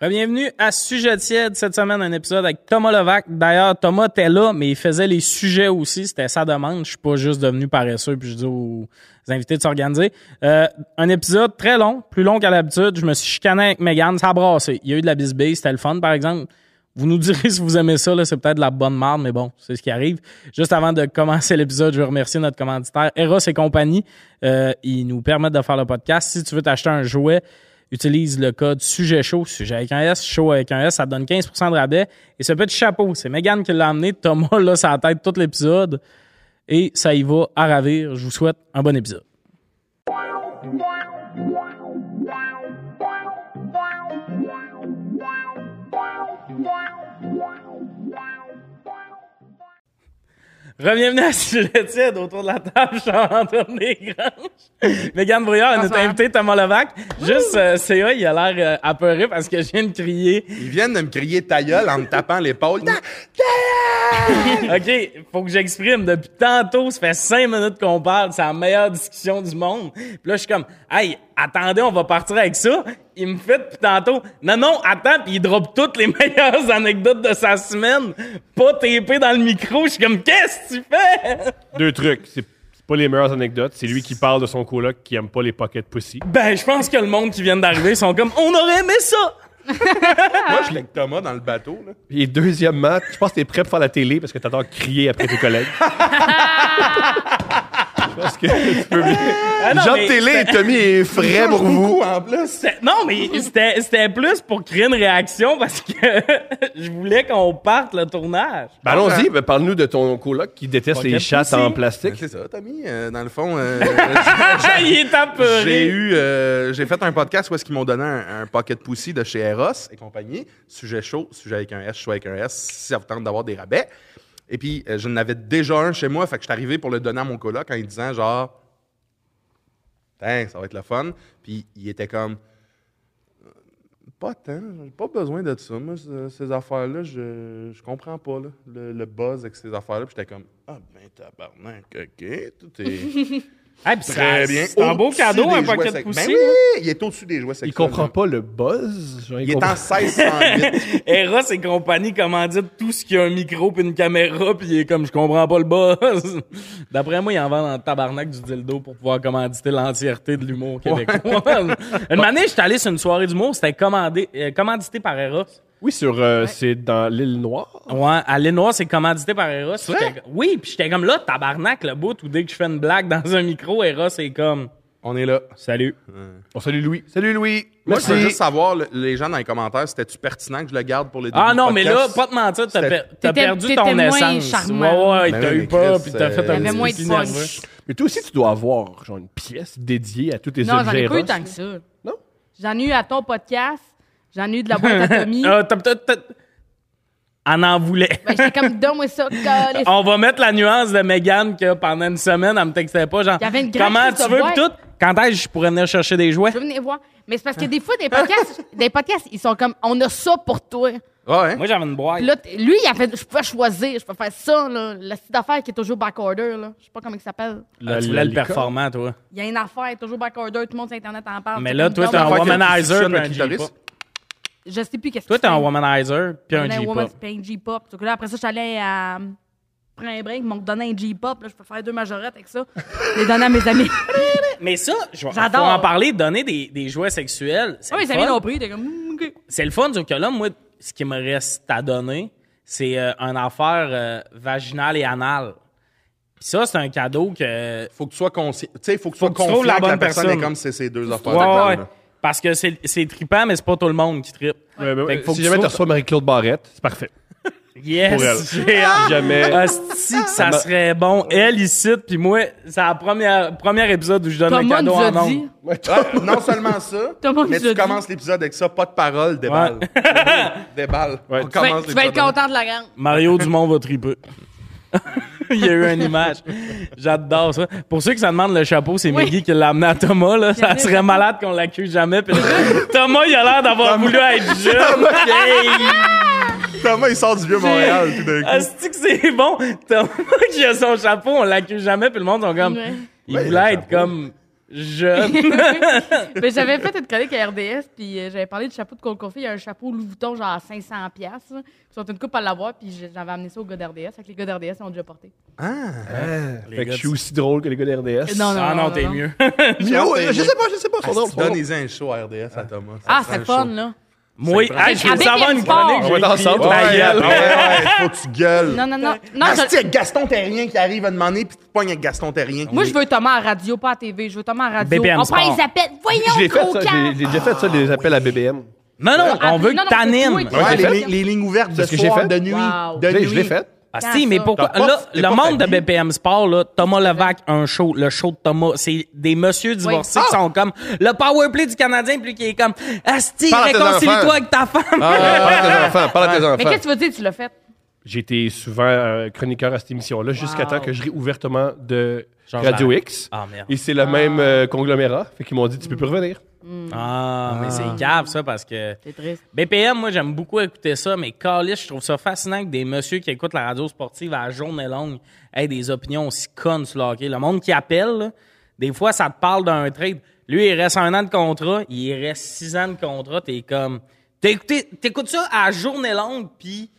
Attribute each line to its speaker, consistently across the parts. Speaker 1: Bienvenue à Sujet tiède cette semaine, un épisode avec Thomas Levac. D'ailleurs, Thomas était là, mais il faisait les sujets aussi. C'était sa demande. Je suis pas juste devenu paresseux puis je dis aux invités de s'organiser. Euh, un épisode très long, plus long qu'à l'habitude. Je me suis chicané avec Megan, ça a brassé. Il y a eu de la bisbille, c'était le fun, par exemple. Vous nous direz si vous aimez ça, là, c'est peut-être de la bonne marde, mais bon, c'est ce qui arrive. Juste avant de commencer l'épisode, je veux remercier notre commanditaire, Eros et compagnie. Euh, ils nous permettent de faire le podcast. Si tu veux t'acheter un jouet, utilise le code sujet chaud, sujet avec un S, chaud avec un S, ça te donne 15% de rabais. Et ce petit chapeau, c'est Megan qui l'a amené. Thomas, là, ça tête tout l'épisode. Et ça y va à ravir. Je vous souhaite un bon épisode. Rebienvenue à Sujet tiède autour de la table, Jean-Antoine Desgranges. Mégane Brouillard, notre
Speaker 2: Bonsoir.
Speaker 1: invité, Thomas Levac. Juste, euh, CA, il a l'air euh, apeuré parce que je viens de crier.
Speaker 3: Ils viennent de me crier ta gueule en me tapant l'épaule. Ta- ta gueule!
Speaker 1: OK, faut que j'exprime. Depuis tantôt, ça fait cinq minutes qu'on parle. C'est la meilleure discussion du monde. Puis là, je suis comme, hey, attendez, on va partir avec ça. Il me fait depuis tantôt, non, non, attends, puis il drop toutes les meilleures anecdotes de sa semaine. Pas TP dans le micro. Je suis comme, qu'est-ce que tu fais?
Speaker 4: deux trucs. C'est c'est pas les meilleures anecdotes. C'est lui qui parle de son coloc qui aime pas les pocket pussy.
Speaker 1: Ben, je pense que le monde qui vient d'arriver sont comme, on aurait aimé ça.
Speaker 3: Moi, je l'ai avec Thomas dans le bateau. Là.
Speaker 4: Et deuxièmement, je pense que t'es prêt pour faire la télé parce que t'entends crier après tes collègues. Je pense que tu peux bien.
Speaker 1: Ah non,
Speaker 3: Jean
Speaker 1: mais-
Speaker 3: de télé et Tommy est frais pour vous. en plus.
Speaker 1: C'était- Non, mais c'était c'était plus pour créer une réaction parce que je voulais qu'on parte le tournage.
Speaker 4: Ben, allons-y, ben, parle-nous de ton coloc qui déteste les
Speaker 1: Pocket
Speaker 4: chattes
Speaker 1: pussy.
Speaker 4: en plastique.
Speaker 3: Ben, C'est ça, Tommy. euh, dans le fond, euh,
Speaker 1: Ah, il est apeuré.
Speaker 3: j'ai eu, euh, j'ai fait un podcast où est-ce qu'ils m'ont donné un, un pocket pussy de chez Eros et compagnie. Sujet chaud, sujet avec un S, choix avec un S, si ça vous tente d'avoir des rabais. Et puis, euh, je n'avais déjà un chez moi, fait que je suis arrivé pour le donner à mon coloc en lui disant genre, Tain, ça va être le fun. Puis, il était comme, Euh, Pas tant, j'ai pas besoin de ça. Moi, ce- ces affaires-là, je, je comprends pas là, le, le buzz avec ces affaires-là. Puis j'étais comme, ah ben tabarnak, ok, tout est
Speaker 1: Ah, puis
Speaker 3: très
Speaker 1: ça-
Speaker 3: bien.
Speaker 1: C'est un beau
Speaker 3: Au-dessus
Speaker 1: cadeau,
Speaker 3: des
Speaker 1: un
Speaker 3: jouets
Speaker 1: paquet de
Speaker 3: sex-
Speaker 1: poussées.
Speaker 3: Ben oui, il est au-dessus des jouets sexuels.
Speaker 4: Il comprend
Speaker 3: là.
Speaker 4: pas le buzz. Genre,
Speaker 3: Il est en 1608.
Speaker 1: Eros et compagnie commandite tout ce qui a un micro puis une caméra puis il est comme je comprends pas le boss. D'après moi, ils en vendent en tabarnak du dildo pour pouvoir commanditer l'entièreté de l'humour québécois. une année, j'étais allé sur une soirée d'humour, c'était commandé euh, commandité par Eros.
Speaker 4: Oui, sur euh, c'est dans l'île Noire.
Speaker 1: Ouais, à Lenoir, c'est commandité par Eros. J'étais- Oui, puis j'étais comme là tabarnak le bout où dès que je fais une blague dans un micro, Eros est comme
Speaker 3: On est là.
Speaker 1: salut.
Speaker 4: On salue Louis.
Speaker 3: Salut Louis. Moi, je veux
Speaker 4: Merci.
Speaker 3: juste savoir, le- les gens dans les commentaires, c'était-tu pertinent que je le garde pour le début
Speaker 1: Ah non,
Speaker 3: du
Speaker 1: mais là,
Speaker 3: podcast?
Speaker 1: pas te mentir, t'as,
Speaker 3: C'était-
Speaker 1: per- t'as
Speaker 2: T'étais-
Speaker 1: perdu
Speaker 2: t'étais
Speaker 1: ton
Speaker 2: moins
Speaker 1: essence.
Speaker 2: charmant.
Speaker 1: Ouais, ouais,
Speaker 3: Ben
Speaker 1: t'as
Speaker 3: oui,
Speaker 1: eu
Speaker 3: mais
Speaker 1: pas,
Speaker 3: Chris,
Speaker 1: puis t'as fait
Speaker 3: euh,
Speaker 1: un
Speaker 2: T'avais
Speaker 1: petit
Speaker 2: moins
Speaker 1: peu
Speaker 2: de
Speaker 1: nerveux.
Speaker 2: punch.
Speaker 4: Mais toi aussi, tu dois avoir genre une pièce dédiée à tous tes
Speaker 2: Non, j'en
Speaker 4: objets
Speaker 2: ai pas eu
Speaker 4: érotiques.
Speaker 2: tant que ça.
Speaker 4: Non?
Speaker 2: J'en ai eu à ton podcast, j'en ai eu de la boîte à Tommy.
Speaker 1: Euh, t'as peut-être... t'as- On en voulait.
Speaker 2: Ben, J'étais comme, donne-moi ça, câlisse.
Speaker 1: On va mettre la nuance de Megan que pendant une semaine, elle me textait pas, genre,
Speaker 2: Il y avait une grande
Speaker 1: comment
Speaker 2: crise
Speaker 1: tu
Speaker 2: de
Speaker 1: veux
Speaker 2: voix.
Speaker 1: pis tout? Quand est-ce que je pourrais venir chercher des jouets?
Speaker 2: Je venais voir. Mais c'est parce que des fois, des podcasts, des podcasts, ils sont comme, on a ça pour toi.
Speaker 3: Ouais, hein?
Speaker 1: Moi, j'avais une boîte.
Speaker 2: Puis là, t- lui, il a fait, je peux choisir, je peux faire ça, là. La petite affaire qui est toujours backorder, là. Je sais pas comment il s'appelle.
Speaker 1: Là,
Speaker 4: Euh,
Speaker 1: Ah, tu voulais le
Speaker 4: l'alcool.
Speaker 1: performant, toi.
Speaker 2: Il y a une affaire, toujours backorder, tout le monde sur Internet en parle.
Speaker 1: Mais
Speaker 2: C'est
Speaker 1: là,
Speaker 2: comme,
Speaker 1: toi,
Speaker 2: non,
Speaker 1: t'es un
Speaker 2: mais-
Speaker 3: Affaire que
Speaker 1: womanizer,
Speaker 3: tu suctionnes
Speaker 1: puis
Speaker 3: le
Speaker 1: un
Speaker 3: clitoris.
Speaker 1: J-pop.
Speaker 2: Je sais plus qu'est-ce
Speaker 1: Toi,
Speaker 2: que
Speaker 1: t'es un womanizer, puis un
Speaker 2: un woman,
Speaker 1: J-pop.
Speaker 2: puis un J-pop. Donc là, après ça, je suis allée à. Prends un break, ils m'ont donné un J-pop. Là, je peux faire deux majorettes avec ça. Je les donner à mes amis.
Speaker 1: Mais ça, je vais faut
Speaker 2: J'adore. Ah
Speaker 1: en parler, donner des, des jouets sexuels. c'est
Speaker 2: Ouais,
Speaker 1: le
Speaker 2: mes amis
Speaker 1: fun.
Speaker 2: l'ont pris. T'es comme. mm, ok.
Speaker 1: C'est le fun, sauf que là, moi, ce qui me reste à donner, c'est euh, une affaire euh, vaginale et anale. Puis ça, c'est un cadeau que.
Speaker 3: Faut que tu sois conscient. Tu sais, faut que tu sois
Speaker 1: que tu trouves
Speaker 3: confiant
Speaker 1: la
Speaker 3: que la
Speaker 1: bonne
Speaker 3: personne est
Speaker 1: personne.
Speaker 3: comme c'est ces deux affaires.
Speaker 1: Ouais, ouais,
Speaker 3: là.
Speaker 1: Parce que c'est c'est trippant, mais c'est pas tout le monde qui trippe.
Speaker 4: Ouais, ben,
Speaker 1: Fait que faut
Speaker 4: si
Speaker 1: que
Speaker 4: jamais
Speaker 1: tu
Speaker 4: tu
Speaker 1: sois-
Speaker 4: reçois Marie-Claude Barrette, c'est parfait. Pour elle.
Speaker 1: Yes! j'ai hâte.
Speaker 4: Si jamais.
Speaker 1: Hostie que ça serait bon. Elle, ici, puis moi, c'est la première, premier épisode où je donne un
Speaker 2: Thomas
Speaker 1: cadeau
Speaker 2: nous
Speaker 1: en
Speaker 2: a
Speaker 1: ondes.
Speaker 2: dit.
Speaker 3: Ouais, Ah, non seulement ça,
Speaker 2: Thomas
Speaker 3: mais
Speaker 2: nous a
Speaker 3: tu
Speaker 2: dit.
Speaker 3: commences l'épisode avec ça, pas de parole, des balles. Des balles.
Speaker 4: Ouais.
Speaker 3: On
Speaker 2: Tu vas-
Speaker 3: commence
Speaker 2: Ben, tu vas être
Speaker 3: l'épisode.
Speaker 2: content de la grande.
Speaker 1: Mario Dumont va triper. Il y a eu une image. J'adore ça. Pour ceux qui se demandent le chapeau, c'est
Speaker 2: Oui.
Speaker 1: Maggie qui l'a amené à Thomas. Là.
Speaker 2: en
Speaker 1: Ça
Speaker 2: a-
Speaker 1: serait malade qu'on l'accuse jamais. puis- Thomas, il a l'air d'avoir voulu être jeune.
Speaker 3: Thomas, il sort du vieux Montréal tout d'un
Speaker 2: Ah,
Speaker 3: coup.
Speaker 1: Asti que c'est bon. Thomas qui a son chapeau, on l'accuse jamais. Puis le monde sont comme...
Speaker 2: Ouais.
Speaker 1: Il
Speaker 3: Ouais,
Speaker 1: voulait
Speaker 3: le
Speaker 1: être
Speaker 3: chapeau.
Speaker 1: comme jeune.
Speaker 2: Mais Ben, j'avais fait une chronique à RDS, puis euh, j'avais parlé du chapeau de Cole Coffee. Il y a un chapeau Louis Vuitton, genre à 500$. piastres, là. Ils sont une coupe à l'avoir, puis je- j'avais amené ça aux gars d'RDS. Fait que les gars d'RDS l'ont déjà porté.
Speaker 1: Les
Speaker 4: Fait que
Speaker 1: gars,
Speaker 4: je suis aussi drôle que les gars de RDS.
Speaker 2: Non,
Speaker 1: Ah non, t'es
Speaker 2: non.
Speaker 1: mieux.
Speaker 3: Mais ouais,
Speaker 4: je sais pas, je sais pas.
Speaker 3: Ah, Donnez-en un show à RDS à Thomas.
Speaker 2: Ah,
Speaker 3: Ça
Speaker 2: c'est
Speaker 3: serait
Speaker 2: le
Speaker 3: un
Speaker 2: fun,
Speaker 3: show.
Speaker 2: là.
Speaker 1: Moi,
Speaker 3: prend-
Speaker 1: hey, je veux
Speaker 2: Avec
Speaker 1: savoir
Speaker 2: les
Speaker 1: une
Speaker 2: sports.
Speaker 1: chronique.
Speaker 2: On
Speaker 1: j'ai
Speaker 4: va être
Speaker 1: écrite.
Speaker 4: ensemble.
Speaker 1: Ta
Speaker 3: Ouais,
Speaker 1: gueule.
Speaker 3: ouais, ouais, faut que tu gueules.
Speaker 2: Non, non, non. non je-
Speaker 3: Asti, il y a Gaston Terrien qui arrive à demander, puis tu te pognes avec Gaston Terrien.
Speaker 2: Moi, je veux Thomas à radio, pas à TV. Je veux Thomas à radio.
Speaker 1: BPM
Speaker 2: On prend
Speaker 1: Sport.
Speaker 2: les appels. Voyons,
Speaker 4: Je l'ai fait,
Speaker 2: gros
Speaker 4: ça.
Speaker 2: camp.
Speaker 4: J'ai j'ai déjà fait ça, des appels à BBM.
Speaker 1: Non, non,
Speaker 2: Ah,
Speaker 1: on veut
Speaker 2: non,
Speaker 1: que
Speaker 2: non, c'est
Speaker 1: t'animes.
Speaker 2: toi qui-
Speaker 3: Ouais,
Speaker 2: Ouais,
Speaker 3: les,
Speaker 2: je l'ai
Speaker 3: lignes-
Speaker 2: fait.
Speaker 3: les lignes ouvertes de
Speaker 4: Parce que j'ai
Speaker 3: soir,
Speaker 4: fait.
Speaker 3: de nuit,
Speaker 2: Wow.
Speaker 3: de
Speaker 4: Je l'ai-
Speaker 3: nuit.
Speaker 4: je l'ai fait.
Speaker 1: Ah
Speaker 2: Quand
Speaker 1: si, mais
Speaker 2: ça?
Speaker 1: pourquoi?
Speaker 3: T'as pas-
Speaker 1: Là,
Speaker 3: t'es
Speaker 1: le
Speaker 3: pas
Speaker 1: monde de
Speaker 3: habillé.
Speaker 1: BPM Sport, là, Thomas Levac, un show, le show de Thomas, c'est des messieurs divorcés qui
Speaker 3: Ah!
Speaker 1: sont comme le powerplay du Canadien, puis qui est comme Asti,
Speaker 4: Parle à tes
Speaker 1: réconcilie-toi
Speaker 4: enfants.
Speaker 1: avec ta
Speaker 3: Ah,
Speaker 1: femme!
Speaker 4: parle à tes enfants, parle à tes
Speaker 2: Mais qu'est-ce que tu veux dire? Tu l'as fait.
Speaker 4: J'étais souvent euh, chroniqueur à cette émission-là jusqu'à temps que je ris ouvertement de
Speaker 1: Genre
Speaker 4: Radio
Speaker 1: la-
Speaker 4: X.
Speaker 1: Ah, merde.
Speaker 4: Et c'est le même euh, conglomérat. Fait qu'ils m'ont dit, tu peux plus revenir.
Speaker 1: Ah, mais c'est grave, ça, parce que.
Speaker 2: C'est triste.
Speaker 1: BPM, moi, j'aime beaucoup écouter ça, mais Calis, je trouve ça fascinant que des messieurs qui écoutent la radio sportive à la journée longue aient des opinions aussi connes sur le hockey. Le monde qui appelle, là, des fois, ça te parle d'un trade. Lui, il reste un an de contrat, il reste six ans de contrat, t'es comme. t'écoutais- T'écoutes ça à la journée longue, puis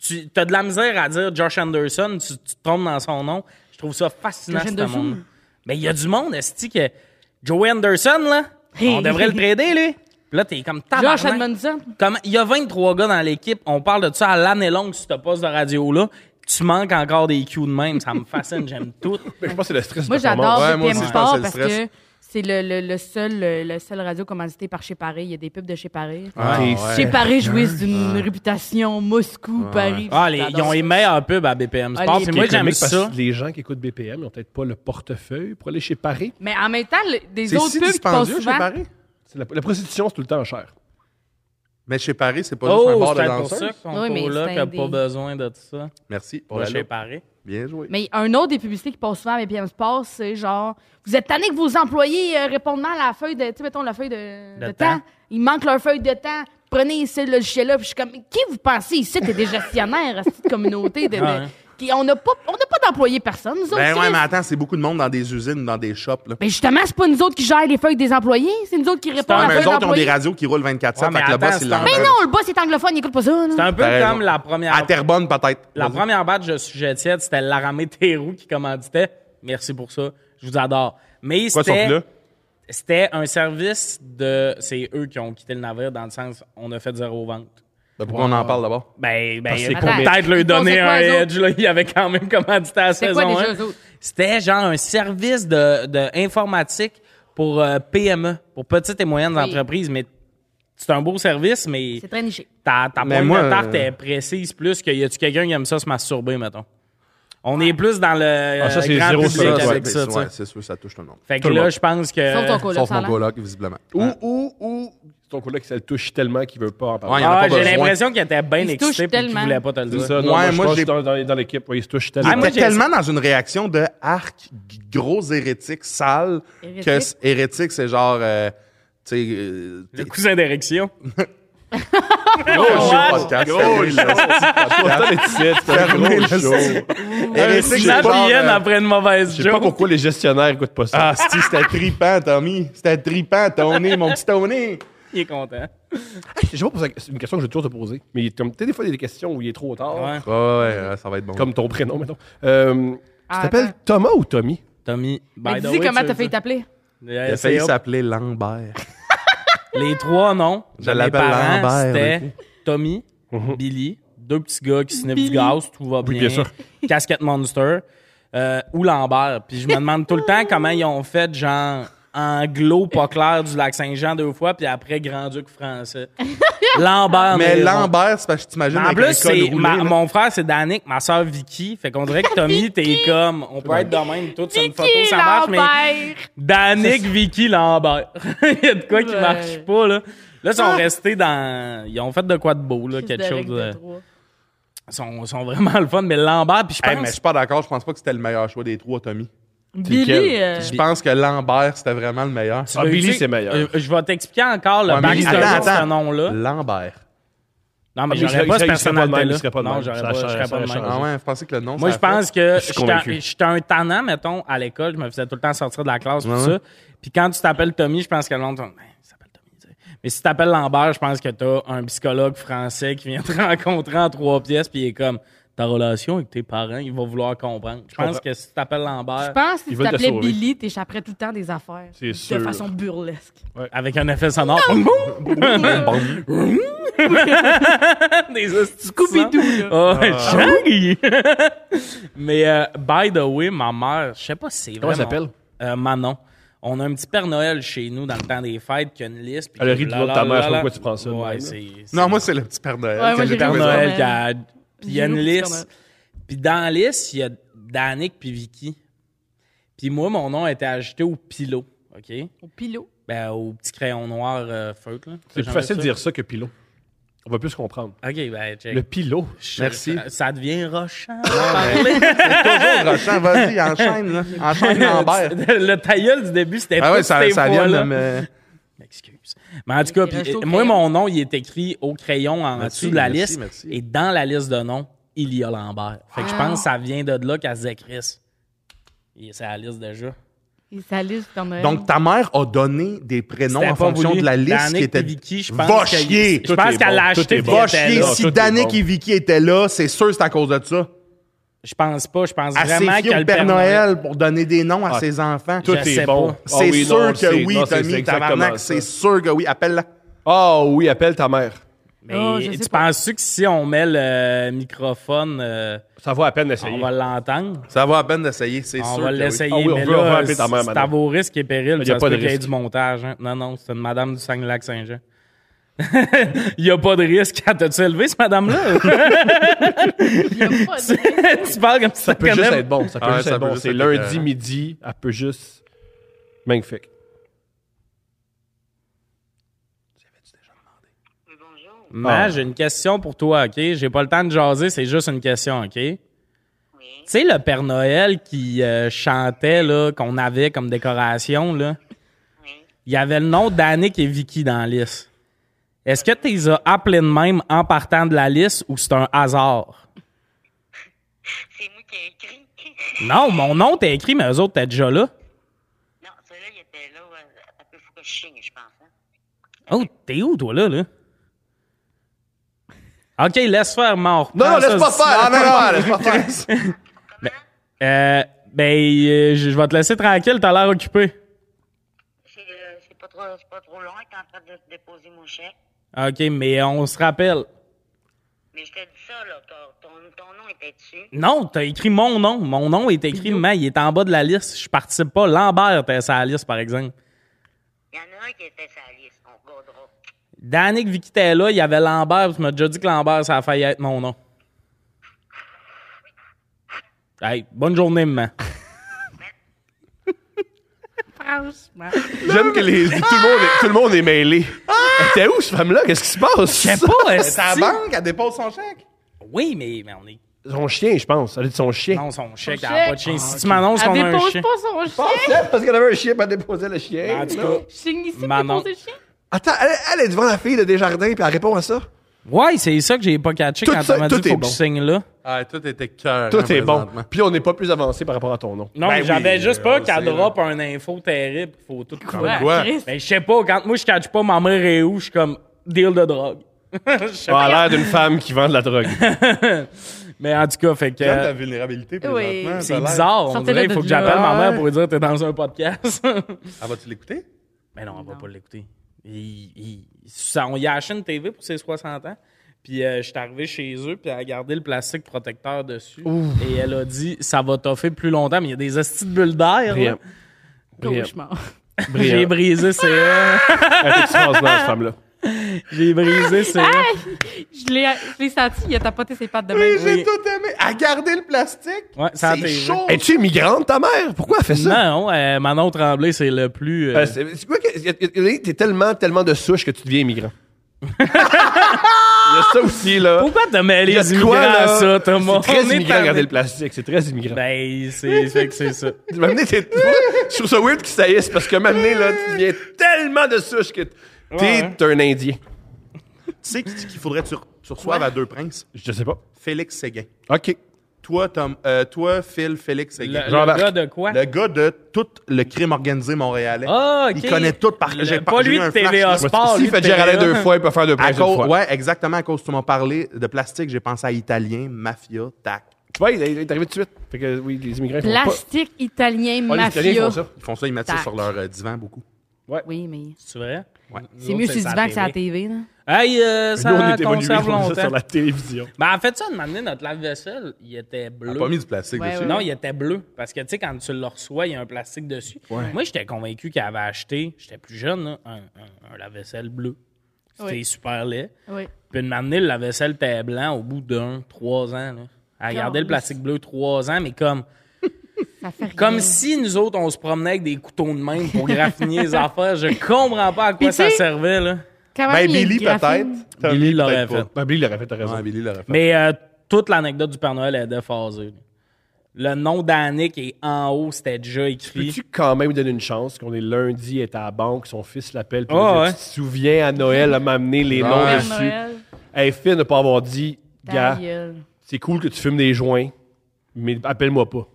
Speaker 1: tu as de la misère à dire Josh Anderson, tu, tu te trompes dans son nom. Je trouve ça fascinant,
Speaker 2: Josh
Speaker 1: ce
Speaker 2: Anderson.
Speaker 1: monde. Mais il y a du monde, est que. Joey Anderson, là, on devrait le trader, lui. Puis là, t'es comme tabarnak.
Speaker 2: Josh Edmondson.
Speaker 1: Comment- il y a 23 gars dans l'équipe. On parle de ça à l'année longue sur ce poste de radio-là. Tu manques encore des cues de même. Ça me fascine. J'aime tout.
Speaker 4: Mais je pense que c'est le stress
Speaker 2: Moi,
Speaker 4: de performance.
Speaker 2: j'adore
Speaker 3: Ouais, moi
Speaker 2: BPM
Speaker 3: aussi, je pense
Speaker 2: Sport
Speaker 3: que
Speaker 2: parce
Speaker 3: c'est le
Speaker 2: que c'est le, le, le seul, euh, le seul radio commandité par Chez Paris. Il y a des pubs de Chez Paris.
Speaker 3: Ah,
Speaker 4: T'es-
Speaker 2: Chez Paris jouissent d'une réputation Moscou, Paris.
Speaker 1: Ah, les- ils ont les meilleurs pubs à BPM Sport.
Speaker 2: Ah,
Speaker 1: Puis
Speaker 2: les-
Speaker 1: moi,
Speaker 4: C'est
Speaker 1: j'aime
Speaker 4: comique parce
Speaker 1: ça.
Speaker 4: que les gens qui écoutent BPM, ils ont peut-être pas le portefeuille pour aller chez Paris.
Speaker 2: Mais en même temps, le- des
Speaker 3: C'est
Speaker 2: autres
Speaker 3: si
Speaker 2: pubs qui passent
Speaker 3: dispendieux
Speaker 2: souvent.
Speaker 3: chez Paris.
Speaker 4: C'est La, la prostitution, c'est tout le temps cher.
Speaker 3: Mais chez Paris, c'est pas juste un
Speaker 1: Oh,
Speaker 3: bar de
Speaker 1: c'est pour ça
Speaker 3: danseurs.
Speaker 1: qu'on
Speaker 2: Oui, mais
Speaker 1: là
Speaker 2: c'est
Speaker 1: qui a
Speaker 2: un des-
Speaker 1: pas besoin de tout ça.
Speaker 3: Merci pour
Speaker 1: Pas
Speaker 3: la
Speaker 1: chez
Speaker 3: loupe.
Speaker 1: Paris.
Speaker 3: Bien joué.
Speaker 2: Mais un autre des publicités qui passe souvent à BPM Sport, c'est genre Vous êtes tanné que vos employés euh, répondent mal à la feuille de. Tu sais, mettons, la feuille de,
Speaker 1: De
Speaker 2: de
Speaker 1: temps.
Speaker 2: temps. Il manque leur feuille de temps. Prenez ici le logiciel-là. Puis je suis comme Qui vous pensez ici T'es des gestionnaires à cette communauté de. de-
Speaker 1: Ouais.
Speaker 2: qui, on n'a pas, on n'a pas d'employés personne, nous autres.
Speaker 3: Ben ouais,
Speaker 2: Chris.
Speaker 3: mais attends, c'est beaucoup de monde dans des usines, dans des shops. Là.
Speaker 2: Mais justement, c'est pas nous autres qui gèrent les feuilles des employés, c'est nous autres qui répondons
Speaker 1: un-
Speaker 3: Ouais,
Speaker 2: à la
Speaker 3: mais eux
Speaker 2: feuille
Speaker 3: autres ont des
Speaker 2: d'employés.
Speaker 3: radios qui roulent 24 heures,
Speaker 1: Ouais,
Speaker 3: fait
Speaker 1: mais
Speaker 3: que le
Speaker 1: attends,
Speaker 3: boss, il
Speaker 1: c'est un-
Speaker 3: l'entend.
Speaker 2: Mais non, le boss est anglophone, il écoute pas ça.
Speaker 1: C'est
Speaker 2: là.
Speaker 1: un peu
Speaker 3: T'as
Speaker 1: comme
Speaker 3: raison.
Speaker 1: la première.
Speaker 3: À Terrebonne, peut-être.
Speaker 1: La
Speaker 3: Vas-y.
Speaker 1: première batch de sujet tiède, c'était Laramé Théroux qui commanditait. Merci pour ça. Je vous adore. Mais
Speaker 3: Quoi, ils sont plus
Speaker 1: c'était.
Speaker 3: là?
Speaker 1: C'était un service de. C'est eux qui ont quitté le navire dans le sens on a fait zéro vente.
Speaker 3: Ben, pourquoi on en parle d'abord?
Speaker 1: Ben, ben,
Speaker 4: c'est
Speaker 1: euh,
Speaker 2: comique.
Speaker 1: peut-être
Speaker 2: Ils
Speaker 1: leur donner
Speaker 2: faisaient
Speaker 1: un
Speaker 2: quoi, eux
Speaker 1: edge. Là. Il y avait quand même commandité à la
Speaker 2: C'est quoi
Speaker 1: saison
Speaker 2: déjà,
Speaker 1: un.
Speaker 2: eux autres?
Speaker 1: C'était genre un service de, de informatique pour euh, PME, pour petites et moyennes
Speaker 2: Oui.
Speaker 1: entreprises. Mais c'est un beau service, mais
Speaker 2: C'est très niché.
Speaker 1: ta, ta
Speaker 3: Mais
Speaker 1: pointe
Speaker 3: moi,
Speaker 1: de tarte
Speaker 3: euh,
Speaker 1: est précise plus qu'il y a-tu quelqu'un qui aime ça se masturber, mettons. On est plus dans le
Speaker 4: Ah, ça,
Speaker 1: euh,
Speaker 4: c'est
Speaker 1: grand
Speaker 4: zéro
Speaker 1: public
Speaker 4: ça,
Speaker 3: ouais,
Speaker 1: avec
Speaker 3: mais
Speaker 1: ça.
Speaker 3: c'est-
Speaker 1: tu sais.
Speaker 3: ouais, c'est sûr, ça touche tout le monde.
Speaker 1: Fait que
Speaker 4: Tout le
Speaker 1: là,
Speaker 4: monde.
Speaker 1: je pense que...
Speaker 2: Sauf ton coloc,
Speaker 3: Sauf
Speaker 2: ça a
Speaker 3: mon
Speaker 2: l'air.
Speaker 3: coloc, visiblement.
Speaker 4: Ou, ou, ou. C'est ton collègue qui ça le touche tellement qu'il veut pas en parler.
Speaker 3: Ouais, il y en a
Speaker 1: Ah,
Speaker 3: pas
Speaker 1: j'ai
Speaker 3: besoin.
Speaker 1: l'impression qu'il était bien
Speaker 2: Il se touche
Speaker 1: excité et qu'il
Speaker 2: tellement.
Speaker 1: voulait pas te le
Speaker 4: C'est
Speaker 1: dire.
Speaker 4: ça, non,
Speaker 3: Ouais,
Speaker 4: moi, je
Speaker 3: moi,
Speaker 4: pense
Speaker 3: j'ai-
Speaker 4: que dans, dans- dans l'équipe, ouais, il se touche tellement.
Speaker 1: Ah, moi,
Speaker 3: J'étais
Speaker 1: j'ai-
Speaker 3: tellement dans une réaction de arc, g- gros hérétique, sale,
Speaker 2: Hérétique?
Speaker 3: que c- hérétique, c'est genre. euh, tu sais. euh,
Speaker 1: Le
Speaker 3: t'es-
Speaker 1: cousin d'érection.
Speaker 3: Gros show
Speaker 1: what?
Speaker 3: podcast,
Speaker 4: Gros
Speaker 3: fermez le
Speaker 4: show. Pourtant, les titres, c'est un
Speaker 3: Fermez
Speaker 4: gros
Speaker 3: le
Speaker 4: show.
Speaker 3: site. Hérétique,
Speaker 1: La
Speaker 3: Ben, c'est genre,
Speaker 1: vienne
Speaker 3: euh,
Speaker 1: après une mauvaise
Speaker 4: Je sais pas
Speaker 1: joke.
Speaker 4: pourquoi les gestionnaires écoutent pas ça.
Speaker 3: Ah, si, c'était tripant, Tommy. C'était tripant, Tony, mon petit Tony.
Speaker 1: Il est content.
Speaker 4: Je sais pas pour ça- c'est une question que je vais toujours te poser. Mais comme, tu sais, des fois, il y a des questions où il est trop tard.
Speaker 1: Ouais.
Speaker 3: Ouais, ouais, ouais, ça va être bon.
Speaker 4: Comme ton prénom, mettons. Euh,
Speaker 2: Ah,
Speaker 4: tu t'appelles
Speaker 2: attends.
Speaker 4: Thomas ou Tommy?
Speaker 1: Tommy, by
Speaker 2: Mais
Speaker 1: the
Speaker 2: Ben,
Speaker 1: way,
Speaker 2: dis comment
Speaker 1: Ben, tu-
Speaker 2: t'as failli t'appeler.
Speaker 1: Yeah,
Speaker 3: Il a
Speaker 1: c'est
Speaker 3: failli
Speaker 1: hop.
Speaker 3: s'appeler Lambert.
Speaker 1: Les trois noms.
Speaker 3: Je
Speaker 1: de mes
Speaker 3: l'appelle
Speaker 1: parents,
Speaker 3: Lambert,
Speaker 1: C'était
Speaker 3: ok. Mhm.
Speaker 1: Tommy, Billy, deux petits gars qui sniffent du gaz, tout va bien.
Speaker 4: bien sûr.
Speaker 1: Casquette Monster euh, ou Lambert. Puis je me demande tout le temps comment ils ont fait, genre, anglo pas clair du lac Saint-Jean deux fois, puis après Grand-Duc français. Lambert.
Speaker 3: Mais
Speaker 1: ils ont-
Speaker 3: Lambert, c'est parce que tu t'imagines.
Speaker 1: En
Speaker 3: avec
Speaker 1: plus,
Speaker 3: un col
Speaker 1: c'est
Speaker 3: roulé,
Speaker 1: Ah, ma-
Speaker 3: là.
Speaker 1: mon frère, c'est Danick, ma soeur Vicky. Fait qu'on dirait que Tommy, t'es comme, on peut être de même, tout sur une photo,
Speaker 2: Vicky
Speaker 1: ça marche, mais
Speaker 2: Lambert.
Speaker 1: Danick, Vicky, Lambert. Il y a de quoi qui
Speaker 2: Ouais. Ah.
Speaker 1: marche pas, là. Là, ils sont restés dans. Ils ont fait de quoi de beau, là, quelque chose. de- Ils sont, sont vraiment le fun, mais Lambert, puis je
Speaker 3: Hey,
Speaker 1: pense.
Speaker 3: mais je suis pas d'accord, je pense pas que c'était le meilleur choix des trois, Tommy.
Speaker 2: Billy,
Speaker 4: lequel?
Speaker 2: euh,
Speaker 3: Je pense que Lambert, c'était vraiment le meilleur.
Speaker 1: Tu veux
Speaker 4: Billy,
Speaker 1: utiliser-
Speaker 4: c'est meilleur.
Speaker 1: Euh, je vais t'expliquer encore le
Speaker 3: Ouais, mais
Speaker 1: backstory de
Speaker 3: attends,
Speaker 1: ce
Speaker 3: attends.
Speaker 1: nom-là.
Speaker 3: Lambert.
Speaker 1: Non, mais
Speaker 4: mais
Speaker 1: j'aurais pas
Speaker 4: il serait- il
Speaker 1: ce
Speaker 4: serait- il serait pas de même,
Speaker 1: personnage-là.
Speaker 4: il serait pas de
Speaker 1: Non,
Speaker 4: même.
Speaker 1: j'aurais
Speaker 4: Ça
Speaker 1: pas, je
Speaker 4: change-
Speaker 1: serais pas
Speaker 4: ça
Speaker 1: de même.
Speaker 4: change.
Speaker 3: Ah ouais, je pensais que le nom.
Speaker 1: Moi,
Speaker 3: ça
Speaker 1: je pense que
Speaker 4: Je suis
Speaker 1: j'étais
Speaker 4: convaincu.
Speaker 1: j'étais un tannant, mettons, à l'école. Je me faisais tout le temps sortir de la classe, tout
Speaker 3: Ouais, ouais.
Speaker 1: ça. Puis quand tu t'appelles Tommy, je pense que le monde dit, Ben, il s'appelle Tommy. tu sais. Mais si tu t'appelles Lambert, je pense que t'as un psychologue français qui vient te rencontrer en trois pièces, puis il est comme, ta relation avec tes parents, il va vouloir comprendre. Je pense
Speaker 4: comprends.
Speaker 1: que si tu t'appelles Lambert,
Speaker 2: Je pense que si
Speaker 4: Ils
Speaker 2: tu
Speaker 4: veulent te
Speaker 2: t'appelais
Speaker 4: sauver.
Speaker 2: Billy, t'échapperais tout le temps des affaires.
Speaker 4: C'est
Speaker 2: de
Speaker 4: sûr.
Speaker 2: façon burlesque.
Speaker 1: avec un effet sonore, boum, boum, des
Speaker 2: Scooby-Doo, là.
Speaker 1: Oh, Mais euh, by the way, ma mère, je sais pas si c'est
Speaker 4: Comment
Speaker 1: vrai.
Speaker 4: elle s'appelle?
Speaker 1: mon- euh, Manon. On a un petit Père Noël chez nous dans le temps des fêtes qui a une liste. puis
Speaker 4: Elle
Speaker 1: que
Speaker 4: rit du
Speaker 1: la,
Speaker 4: nom de
Speaker 1: la,
Speaker 4: ta
Speaker 1: la,
Speaker 4: mère, je sais
Speaker 1: la,
Speaker 4: pas
Speaker 1: la.
Speaker 4: pourquoi tu prends ça.
Speaker 1: Ouais, c'est. c'est
Speaker 3: Non, moi, c'est le petit Père Noël.
Speaker 2: Ouais,
Speaker 3: que
Speaker 2: moi, j'ai
Speaker 3: j'étais
Speaker 2: le
Speaker 1: Père
Speaker 3: à la
Speaker 2: Noël.
Speaker 3: maison.
Speaker 1: Noël qui a. Puis il y a une
Speaker 2: Gilou, Père
Speaker 1: liste. Puis dans la liste, il y a Danick puis Vicky. Puis moi, mon nom a été ajouté au pilot. OK?
Speaker 2: Au pilot.
Speaker 1: Ben, au petit crayon noir euh, feutre. là.
Speaker 4: C'est plus
Speaker 1: J'aime
Speaker 4: facile
Speaker 1: ça.
Speaker 4: de dire ça que pilot. On va plus comprendre.
Speaker 1: OK, ben, check.
Speaker 4: Le pilot.
Speaker 3: Merci.
Speaker 1: Ça, ça devient rochant.
Speaker 3: Toujours Rochant, vas-y, enchaîne, là. Enchaîne Lambert.
Speaker 1: le tailleul du début, c'était
Speaker 3: Ah
Speaker 1: pas
Speaker 3: ouais, ça,
Speaker 1: ces
Speaker 3: ça vient
Speaker 1: fois-là.
Speaker 3: de me.
Speaker 1: Excuse. Mais en tout cas,
Speaker 2: Il reste
Speaker 1: puis,
Speaker 2: au
Speaker 1: moi,
Speaker 2: crayon.
Speaker 1: mon nom, il est écrit au crayon en
Speaker 3: Merci,
Speaker 1: dessous de la
Speaker 3: merci,
Speaker 1: liste.
Speaker 3: merci.
Speaker 1: Et dans la liste de noms, il y a Lambert. Fait que je
Speaker 2: Wow.
Speaker 1: pense que ça vient de là qu'elle se disait Chris. Et C'est la liste déjà.
Speaker 2: Et sa liste du Père Noël.
Speaker 3: Donc, ta mère a donné des prénoms
Speaker 1: C'était
Speaker 3: en
Speaker 1: pas
Speaker 3: fonction
Speaker 1: voulu.
Speaker 3: de la liste
Speaker 1: Danick
Speaker 3: qui était.
Speaker 1: et Vicky, je pense
Speaker 3: Va
Speaker 1: que-
Speaker 3: chier!
Speaker 1: Je
Speaker 4: Tout
Speaker 1: pense
Speaker 4: est
Speaker 1: qu'elle
Speaker 4: bon,
Speaker 1: l'a
Speaker 4: tout
Speaker 1: acheté.
Speaker 4: est
Speaker 1: puis
Speaker 4: bon.
Speaker 1: elle
Speaker 3: Va
Speaker 1: était là.
Speaker 3: chier!
Speaker 4: Non, tout
Speaker 3: Si
Speaker 4: est
Speaker 3: Danick
Speaker 4: bon.
Speaker 3: et Vicky étaient là, c'est sûr que c'est à cause de ça.
Speaker 1: Je pense pas. Je pense
Speaker 3: Assez
Speaker 1: vraiment que
Speaker 3: fier
Speaker 1: le
Speaker 3: au Père Noël pour donner des noms à
Speaker 4: Ah,
Speaker 3: ses enfants.
Speaker 4: Tout
Speaker 1: Je sais
Speaker 4: est bon.
Speaker 1: pas.
Speaker 4: Ah
Speaker 3: C'est
Speaker 4: oui,
Speaker 3: sûr
Speaker 4: non,
Speaker 3: que
Speaker 4: c'est-
Speaker 3: oui,
Speaker 4: non, c'est- c'est
Speaker 3: Tommy,
Speaker 4: exactement
Speaker 3: tabarnak,
Speaker 4: ça.
Speaker 3: c'est sûr que oui. Appelle-la.
Speaker 4: Ah oui, appelle ta mère.
Speaker 1: Mais
Speaker 2: Oh, je sais
Speaker 1: tu
Speaker 2: pas.
Speaker 1: penses-tu que si on met le microphone, euh,
Speaker 4: Ça vaut à peine d'essayer.
Speaker 1: on va l'entendre?
Speaker 3: Ça va à peine d'essayer, c'est
Speaker 1: On
Speaker 3: sûr.
Speaker 1: va
Speaker 3: que oui.
Speaker 1: l'essayer,
Speaker 4: Ah oui, on
Speaker 1: mais
Speaker 4: veut- on veut
Speaker 1: là,
Speaker 4: appeler ta mère,
Speaker 1: c'est à
Speaker 4: madame.
Speaker 1: vos risques et périls.
Speaker 4: Il y a
Speaker 1: ça
Speaker 4: pas
Speaker 1: se peut
Speaker 4: de
Speaker 1: qu'il y ait
Speaker 4: risque.
Speaker 1: du montage. hein. Non, non, c'est une madame du Saguenay-Lac-Saint-Jean. Il n'y a pas de risque. Elle t'a-tu élevé, cette madame-là?
Speaker 2: Il y a pas de-
Speaker 1: tu parles comme si
Speaker 4: Ça peut juste être bon. Ça peut
Speaker 3: Ah,
Speaker 4: juste
Speaker 3: ça
Speaker 4: être
Speaker 3: peut
Speaker 4: bon.
Speaker 3: juste
Speaker 4: C'est
Speaker 3: être
Speaker 4: lundi
Speaker 3: écœurant.
Speaker 4: midi. Elle peut juste. Magnifique. Ah.
Speaker 1: Ma, j'ai une question pour toi, OK? J'ai pas le temps de jaser, c'est juste une question, OK? Tu sais, le Père Noël qui euh, chantait, là, qu'on avait comme décoration, là, il y avait le nom d'Annick et Vicky dans la liste. Est-ce que tu les as appelés de même en partant de la liste ou c'est un hasard?
Speaker 5: C'est moi qui ai écrit.
Speaker 1: Non, mon nom t'es écrit, mais eux autres, t'es déjà là.
Speaker 5: non, celui-là, il était là. ouais, Un peu fou que je chigne, je pense. Hein?
Speaker 1: Oh, t'es où, toi, là, là? OK, laisse faire, mort.
Speaker 4: Non, non, laisse pas
Speaker 3: Ah,
Speaker 4: faire.
Speaker 3: non, non, laisse pas faire.
Speaker 1: Euh, ben, euh, je je vais te laisser tranquille, t'as l'air occupé.
Speaker 5: C'est euh, c'est pas, trop- c'est pas trop loin. T'es en train de déposer mon chèque.
Speaker 1: OK, mais on se rappelle.
Speaker 5: Mais je te dis ça, là. Ton, ton, ton nom était dessus.
Speaker 1: Non, t'as écrit mon nom. Mon nom est écrit, mais il est en bas de la liste. Je participe pas. Lambert était sur la liste, par exemple.
Speaker 5: Il y en a un qui était sa liste. On regardera.
Speaker 1: Danick Vicky était là, il y avait Lambert. puis Tu m'as déjà dit que Lambert, ça a failli être mon nom. Hey, bonne journée, maman.
Speaker 2: Franchement.
Speaker 4: J'aime que les, tout, le monde est, tout le monde est mêlé. Elle était où, cette femme-là? Qu'est-ce qui se passe?
Speaker 1: Je sais pas,
Speaker 3: C'est à
Speaker 1: esti.
Speaker 3: la banque, elle dépose son chèque.
Speaker 1: Oui, mais, mais on est.
Speaker 4: Son chien, je pense. Elle est de son chien.
Speaker 1: Non, son chèque,
Speaker 2: Son
Speaker 1: elle a pas
Speaker 2: chèque. Ah,
Speaker 1: de chien. si tu m'annonces
Speaker 2: Elle
Speaker 1: qu'on a un
Speaker 2: dépose
Speaker 1: chien.
Speaker 2: pas son chien.
Speaker 4: parce qu'elle avait un chien, puis elle déposait le chien.
Speaker 1: Ah, En tout cas,
Speaker 2: Je signe ici pour
Speaker 1: Manon.
Speaker 2: déposer le chien.
Speaker 6: Attends, elle, elle est devant la fille de Desjardins, puis elle répond à ça.
Speaker 1: ouais, c'est ça que j'ai pas catché
Speaker 6: Tout
Speaker 1: quand
Speaker 6: ça-
Speaker 1: on m'a
Speaker 6: tout
Speaker 1: dit
Speaker 6: est
Speaker 1: faut que
Speaker 6: bon.
Speaker 1: je signe là.
Speaker 3: Ah, tout était cœur.
Speaker 4: Tout est bon. Puis on n'est pas plus avancé par rapport à ton nom.
Speaker 1: Non,
Speaker 3: Ben
Speaker 1: mais j'avais
Speaker 3: oui,
Speaker 1: juste
Speaker 3: on
Speaker 1: pas
Speaker 6: euh,
Speaker 3: le
Speaker 1: qu'elle
Speaker 3: sait, là.
Speaker 1: drop un info terrible. Faut tout
Speaker 2: Ouais,
Speaker 3: quoi?
Speaker 2: Chris.
Speaker 1: Ben, je sais pas. Quand moi, je catch pas, ma mère est où? Je suis comme, deal de drogue. Je sais
Speaker 4: Ah, Elle
Speaker 1: pas.
Speaker 4: a l'air d'une femme qui vend de la drogue.
Speaker 1: Mais en tout cas, fait que.
Speaker 3: J'aime ta vulnérabilité présentement.
Speaker 1: C'est
Speaker 3: t'as l'air-
Speaker 1: bizarre, on
Speaker 2: Sortez-le
Speaker 1: dirait. Il
Speaker 2: de
Speaker 1: faut que
Speaker 2: là.
Speaker 1: j'appelle ma mère pour lui dire t'es dans un podcast.
Speaker 3: Ah, vas-tu l'écouter?
Speaker 1: Mais non, on va pas l'écouter. Il, il, ça- on y a acheté une TV pour ses 60 ans. Puis euh, je suis arrivé chez eux, puis elle a gardé le plastique protecteur dessus. Et elle a dit ça va toffer plus longtemps, mais il y a des hosties de bulles d'air. là.
Speaker 4: Brillant. Brillant.
Speaker 2: Cauchemar.
Speaker 1: J'ai
Speaker 4: Brillant.
Speaker 1: brisé ses. euh,
Speaker 4: Elle est extraordinaire, cette femme-là.
Speaker 1: J'ai brisé ses.
Speaker 2: Je l'ai je l'ai senti, il a tapoté ses pattes de main.
Speaker 3: J'ai tout aimé. À garder le plastique.
Speaker 1: Ouais, ça a
Speaker 3: c'est
Speaker 1: été-
Speaker 3: chaud.
Speaker 6: Es-tu immigrante, ta mère? Pourquoi elle fait ça?
Speaker 1: Non, euh, Manon Tremblay, c'est le plus. euh,
Speaker 4: Euh, c'est-
Speaker 6: C'est c'est quoi que- y a- y a- y a- T'es tellement, tellement de souche que tu deviens immigrant.
Speaker 4: Il y a ça aussi, là.
Speaker 1: Pourquoi t'as mêlé
Speaker 4: Il y a
Speaker 1: les
Speaker 4: de
Speaker 1: immigrants
Speaker 4: quoi,
Speaker 1: à
Speaker 4: là?
Speaker 1: ça, Thomas?
Speaker 4: C'est
Speaker 1: On
Speaker 4: très
Speaker 1: est
Speaker 4: immigrant,
Speaker 1: tanné.
Speaker 4: regarder le plastique. C'est très immigrant.
Speaker 1: Ben, c'est fait que c'est ça.
Speaker 6: Tu m'as amené tes- Je trouve ça weird qu'ils saillissent parce que m'amener, là, tu deviens tellement de souche que t- t'es
Speaker 1: Ouais, ouais.
Speaker 6: t'es un Indien.
Speaker 3: sais qui- qu'il faudrait que tu, re- tu reçoives à deux princes?
Speaker 4: Je sais pas.
Speaker 3: Félix Séguin.
Speaker 6: OK.
Speaker 3: Toi, Tom, euh, toi, Phil, Félix
Speaker 1: Le,
Speaker 3: Séguin.
Speaker 1: le gars de quoi?
Speaker 3: Le gars de tout le crime organisé montréalais.
Speaker 1: Ah, ok.
Speaker 3: Il connaît tout par
Speaker 1: Le-
Speaker 3: j'ai-
Speaker 1: pas
Speaker 3: j'ai
Speaker 1: lui
Speaker 3: eu un
Speaker 1: de
Speaker 3: flash,
Speaker 1: TVA
Speaker 3: là.
Speaker 1: Sport.
Speaker 6: S'il
Speaker 1: lui de
Speaker 6: fait Géraldin
Speaker 1: TVA.
Speaker 6: deux fois, il peut faire deux
Speaker 3: À
Speaker 6: princes une
Speaker 3: cause,
Speaker 6: fois.
Speaker 3: ouais, exactement. À cause que tu m'as parlé de plastique, j'ai pensé à italien, mafia, tac.
Speaker 6: Tu vois, il est il est arrivé tout de suite.
Speaker 4: Fait que oui, les immigrés font pas.
Speaker 2: Plastique italien
Speaker 4: Ouais, les Italiens
Speaker 2: mafia.
Speaker 4: font ça.
Speaker 3: Ils font ça, ils mettent ça
Speaker 2: Tac.
Speaker 3: sur leur euh, divan beaucoup.
Speaker 2: Oui, mais
Speaker 1: C'est vrai?
Speaker 3: Ouais.
Speaker 1: Nous
Speaker 2: c'est
Speaker 1: autres,
Speaker 2: mieux si tu
Speaker 1: sur
Speaker 2: vas que c'est à la TV. Là.
Speaker 1: Hey, euh,
Speaker 4: Nous, on
Speaker 1: ça
Speaker 4: est évolués
Speaker 1: conserve
Speaker 4: on fait ça
Speaker 1: longtemps.
Speaker 4: sur la télévision.
Speaker 1: Ben, en fait, ça, de m'amener notre lave-vaisselle, il
Speaker 4: Ah,
Speaker 1: était
Speaker 3: On
Speaker 1: bleu.
Speaker 3: a pas mis du plastique
Speaker 2: Ouais,
Speaker 3: dessus.
Speaker 2: ouais.
Speaker 1: Non, il était bleu. Parce que, tu sais, quand tu le reçois, il y a un plastique dessus. Moi, j'étais convaincu qu'elle avait acheté, j'étais plus jeune, là, un, un- un lave-vaisselle bleu. C'était
Speaker 2: Oui.
Speaker 1: super laid.
Speaker 2: Oui.
Speaker 1: Puis de m'amener le lave-vaisselle était blanc au bout d'un, trois ans. Là. Elle gardait le
Speaker 2: Calisse.
Speaker 1: plastique bleu trois ans, mais comme,
Speaker 2: Ça fait rien.
Speaker 1: comme si nous autres, on se promenait avec des couteaux de même pour graffiner les affaires. Je comprends pas à quoi
Speaker 2: Puis
Speaker 1: ça
Speaker 2: tu sais-
Speaker 1: servait. Là.
Speaker 2: Quand
Speaker 3: Ben,
Speaker 2: même, il y a
Speaker 3: Billy,
Speaker 2: une graphine.
Speaker 3: peut-être. Tommy,
Speaker 1: Billy l'aurait
Speaker 3: peut-être
Speaker 1: fait.
Speaker 3: pas.
Speaker 4: Ben, Billy l'aurait fait, t'as raison.
Speaker 3: Ouais, Billy l'aurait fait.
Speaker 1: Mais euh, toute l'anecdote du Père Noël est déphasée. Le nom d'Annick est en haut, c'était déjà écrit.
Speaker 4: Peux-tu quand même donner une chance qu'on est lundi, elle est à la banque, son fils l'appelle, puis
Speaker 1: Ah,
Speaker 4: il dit,
Speaker 1: ouais.
Speaker 4: tu te souviens à Noël à m'amener les
Speaker 3: Ouais.
Speaker 4: noms
Speaker 2: Père
Speaker 4: dessus.
Speaker 2: Noël,
Speaker 4: Hey, Finn, de pas avoir dit,
Speaker 2: ta
Speaker 4: gars,
Speaker 2: gueule.
Speaker 4: c'est cool que tu fumes des joints, mais appelle-moi pas.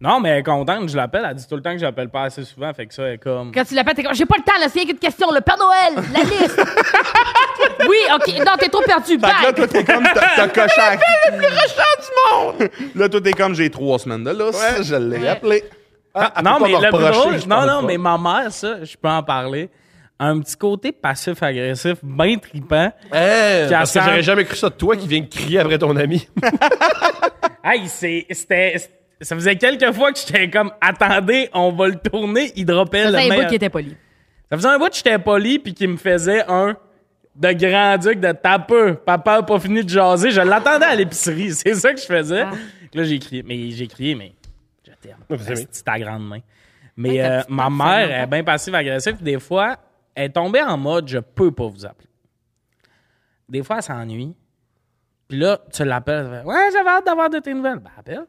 Speaker 1: Non, mais elle est contente, je l'appelle. Elle dit tout le temps que je l'appelle pas assez souvent, fait que ça elle est comme.
Speaker 2: Quand tu l'appelles, t'es comme, j'ai pas le temps, là, c'est rien qu'une question, le Père Noël, la liste. oui, ok, non, t'es trop perdu,
Speaker 3: Fait que là,
Speaker 2: bye.
Speaker 3: toi, t'es comme, t'as t'as coché à- Là, toi, t'es comme, j'ai trois semaines de là. je l'ai
Speaker 2: Ouais.
Speaker 3: appelé.
Speaker 6: Ah,
Speaker 1: non,
Speaker 6: elle peut
Speaker 1: mais
Speaker 6: pas me
Speaker 1: le plus
Speaker 6: reprocher,
Speaker 1: drôle-
Speaker 6: je
Speaker 1: non,
Speaker 6: pense
Speaker 1: non,
Speaker 6: pas.
Speaker 1: mais ma mère, ça, je peux en parler. Un petit côté passif-agressif, bien tripant.
Speaker 4: Hein, parce que
Speaker 1: Cassandre.
Speaker 4: j'aurais jamais cru ça de toi qui vient crier après ton ami.
Speaker 1: Hey, c'est, c'était, ça faisait quelques fois que j'étais comme, attendez, on va le tourner, il dropait
Speaker 2: Ça,
Speaker 1: le
Speaker 2: C'est un bout
Speaker 1: meilleur.
Speaker 2: qui était poli.
Speaker 1: Ça faisait un bout que j'étais poli puis qu'il me faisait un de grand-duc de tapeux. Papa a pas fini de jaser. Je l'attendais à l'épicerie. C'est ça que je faisais.
Speaker 2: Ah.
Speaker 1: Là, j'ai crié. Mais j'ai crié, mais je t'aime.
Speaker 4: vous aimez.
Speaker 1: C'est ta grande main. Mais
Speaker 2: Hey, ta
Speaker 1: euh,
Speaker 2: petite
Speaker 1: ma
Speaker 2: personne,
Speaker 1: mère elle est
Speaker 2: encore.
Speaker 1: bien passive-agressive. Des fois, elle est tombée en mode je peux pas vous appeler. Des fois, elle s'ennuie. Puis là, tu l'appelles. elle fait, Ouais, j'avais hâte d'avoir de tes nouvelles. Ben, appelle.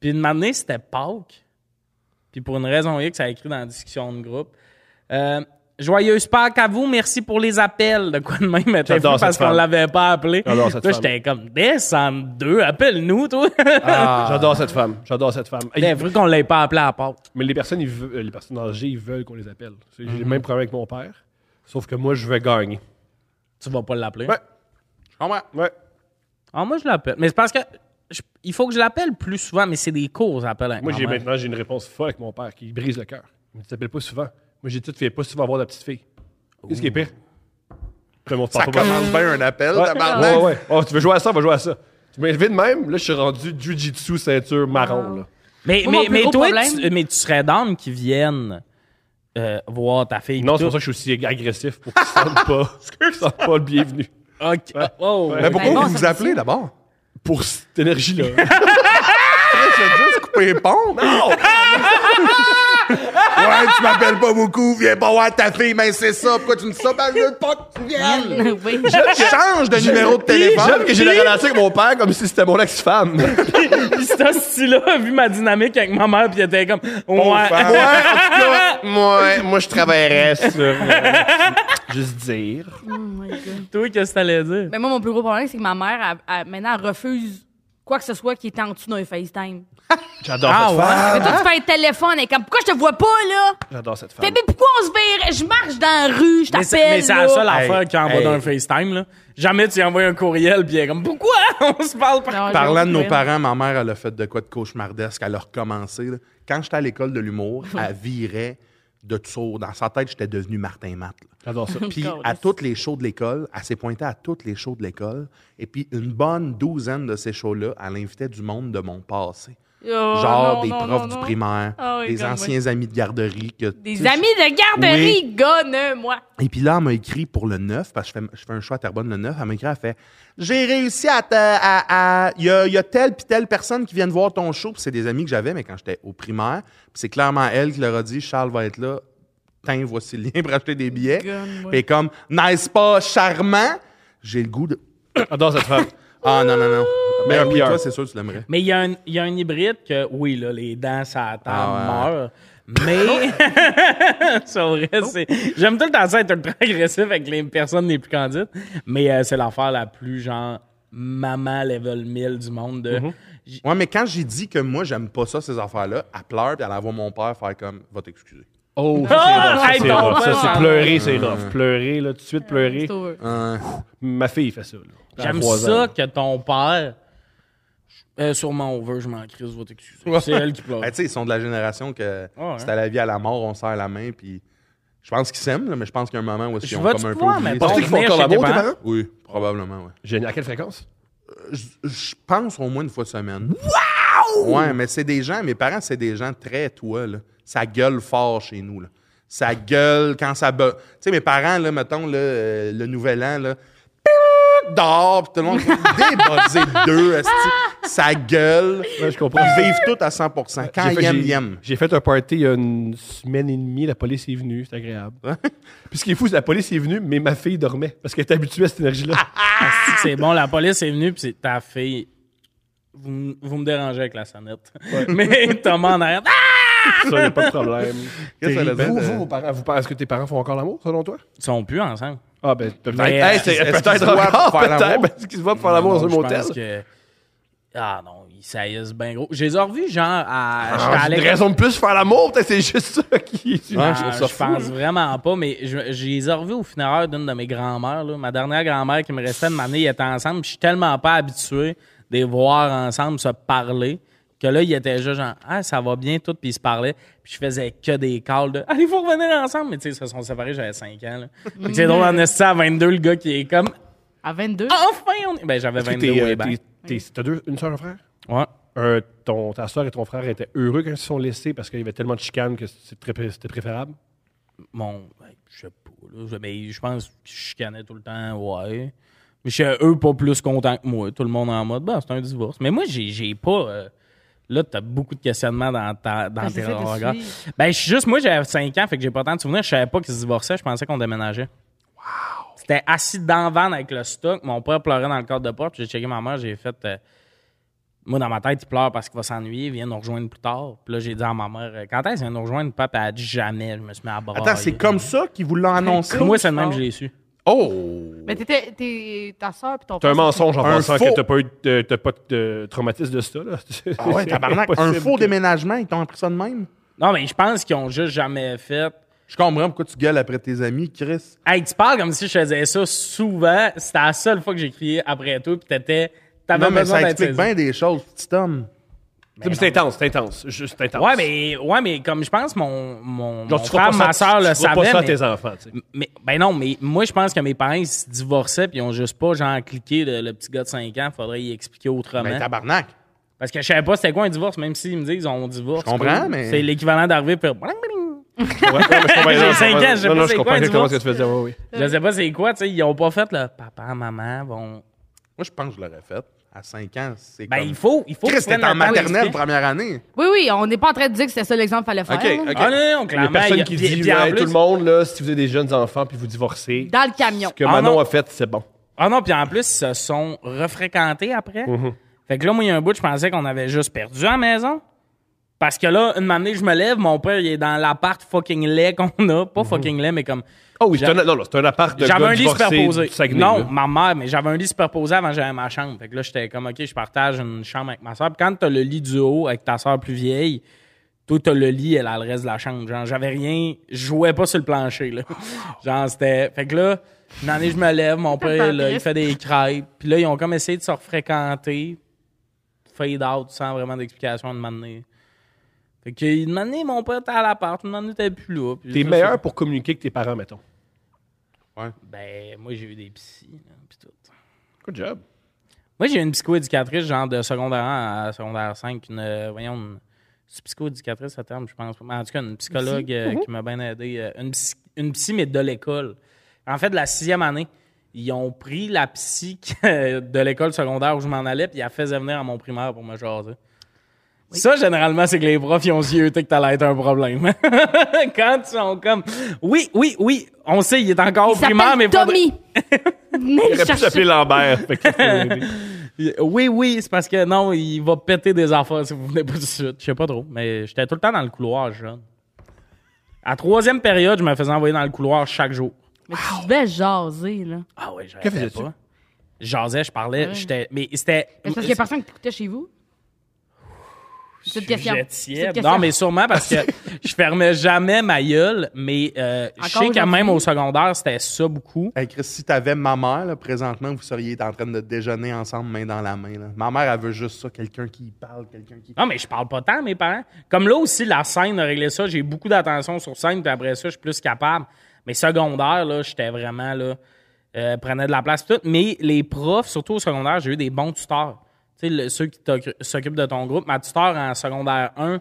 Speaker 1: Puis une matinée, c'était Pâques. Puis pour une raison X, ça a écrit dans la discussion de groupe. Euh, Joyeuse Pâques à vous, merci pour les appels. De quoi de même, mais t'es fou
Speaker 4: J'adore cette
Speaker 1: parce qu'on
Speaker 4: femme.
Speaker 1: l'avait pas appelé.
Speaker 4: J'adore cette
Speaker 1: Là,
Speaker 4: femme.
Speaker 1: j'étais comme, descends deux, appelle-nous, toi. Ah.
Speaker 4: J'adore cette femme. J'adore cette femme. Hey,
Speaker 1: T'es vrai qu'on l'ait pas appelé à Pâques.
Speaker 4: mais les personnes, ils veulent- les personnes âgées, ils veulent qu'on les appelle. C'est-
Speaker 1: Mhm.
Speaker 4: J'ai le même problème avec mon père. Sauf que moi, je veux gagner.
Speaker 1: Tu vas pas l'appeler.
Speaker 4: Ouais.
Speaker 3: Ah ouais.
Speaker 4: Ouais.
Speaker 1: Ah, moi, je l'appelle. Mais c'est parce que je- il faut que je l'appelle plus souvent, mais c'est des cours, appels. avec
Speaker 4: Moi,
Speaker 1: ma
Speaker 4: j'ai
Speaker 1: mère.
Speaker 4: maintenant j'ai une réponse folle avec mon père qui brise le cœur. Il me dit t'appelles pas souvent. Moi, j'ai dit tu fais pas souvent voir la petite fille. Qu'est-ce qui est pire Après, mon
Speaker 3: Ça commence bien un appel,
Speaker 4: Ouais,
Speaker 3: tabarnak.
Speaker 4: ouais, ouais. Oh, tu veux jouer à ça, on va jouer à ça. Tu m'as élevé de même, là, je suis rendu jujitsu ceinture marron. Là.
Speaker 1: Mais,
Speaker 2: Moi,
Speaker 1: mais,
Speaker 2: mon plus
Speaker 1: mais
Speaker 2: gros
Speaker 1: toi,
Speaker 2: problème-
Speaker 1: tu, mais tu serais d'âme qui viennent euh, voir ta fille.
Speaker 4: Non,
Speaker 1: pis
Speaker 4: c'est pour
Speaker 1: tout.
Speaker 4: ça que je suis aussi agressif pour qu'ils sentent pas, qu'ils sentent pas le bienvenu.
Speaker 1: Ok. Oh,
Speaker 3: Mais pourquoi
Speaker 2: Ben non,
Speaker 3: vous
Speaker 2: ça
Speaker 3: vous
Speaker 2: me
Speaker 3: appelez d'abord?
Speaker 4: Pour cette énergie-là.
Speaker 3: Je vais juste couper les ponts. Non! ouais, tu m'appelles pas beaucoup, viens pas voir ta fille, mais c'est ça. Pourquoi tu me dis ça? Ben, je veux pas que tu viennes.
Speaker 2: oui.
Speaker 3: Change de numéro de
Speaker 4: J'aime
Speaker 3: téléphone.
Speaker 4: que j'ai la relation avec mon père comme si c'était mon ex-femme.
Speaker 1: Pis ce style-là a vu ma dynamique avec ma mère, puis elle était comme. Ouais.
Speaker 3: fan.
Speaker 6: Ouais, en tout cas, moi, moi, je travaillerais sur... euh, juste dire.
Speaker 2: Oh my God.
Speaker 1: Toi, qu'est-ce que t'allais dire?
Speaker 2: Mais moi, mon plus gros problème, c'est que ma mère, elle- elle- maintenant, elle refuse quoi que ce soit qui est en dessous d'un FaceTime.
Speaker 4: J'adore cette femme.
Speaker 1: Ah,
Speaker 2: Mais toi, tu fais un téléphone, et comme, pourquoi je te vois pas, là?
Speaker 3: Ah.
Speaker 4: J'adore cette femme.
Speaker 2: Fait, mais pourquoi on se verrait? Je marche dans la rue, je
Speaker 1: Mais c'est,
Speaker 2: t'appelle.
Speaker 1: mais c'est
Speaker 2: là.
Speaker 1: la seule affaire
Speaker 3: Hey,
Speaker 1: qui envoie
Speaker 3: hey.
Speaker 1: d'un FaceTime, là. Jamais tu lui envoies un courriel, puis elle est comme, pourquoi on se parle par.
Speaker 2: Non, j'ai
Speaker 3: Parlant de nos
Speaker 2: aucune
Speaker 3: parents, ma mère, elle a fait de quoi de cauchemardesque. Elle a recommencé. là. Quand j'étais à l'école de l'humour, elle virait de sourd. Dans sa tête, j'étais devenu Martin Matt. là.
Speaker 4: J'adore ça.
Speaker 3: Puis
Speaker 2: Calisse.
Speaker 3: à toutes les shows de l'école, elle s'est pointée à toutes les shows de l'école. Et puis une bonne douzaine de ces shows-là, elle invitait du monde de mon passé.
Speaker 2: Oh, non,
Speaker 3: Genre des
Speaker 2: non,
Speaker 3: profs
Speaker 2: non,
Speaker 3: du
Speaker 2: non.
Speaker 3: primaire,
Speaker 2: Ah oui,
Speaker 3: des
Speaker 2: comme
Speaker 3: anciens amis de garderie. Que,
Speaker 2: Des
Speaker 3: tu sais,
Speaker 2: amis de garderie, gonne-moi.
Speaker 3: Et puis là, elle m'a écrit pour le 9, parce que je fais, je fais un choix à Terrebonne le 9. Elle m'a écrit, elle fait J'ai réussi à. te- à- à- Il y a, il y a telle puis telle personne qui viennent voir ton show. Puis c'est des amis que j'avais, mais quand j'étais au primaire. Puis c'est clairement elle qui leur a dit Charles va être là. Tiens, voici le lien pour acheter des billets.
Speaker 2: Gonne-moi.
Speaker 3: Puis comme N'est-ce pas charmant J'ai le goût de.
Speaker 4: J'adore cette femme.
Speaker 3: Ah non, non, non. Mais
Speaker 4: Meilleur
Speaker 3: oui,
Speaker 4: PR.
Speaker 3: toi, c'est sûr, tu l'aimerais.
Speaker 1: Mais il y, a un- il y a un hybride que, oui, là, les dents, ça attend,
Speaker 3: Ah ouais.
Speaker 1: meurt. Mais, ça vrai, c'est- J'aime tout le temps ça être ultra agressif avec les personnes les plus candides, mais euh, c'est l'affaire la plus, genre, maman level 1000 du monde. De... J-
Speaker 3: Ouais, mais quand j'ai dit que moi, j'aime pas ça, ces affaires-là, elle pleure, puis elle envoie mon père faire comme, va t'excuser.
Speaker 4: Oh,
Speaker 1: Ah,
Speaker 4: ça,
Speaker 1: hey,
Speaker 4: c'est rough, ça, c'est
Speaker 1: ton
Speaker 4: rough. Ça,
Speaker 1: père,
Speaker 4: c'est
Speaker 1: hein.
Speaker 4: pleurer, c'est rough. Pleurer, là, tout de suite pleurer.
Speaker 2: Ah, C'est over.
Speaker 3: Euh,
Speaker 4: Ma fille fait ça, là. Elle a
Speaker 1: J'aime
Speaker 4: trois
Speaker 1: ça
Speaker 4: ans.
Speaker 1: que ton père. Euh, sûrement over, je m'en crise, je vais t'excuser. C'est elle qui pleure.
Speaker 3: ben, tu sais, ils sont de la génération que
Speaker 1: Ouais.
Speaker 3: c'est à la vie, à la mort, on serre la main, puis je pense qu'ils s'aiment, là, mais je pense qu'il y a un moment où
Speaker 1: Je
Speaker 3: ils ont
Speaker 1: vais
Speaker 3: comme
Speaker 1: te
Speaker 3: un peu
Speaker 1: voir,
Speaker 3: oublié
Speaker 1: mais
Speaker 3: ça.
Speaker 1: bon,
Speaker 3: Tu sais qu'ils font
Speaker 1: venir
Speaker 3: encore
Speaker 1: chez
Speaker 3: l'amour,
Speaker 1: tes
Speaker 3: tes
Speaker 1: parents?
Speaker 3: parents? Oui, probablement, ouais.
Speaker 4: hein? Génial. À quelle fréquence?
Speaker 3: Je- Je pense au moins une fois semaine. Wow! Ouais, mais c'est des gens, mes parents, c'est des gens très toi, là. Ça gueule fort chez nous, là. Ça gueule quand ça bat. Tu sais, mes parents, là, mettons, là, euh, le nouvel an, là, Piou! dehors, puis tout le monde débasé deux, esti. ça gueule.
Speaker 4: Ouais, je comprends.
Speaker 3: Ils vivent tout à 100 Quand
Speaker 4: J'ai fait-
Speaker 3: ils aiment,
Speaker 4: j'ai-
Speaker 3: ils aiment.
Speaker 4: J'ai fait un party il y a une semaine et demie, la police est venue, c'est agréable. Puis ce qui est fou, c'est que la police est venue, mais ma fille dormait parce qu'elle est habituée à cette énergie-là.
Speaker 1: Asti que C'est bon, la police est venue, puis c'est ta fille. Vous, m- vous me dérangez avec la sonnette. Mais Thomas en arrière. Ah!
Speaker 4: ça, il n'y a pas de problème.
Speaker 3: Qu'est-ce que ça
Speaker 4: Terrible.
Speaker 3: veut
Speaker 4: vous,
Speaker 3: dire,
Speaker 4: vous,
Speaker 3: euh?
Speaker 4: vos parents, vous, est-ce que tes parents font encore l'amour, selon toi?
Speaker 1: Ils sont plus ensemble.
Speaker 4: Ah, ben, peut-être.
Speaker 1: Mais,
Speaker 4: Hey,
Speaker 1: euh,
Speaker 4: c'est-
Speaker 3: est-ce qu'ils se
Speaker 4: peut-être
Speaker 3: voient
Speaker 4: encore,
Speaker 3: pour faire l'amour?
Speaker 4: peut-être. Ben, Est-ce qu'ils se voient pour faire l'amour dans un
Speaker 1: Non, je
Speaker 4: motel?
Speaker 1: pense que. Ah non, ils saillissent bien gros. Je les ai revus, genre, à. j'étais
Speaker 4: Ah,
Speaker 1: allé-
Speaker 4: c'est une raison de plus pour faire l'amour, peut-être c'est juste ça qui est.
Speaker 1: Ah,
Speaker 3: Ouais,
Speaker 1: je,
Speaker 3: je trouve ça fou,
Speaker 1: pense vraiment pas, mais je, je les ai revus au funéraire d'une de mes grands-mères. là. Ma dernière grand-mère qui me restait de m'amener, ils étaient ensemble. puis Je suis tellement pas habitué de les voir ensemble se parler que là, ils étaient juste genre « Ah, ça va bien, tout », puis ils se parlaient. Puis je faisais que des calls de « Allez, vous revenir ensemble ». Mais tu sais, ils se sont séparés, j'avais 5 ans. là. Fait que c'est drôle, en esti, à 22, le gars qui est comme
Speaker 2: À 22.
Speaker 1: «
Speaker 3: Ah.
Speaker 1: Enfin, on est... » Ben, j'avais 22
Speaker 4: T'es,
Speaker 1: way
Speaker 4: euh,
Speaker 1: back.
Speaker 4: t'es- t'es- T'as deux, une soeur, un frère?
Speaker 1: Ouais.
Speaker 4: Euh, ton, ta soeur et ton frère étaient heureux quand ils se sont laissés parce qu'il y avait tellement de chicanes que c'est très- c'était préférable.
Speaker 1: Bon, ben, je sais pas. Là, Je- mais je pense que je chicanais tout le temps, ouais. Mais je suis eux pas plus contents que moi. Tout le monde en mode, ben, c'est un divorce. Mais moi, j'ai, j'ai pas. euh, là, t'as beaucoup de questionnements dans, ta, dans
Speaker 2: Ben,
Speaker 1: tes
Speaker 2: c'est ça, t'es
Speaker 1: regards.
Speaker 2: suivi.
Speaker 1: Ben, je suis juste, moi, j'avais 5 ans, fait que j'ai pas tant de souvenirs. Je savais pas qu'ils se divorçaient, je pensais qu'on déménageait. C'était assis dans la van avec le stock. Mon père pleurait dans le cadre de porte. J'ai checké ma mère, j'ai fait. euh, moi, dans ma tête, il pleure parce qu'il va s'ennuyer, il vient nous rejoindre plus tard. Puis là, j'ai dit à ma mère, euh, quand est-ce qu'il vient nous rejoindre, papa? Elle a dit jamais. Je me suis mis à brailler.
Speaker 3: Attends, c'est comme ça qu'ils vous l'ont annoncé?
Speaker 1: Moi, c'est le même, je l'ai su.
Speaker 3: Oh!
Speaker 2: Mais t'étais, t'es, ta soeur puis ton
Speaker 4: T'as un mensonge en
Speaker 3: Un
Speaker 4: pensant
Speaker 3: faux.
Speaker 4: que t'as pas eu de, t'as pas de traumatisme de ça. Là.
Speaker 3: Ah ouais, tabarnak, un faux déménagement, ils t'ont appris ça de même?
Speaker 1: Non, mais je pense qu'ils ont juste jamais fait.
Speaker 3: Je comprends pourquoi tu gueules après tes amis, Chris.
Speaker 1: Hey, tu parles comme si je faisais ça souvent. C'était la seule fois que j'ai crié après toi, puis t'étais. T'avais
Speaker 3: Non, mais
Speaker 1: besoin
Speaker 3: ça
Speaker 1: d'être
Speaker 3: explique
Speaker 1: saisi. Hein?
Speaker 3: bien des choses, petit homme.
Speaker 4: C'est intense, c'est intense. Juste intense.
Speaker 1: Ouais, mais, ouais, mais comme je pense, mon, mon,
Speaker 4: Genre,
Speaker 1: mon
Speaker 4: tu feras
Speaker 1: frère,
Speaker 4: pas ça-
Speaker 1: ma soeur
Speaker 4: tu
Speaker 1: le
Speaker 4: feras pas
Speaker 1: savait.
Speaker 4: ça à
Speaker 1: mais-
Speaker 4: tes enfants, tu sais.
Speaker 1: Mais, ben non, mais moi, je pense que mes parents, ils se divorçaient, puis ils ont juste pas, genre, cliqué le, le petit gars de 5 ans, faudrait y expliquer autrement.
Speaker 3: Ben, tabarnak.
Speaker 1: Parce que je savais pas c'était quoi un divorce, même s'ils me disent on divorce.
Speaker 3: Je comprends, mais-
Speaker 1: C'est l'équivalent d'arriver, puis. bling, bling. J'ai cinq ans, je sais
Speaker 4: Non,
Speaker 1: pas
Speaker 4: non,
Speaker 1: c'est
Speaker 4: je
Speaker 1: quoi
Speaker 4: comprends
Speaker 1: un
Speaker 4: exactement ce que
Speaker 1: divorce.
Speaker 4: tu veux dire. ouais, ouais.
Speaker 1: Je sais pas c'est quoi, tu sais, ils ont pas fait, là. Papa, maman vont.
Speaker 3: Moi, je pense que je l'aurais fait. À 5 ans, c'est
Speaker 1: Ben,
Speaker 3: comme...
Speaker 1: il faut. Il faut
Speaker 3: Chris,
Speaker 1: qu'ils prennent
Speaker 3: t'es en
Speaker 1: le temps
Speaker 3: maternelle,
Speaker 1: d'expliquer.
Speaker 3: première année.
Speaker 2: Oui, oui, on n'est pas en train de dire que c'était ça l'exemple qu'il fallait faire.
Speaker 3: OK,
Speaker 2: là.
Speaker 3: OK.
Speaker 1: Ah non, non, clairement.
Speaker 4: Il y a personne
Speaker 1: il-
Speaker 4: qui
Speaker 1: puis-
Speaker 4: dit,
Speaker 1: puis en
Speaker 4: hey,
Speaker 1: plus-
Speaker 4: tout le monde, là, si vous avez des jeunes enfants puis vous divorcez,
Speaker 2: Dans le camion.
Speaker 4: ce que
Speaker 1: Ah,
Speaker 4: Manon
Speaker 1: non.
Speaker 4: a fait, c'est bon.
Speaker 1: Ah non, puis en plus, ils se sont refréquentés après.
Speaker 4: Mhm.
Speaker 1: Fait que là, moi, il y a un bout, je pensais qu'on avait juste perdu à la maison. Parce que là, une matinée, je me lève, mon père, il est dans l'appart fucking laid qu'on a.
Speaker 4: Mhm.
Speaker 1: Pas fucking laid, mais comme.
Speaker 4: Oh oui, c'est
Speaker 1: J'a-
Speaker 4: un, non, non, c'est un appart de
Speaker 1: J'avais
Speaker 4: gars
Speaker 1: un lit
Speaker 4: divorcés
Speaker 1: superposé.
Speaker 4: du Saguenay,
Speaker 1: non,
Speaker 4: là.
Speaker 1: ma mère, mais j'avais un lit superposé avant que j'avais ma chambre. Fait que là, j'étais comme, OK, je partage une chambre avec ma soeur. Puis quand t'as le lit du haut avec ta soeur plus vieille, toi, t'as le lit, elle a le reste de la chambre. Genre, j'avais rien, je jouais pas sur le plancher, là. Genre, c'était. Fait que là, une année, je me lève, mon père, là, il fait des crêpes. Puis là, ils ont comme essayé de se refréquenter. Fade out, sans vraiment d'explication de m'amener. Fait que, une année, mon père était à l'appart, une année, t'es plus là. Puis
Speaker 4: T'es
Speaker 1: ça,
Speaker 4: meilleur pour communiquer que tes parents, mettons.
Speaker 1: c'est- Ben, moi, j'ai eu des psys, là, puis tout.
Speaker 4: Good job.
Speaker 1: Moi, j'ai une psychoéducatrice, genre de secondaire 1 à secondaire 5, une, euh, voyons, une c'est psychoéducatrice, à terme, je pense pas. Mais En tout cas, une psychologue euh,
Speaker 2: Uh-huh.
Speaker 1: qui m'a bien aidé. euh, une, psy, une psy, mais de l'école. En fait, de la sixième année, ils ont pris la psy que- de l'école secondaire où je m'en allais, puis ils la faisaient venir à mon primaire pour me jaser. Ça, généralement, c'est que les profs, ils ont zioté que t'allais être un problème. Quand ils sont comme, oui, oui, oui, on sait, il est encore au
Speaker 2: Il s'appelle
Speaker 1: primaire, mais faudrait-
Speaker 2: Tommy. Mais
Speaker 4: Il aurait pu s'appeler Lambert. fait que ça serait une idée.
Speaker 1: Oui, oui, c'est parce que non, il va péter des affaires si vous venez pas tout de suite. Je sais pas trop, mais j'étais tout le temps dans le couloir, jeune. À troisième période, je me faisais envoyer dans le couloir chaque jour.
Speaker 2: Mais tu devais jaser, là.
Speaker 1: Ah ouais, je
Speaker 4: Que faisais-tu?
Speaker 1: pas. Je jasais, je parlais,
Speaker 2: Ah Ouais.
Speaker 1: j'étais. Mais c'était.
Speaker 2: Mais c'est parce qu'il y a personne qui t'écoutait chez vous. C'est une question.
Speaker 1: Sujet
Speaker 2: C'est une
Speaker 1: tiède.
Speaker 2: question.
Speaker 1: Non, mais sûrement parce que je fermais jamais ma gueule, mais euh, je
Speaker 2: Encore
Speaker 1: sais que
Speaker 2: aujourd'hui?
Speaker 1: même au secondaire, c'était ça beaucoup.
Speaker 3: Hey, Chris, si t'avais ma mère, là, présentement, vous seriez en train de déjeuner ensemble, main dans la main. là. Ma mère, elle veut juste ça, quelqu'un qui parle, quelqu'un qui...
Speaker 1: Non, mais je parle pas tant à mes parents. Comme là aussi, la scène a réglé ça. J'ai beaucoup d'attention sur scène, puis après ça, je suis plus capable. Mais secondaire, là, j'étais vraiment là. euh, prenait de la place tout. Mais les profs, surtout au secondaire, j'ai eu des bons tuteurs. Tu sais, le- ceux qui t'occu- s'occupent de ton groupe. Ma tuteur en secondaire 1,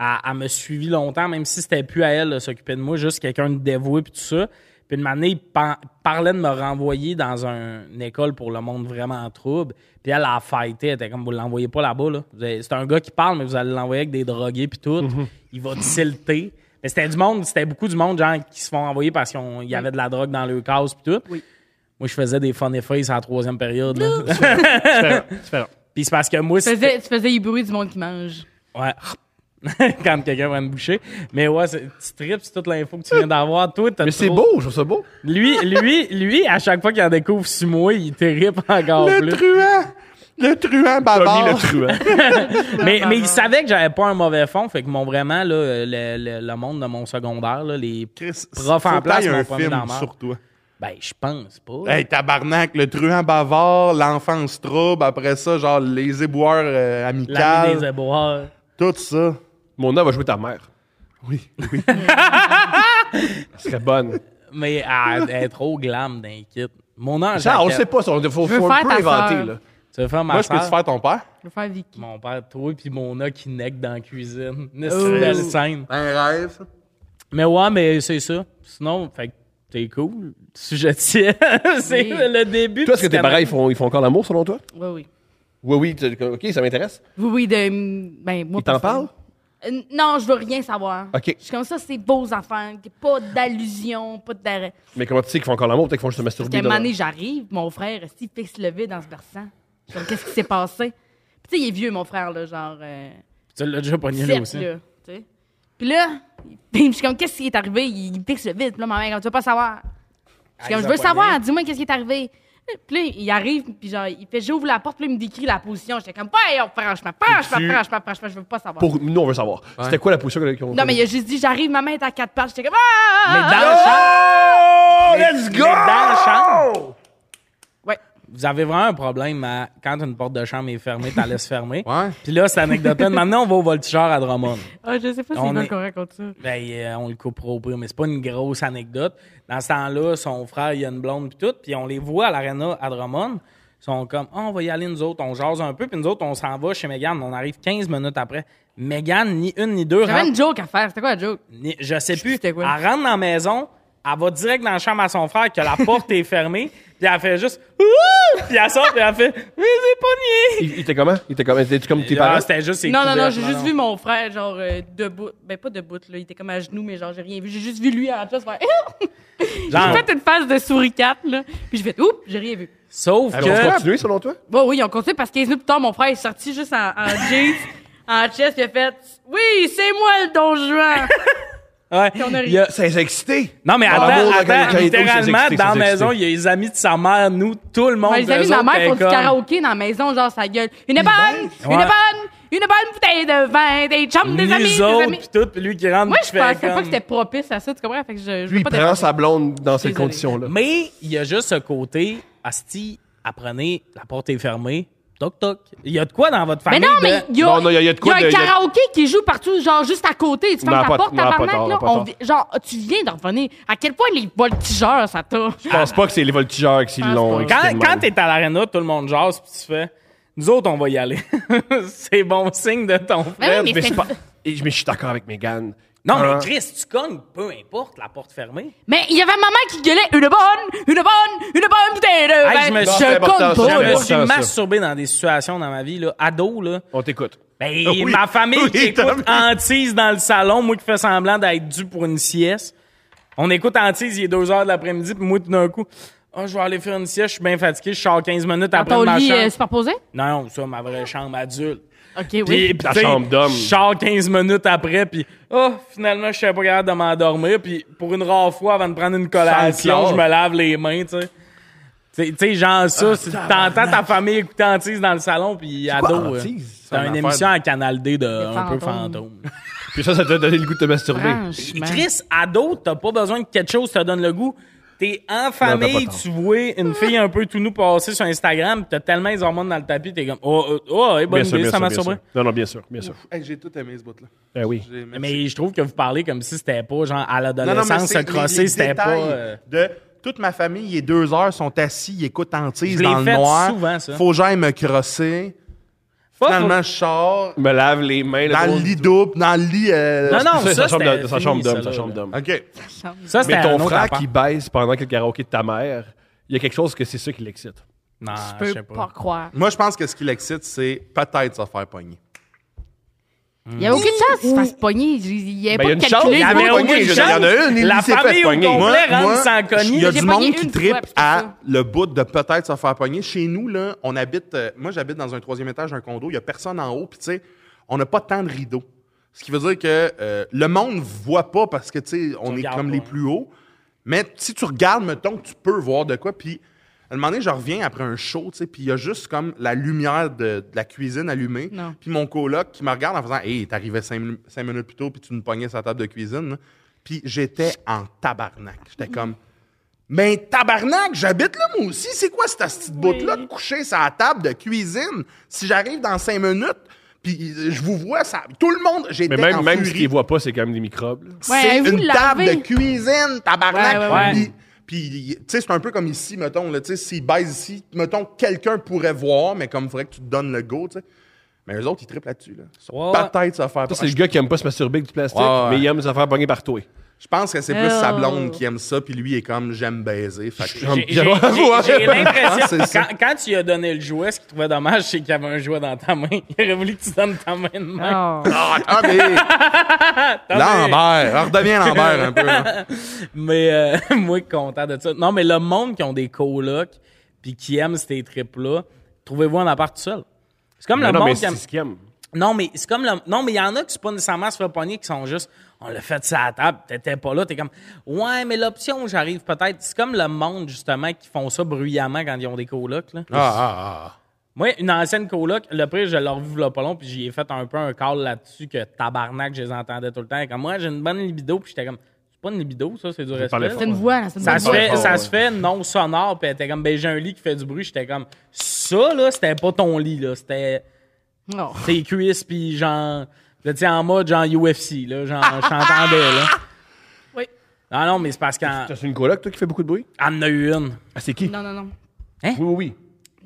Speaker 1: elle, elle me suivi longtemps, même si c'était plus à elle de s'occuper de moi, juste quelqu'un de dévoué puis tout ça. Puis une année, il pen- parlait de me renvoyer dans un- une école pour le monde vraiment en trouble. Puis elle a fighté, elle était comme vous l'envoyez pas là-bas. Là. Vous avez- C'est un gars qui parle, mais vous allez l'envoyer avec des drogués puis tout. Il va te silter. Mais c'était du monde, c'était beaucoup du monde, genre, qui se font envoyer parce qu'il y avait de la drogue dans le case puis tout. Moi, je faisais des funny face à la troisième période. là.
Speaker 4: Différent.
Speaker 1: Puis c'est parce que moi,
Speaker 2: Tu
Speaker 1: c'était...
Speaker 2: faisais, tu faisais les bruits du monde qui mange.
Speaker 1: Ouais. Quand quelqu'un va me boucher. Mais ouais, c'est- tu tripes, c'est toute l'info que tu viens d'avoir. Toi, t'as
Speaker 4: Mais c'est
Speaker 1: trop-
Speaker 4: beau, je trouve ça beau.
Speaker 1: Lui, lui, lui, à chaque fois qu'il en découvre six mois, il tripe encore
Speaker 3: Le
Speaker 1: plus.
Speaker 3: truand! Le truand
Speaker 4: Tommy
Speaker 3: bavard!
Speaker 4: le truand.
Speaker 1: Mais, mais il savait que j'avais pas un mauvais fond, fait que mon vraiment, là, euh, le, le- le monde de mon secondaire, là, les
Speaker 3: Chris,
Speaker 1: profs
Speaker 3: faut
Speaker 1: en
Speaker 3: que
Speaker 1: place
Speaker 3: t'ailles
Speaker 1: m'ont
Speaker 3: un
Speaker 1: pas mis dans la
Speaker 3: film
Speaker 1: merde.
Speaker 3: sur toi.
Speaker 1: Ben, je pense pas.
Speaker 3: Hey, tabarnak, le truand bavard, l'enfance trouble, après ça, genre les éboueurs euh,
Speaker 1: L'ami des
Speaker 3: amicales,
Speaker 1: éboires.
Speaker 3: tout ça.
Speaker 4: Mon homme va jouer ta mère.
Speaker 3: Oui.
Speaker 4: Elle serait bonne.
Speaker 1: Mais elle, elle est trop glam d'un kit. Mon ange,
Speaker 4: Ça, on
Speaker 1: elle-
Speaker 4: sait pas. ça, On faut,
Speaker 2: veux
Speaker 4: faut
Speaker 2: faire
Speaker 4: un peu
Speaker 2: ta
Speaker 4: inventer,
Speaker 2: sœur.
Speaker 4: là.
Speaker 1: Tu veux faire ma
Speaker 3: Moi, je peux te
Speaker 1: sœur?
Speaker 3: faire ton père?
Speaker 2: Je vais faire Vicky.
Speaker 1: Mon père, toi, puis Mona qui neck dans la cuisine.
Speaker 3: Oh.
Speaker 1: Une si belle scène.
Speaker 3: Un rêve, ça.
Speaker 1: Mais ouais, mais c'est ça. Sinon, fait que t'es cool. Sujet tiède. c'est
Speaker 2: Oui.
Speaker 1: le début.
Speaker 4: Toi, est-ce que tes parents,
Speaker 1: pareil
Speaker 4: ils font, ils font encore l'amour, selon toi?
Speaker 2: Oui, oui.
Speaker 4: Oui, oui. tu- OK, ça m'intéresse.
Speaker 2: Oui, oui, de. Ben, moi,
Speaker 4: Ils t'en
Speaker 2: personne.
Speaker 4: parlent?
Speaker 2: Euh, non, je veux rien savoir.
Speaker 4: OK.
Speaker 2: Je suis comme ça, c'est beaux enfants. Pas d'allusion, pas d'arrêt.
Speaker 4: Mais comment tu sais qu'ils font encore l'amour? Peut-être qu'ils font juste se
Speaker 2: Parce
Speaker 4: masturber.
Speaker 2: qu'à un
Speaker 4: devant-
Speaker 2: moment donné, j'arrive, mon frère, s'il fixe le vide en se berçant. Je suis comme, qu'est-ce qui s'est passé? Puis, tu sais, il est vieux, mon frère, là, genre. euh,
Speaker 1: Tu l'as déjà pogné là
Speaker 2: sept,
Speaker 1: aussi.
Speaker 2: là, tu sais. Puis là, il- je suis comme, qu'est-ce qui est arrivé? Il il fixe le vide. Puis là, ma mère, comme, tu veux pas savoir. Je suis comme,
Speaker 1: Ah, ils
Speaker 2: je
Speaker 1: ont
Speaker 2: veux
Speaker 1: pas
Speaker 2: savoir,
Speaker 1: aimé.
Speaker 2: dis-moi qu'est-ce qui est arrivé. Puis là, il arrive, puis genre, il fait, j'ouvre la porte, puis là, il me décrit la position. J'étais comme, ben, franchement, franchement,
Speaker 4: tu-
Speaker 2: franchement, franchement, je veux pas savoir.
Speaker 4: Pour... Nous, on veut savoir. C'était quoi la position que- qu'on
Speaker 2: Non, mais il a juste dit, j'arrive, ma main est à quatre pattes. J'étais comme, ah!
Speaker 1: Mais dans
Speaker 2: ah,
Speaker 1: la
Speaker 2: ah,
Speaker 1: chambre,
Speaker 4: Oh!
Speaker 1: Mais-
Speaker 4: Let's
Speaker 1: mais
Speaker 4: go!
Speaker 1: dans la chambre.
Speaker 2: Ouais.
Speaker 1: vous avez vraiment un problème à- quand une porte de chambre est fermée, t'as laisses fermer.
Speaker 3: Ouais.
Speaker 1: Puis là, c'est anecdote. Maintenant, on va au voltigeur à Drummond.
Speaker 2: Ah, je sais pas si
Speaker 1: On
Speaker 2: c'est
Speaker 1: est-
Speaker 2: qu'on raconte ça.
Speaker 1: Ben, euh, on le coupera au pire, mais c'est pas une grosse anecdote. Dans ce temps-là, son frère, il a une blonde puis tout, puis on les voit à l'aréna à Drummond. Ils sont comme, Ah, on va y aller nous autres, on jase un peu, puis nous autres, on s'en va chez Mégane. On arrive 15 minutes après. Mégane, ni une ni deux,
Speaker 2: J'avais
Speaker 1: rentre-
Speaker 2: une joke à faire. C'était quoi la joke?
Speaker 1: ni- je sais plus,
Speaker 2: c'était
Speaker 1: elle
Speaker 2: quoi.
Speaker 1: rentre dans la maison, elle va direct dans la chambre à son frère que la porte est fermée, puis elle fait juste, Ouh! puis elle sort, puis elle fait, mais c'est
Speaker 4: Il il était comment? Il était comment? Était-tu comme tes
Speaker 1: pogné! Ah,
Speaker 4: parents?
Speaker 1: c'était juste ses
Speaker 2: Non, non, non,
Speaker 1: couvertes,
Speaker 2: j'ai juste vu mon frère, genre, euh, debout. Ben, pas debout, là. Il était comme à genoux, mais genre, j'ai rien vu. J'ai juste vu lui en train de se faire.
Speaker 1: Genre-
Speaker 2: J'ai fait une phase de souricate, là. Puis j'ai fait, oups, j'ai rien vu.
Speaker 1: Sauf
Speaker 4: Ils vont
Speaker 1: que,
Speaker 4: continuer, selon toi?
Speaker 2: Bon, oui, ils ont continué parce 15 minutes plus tard, mon frère est sorti juste en, en jeans, en chest, puis il a fait, oui, c'est moi le don Juan.
Speaker 1: ouais,
Speaker 2: on a ri.
Speaker 1: il y a-
Speaker 4: Ça les a excités.
Speaker 1: Non, mais
Speaker 4: Dans
Speaker 1: attends,
Speaker 4: l'amour, dans
Speaker 1: attends,
Speaker 4: la-
Speaker 1: littéralement,
Speaker 4: c'est excité,
Speaker 1: dans la
Speaker 4: c'est
Speaker 1: maison, il
Speaker 4: excité.
Speaker 1: y a les amis de sa mère, nous, tout le monde.
Speaker 2: Ben, les
Speaker 1: eux
Speaker 2: amis de ma
Speaker 1: autres,
Speaker 2: mère font du
Speaker 1: t'es comme-
Speaker 2: karaoké dans la maison, genre, sa gueule. Une bonne, une
Speaker 1: Ouais.
Speaker 2: bonne, une bonne bouteille de vin, des chambres, des
Speaker 1: Nous
Speaker 2: amis, des
Speaker 1: autres,
Speaker 2: amis.
Speaker 1: pis tout, pis lui qui rentre,
Speaker 2: Moi,
Speaker 1: pis
Speaker 2: je
Speaker 1: fais
Speaker 2: pensais pas
Speaker 1: comme-
Speaker 2: que c'était propice à ça, tu comprends? Fait que je, je
Speaker 4: Lui,
Speaker 2: veux
Speaker 4: il
Speaker 2: pas
Speaker 4: prend sa blonde dans ces
Speaker 2: Désolé.
Speaker 4: conditions-là.
Speaker 1: Mais il y a juste ce côté, Asti, apprenez, la porte est fermée, toc toc. Il y a de quoi dans votre
Speaker 2: Mais
Speaker 1: famille?
Speaker 2: non,
Speaker 1: de-
Speaker 2: mais il y a,
Speaker 4: Non, non, il y a- il y a de quoi
Speaker 2: il y a
Speaker 4: de-
Speaker 2: un
Speaker 4: il y a-
Speaker 2: karaoké qui joue partout, genre juste à côté. Tu
Speaker 4: Non,
Speaker 2: fermes ta
Speaker 4: pas-
Speaker 2: porte,
Speaker 4: non, pas tard,
Speaker 2: tabarnak, là.
Speaker 4: pas tard.
Speaker 2: on vi- Genre, tu viens de revenir. À quel point les voltigeurs, ça t'a.
Speaker 4: Je pense pas que c'est les voltigeurs qui
Speaker 2: pense
Speaker 4: l'ont
Speaker 2: pas.
Speaker 4: excité
Speaker 1: Quand,
Speaker 4: de
Speaker 1: quand
Speaker 4: même.
Speaker 1: t'es à l'aréna, tout le monde jase, pis tu fais, nous autres, on va y aller. c'est bon signe de ton frère.
Speaker 2: Ben oui,
Speaker 4: Mais
Speaker 2: c'est-
Speaker 4: c'est pas- Et je mais je suis d'accord avec Megan.
Speaker 1: Non, mais
Speaker 4: Hein?
Speaker 1: Chris, tu cognes, peu importe, la porte fermée.
Speaker 2: Mais il y avait maman qui gueulait une bonne, une bonne, une bonne bouteille de
Speaker 1: Hey,
Speaker 2: vin.
Speaker 1: je me suis-
Speaker 4: c'est
Speaker 2: je
Speaker 4: important,
Speaker 2: compte
Speaker 4: ça,
Speaker 2: pas,
Speaker 1: Je me
Speaker 4: c'est
Speaker 2: là.
Speaker 4: important.
Speaker 1: suis
Speaker 4: ça.
Speaker 1: masturbé dans des situations dans ma vie, là, ado, là.
Speaker 4: On t'écoute.
Speaker 1: Ben,
Speaker 3: Ah oui.
Speaker 1: ma famille
Speaker 3: Oui,
Speaker 1: qui écoute
Speaker 3: t'as-
Speaker 1: Antise dans le salon, moi qui fais semblant d'être dû pour une sieste. On écoute Antise, il est 2 heures de l'après-midi, puis moi, tout d'un coup, Ah, je vais aller faire une sieste, je suis bien fatigué, je sors 15 minutes
Speaker 2: Dans
Speaker 1: après
Speaker 2: ton
Speaker 1: de ma
Speaker 2: lit euh,
Speaker 1: chambre.
Speaker 2: superposé?
Speaker 1: Non, ça, ma vraie chambre adulte.
Speaker 2: OK,
Speaker 1: Puis,
Speaker 2: oui.
Speaker 1: puis,
Speaker 6: Ta
Speaker 1: tu sais,
Speaker 6: chambre d'homme.
Speaker 1: Je sors 15 minutes après, puis oh, finalement, je suis pas capable de m'endormir. Puis pour une rare fois, avant de prendre une
Speaker 3: Sans le
Speaker 1: collation,
Speaker 3: corps.
Speaker 1: je me lave les mains, tu sais. Tu sais- tu sais, genre ça, si t'entends ta famille écouter Antise dans le salon, puis ado. euh,
Speaker 3: Antise? C'est
Speaker 1: T'as
Speaker 3: une
Speaker 1: une
Speaker 3: affaire
Speaker 1: émission à Canal D de un peu
Speaker 2: fantômes.
Speaker 1: fantôme.
Speaker 4: Puis ça, ça t'a donné le goût de te masturber.
Speaker 1: Ah,
Speaker 2: Franchement.
Speaker 1: Chris, ado, t'as pas besoin de quelque chose te donne le goût. T'es en famille,
Speaker 4: tort.
Speaker 1: tu vois une fille un peu tout nous passer sur Instagram, t'as tellement les hormones dans le tapis, t'es comme oh, oh, oh hey, bonne
Speaker 4: Bien sûr,
Speaker 1: idée,
Speaker 4: bien
Speaker 1: ça
Speaker 4: sûr,
Speaker 1: m'a
Speaker 4: bien
Speaker 1: surpris.
Speaker 4: sûr. Non, non, bien sûr, bien sûr.
Speaker 3: Hey, J'ai tout aimé ce bout-là.
Speaker 4: Eh oui.
Speaker 3: J'ai-
Speaker 1: Mais je trouve que vous parlez comme si c'était pas genre à
Speaker 3: Non, non, mais
Speaker 1: l'adolescence, se
Speaker 3: c'est les-
Speaker 1: crosser,
Speaker 3: les
Speaker 1: c'était pas.
Speaker 3: détails
Speaker 1: euh,
Speaker 3: De toute ma famille, les deux heures sont assis, ils écoutent Antise
Speaker 1: Je l'ai
Speaker 3: dans le
Speaker 1: fait
Speaker 3: noir.
Speaker 1: souvent, ça.
Speaker 3: Faut que j'aille me crosser.
Speaker 1: pas-
Speaker 3: Finalement, je sors
Speaker 6: Je me lave les mains.
Speaker 3: dans le lit double, dans le lit. euh,
Speaker 1: Non, non,
Speaker 4: C'est
Speaker 1: ça,
Speaker 4: sa chambre
Speaker 1: c'était
Speaker 4: de- sa
Speaker 1: fini,
Speaker 4: chambre
Speaker 1: ça,
Speaker 4: d'homme, sa
Speaker 1: là.
Speaker 6: chambre d'homme.
Speaker 3: OK.
Speaker 1: Ça, c'était
Speaker 4: Mais
Speaker 1: un
Speaker 4: ton
Speaker 1: autre
Speaker 4: frère
Speaker 1: affaire.
Speaker 4: qui baisse pendant que le karaoké de ta mère, il y a quelque chose que c'est ça qui l'excite.
Speaker 1: Non,
Speaker 2: Je
Speaker 1: Ah, je
Speaker 2: peux
Speaker 1: sais
Speaker 2: pas
Speaker 1: pas.
Speaker 2: croire.
Speaker 3: Moi, je pense que ce qui l'excite, c'est peut-être se faire pogner.
Speaker 1: Hmm.
Speaker 2: Il y a aucune chance qu'il se fasse pogner. Il n'y avait
Speaker 6: Ben,
Speaker 2: pas
Speaker 6: il y a une
Speaker 2: de
Speaker 6: chance,
Speaker 2: calculé.
Speaker 6: il y
Speaker 2: gros.
Speaker 6: avait
Speaker 1: aucune
Speaker 6: pogné, je veux dire, il y en a une, il
Speaker 1: La
Speaker 6: s'est fait
Speaker 1: famille au
Speaker 6: pogner.
Speaker 1: complet
Speaker 3: Moi,
Speaker 1: rentre
Speaker 3: moi,
Speaker 1: sans
Speaker 3: Il
Speaker 1: cogner.
Speaker 3: y a
Speaker 2: J'ai
Speaker 3: du
Speaker 2: pogné
Speaker 3: monde qui
Speaker 2: une
Speaker 3: tripe
Speaker 2: fois, puis c'est
Speaker 3: à
Speaker 2: ça.
Speaker 3: le bout de peut-être se faire pogner. Chez nous, là, on habite. euh, moi, j'habite dans un troisième étage d'un condo. Il n'y a personne en haut. Puis, tu sais, on n'a pas tant de rideaux. Ce qui veut dire que euh, le monde ne voit pas parce que, tu sais, on est
Speaker 1: regardes
Speaker 3: comme
Speaker 1: pas,
Speaker 3: les
Speaker 1: hein.
Speaker 3: plus hauts. Mais si tu regardes, mettons que tu peux voir de quoi. Puis, à un moment donné, je reviens après un show, tu sais, puis il y a juste comme la lumière de, de la cuisine allumée.
Speaker 2: Non.
Speaker 3: Puis mon coloc qui me regarde en faisant Hey, t'arrivais cinq, minu- cinq minutes plus tôt, puis tu nous pognais sa table de cuisine. là. Puis j'étais en tabarnak. J'étais comme mais tabarnak, j'habite là, moi aussi. C'est quoi cette petite bout-là de coucher sur la table de cuisine? Si j'arrive dans cinq minutes, puis euh, je vous vois, ça... tout le monde, j'étais
Speaker 4: Mais
Speaker 3: en
Speaker 4: même, même
Speaker 3: furie.
Speaker 4: s'il ne voit pas, c'est quand même des microbes. là.
Speaker 2: Ouais,
Speaker 3: C'est
Speaker 2: vous
Speaker 3: une
Speaker 2: l'avez.
Speaker 3: table de cuisine, tabarnak.
Speaker 2: Ouais, ouais, ouais.
Speaker 3: Puis- Puis, tu sais, c'est un peu comme ici, mettons, là, tu sais, s'ils baisent ici, mettons, quelqu'un pourrait voir, mais comme il faudrait que tu te donnes le go, tu sais. Mais eux autres, ils trippent là-dessus, là. Ils sont
Speaker 1: Ouais, ouais.
Speaker 3: Peut-être ça faire
Speaker 4: Ça, c'est le gars qui aime pas se masturber avec du plastique,
Speaker 3: Ouais, ouais.
Speaker 4: mais il aime se faire pogner par toi.
Speaker 3: Je pense que c'est plus sa blonde
Speaker 2: Oh.
Speaker 3: qui aime ça, puis lui, il est comme, j'aime baiser. Fait que-
Speaker 1: J'ai-
Speaker 4: J'ai-
Speaker 1: J'ai j'ai- j'ai
Speaker 3: Ah, c'est
Speaker 1: l'impression
Speaker 3: ça.
Speaker 1: quand, quand tu lui as donné le jouet, ce qu'il trouvait dommage, c'est qu'il y avait un jouet dans ta main. Il aurait voulu que tu donnes ta main de main.
Speaker 2: Oh.
Speaker 3: Ah, attendez! Lambert! Ah, Redeviens Lambert un peu. là.
Speaker 1: Mais euh, moi, content de ça. Non, mais le monde qui ont des colocs puis qui aiment ces trips-là, trouvez-vous un appart tout seul. C'est comme
Speaker 4: Mais
Speaker 1: le
Speaker 4: non, mais
Speaker 1: monde qui
Speaker 4: c'est
Speaker 1: aime...
Speaker 4: ce qu'il aime.
Speaker 1: Non, mais c'est comme le... Non, mais il y en a qui sont pas nécessairement à se faire pogner, qui sont juste... On l'a fait ça à la table, t'étais pas là, t'es comme... Ouais, mais l'option, j'arrive peut-être... C'est comme le monde, justement, qui font ça bruyamment quand ils ont des colocs, là.
Speaker 3: Ah, ah, ah.
Speaker 1: Moi, une ancienne coloc, le prix, je l'ai revu là pas long, puis j'y ai fait un peu un call là-dessus que tabarnak, je les entendais tout le temps. Comme moi, j'ai une bonne libido, puis j'étais comme, c'est pas une libido, ça, c'est du
Speaker 4: parlais
Speaker 1: respect.
Speaker 2: C'est une voix, là. C'est une
Speaker 1: Ça
Speaker 2: bonne
Speaker 1: se
Speaker 2: voix.
Speaker 1: fait,
Speaker 6: fort,
Speaker 1: ça
Speaker 6: ouais.
Speaker 1: se fait non sonore, puis elle était comme, ben j'ai un lit qui fait du bruit, j'étais comme, ça, là, c'était pas ton lit, là, c'était
Speaker 2: Non.
Speaker 1: tes cuisses, puis genre, je tiens en mode genre UFC, là, genre, j'entendais, là.
Speaker 2: Oui.
Speaker 1: Non, non, mais c'est parce qu'en
Speaker 4: T'as une coloc, toi, qui fait beaucoup de bruit?
Speaker 1: en a eu une.
Speaker 4: Ah, c'est qui?
Speaker 2: Non, non, non.
Speaker 4: Oui, oui, oui.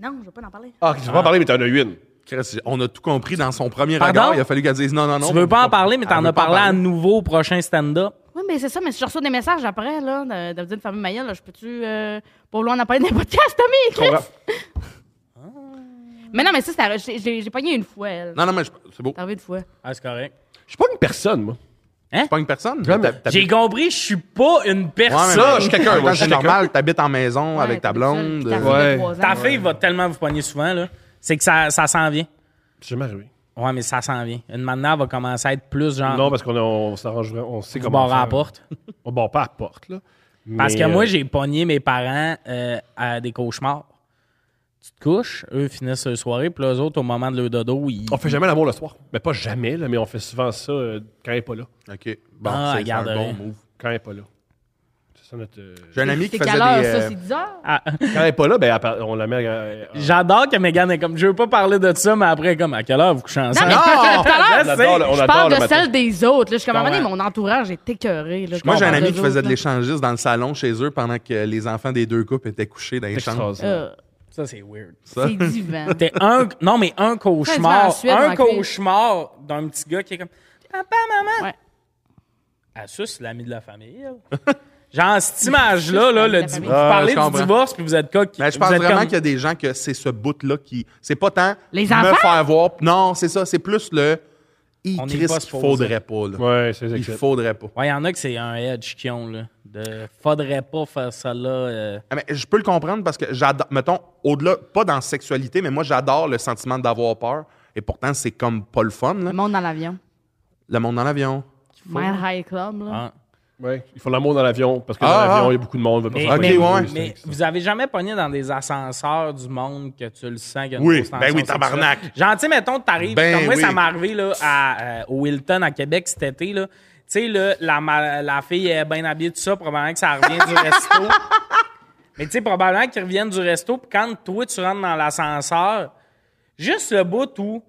Speaker 2: Non, je vais pas en parler.
Speaker 4: Ah, tu peux pas en parler, mais t'en as une.
Speaker 3: Chris, on a tout compris dans son premier
Speaker 1: Pardon?
Speaker 3: regard. Il a fallu qu'elle dise non, non, non.
Speaker 1: Tu veux pas en parler, mais
Speaker 3: Elle
Speaker 1: t'en
Speaker 3: veut
Speaker 1: as
Speaker 3: pas en
Speaker 1: parlé à
Speaker 3: parler.
Speaker 1: nouveau au prochain stand-up.
Speaker 2: Oui, mais c'est ça, mais si je reçois des messages après, là, de, de me dire de fermer ma gueule, là, je peux-tu euh, pas vouloir en parler dans les podcasts, Tommy, Chris? Mais non, mais ça, c'est- j'ai- j'ai j'ai pogné une fois, elle.
Speaker 3: Non, non, mais je- c'est beau.
Speaker 2: T'as envie une fois.
Speaker 1: Ah, c'est correct.
Speaker 4: Je suis pas une personne, moi.
Speaker 3: Pas une personne.
Speaker 4: Jamais.
Speaker 3: T'as- t'as-
Speaker 1: J'ai compris, je suis pas une
Speaker 3: Ouais, mais-
Speaker 1: personne.
Speaker 4: je suis quelqu'un,
Speaker 3: Attends,
Speaker 4: moi, je
Speaker 3: C'est
Speaker 4: suis quelqu'un.
Speaker 3: normal, t'habites en maison
Speaker 2: Ouais,
Speaker 3: avec ta
Speaker 2: t'es toute seule,
Speaker 3: blonde. euh,
Speaker 2: puis t'as
Speaker 3: Ouais.
Speaker 2: fait
Speaker 4: Ouais.
Speaker 2: trois ans.
Speaker 1: Ta fille va tellement vous pogner souvent, là. C'est que ça, ça s'en vient.
Speaker 4: C'est jamais arrivé.
Speaker 1: Ouais, mais ça s'en vient. Une maintenant, elle va commencer à être plus genre.
Speaker 4: Non, parce qu'on a- on s'arrange vraiment. On sait
Speaker 1: tu
Speaker 4: comment.
Speaker 1: barres à la
Speaker 4: faire.
Speaker 1: porte.
Speaker 4: On barre pas à la porte, là.
Speaker 1: Parce
Speaker 4: Mais,
Speaker 1: que
Speaker 4: euh,
Speaker 1: moi, j'ai pogné mes parents euh, à des cauchemars. Tu te couches, eux finissent leur soirée, puis eux autres, au moment de leur dodo, ils.
Speaker 4: On fait jamais l'amour le soir. Mais pas jamais, là, mais on fait souvent ça euh, quand elle est pas là.
Speaker 3: OK. Bon,
Speaker 1: Ah,
Speaker 3: c'est- c'est un
Speaker 1: regarde,
Speaker 3: bon
Speaker 1: hein.
Speaker 3: move.
Speaker 4: Quand elle est pas là. C'est ça notre. euh,
Speaker 3: J'ai un ami qui
Speaker 2: C'est
Speaker 3: faisait
Speaker 2: quelle heure,
Speaker 3: des...
Speaker 2: ça?
Speaker 3: euh,
Speaker 2: C'est 10 heures?
Speaker 1: Ah,
Speaker 4: Quand elle est pas là, ben, elle par- on la met. euh, euh,
Speaker 1: J'adore que Megan est comme. Je veux pas parler de ça, mais après, comme, à quelle heure vous couchez
Speaker 2: Non,
Speaker 1: ensemble?
Speaker 2: mais tout à
Speaker 4: on
Speaker 2: l'heure,
Speaker 4: adore, le- on
Speaker 2: je
Speaker 4: adore
Speaker 2: parle
Speaker 4: le
Speaker 2: de
Speaker 4: matin.
Speaker 2: celle des autres. Là, je suis comme, à un moment donné,
Speaker 1: Ouais.
Speaker 2: mon entourage est écœuré. là, je
Speaker 3: Moi, j'ai un
Speaker 2: comprends
Speaker 3: ami
Speaker 2: les
Speaker 3: qui faisait
Speaker 2: autres,
Speaker 3: de l'échangiste dans le salon chez eux pendant que les enfants des deux couples étaient couchés dans les chambres.
Speaker 4: extraordinaire.
Speaker 2: là. Euh,
Speaker 1: Ça, c'est weird.
Speaker 3: Ça.
Speaker 2: C'est divin.
Speaker 1: T'es un, non, mais un
Speaker 2: Ça, il se fait en
Speaker 1: cauchemar.
Speaker 2: Suède,
Speaker 1: un
Speaker 2: en cuir.
Speaker 1: cauchemar d'un petit gars qui est comme Papa, maman.
Speaker 2: Ouais.
Speaker 1: Ah, ça, c'est l'ami de la famille. elle. Genre, cette image-là, là,
Speaker 2: l'ami de
Speaker 1: le di-
Speaker 2: la
Speaker 1: vous
Speaker 2: famille.
Speaker 3: Ah,
Speaker 1: parlez
Speaker 3: je
Speaker 1: du
Speaker 3: comprends.
Speaker 1: divorce, puis vous êtes coq.
Speaker 3: Mais je pense vraiment qu'il y a des gens que c'est ce bout-là qui. C'est pas tant
Speaker 2: Les
Speaker 3: me
Speaker 2: enfants?
Speaker 3: faire voir. Non, c'est ça. C'est plus le. il
Speaker 1: On est
Speaker 3: Christ,
Speaker 1: pas
Speaker 3: qu'il
Speaker 1: supposé.
Speaker 3: faudrait pas. Là.
Speaker 4: Ouais, c'est
Speaker 3: il
Speaker 4: exact.
Speaker 3: faudrait pas.
Speaker 1: Ouais, il y en a que c'est un edge qu'ils ont, là. De faudrait pas faire ça là. euh.
Speaker 3: Ah, mais je peux le comprendre parce que j'adore, mettons, au-delà, pas dans la sexualité, mais moi, j'adore le sentiment d'avoir peur. Et pourtant, c'est comme pas le fun. là.
Speaker 2: Le monde dans l'avion.
Speaker 3: Le monde dans l'avion.
Speaker 2: Mile High Club, là.
Speaker 1: Ah.
Speaker 4: Ouais. Ils font l'amour dans l'avion parce que
Speaker 3: Ah,
Speaker 4: dans l'avion,
Speaker 3: ah.
Speaker 4: il y a beaucoup de monde.
Speaker 1: Mais,
Speaker 3: Ok,
Speaker 1: mais-
Speaker 3: ouais.
Speaker 1: mais vous avez jamais pogné dans des ascenseurs du monde que tu le sens qu'il y a une
Speaker 3: Oui,
Speaker 1: grosse
Speaker 3: ben
Speaker 1: tension
Speaker 3: oui, tabarnak.
Speaker 1: sexuelle? Genre, tu sais, mettons, t'arrives,
Speaker 3: Ben
Speaker 1: comme moi,
Speaker 3: oui.
Speaker 1: ça m'est arrivé là, à, euh, au Wilton, à Québec, cet été, là. Tu sais, là, la, ma- la fille est bien habillée, tout ça, probablement que ça revient du resto. Mais tu sais, probablement qu'ils reviennent du resto, puis quand toi, tu rentres dans l'ascenseur, juste le bout où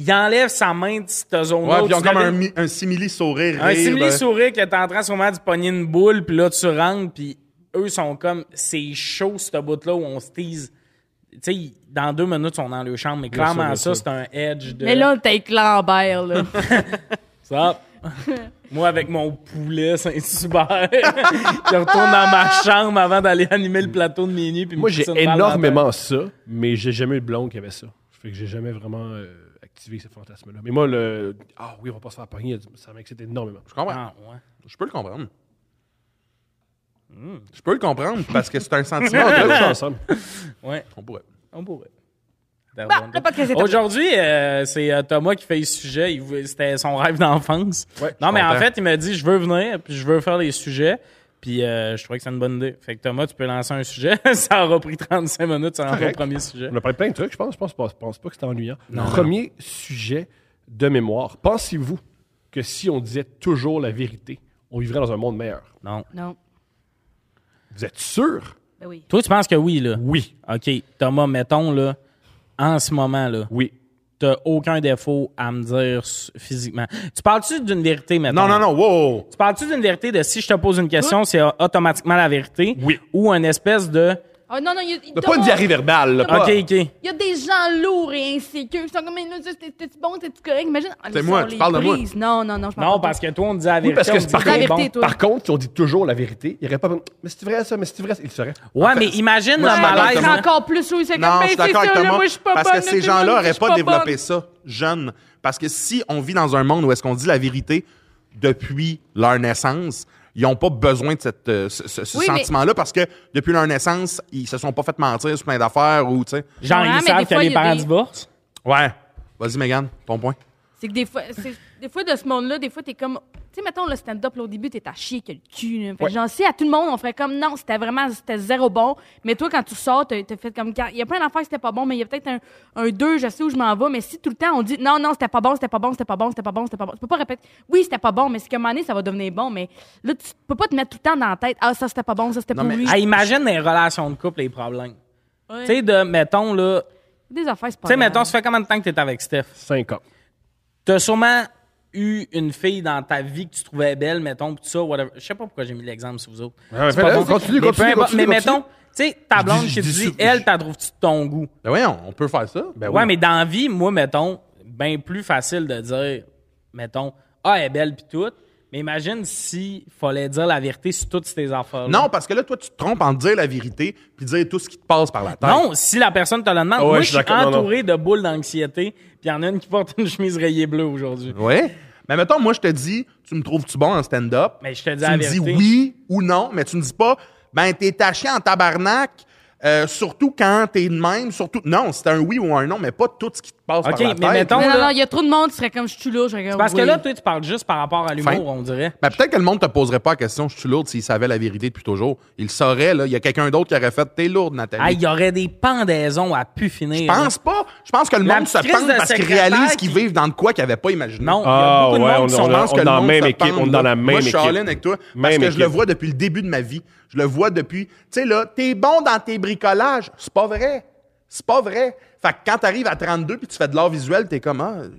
Speaker 1: il enlève sa main de cette
Speaker 3: Ouais,
Speaker 1: zone-là. où
Speaker 3: puis ils ont
Speaker 1: tu
Speaker 3: comme
Speaker 1: l'avais-
Speaker 3: un, mi- un simili sourire.
Speaker 1: un
Speaker 3: rire,
Speaker 1: simili
Speaker 4: ben.
Speaker 3: euh,
Speaker 1: sourire que t'es en train sûrement de pogner une boule, puis là, tu rentres, puis eux sont comme, c'est chaud, ce bout-là, où on se tease. Tu sais, dans deux minutes, on est dans le chambre, mais
Speaker 4: sûr,
Speaker 1: clairement,
Speaker 4: bien
Speaker 1: ça,
Speaker 4: sûr.
Speaker 1: c'est un edge de...
Speaker 2: Mais là, t'es Lambert, là.
Speaker 1: Ça. Moi, avec mon poulet Saint-Hubert, je retourne dans ma chambre avant d'aller animer le plateau de minuit, puis me
Speaker 4: Moi, j'ai
Speaker 1: pousser une balle dans la tête.
Speaker 4: énormément ça, mais j'ai jamais eu de blonde qui avait ça. Fait que j'ai jamais vraiment euh, activé ce fantasme-là. Mais moi, le. Ah oui, on va pas se faire pogner, ça m'excite énormément.
Speaker 3: Je comprends.
Speaker 1: Ah, ouais.
Speaker 3: Je peux le comprendre.
Speaker 2: Hmm.
Speaker 3: Je peux le comprendre parce que c'est un sentiment. de-
Speaker 4: ensemble.
Speaker 1: Ouais,
Speaker 3: On pourrait.
Speaker 1: on pourrait.
Speaker 2: Bah, le podcast est terminé.
Speaker 1: Aujourd'hui, euh, c'est euh, Thomas qui fait le sujet. Il vou- C'était son rêve d'enfance.
Speaker 4: Ouais,
Speaker 1: non,
Speaker 3: je
Speaker 1: mais en
Speaker 3: comprends.
Speaker 1: fait, il m'a dit je veux venir, puis je veux faire les sujets. Puis euh, je trouvais que c'est une bonne idée. Fait que Thomas, tu peux lancer un sujet. ça aura pris 35 minutes sur le
Speaker 4: Correct.
Speaker 1: premier sujet.
Speaker 4: On a parlé de plein de trucs, je pense. Je pense pas, je pense pas que c'était ennuyant. Premier sujet de mémoire. Pensez-vous que si on disait toujours la vérité, on vivrait dans un monde meilleur?
Speaker 1: Non.
Speaker 2: Non.
Speaker 4: Vous êtes sûr?
Speaker 2: Ben oui.
Speaker 1: Toi, tu penses que oui, là?
Speaker 4: Oui.
Speaker 1: OK. Thomas, mettons, là, en ce moment, là,
Speaker 4: Oui.
Speaker 1: t'as aucun défaut à me dire s- physiquement. Tu parles-tu d'une vérité, maintenant?
Speaker 3: Non, non, non, wow!
Speaker 1: Tu parles-tu d'une vérité de si je te pose une question, c'est automatiquement la vérité?
Speaker 4: Oui.
Speaker 1: Ou une espèce de.
Speaker 2: Ah non, non, il y a, il-
Speaker 6: T'as pas une diarrhée verbale, là.
Speaker 4: Ah.
Speaker 6: pas-
Speaker 1: OK, OK.
Speaker 2: il y a des gens lourds et insécures qui sont comme, mais là, t'es- t'es-tu bon, t'es-tu correct? Imagine, ah,
Speaker 3: C'est
Speaker 2: ils
Speaker 3: moi,
Speaker 2: sont
Speaker 3: tu
Speaker 2: les
Speaker 3: parles de moi.
Speaker 2: prises. Non, non, non, je
Speaker 1: Non, parce que toi, on te dit la vérité.
Speaker 4: Oui, parce que
Speaker 1: on
Speaker 4: c'est
Speaker 1: dit
Speaker 4: par
Speaker 1: que t'es
Speaker 2: contre- vérité, toi.
Speaker 4: Par contre, si on dit toujours la vérité, il n'y aurait pas. Mais c'est vrai ça, mais c'est vrai ça, il le serait.
Speaker 1: Ouais, mais imagine
Speaker 3: moi,
Speaker 1: le
Speaker 3: je suis d'accord
Speaker 1: malaise.
Speaker 3: avec
Speaker 2: C'est
Speaker 3: toi.
Speaker 1: hein.
Speaker 2: encore plus lourd. C'est comme,
Speaker 3: Non,
Speaker 2: ben,
Speaker 3: je suis
Speaker 2: c'est
Speaker 3: d'accord
Speaker 2: ça,
Speaker 3: avec
Speaker 2: là,
Speaker 3: Thomas.
Speaker 2: moi, je suis pas
Speaker 3: parce
Speaker 2: bonne,
Speaker 3: que ces
Speaker 2: tout le monde
Speaker 3: gens-là
Speaker 2: dit, je
Speaker 3: n'auraient
Speaker 2: suis
Speaker 3: pas développé
Speaker 2: bonne.
Speaker 3: ça jeunes. Parce que si on vit dans un monde où est-ce qu'on dit la vérité depuis leur naissance, ils n'ont pas besoin de cette, euh, ce, ce- ce
Speaker 2: Oui, mais-
Speaker 3: sentiment-là parce que depuis leur naissance, ils se sont pas fait mentir sur plein d'affaires ou, tu sais.
Speaker 1: Genre,
Speaker 2: Ouais,
Speaker 1: ils
Speaker 2: mais
Speaker 1: savent
Speaker 2: des
Speaker 1: que
Speaker 2: fois,
Speaker 1: les
Speaker 2: il y a
Speaker 1: parents
Speaker 2: des-
Speaker 1: divorcent.
Speaker 3: Ouais. Vas-y, Mégane, ton point.
Speaker 2: C'est que des fois, c'est- des fois, de ce monde-là, des fois, t'es comme. Tu sais, mettons, le stand-up, là, au début, t'es à chier que le cul. Là. Fait que genre, si à tout le monde, on ferait comme non, c'était vraiment, c'était zéro bon. Mais toi, quand tu sors, t'as t'as fait comme. quand- Il y a plein d'affaires que c'était pas bon, mais il y a peut-être un, un deux, je sais où je m'en vais. Mais si tout le temps, on dit non, non, c'était pas bon, c'était pas bon, c'était pas bon, c'était pas bon, c'était pas bon. Tu peux pas répéter. Oui, c'était pas bon, mais c'est qu'à un moment donné, ça va devenir bon. Mais là, tu peux pas te mettre tout le temps dans la tête. Ah, ça, c'était pas bon, ça, c'était
Speaker 3: Non, mais-
Speaker 2: pourri.
Speaker 1: Hey, imagine les relations de couple, les problèmes.
Speaker 2: Ouais.
Speaker 1: Tu sais, de, mettons, là.
Speaker 2: Des affaires, c'est pas
Speaker 1: Tu sais,
Speaker 2: grave.
Speaker 1: mettons, ça fait combien de temps que t'es avec Steph?
Speaker 4: 5 ans.
Speaker 1: T'as sûrement eu une fille dans ta vie que tu trouvais belle, mettons, pis tout ça, whatever. Je sais pas pourquoi j'ai mis l'exemple sur vous autres.
Speaker 4: Ouais,
Speaker 1: C'est
Speaker 4: fais-le,
Speaker 1: pas
Speaker 4: continue,
Speaker 1: Mais
Speaker 4: continue,
Speaker 1: peu importe.
Speaker 4: continue,
Speaker 1: Mais
Speaker 4: continue.
Speaker 1: mettons, tu sais, ta blonde
Speaker 4: je
Speaker 1: qui te
Speaker 4: dis
Speaker 1: dit,
Speaker 4: sou-
Speaker 1: elle, t'as trouves-tu de ton goût?
Speaker 3: Ben voyons, on peut faire ça.
Speaker 4: Ben
Speaker 1: Ah ouais,
Speaker 4: oui.
Speaker 1: mais dans la vie, moi, mettons, bien plus facile de dire, mettons, ah, elle est belle pis tout. Mais imagine si fallait dire la vérité sur toutes ces affaires.
Speaker 3: Non, parce que là, toi, tu te trompes en dire la vérité puis dire tout ce qui te passe par la tête.
Speaker 1: Non, si la personne te le demande.
Speaker 4: Ah ouais,
Speaker 1: moi,
Speaker 4: je
Speaker 1: je
Speaker 4: suis
Speaker 1: suis
Speaker 4: d'accord, non, non.
Speaker 1: entouré de boules d'anxiété, puis il y en a une qui porte une chemise rayée bleue aujourd'hui.
Speaker 3: Ouais. Mais mettons, moi, je te dis, tu me trouves-tu bon en stand-up?
Speaker 1: Mais je te dis
Speaker 3: Tu
Speaker 1: la
Speaker 3: me dis
Speaker 1: vérité.
Speaker 3: oui ou non, mais tu me dis pas, ben, t'es taché en tabarnak, euh, surtout quand t'es de même, surtout. Non, c'est un oui ou un non, mais pas tout ce qui te passe
Speaker 1: OK,
Speaker 3: par la
Speaker 1: mais
Speaker 3: tête.
Speaker 1: mettons,
Speaker 2: Non, non,
Speaker 1: là-
Speaker 2: non, il y a trop de monde, tu serais comme je suis lourd, je serais comme,
Speaker 1: Parce que
Speaker 2: Ah oui.
Speaker 1: là, toi, tu parles juste par rapport à l'humour,
Speaker 3: Fin.
Speaker 1: on dirait.
Speaker 3: Ben, peut-être que le monde te poserait pas la question, je suis lourde, s'il savait la vérité depuis toujours. Il le saurait, là. Il y a quelqu'un d'autre qui aurait fait, t'es lourde, Nathalie.
Speaker 1: Ah, Il y aurait des pendaisons à pu
Speaker 3: je
Speaker 1: finir.
Speaker 3: pense pas. Je pense que le
Speaker 1: Hein? La
Speaker 3: monde se
Speaker 1: petite crise
Speaker 3: pend
Speaker 1: de
Speaker 3: parce qu'ils
Speaker 1: secrétaire
Speaker 3: réalisent qu'ils
Speaker 1: qui-
Speaker 3: vivent dans de quoi qu'ils n'avaient pas imaginé.
Speaker 1: Non,
Speaker 4: Ah,
Speaker 1: il y a beaucoup de
Speaker 4: ouais,
Speaker 1: monde
Speaker 4: on
Speaker 1: qui
Speaker 4: a-
Speaker 1: sont
Speaker 4: on a-
Speaker 1: dans-
Speaker 3: pense que
Speaker 4: dans la
Speaker 3: le monde
Speaker 4: même
Speaker 3: se
Speaker 4: équipe,
Speaker 3: pend,
Speaker 4: on est dans
Speaker 3: là.
Speaker 4: la même
Speaker 3: Moi, je suis
Speaker 4: équipe.
Speaker 3: all in avec toi. Parce
Speaker 4: Même
Speaker 3: que je le
Speaker 4: équipe.
Speaker 3: vois depuis le début de ma vie. Je le vois depuis. Tu sais, là, t'es bon dans tes bricolages. C'est pas vrai. C'est pas vrai. Fait que quand t'arrives à 32 puis tu fais de l'art visuel, t'es comme, ah, euh,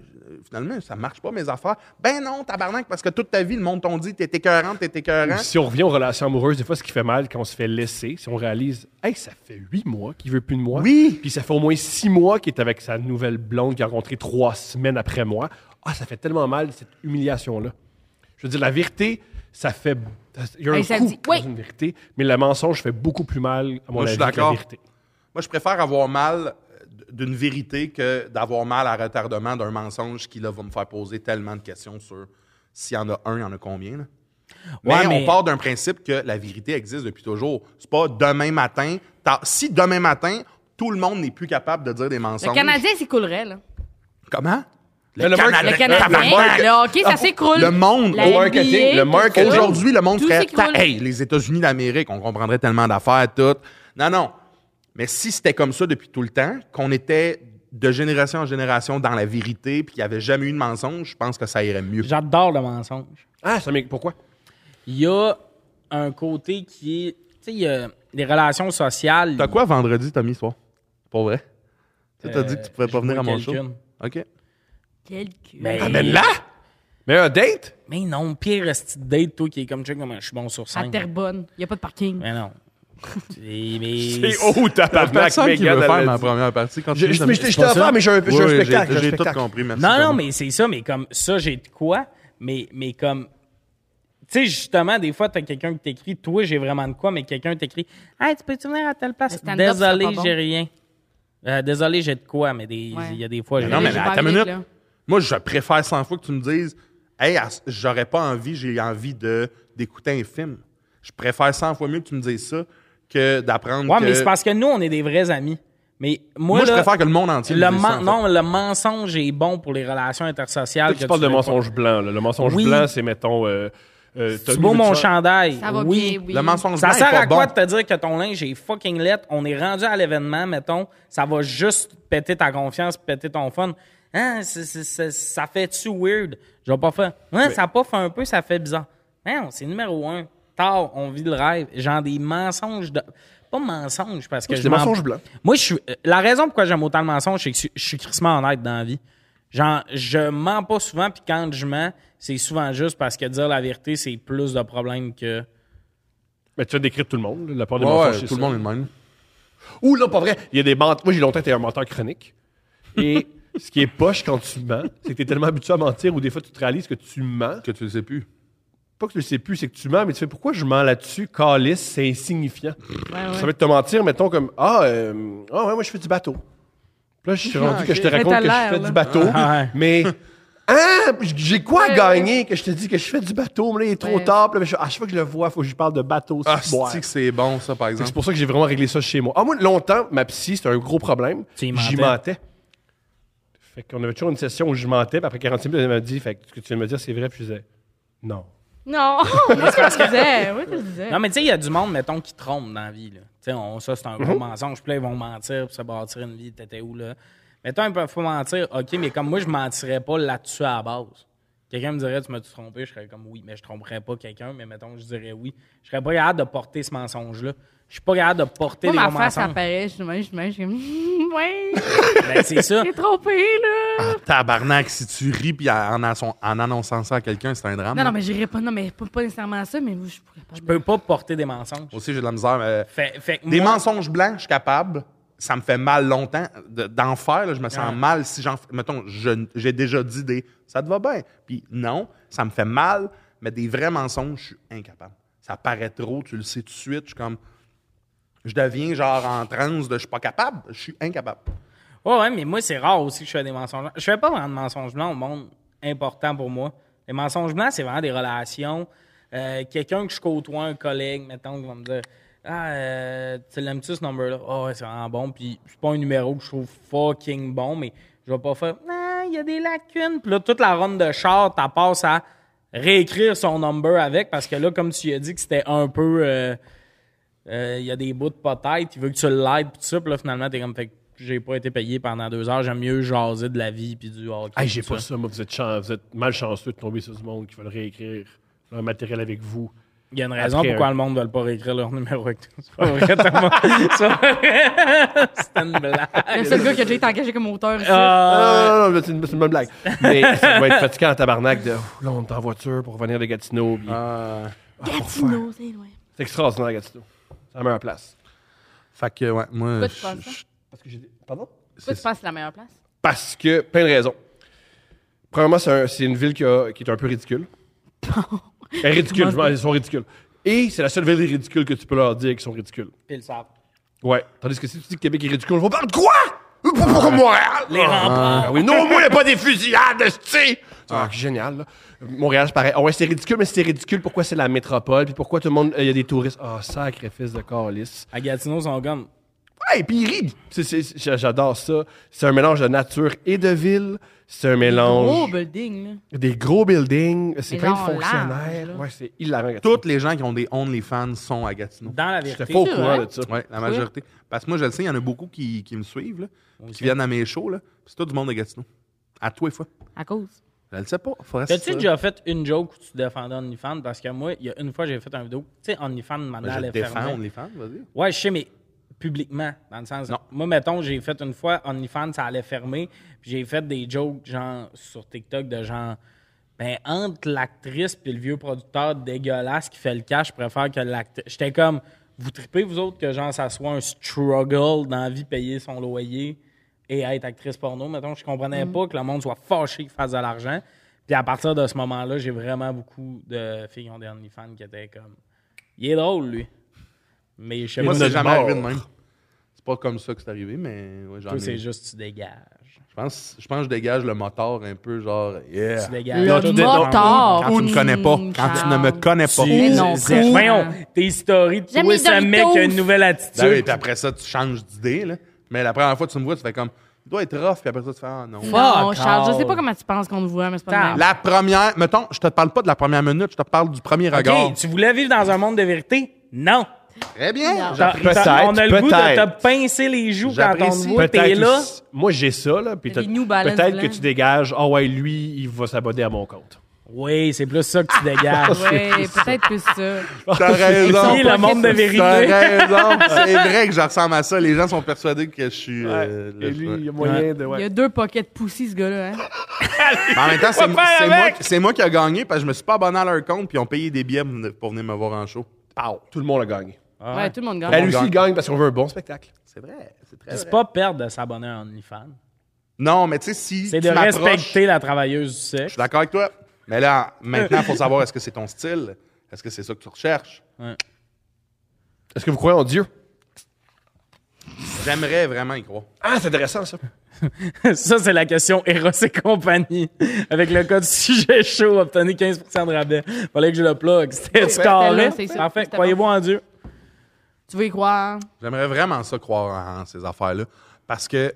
Speaker 3: finalement, ça marche pas mes affaires. Ben non, tabarnak, parce que toute ta vie, le monde t'ont dit, t'es écœurante, t'es écœurant.
Speaker 4: Si on revient aux relations amoureuses, des fois, ce qui fait mal quand on se fait laisser, si on réalise, hey, ça fait huit mois qu'il veut plus de moi.
Speaker 3: Oui.
Speaker 4: Puis ça fait au moins six mois qu'il est avec sa nouvelle blonde qu'il a rencontrée trois semaines après moi. Ah, ça fait tellement mal, cette humiliation-là. Je veux dire, la vérité, ça fait. Il y a un
Speaker 2: Hey, ça
Speaker 4: coup
Speaker 2: dit- oui.
Speaker 4: dans une vérité, mais le mensonge fait beaucoup plus mal, à mon
Speaker 3: Moi, je
Speaker 4: avis,
Speaker 3: suis
Speaker 4: que la
Speaker 3: d'accord.
Speaker 4: vérité.
Speaker 3: Moi, je préfère avoir mal euh, d'une vérité que d'avoir mal à retardement d'un mensonge qui, là, va me faire poser tellement de questions sur s'il y en a un, il y en a combien. là. Mais,
Speaker 1: Ouais, mais-
Speaker 3: on part d'un principe que la vérité existe depuis toujours. C'est pas demain matin. t'as- Si demain matin, tout le monde n'est plus capable de dire des
Speaker 2: Le
Speaker 3: mensonges.
Speaker 2: Canadien s'écoulerait, là.
Speaker 3: Comment?
Speaker 6: Le mar-
Speaker 2: Le
Speaker 6: Le
Speaker 2: Canadien,
Speaker 3: tabarnak.
Speaker 2: le hockey, ça s'écroule.
Speaker 3: Ah, Le monde,
Speaker 2: La
Speaker 3: au
Speaker 2: NBA,
Speaker 6: marketing, le
Speaker 2: tout
Speaker 6: marketing.
Speaker 2: ça.
Speaker 3: Aujourd'hui, le monde
Speaker 2: Tout
Speaker 3: ferait
Speaker 2: s'écroule.
Speaker 3: ta- hey, les États-Unis d'Amérique, on comprendrait tellement d'affaires, tout. Non, non. Mais si c'était comme ça depuis tout le temps, qu'on était de génération en génération dans la vérité, puis qu'il n'y avait jamais eu de mensonge, je pense que ça irait mieux.
Speaker 1: J'adore le mensonge.
Speaker 4: Ah, ça m'est. Pourquoi?
Speaker 1: Il y a un côté qui est. Tu sais, il y a les relations sociales.
Speaker 3: T'as quoi vendredi, Tommy, ce soir? Pour vrai? Tu sais, t'as
Speaker 1: Euh,
Speaker 3: dit que tu pourrais
Speaker 1: je
Speaker 3: pas venir à
Speaker 1: vois
Speaker 3: mon show.
Speaker 1: quelqu'un.
Speaker 3: OK.
Speaker 2: Quel cul.
Speaker 1: Mais,
Speaker 6: là! Mais un date?
Speaker 1: mais non, pire esti de date, toi qui est comme check, comment je suis bon sur
Speaker 2: À
Speaker 1: scène.
Speaker 2: Terrebonne, il n'y a pas de parking.
Speaker 1: Mais non. Et- oh, mais
Speaker 6: C'est haut, tabarnak,
Speaker 3: Personne qui veut
Speaker 6: Megan,
Speaker 3: faire
Speaker 6: elle a
Speaker 3: ma
Speaker 6: dit.
Speaker 3: première partie. Quand
Speaker 6: Je-
Speaker 3: tu
Speaker 6: je-
Speaker 3: dis-
Speaker 6: mais je- je
Speaker 3: c'est pas
Speaker 6: t'ai
Speaker 3: ça?
Speaker 6: offert, mais j'ai un- j'ai un
Speaker 3: Oui,
Speaker 6: spectacle, j'ai
Speaker 3: J'ai
Speaker 6: un
Speaker 3: tout
Speaker 6: spectacle.
Speaker 3: compris. merci,
Speaker 1: Non, non,
Speaker 3: Thomas.
Speaker 1: mais c'est ça, mais comme ça, j'ai de quoi, mais, mais comme. Tu sais, justement, des fois, t'as quelqu'un qui t'écrit, toi, j'ai vraiment de quoi, mais quelqu'un t'écrit, hey, tu peux-tu venir à telle
Speaker 2: Le
Speaker 1: place?
Speaker 2: stand-up,
Speaker 1: Désolé,
Speaker 2: c'est pas bon.
Speaker 1: j'ai rien. Euh, désolé, j'ai de quoi, mais des- il
Speaker 2: Ouais.
Speaker 1: y a des fois, j'ai
Speaker 3: Non, mais
Speaker 2: J'ai
Speaker 3: attends
Speaker 2: pas
Speaker 3: une
Speaker 2: envie,
Speaker 3: minute.
Speaker 2: là.
Speaker 3: Moi, je préfère 100 fois que tu me dises Hey, à- j'aurais pas envie, j'ai envie de d'écouter un film. Je préfère 100 fois mieux que tu me dises ça que d'apprendre.
Speaker 1: Ouais,
Speaker 3: que...
Speaker 1: mais c'est parce que nous, on est des vrais amis. Mais moi,
Speaker 3: Moi, je
Speaker 1: là,
Speaker 3: préfère que le monde entier
Speaker 1: le
Speaker 3: me dise
Speaker 1: men-
Speaker 3: ça, en fait.
Speaker 1: Non, le mensonge est bon pour les relations intersociales.
Speaker 4: Toi, tu parles de
Speaker 1: fais
Speaker 4: mensonge blanc. là. Le mensonge
Speaker 1: Oui.
Speaker 4: blanc, c'est, mettons. euh,
Speaker 1: pas.
Speaker 4: euh, Tommy,
Speaker 1: Tu vois
Speaker 4: veux-tu
Speaker 1: mon
Speaker 4: un-
Speaker 1: chandail.
Speaker 2: Ça va
Speaker 1: oui.
Speaker 2: bien, oui.
Speaker 3: Le mensonge
Speaker 1: Ça
Speaker 3: blanc est
Speaker 1: sert
Speaker 3: pas
Speaker 1: à quoi
Speaker 3: bon.
Speaker 1: de te dire que ton linge est fucking lettre, on est rendu à l'événement, mettons, ça va juste péter ta confiance, péter ton fun. Hein, c'est- c'est- c'est- ça fait-tu weird? Je vais pas faire. Hein, ça a pas fait un peu, ça fait bizarre. Hein, c'est numéro un. Tard, on vit le rêve. Genre des mensonges de. Pas mensonges, parce que. je
Speaker 4: c'est des
Speaker 1: m'en-
Speaker 4: mensonges blancs.
Speaker 1: Moi, je suis. euh, La raison pourquoi j'aime autant le mensonge, c'est que je suis- je suis crissement honnête dans la vie. Genre, je mens pas souvent, puis quand je mens, c'est souvent juste parce que dire la vérité, c'est plus de problèmes que.
Speaker 4: Mais tu as décrit tout le monde, là, la part des
Speaker 3: Ouais,
Speaker 4: mensonges.
Speaker 3: ouais,
Speaker 4: c'est
Speaker 3: tout le
Speaker 4: ça.
Speaker 3: monde est le même.
Speaker 4: Ou là, pas vrai. Il y a des menteurs. Moi, j'ai longtemps été un menteur chronique. Et ce qui est poche quand tu mens, c'est que t'es tellement habitué à mentir ou des fois tu te réalises que tu mens.
Speaker 3: Que tu le sais plus.
Speaker 4: Pas que tu le sais plus, c'est que tu mens, mais tu fais pourquoi je mens là-dessus? Calice, c'est insignifiant.
Speaker 2: Ouais, ouais.
Speaker 4: Ça va être te mentir, mettons comme Ah, euh, ah ouais, moi je fais du bateau. Puis Là, je suis rendu que je te
Speaker 2: Mais
Speaker 4: raconte
Speaker 2: t'as
Speaker 4: que je
Speaker 2: l'air,
Speaker 4: fais
Speaker 2: là.
Speaker 4: du bateau,
Speaker 1: Ah, ouais.
Speaker 4: mais. Hein? J'ai quoi à
Speaker 2: Ouais,
Speaker 4: gagner que je te dis que je fais du bateau, mais là, il est trop
Speaker 2: Ouais.
Speaker 4: tard. Puis là, je- à chaque fois que je le vois, faut que je parle de bateau.
Speaker 3: Ah,
Speaker 4: c'est boire.
Speaker 3: c'est que c'est bon, ça, par
Speaker 4: Fait que C'est
Speaker 3: exemple.
Speaker 4: pour ça que j'ai vraiment réglé ça chez moi. Ah, moi, longtemps, ma psy, c'était un gros problème.
Speaker 1: Tu y
Speaker 4: J'y
Speaker 1: mentais.
Speaker 4: mentais. Fait qu'on avait toujours une session où je mentais, puis après 46 minutes, elle m'a dit Fait que ce que tu viens de me dire, c'est vrai, puis je disais Non.
Speaker 2: Non, moi, je le disais. Moi, je le disais.
Speaker 1: Non, mais tu sais, il y a du monde, mettons, qui trompe dans la vie. Là. Tu sais, on, ça, c'est un gros mensonge. Puis là, ils vont mentir pour se bâtir une vie. T'étais où, là? Mettons, il faut mentir. OK, mais comme moi, je mentirais pas là-dessus à la base. Quelqu'un me dirait, tu m'as-tu trompé? Je serais comme oui, mais je tromperais pas quelqu'un. Mais mettons, je dirais oui. Je serais pas capable de porter ce mensonge-là. Je suis pas capable de porter
Speaker 2: Moi,
Speaker 1: les
Speaker 2: ma
Speaker 1: gros
Speaker 2: face
Speaker 1: mensonges.
Speaker 2: apparaît, je suis de même, je suis de même, je suis comme, ouais,
Speaker 1: Ben, c'est ça.
Speaker 2: t'es trompé, là.
Speaker 3: Tabarnak, si tu ris puis en, en- en annonçant ça à quelqu'un, c'est un drame.
Speaker 2: Non, non, mais j'irai pas, non, mais pas, pas nécessairement à ça, mais moi, je pourrais pas.
Speaker 1: Ah, Je peux pas porter des mensonges.
Speaker 3: Aussi, j'ai de la misère. mais-
Speaker 1: Fait, fait que
Speaker 3: Des
Speaker 1: moi,
Speaker 3: mensonges blancs, je suis capable. Ça me fait mal longtemps de- d'en faire. là, je me sens
Speaker 1: Ouais.
Speaker 3: mal si j'en fais. Mettons, je- j'ai déjà dit des ça te va bien. Puis non, ça me fait mal, mais des vrais mensonges, je suis incapable. Ça paraît trop, tu le sais tout de suite. Je suis comme. Je deviens genre en transe de je suis pas capable, je suis incapable.
Speaker 1: Ouais, ouais, mais moi, c'est rare aussi que je fais des mensonges blancs. Je fais pas vraiment de mensonges blancs au monde important pour moi. Les mensonges blancs, c'est vraiment des relations. Euh, Quelqu'un que je côtoie, un collègue, mettons, qui va me dire Ah, euh, tu l'aimes-tu ce number-là Ah, ouais, c'est vraiment bon. Puis c'est pas un numéro que je trouve fucking bon, mais je vais pas faire Ah, il y a des lacunes. Puis là, toute la ronde de char, t'as passe à réécrire son number avec parce que là, comme tu as dit que c'était un peu. euh, euh, il y a des bouts de peut-être, il veut que tu l'aides, pis tout ça, pis là, finalement, t'es comme, fait que j'ai pas été payé pendant deux heures, j'aime mieux jaser de la vie, puis du hockey.
Speaker 4: Hey,
Speaker 1: pis
Speaker 4: j'ai
Speaker 1: tout
Speaker 4: pas ça, moi, vous êtes, chan- vous êtes malchanceux de tomber sur ce monde qui veut le réécrire leur matériel avec vous.
Speaker 1: Il y a une raison
Speaker 4: Après,
Speaker 1: pourquoi
Speaker 4: euh,
Speaker 1: le monde ne veut pas réécrire leur numéro avec toi. C'est pas vrai, Thomas. C'est pas vrai. C'était une
Speaker 2: Le
Speaker 1: blague.
Speaker 2: seul gars qui a déjà été engagé comme auteur ici.
Speaker 1: Ah,
Speaker 4: Ah, non, non, c'est une, c'est une bonne blague. Mais ça doit être fatigant en tabarnak de Ouh, là, on est en voiture pour revenir de Gatineau. puis-
Speaker 3: Euh,
Speaker 2: Gatineau, c'est loin.
Speaker 4: C'est extraordinaire, Gatineau. C'est la meilleure place.
Speaker 3: Fait que, ouais, moi.
Speaker 2: Pourquoi tu penses ça?
Speaker 4: Parce que j'ai. Pardon?
Speaker 2: Pourquoi tu penses que c'est la meilleure place?
Speaker 4: Parce que, plein de raisons. Premièrement, c'est un- c'est une ville qui, a- qui est un peu ridicule. Elle est ridicule, je m'en- ils sont ridicules. Et c'est la seule ville ridicule que tu peux leur dire qu'ils sont ridicules.
Speaker 1: Pis le savent.
Speaker 4: Ouais. Tandis que si tu dis que Québec est ridicule, on va parler de quoi? Oups!
Speaker 6: Pas pour Montréal!
Speaker 1: Les remparts.
Speaker 6: Ah oui, non, au moins, il n'y a pas des fusillades, tu Ah, génial, là. Montréal, c'est pareil. Ah ouais, c'est ridicule, mais c'est ridicule. Pourquoi c'est la métropole? Puis pourquoi tout le monde. Il y a des touristes. Ah, sacrifice de Carlis.
Speaker 1: À Gatineau, son gomme.
Speaker 6: Ouais, et puis il rit. C'est- c'est- j'a- J'adore ça. C'est un mélange de nature et de ville. C'est un mélange.
Speaker 2: Gros building, là.
Speaker 6: Des gros buildings. C'est
Speaker 2: Des
Speaker 6: plein de
Speaker 2: gens larges,
Speaker 6: fonctionnaires.
Speaker 2: là.
Speaker 6: Ouais, c'est hilarant.
Speaker 3: Toutes les gens qui ont des OnlyFans sont à Gatineau.
Speaker 1: Dans la
Speaker 6: J'étais
Speaker 1: vérité.
Speaker 6: pas au
Speaker 2: C'est
Speaker 6: courant
Speaker 2: vrai?
Speaker 6: de ça.
Speaker 3: Ouais, la majorité. Parce que moi, je le sais, il y en a beaucoup qui, qui me suivent, là, qui viennent à mes shows. là. C'est tout du monde de Gatineau. À toi et fois.
Speaker 2: À cause.
Speaker 3: Je le sais pas. Faudrait
Speaker 1: T'as-tu
Speaker 3: ça.
Speaker 1: déjà fait une joke où tu défendais OnlyFans? Parce que moi, il y a une fois, j'ai fait une vidéo. Tu sais, OnlyFans,
Speaker 3: Ben,
Speaker 1: maintenant,
Speaker 3: je
Speaker 1: elle
Speaker 3: le
Speaker 1: est
Speaker 3: défends
Speaker 1: fermée.
Speaker 3: OnlyFans, vas-y.
Speaker 1: Ouais, je sais, mais publiquement, dans le sens.
Speaker 3: Non.
Speaker 1: Moi, mettons, j'ai fait une fois OnlyFans, ça allait fermer. Puis j'ai fait des jokes, genre, sur TikTok, de genre. Ben, entre l'actrice puis le vieux producteur dégueulasse qui fait le cash, je préfère que l'actrice. J'étais comme, vous tripez, vous autres, que genre, ça soit un struggle dans la vie, payer son loyer et être actrice porno. Mettons, je comprenais pas que le monde soit fâché qu'il fasse de l'argent. Puis à partir de ce moment-là, j'ai vraiment beaucoup de filles qui ont des OnlyFans qui étaient comme, il est drôle, lui. Mais je sais
Speaker 3: Moi,
Speaker 1: pas.
Speaker 3: c'est
Speaker 1: si-
Speaker 3: jamais
Speaker 4: mort.
Speaker 3: arrivé de même. C'est pas comme ça que c'est arrivé, mais ouais, j'en
Speaker 1: Toi,
Speaker 3: ai-
Speaker 1: c'est juste tu dégages.
Speaker 3: Je pense, je pense que je dégage le moteur un peu, genre, yeah.
Speaker 1: Tu dégages.
Speaker 2: Le
Speaker 1: Tu-
Speaker 2: moteur.
Speaker 3: Quand tu me connais pas.
Speaker 2: Mmh,
Speaker 3: Quand tu
Speaker 2: Charles.
Speaker 3: ne me connais pas.
Speaker 2: Mais non,
Speaker 1: Zé-
Speaker 2: fou.
Speaker 1: Voyons, tes stories,
Speaker 2: J'aime
Speaker 1: toi,
Speaker 2: les
Speaker 1: ça mec
Speaker 2: Doritos.
Speaker 1: a une nouvelle attitude.
Speaker 3: Ben oui, puis après ça, tu changes d'idée, là. Mais la première fois que tu me vois, tu fais comme, il doit être rough, puis après ça, tu fais, ah non.
Speaker 2: Non,
Speaker 1: Fuck
Speaker 2: Charles, je sais
Speaker 1: all.
Speaker 2: pas comment tu penses qu'on te voit, mais c'est
Speaker 1: Ta-
Speaker 2: pas le même.
Speaker 3: La première, mettons, je te parle pas de la première minute, je te parle du premier regard.
Speaker 1: OK, tu voulais vivre dans un monde de vérité? Non.
Speaker 3: Très bien.
Speaker 2: Non.
Speaker 1: T'as-
Speaker 6: Peut-être,
Speaker 1: t'as- On a le goût de
Speaker 6: peut-être.
Speaker 1: te pincer les joues quand on te
Speaker 3: J'apprécie.
Speaker 1: voit, t'es là.
Speaker 6: aussi- Moi, j'ai ça, là. Puis
Speaker 2: T'as
Speaker 6: t'as-
Speaker 2: des New Balance
Speaker 6: peut-être que
Speaker 2: blancs.
Speaker 6: tu dégages. Ah ouais, lui, il va s'abonner à mon compte.
Speaker 1: Oui, c'est plus ça que tu dégages.
Speaker 2: Ouais, peut-être plus ça.
Speaker 3: T'as raison.
Speaker 1: Oui, le monde de
Speaker 3: T'as
Speaker 1: vérité.
Speaker 3: raison. C'est vrai que je ressemble à ça. Les gens sont persuadés que je suis. euh, le-
Speaker 4: Et lui, il y a
Speaker 1: Ouais.
Speaker 4: moyen de.
Speaker 2: Il y
Speaker 4: Ouais.
Speaker 2: a deux pockets poussés, ce gars-là. Hein?
Speaker 3: Mais en même temps, c'est
Speaker 1: Faut faire
Speaker 3: c'est moi,
Speaker 1: avec.
Speaker 3: c'est moi qui a gagné parce que je me suis pas abonné à leur compte puis ils ont payé des billets pour venir me voir en show.
Speaker 6: Pow. Tout le monde a gagné.
Speaker 1: Ah.
Speaker 2: Ouais, tout le monde gagne.
Speaker 6: Elle
Speaker 3: monde
Speaker 6: aussi,
Speaker 3: gagne.
Speaker 6: il gagne parce qu'on veut un bon spectacle.
Speaker 3: C'est vrai. C'est très
Speaker 1: C'est
Speaker 3: vrai.
Speaker 1: pas perdre de s'abonner à OnlyFans.
Speaker 3: Non, mais tu sais, si.
Speaker 1: C'est
Speaker 3: tu
Speaker 1: de
Speaker 3: m'approches-
Speaker 1: respecter la travailleuse du
Speaker 3: Je
Speaker 1: sexe.
Speaker 3: suis d'accord avec toi. Mais là, maintenant, faut savoir est-ce que c'est ton style? Est-ce que c'est ça que tu recherches?
Speaker 6: Est-ce que vous croyez en Dieu?
Speaker 3: J'aimerais vraiment y croire.
Speaker 6: Ah, c'est intéressant, ça.
Speaker 1: Ça, c'est la question Eros et compagnie. Avec le code sujet chaud, obtenez 15% de rabais. Fallait que je le plug. C'était du carré.
Speaker 2: là, c'est ça.
Speaker 1: Parfait.
Speaker 2: C'était
Speaker 1: Croyez-vous en Dieu.
Speaker 2: Tu veux y croire?
Speaker 3: J'aimerais vraiment ça croire en, en ces affaires-là. Parce que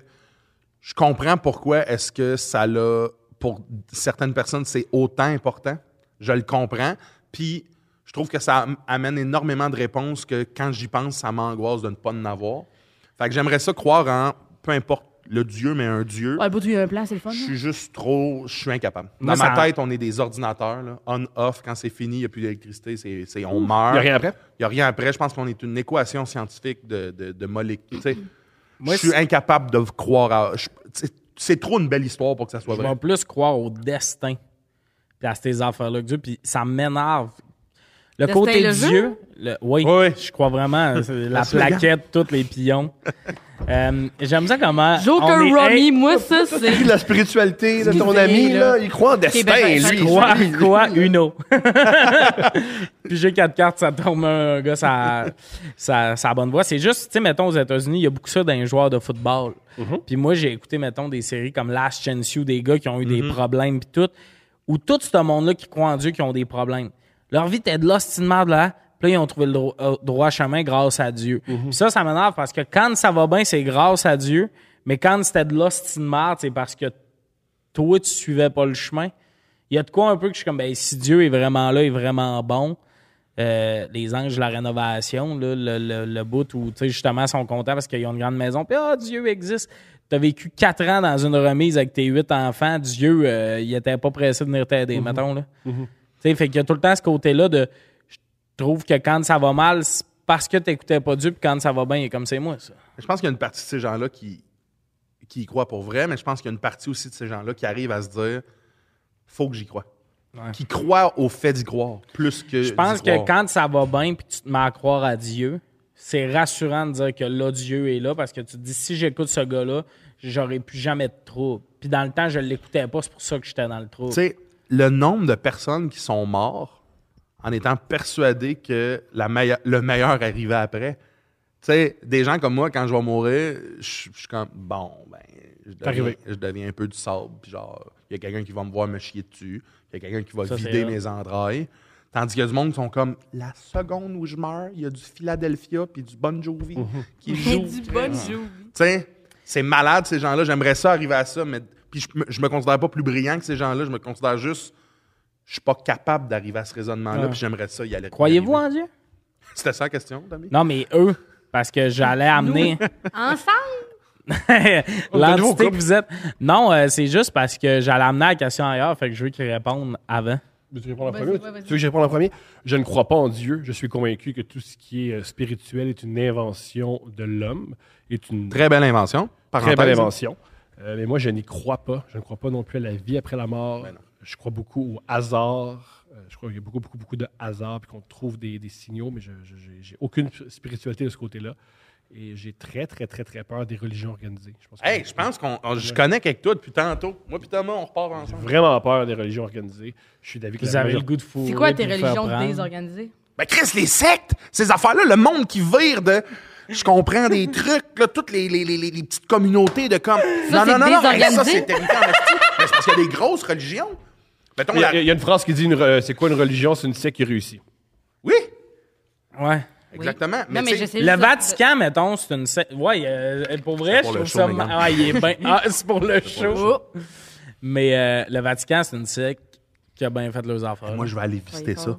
Speaker 3: je comprends pourquoi est-ce que ça l'a. Pour certaines personnes, c'est autant important. Je le comprends. Puis je trouve que ça am- amène énormément de réponses que quand j'y pense, ça m'angoisse de ne pas en avoir. Fait que j'aimerais ça croire en peu importe le Dieu, mais un Dieu.
Speaker 2: Ouais, pour toi, il y a un plan, c'est Ah, le fun. hein.
Speaker 3: Je
Speaker 2: là.
Speaker 3: suis juste trop. Je suis incapable. Dans
Speaker 1: Moi,
Speaker 3: ma
Speaker 1: ça-
Speaker 3: tête, on est des ordinateurs, là. on-off. Quand c'est fini, il n'y a plus d'électricité, c'est, c'est- on meurt.
Speaker 6: Il n'y a rien après?
Speaker 3: Il n'y a rien après. Je pense qu'on est une équation scientifique de, de, de molécules. tu sais.
Speaker 1: Moi,
Speaker 3: je suis
Speaker 1: c'est-
Speaker 3: incapable de croire à. je- c'est, c'est trop une belle histoire pour que ça soit
Speaker 1: Je
Speaker 3: vrai.
Speaker 1: vais plus croire au destin. Puis à ces affaires-là que Dieu. Puis ça m'énerve. Le
Speaker 2: Destin
Speaker 1: côté
Speaker 2: et le jeu?
Speaker 1: Dieu. le- oui,
Speaker 3: Oui, oui.
Speaker 1: Je crois vraiment. c'est la plaquette, tous les pions. Euh, J'aime ça comment.
Speaker 2: Joker
Speaker 1: on est-
Speaker 2: Romy,
Speaker 1: Hey,
Speaker 2: moi, ça, c'est.
Speaker 6: la spiritualité de ton
Speaker 2: Excusez,
Speaker 6: ami,
Speaker 2: là.
Speaker 6: là, il croit en destin,
Speaker 2: ben, ben,
Speaker 6: lui.
Speaker 2: ben,
Speaker 1: Quoi, quoi, Uno. Puis j'ai quatre cartes, ça tombe un gars, ça, ça, ça bonne voie. C'est juste, tu sais, mettons, aux États-Unis, il y a beaucoup ça dans les joueurs de football.
Speaker 6: Mhm.
Speaker 1: Puis moi, j'ai écouté, mettons, des séries comme Last Chance You, des gars qui ont eu
Speaker 6: Mhm.
Speaker 1: des problèmes, puis tout, où tout ce monde-là qui croit en Dieu, qui ont des problèmes. Leur vie était de l'hostie de merde, là. Puis là, ils ont trouvé le dro- euh, droit chemin grâce à Dieu.
Speaker 6: Mhm.
Speaker 1: Puis ça, ça m'énerve parce que quand ça va bien, c'est grâce à Dieu. Mais quand c'était de l'hostie de merde, c'est parce que toi, tu suivais pas le chemin. Il y a de quoi un peu que je suis comme, ben, si Dieu est vraiment là, est vraiment bon, euh, les anges de la rénovation, là, le, le, le bout où, tu sais, justement, sont contents parce qu'ils ont une grande maison, puis, ah, Dieu existe. T'as vécu quatre ans dans une remise avec tes huit enfants, Dieu, euh, il était pas pressé de venir t'aider, mettons, là. Tu sais, fait qu'il y a tout le temps ce côté-là de, je trouve que quand ça va mal, c'est parce que t'écoutais pas Dieu, puis quand ça va bien, il est comme c'est moi, ça.
Speaker 3: Je pense qu'il y a une partie de ces gens-là qui, qui y croient pour vrai, mais je pense qu'il y a une partie aussi de ces gens-là qui arrivent à se dire faut que j'y croie. Qui croient au fait d'y croire plus que.
Speaker 1: Je pense
Speaker 3: d'y
Speaker 1: que
Speaker 3: croire.
Speaker 1: quand ça va bien puis tu te mets à croire à Dieu, c'est rassurant de dire que là, Dieu est là parce que tu te dis si j'écoute ce gars-là, j'aurais plus jamais de trouble. Puis dans le temps, je l'écoutais pas, c'est pour ça que j'étais dans le trouble.
Speaker 3: Tu sais, le nombre de personnes qui sont mortes en étant persuadées que la meille- le meilleur arrivait après. Tu Tu sais, des gens comme moi, quand je vais mourir, je je suis comme, bon, ben, je deviens,
Speaker 4: arrivé.
Speaker 3: je deviens un peu du sable. Puis genre, il y a quelqu'un qui va me voir me chier dessus. Il y a quelqu'un qui va
Speaker 1: Ça, c'est
Speaker 3: vider
Speaker 1: hot.
Speaker 3: mes entrailles. Tandis qu'il y a du monde qui sont comme, la seconde où je meurs, il y a du Philadelphia puis du Bon Jovi qui joue.
Speaker 2: du bon jour.
Speaker 3: Tu sais, c'est malade, ces gens-là. J'aimerais ça arriver à ça, mais puis je, me- je me considère pas plus brillant que ces gens-là. Je me considère juste, je suis pas capable d'arriver à ce raisonnement-là,
Speaker 1: Ouais.
Speaker 3: puis j'aimerais ça y aller.
Speaker 1: Croyez-vous
Speaker 3: y arriver.
Speaker 1: en Dieu?
Speaker 3: C'était ça la question, Tommy?
Speaker 1: Non, mais eux, parce que j'allais amener
Speaker 2: Ensemble?
Speaker 1: l'entité que vous êtes. Non, euh, c'est juste parce que j'allais amener la question ailleurs, fait que je veux qu'ils répondent avant.
Speaker 4: Veux-tu que je réponde en
Speaker 2: Vas-y,
Speaker 4: premier?
Speaker 2: ouais, vas-y.
Speaker 4: Tu veux que je réponde en premier? Je ne crois pas en Dieu. Je suis convaincu que tout ce qui est euh, spirituel est une invention de l'homme, est une
Speaker 3: Très belle invention.
Speaker 4: très belle
Speaker 3: Parenthèse.
Speaker 4: invention. Euh, mais moi, je n'y crois pas. Je ne crois pas non plus à la vie après la mort.
Speaker 3: Ben
Speaker 4: je crois beaucoup au hasard. Euh, je crois qu'il y a beaucoup, beaucoup, beaucoup de hasard, puis qu'on trouve des, des signaux, mais je n'ai aucune spiritualité de ce côté-là. Et j'ai très, très, très, très peur des religions organisées. Je pense que-
Speaker 3: Hey, je pense qu'on on- je connecte avec toi depuis tantôt. Moi puis Thomas, on repart
Speaker 4: J'ai
Speaker 3: ensemble.
Speaker 4: vraiment peur des religions organisées. Je suis d'avis que
Speaker 1: Vous
Speaker 4: la
Speaker 1: avez le
Speaker 4: majorité-
Speaker 1: goût de fou.
Speaker 2: C'est quoi tes religions désorganisées?
Speaker 3: Ben Chris, les sectes, ces affaires-là, le monde qui vire de... Je comprends des trucs, là, toutes les, les- les- les- les petites communautés de comme...
Speaker 2: Ça, c'est
Speaker 3: hey, ça
Speaker 2: désorganisé.
Speaker 3: c'est terrifiant. mais c'est- mais c'est parce qu'il y a des grosses religions. Mettons
Speaker 4: Il y, a,
Speaker 3: la...
Speaker 4: il y a une phrase qui dit une re- euh, c'est quoi une religion C'est une secte qui réussit.
Speaker 3: Oui,
Speaker 1: Ouais.
Speaker 3: exactement.
Speaker 2: Non, mais
Speaker 3: tu sais,
Speaker 2: j'essaie
Speaker 1: Le
Speaker 2: juste de-
Speaker 1: Vatican, mettons, c'est une. se- Ouais, euh, pour vrai,
Speaker 3: pour
Speaker 1: je
Speaker 3: le
Speaker 1: trouve
Speaker 3: show,
Speaker 1: ça.
Speaker 3: Megan.
Speaker 1: Ah, il est bien. Ah, c'est pour le show.
Speaker 2: Oh.
Speaker 1: Mais euh, le Vatican, c'est une secte qui a bien fait leurs affaires.
Speaker 3: Moi, je vais aller visiter
Speaker 2: Voyons.
Speaker 3: ça.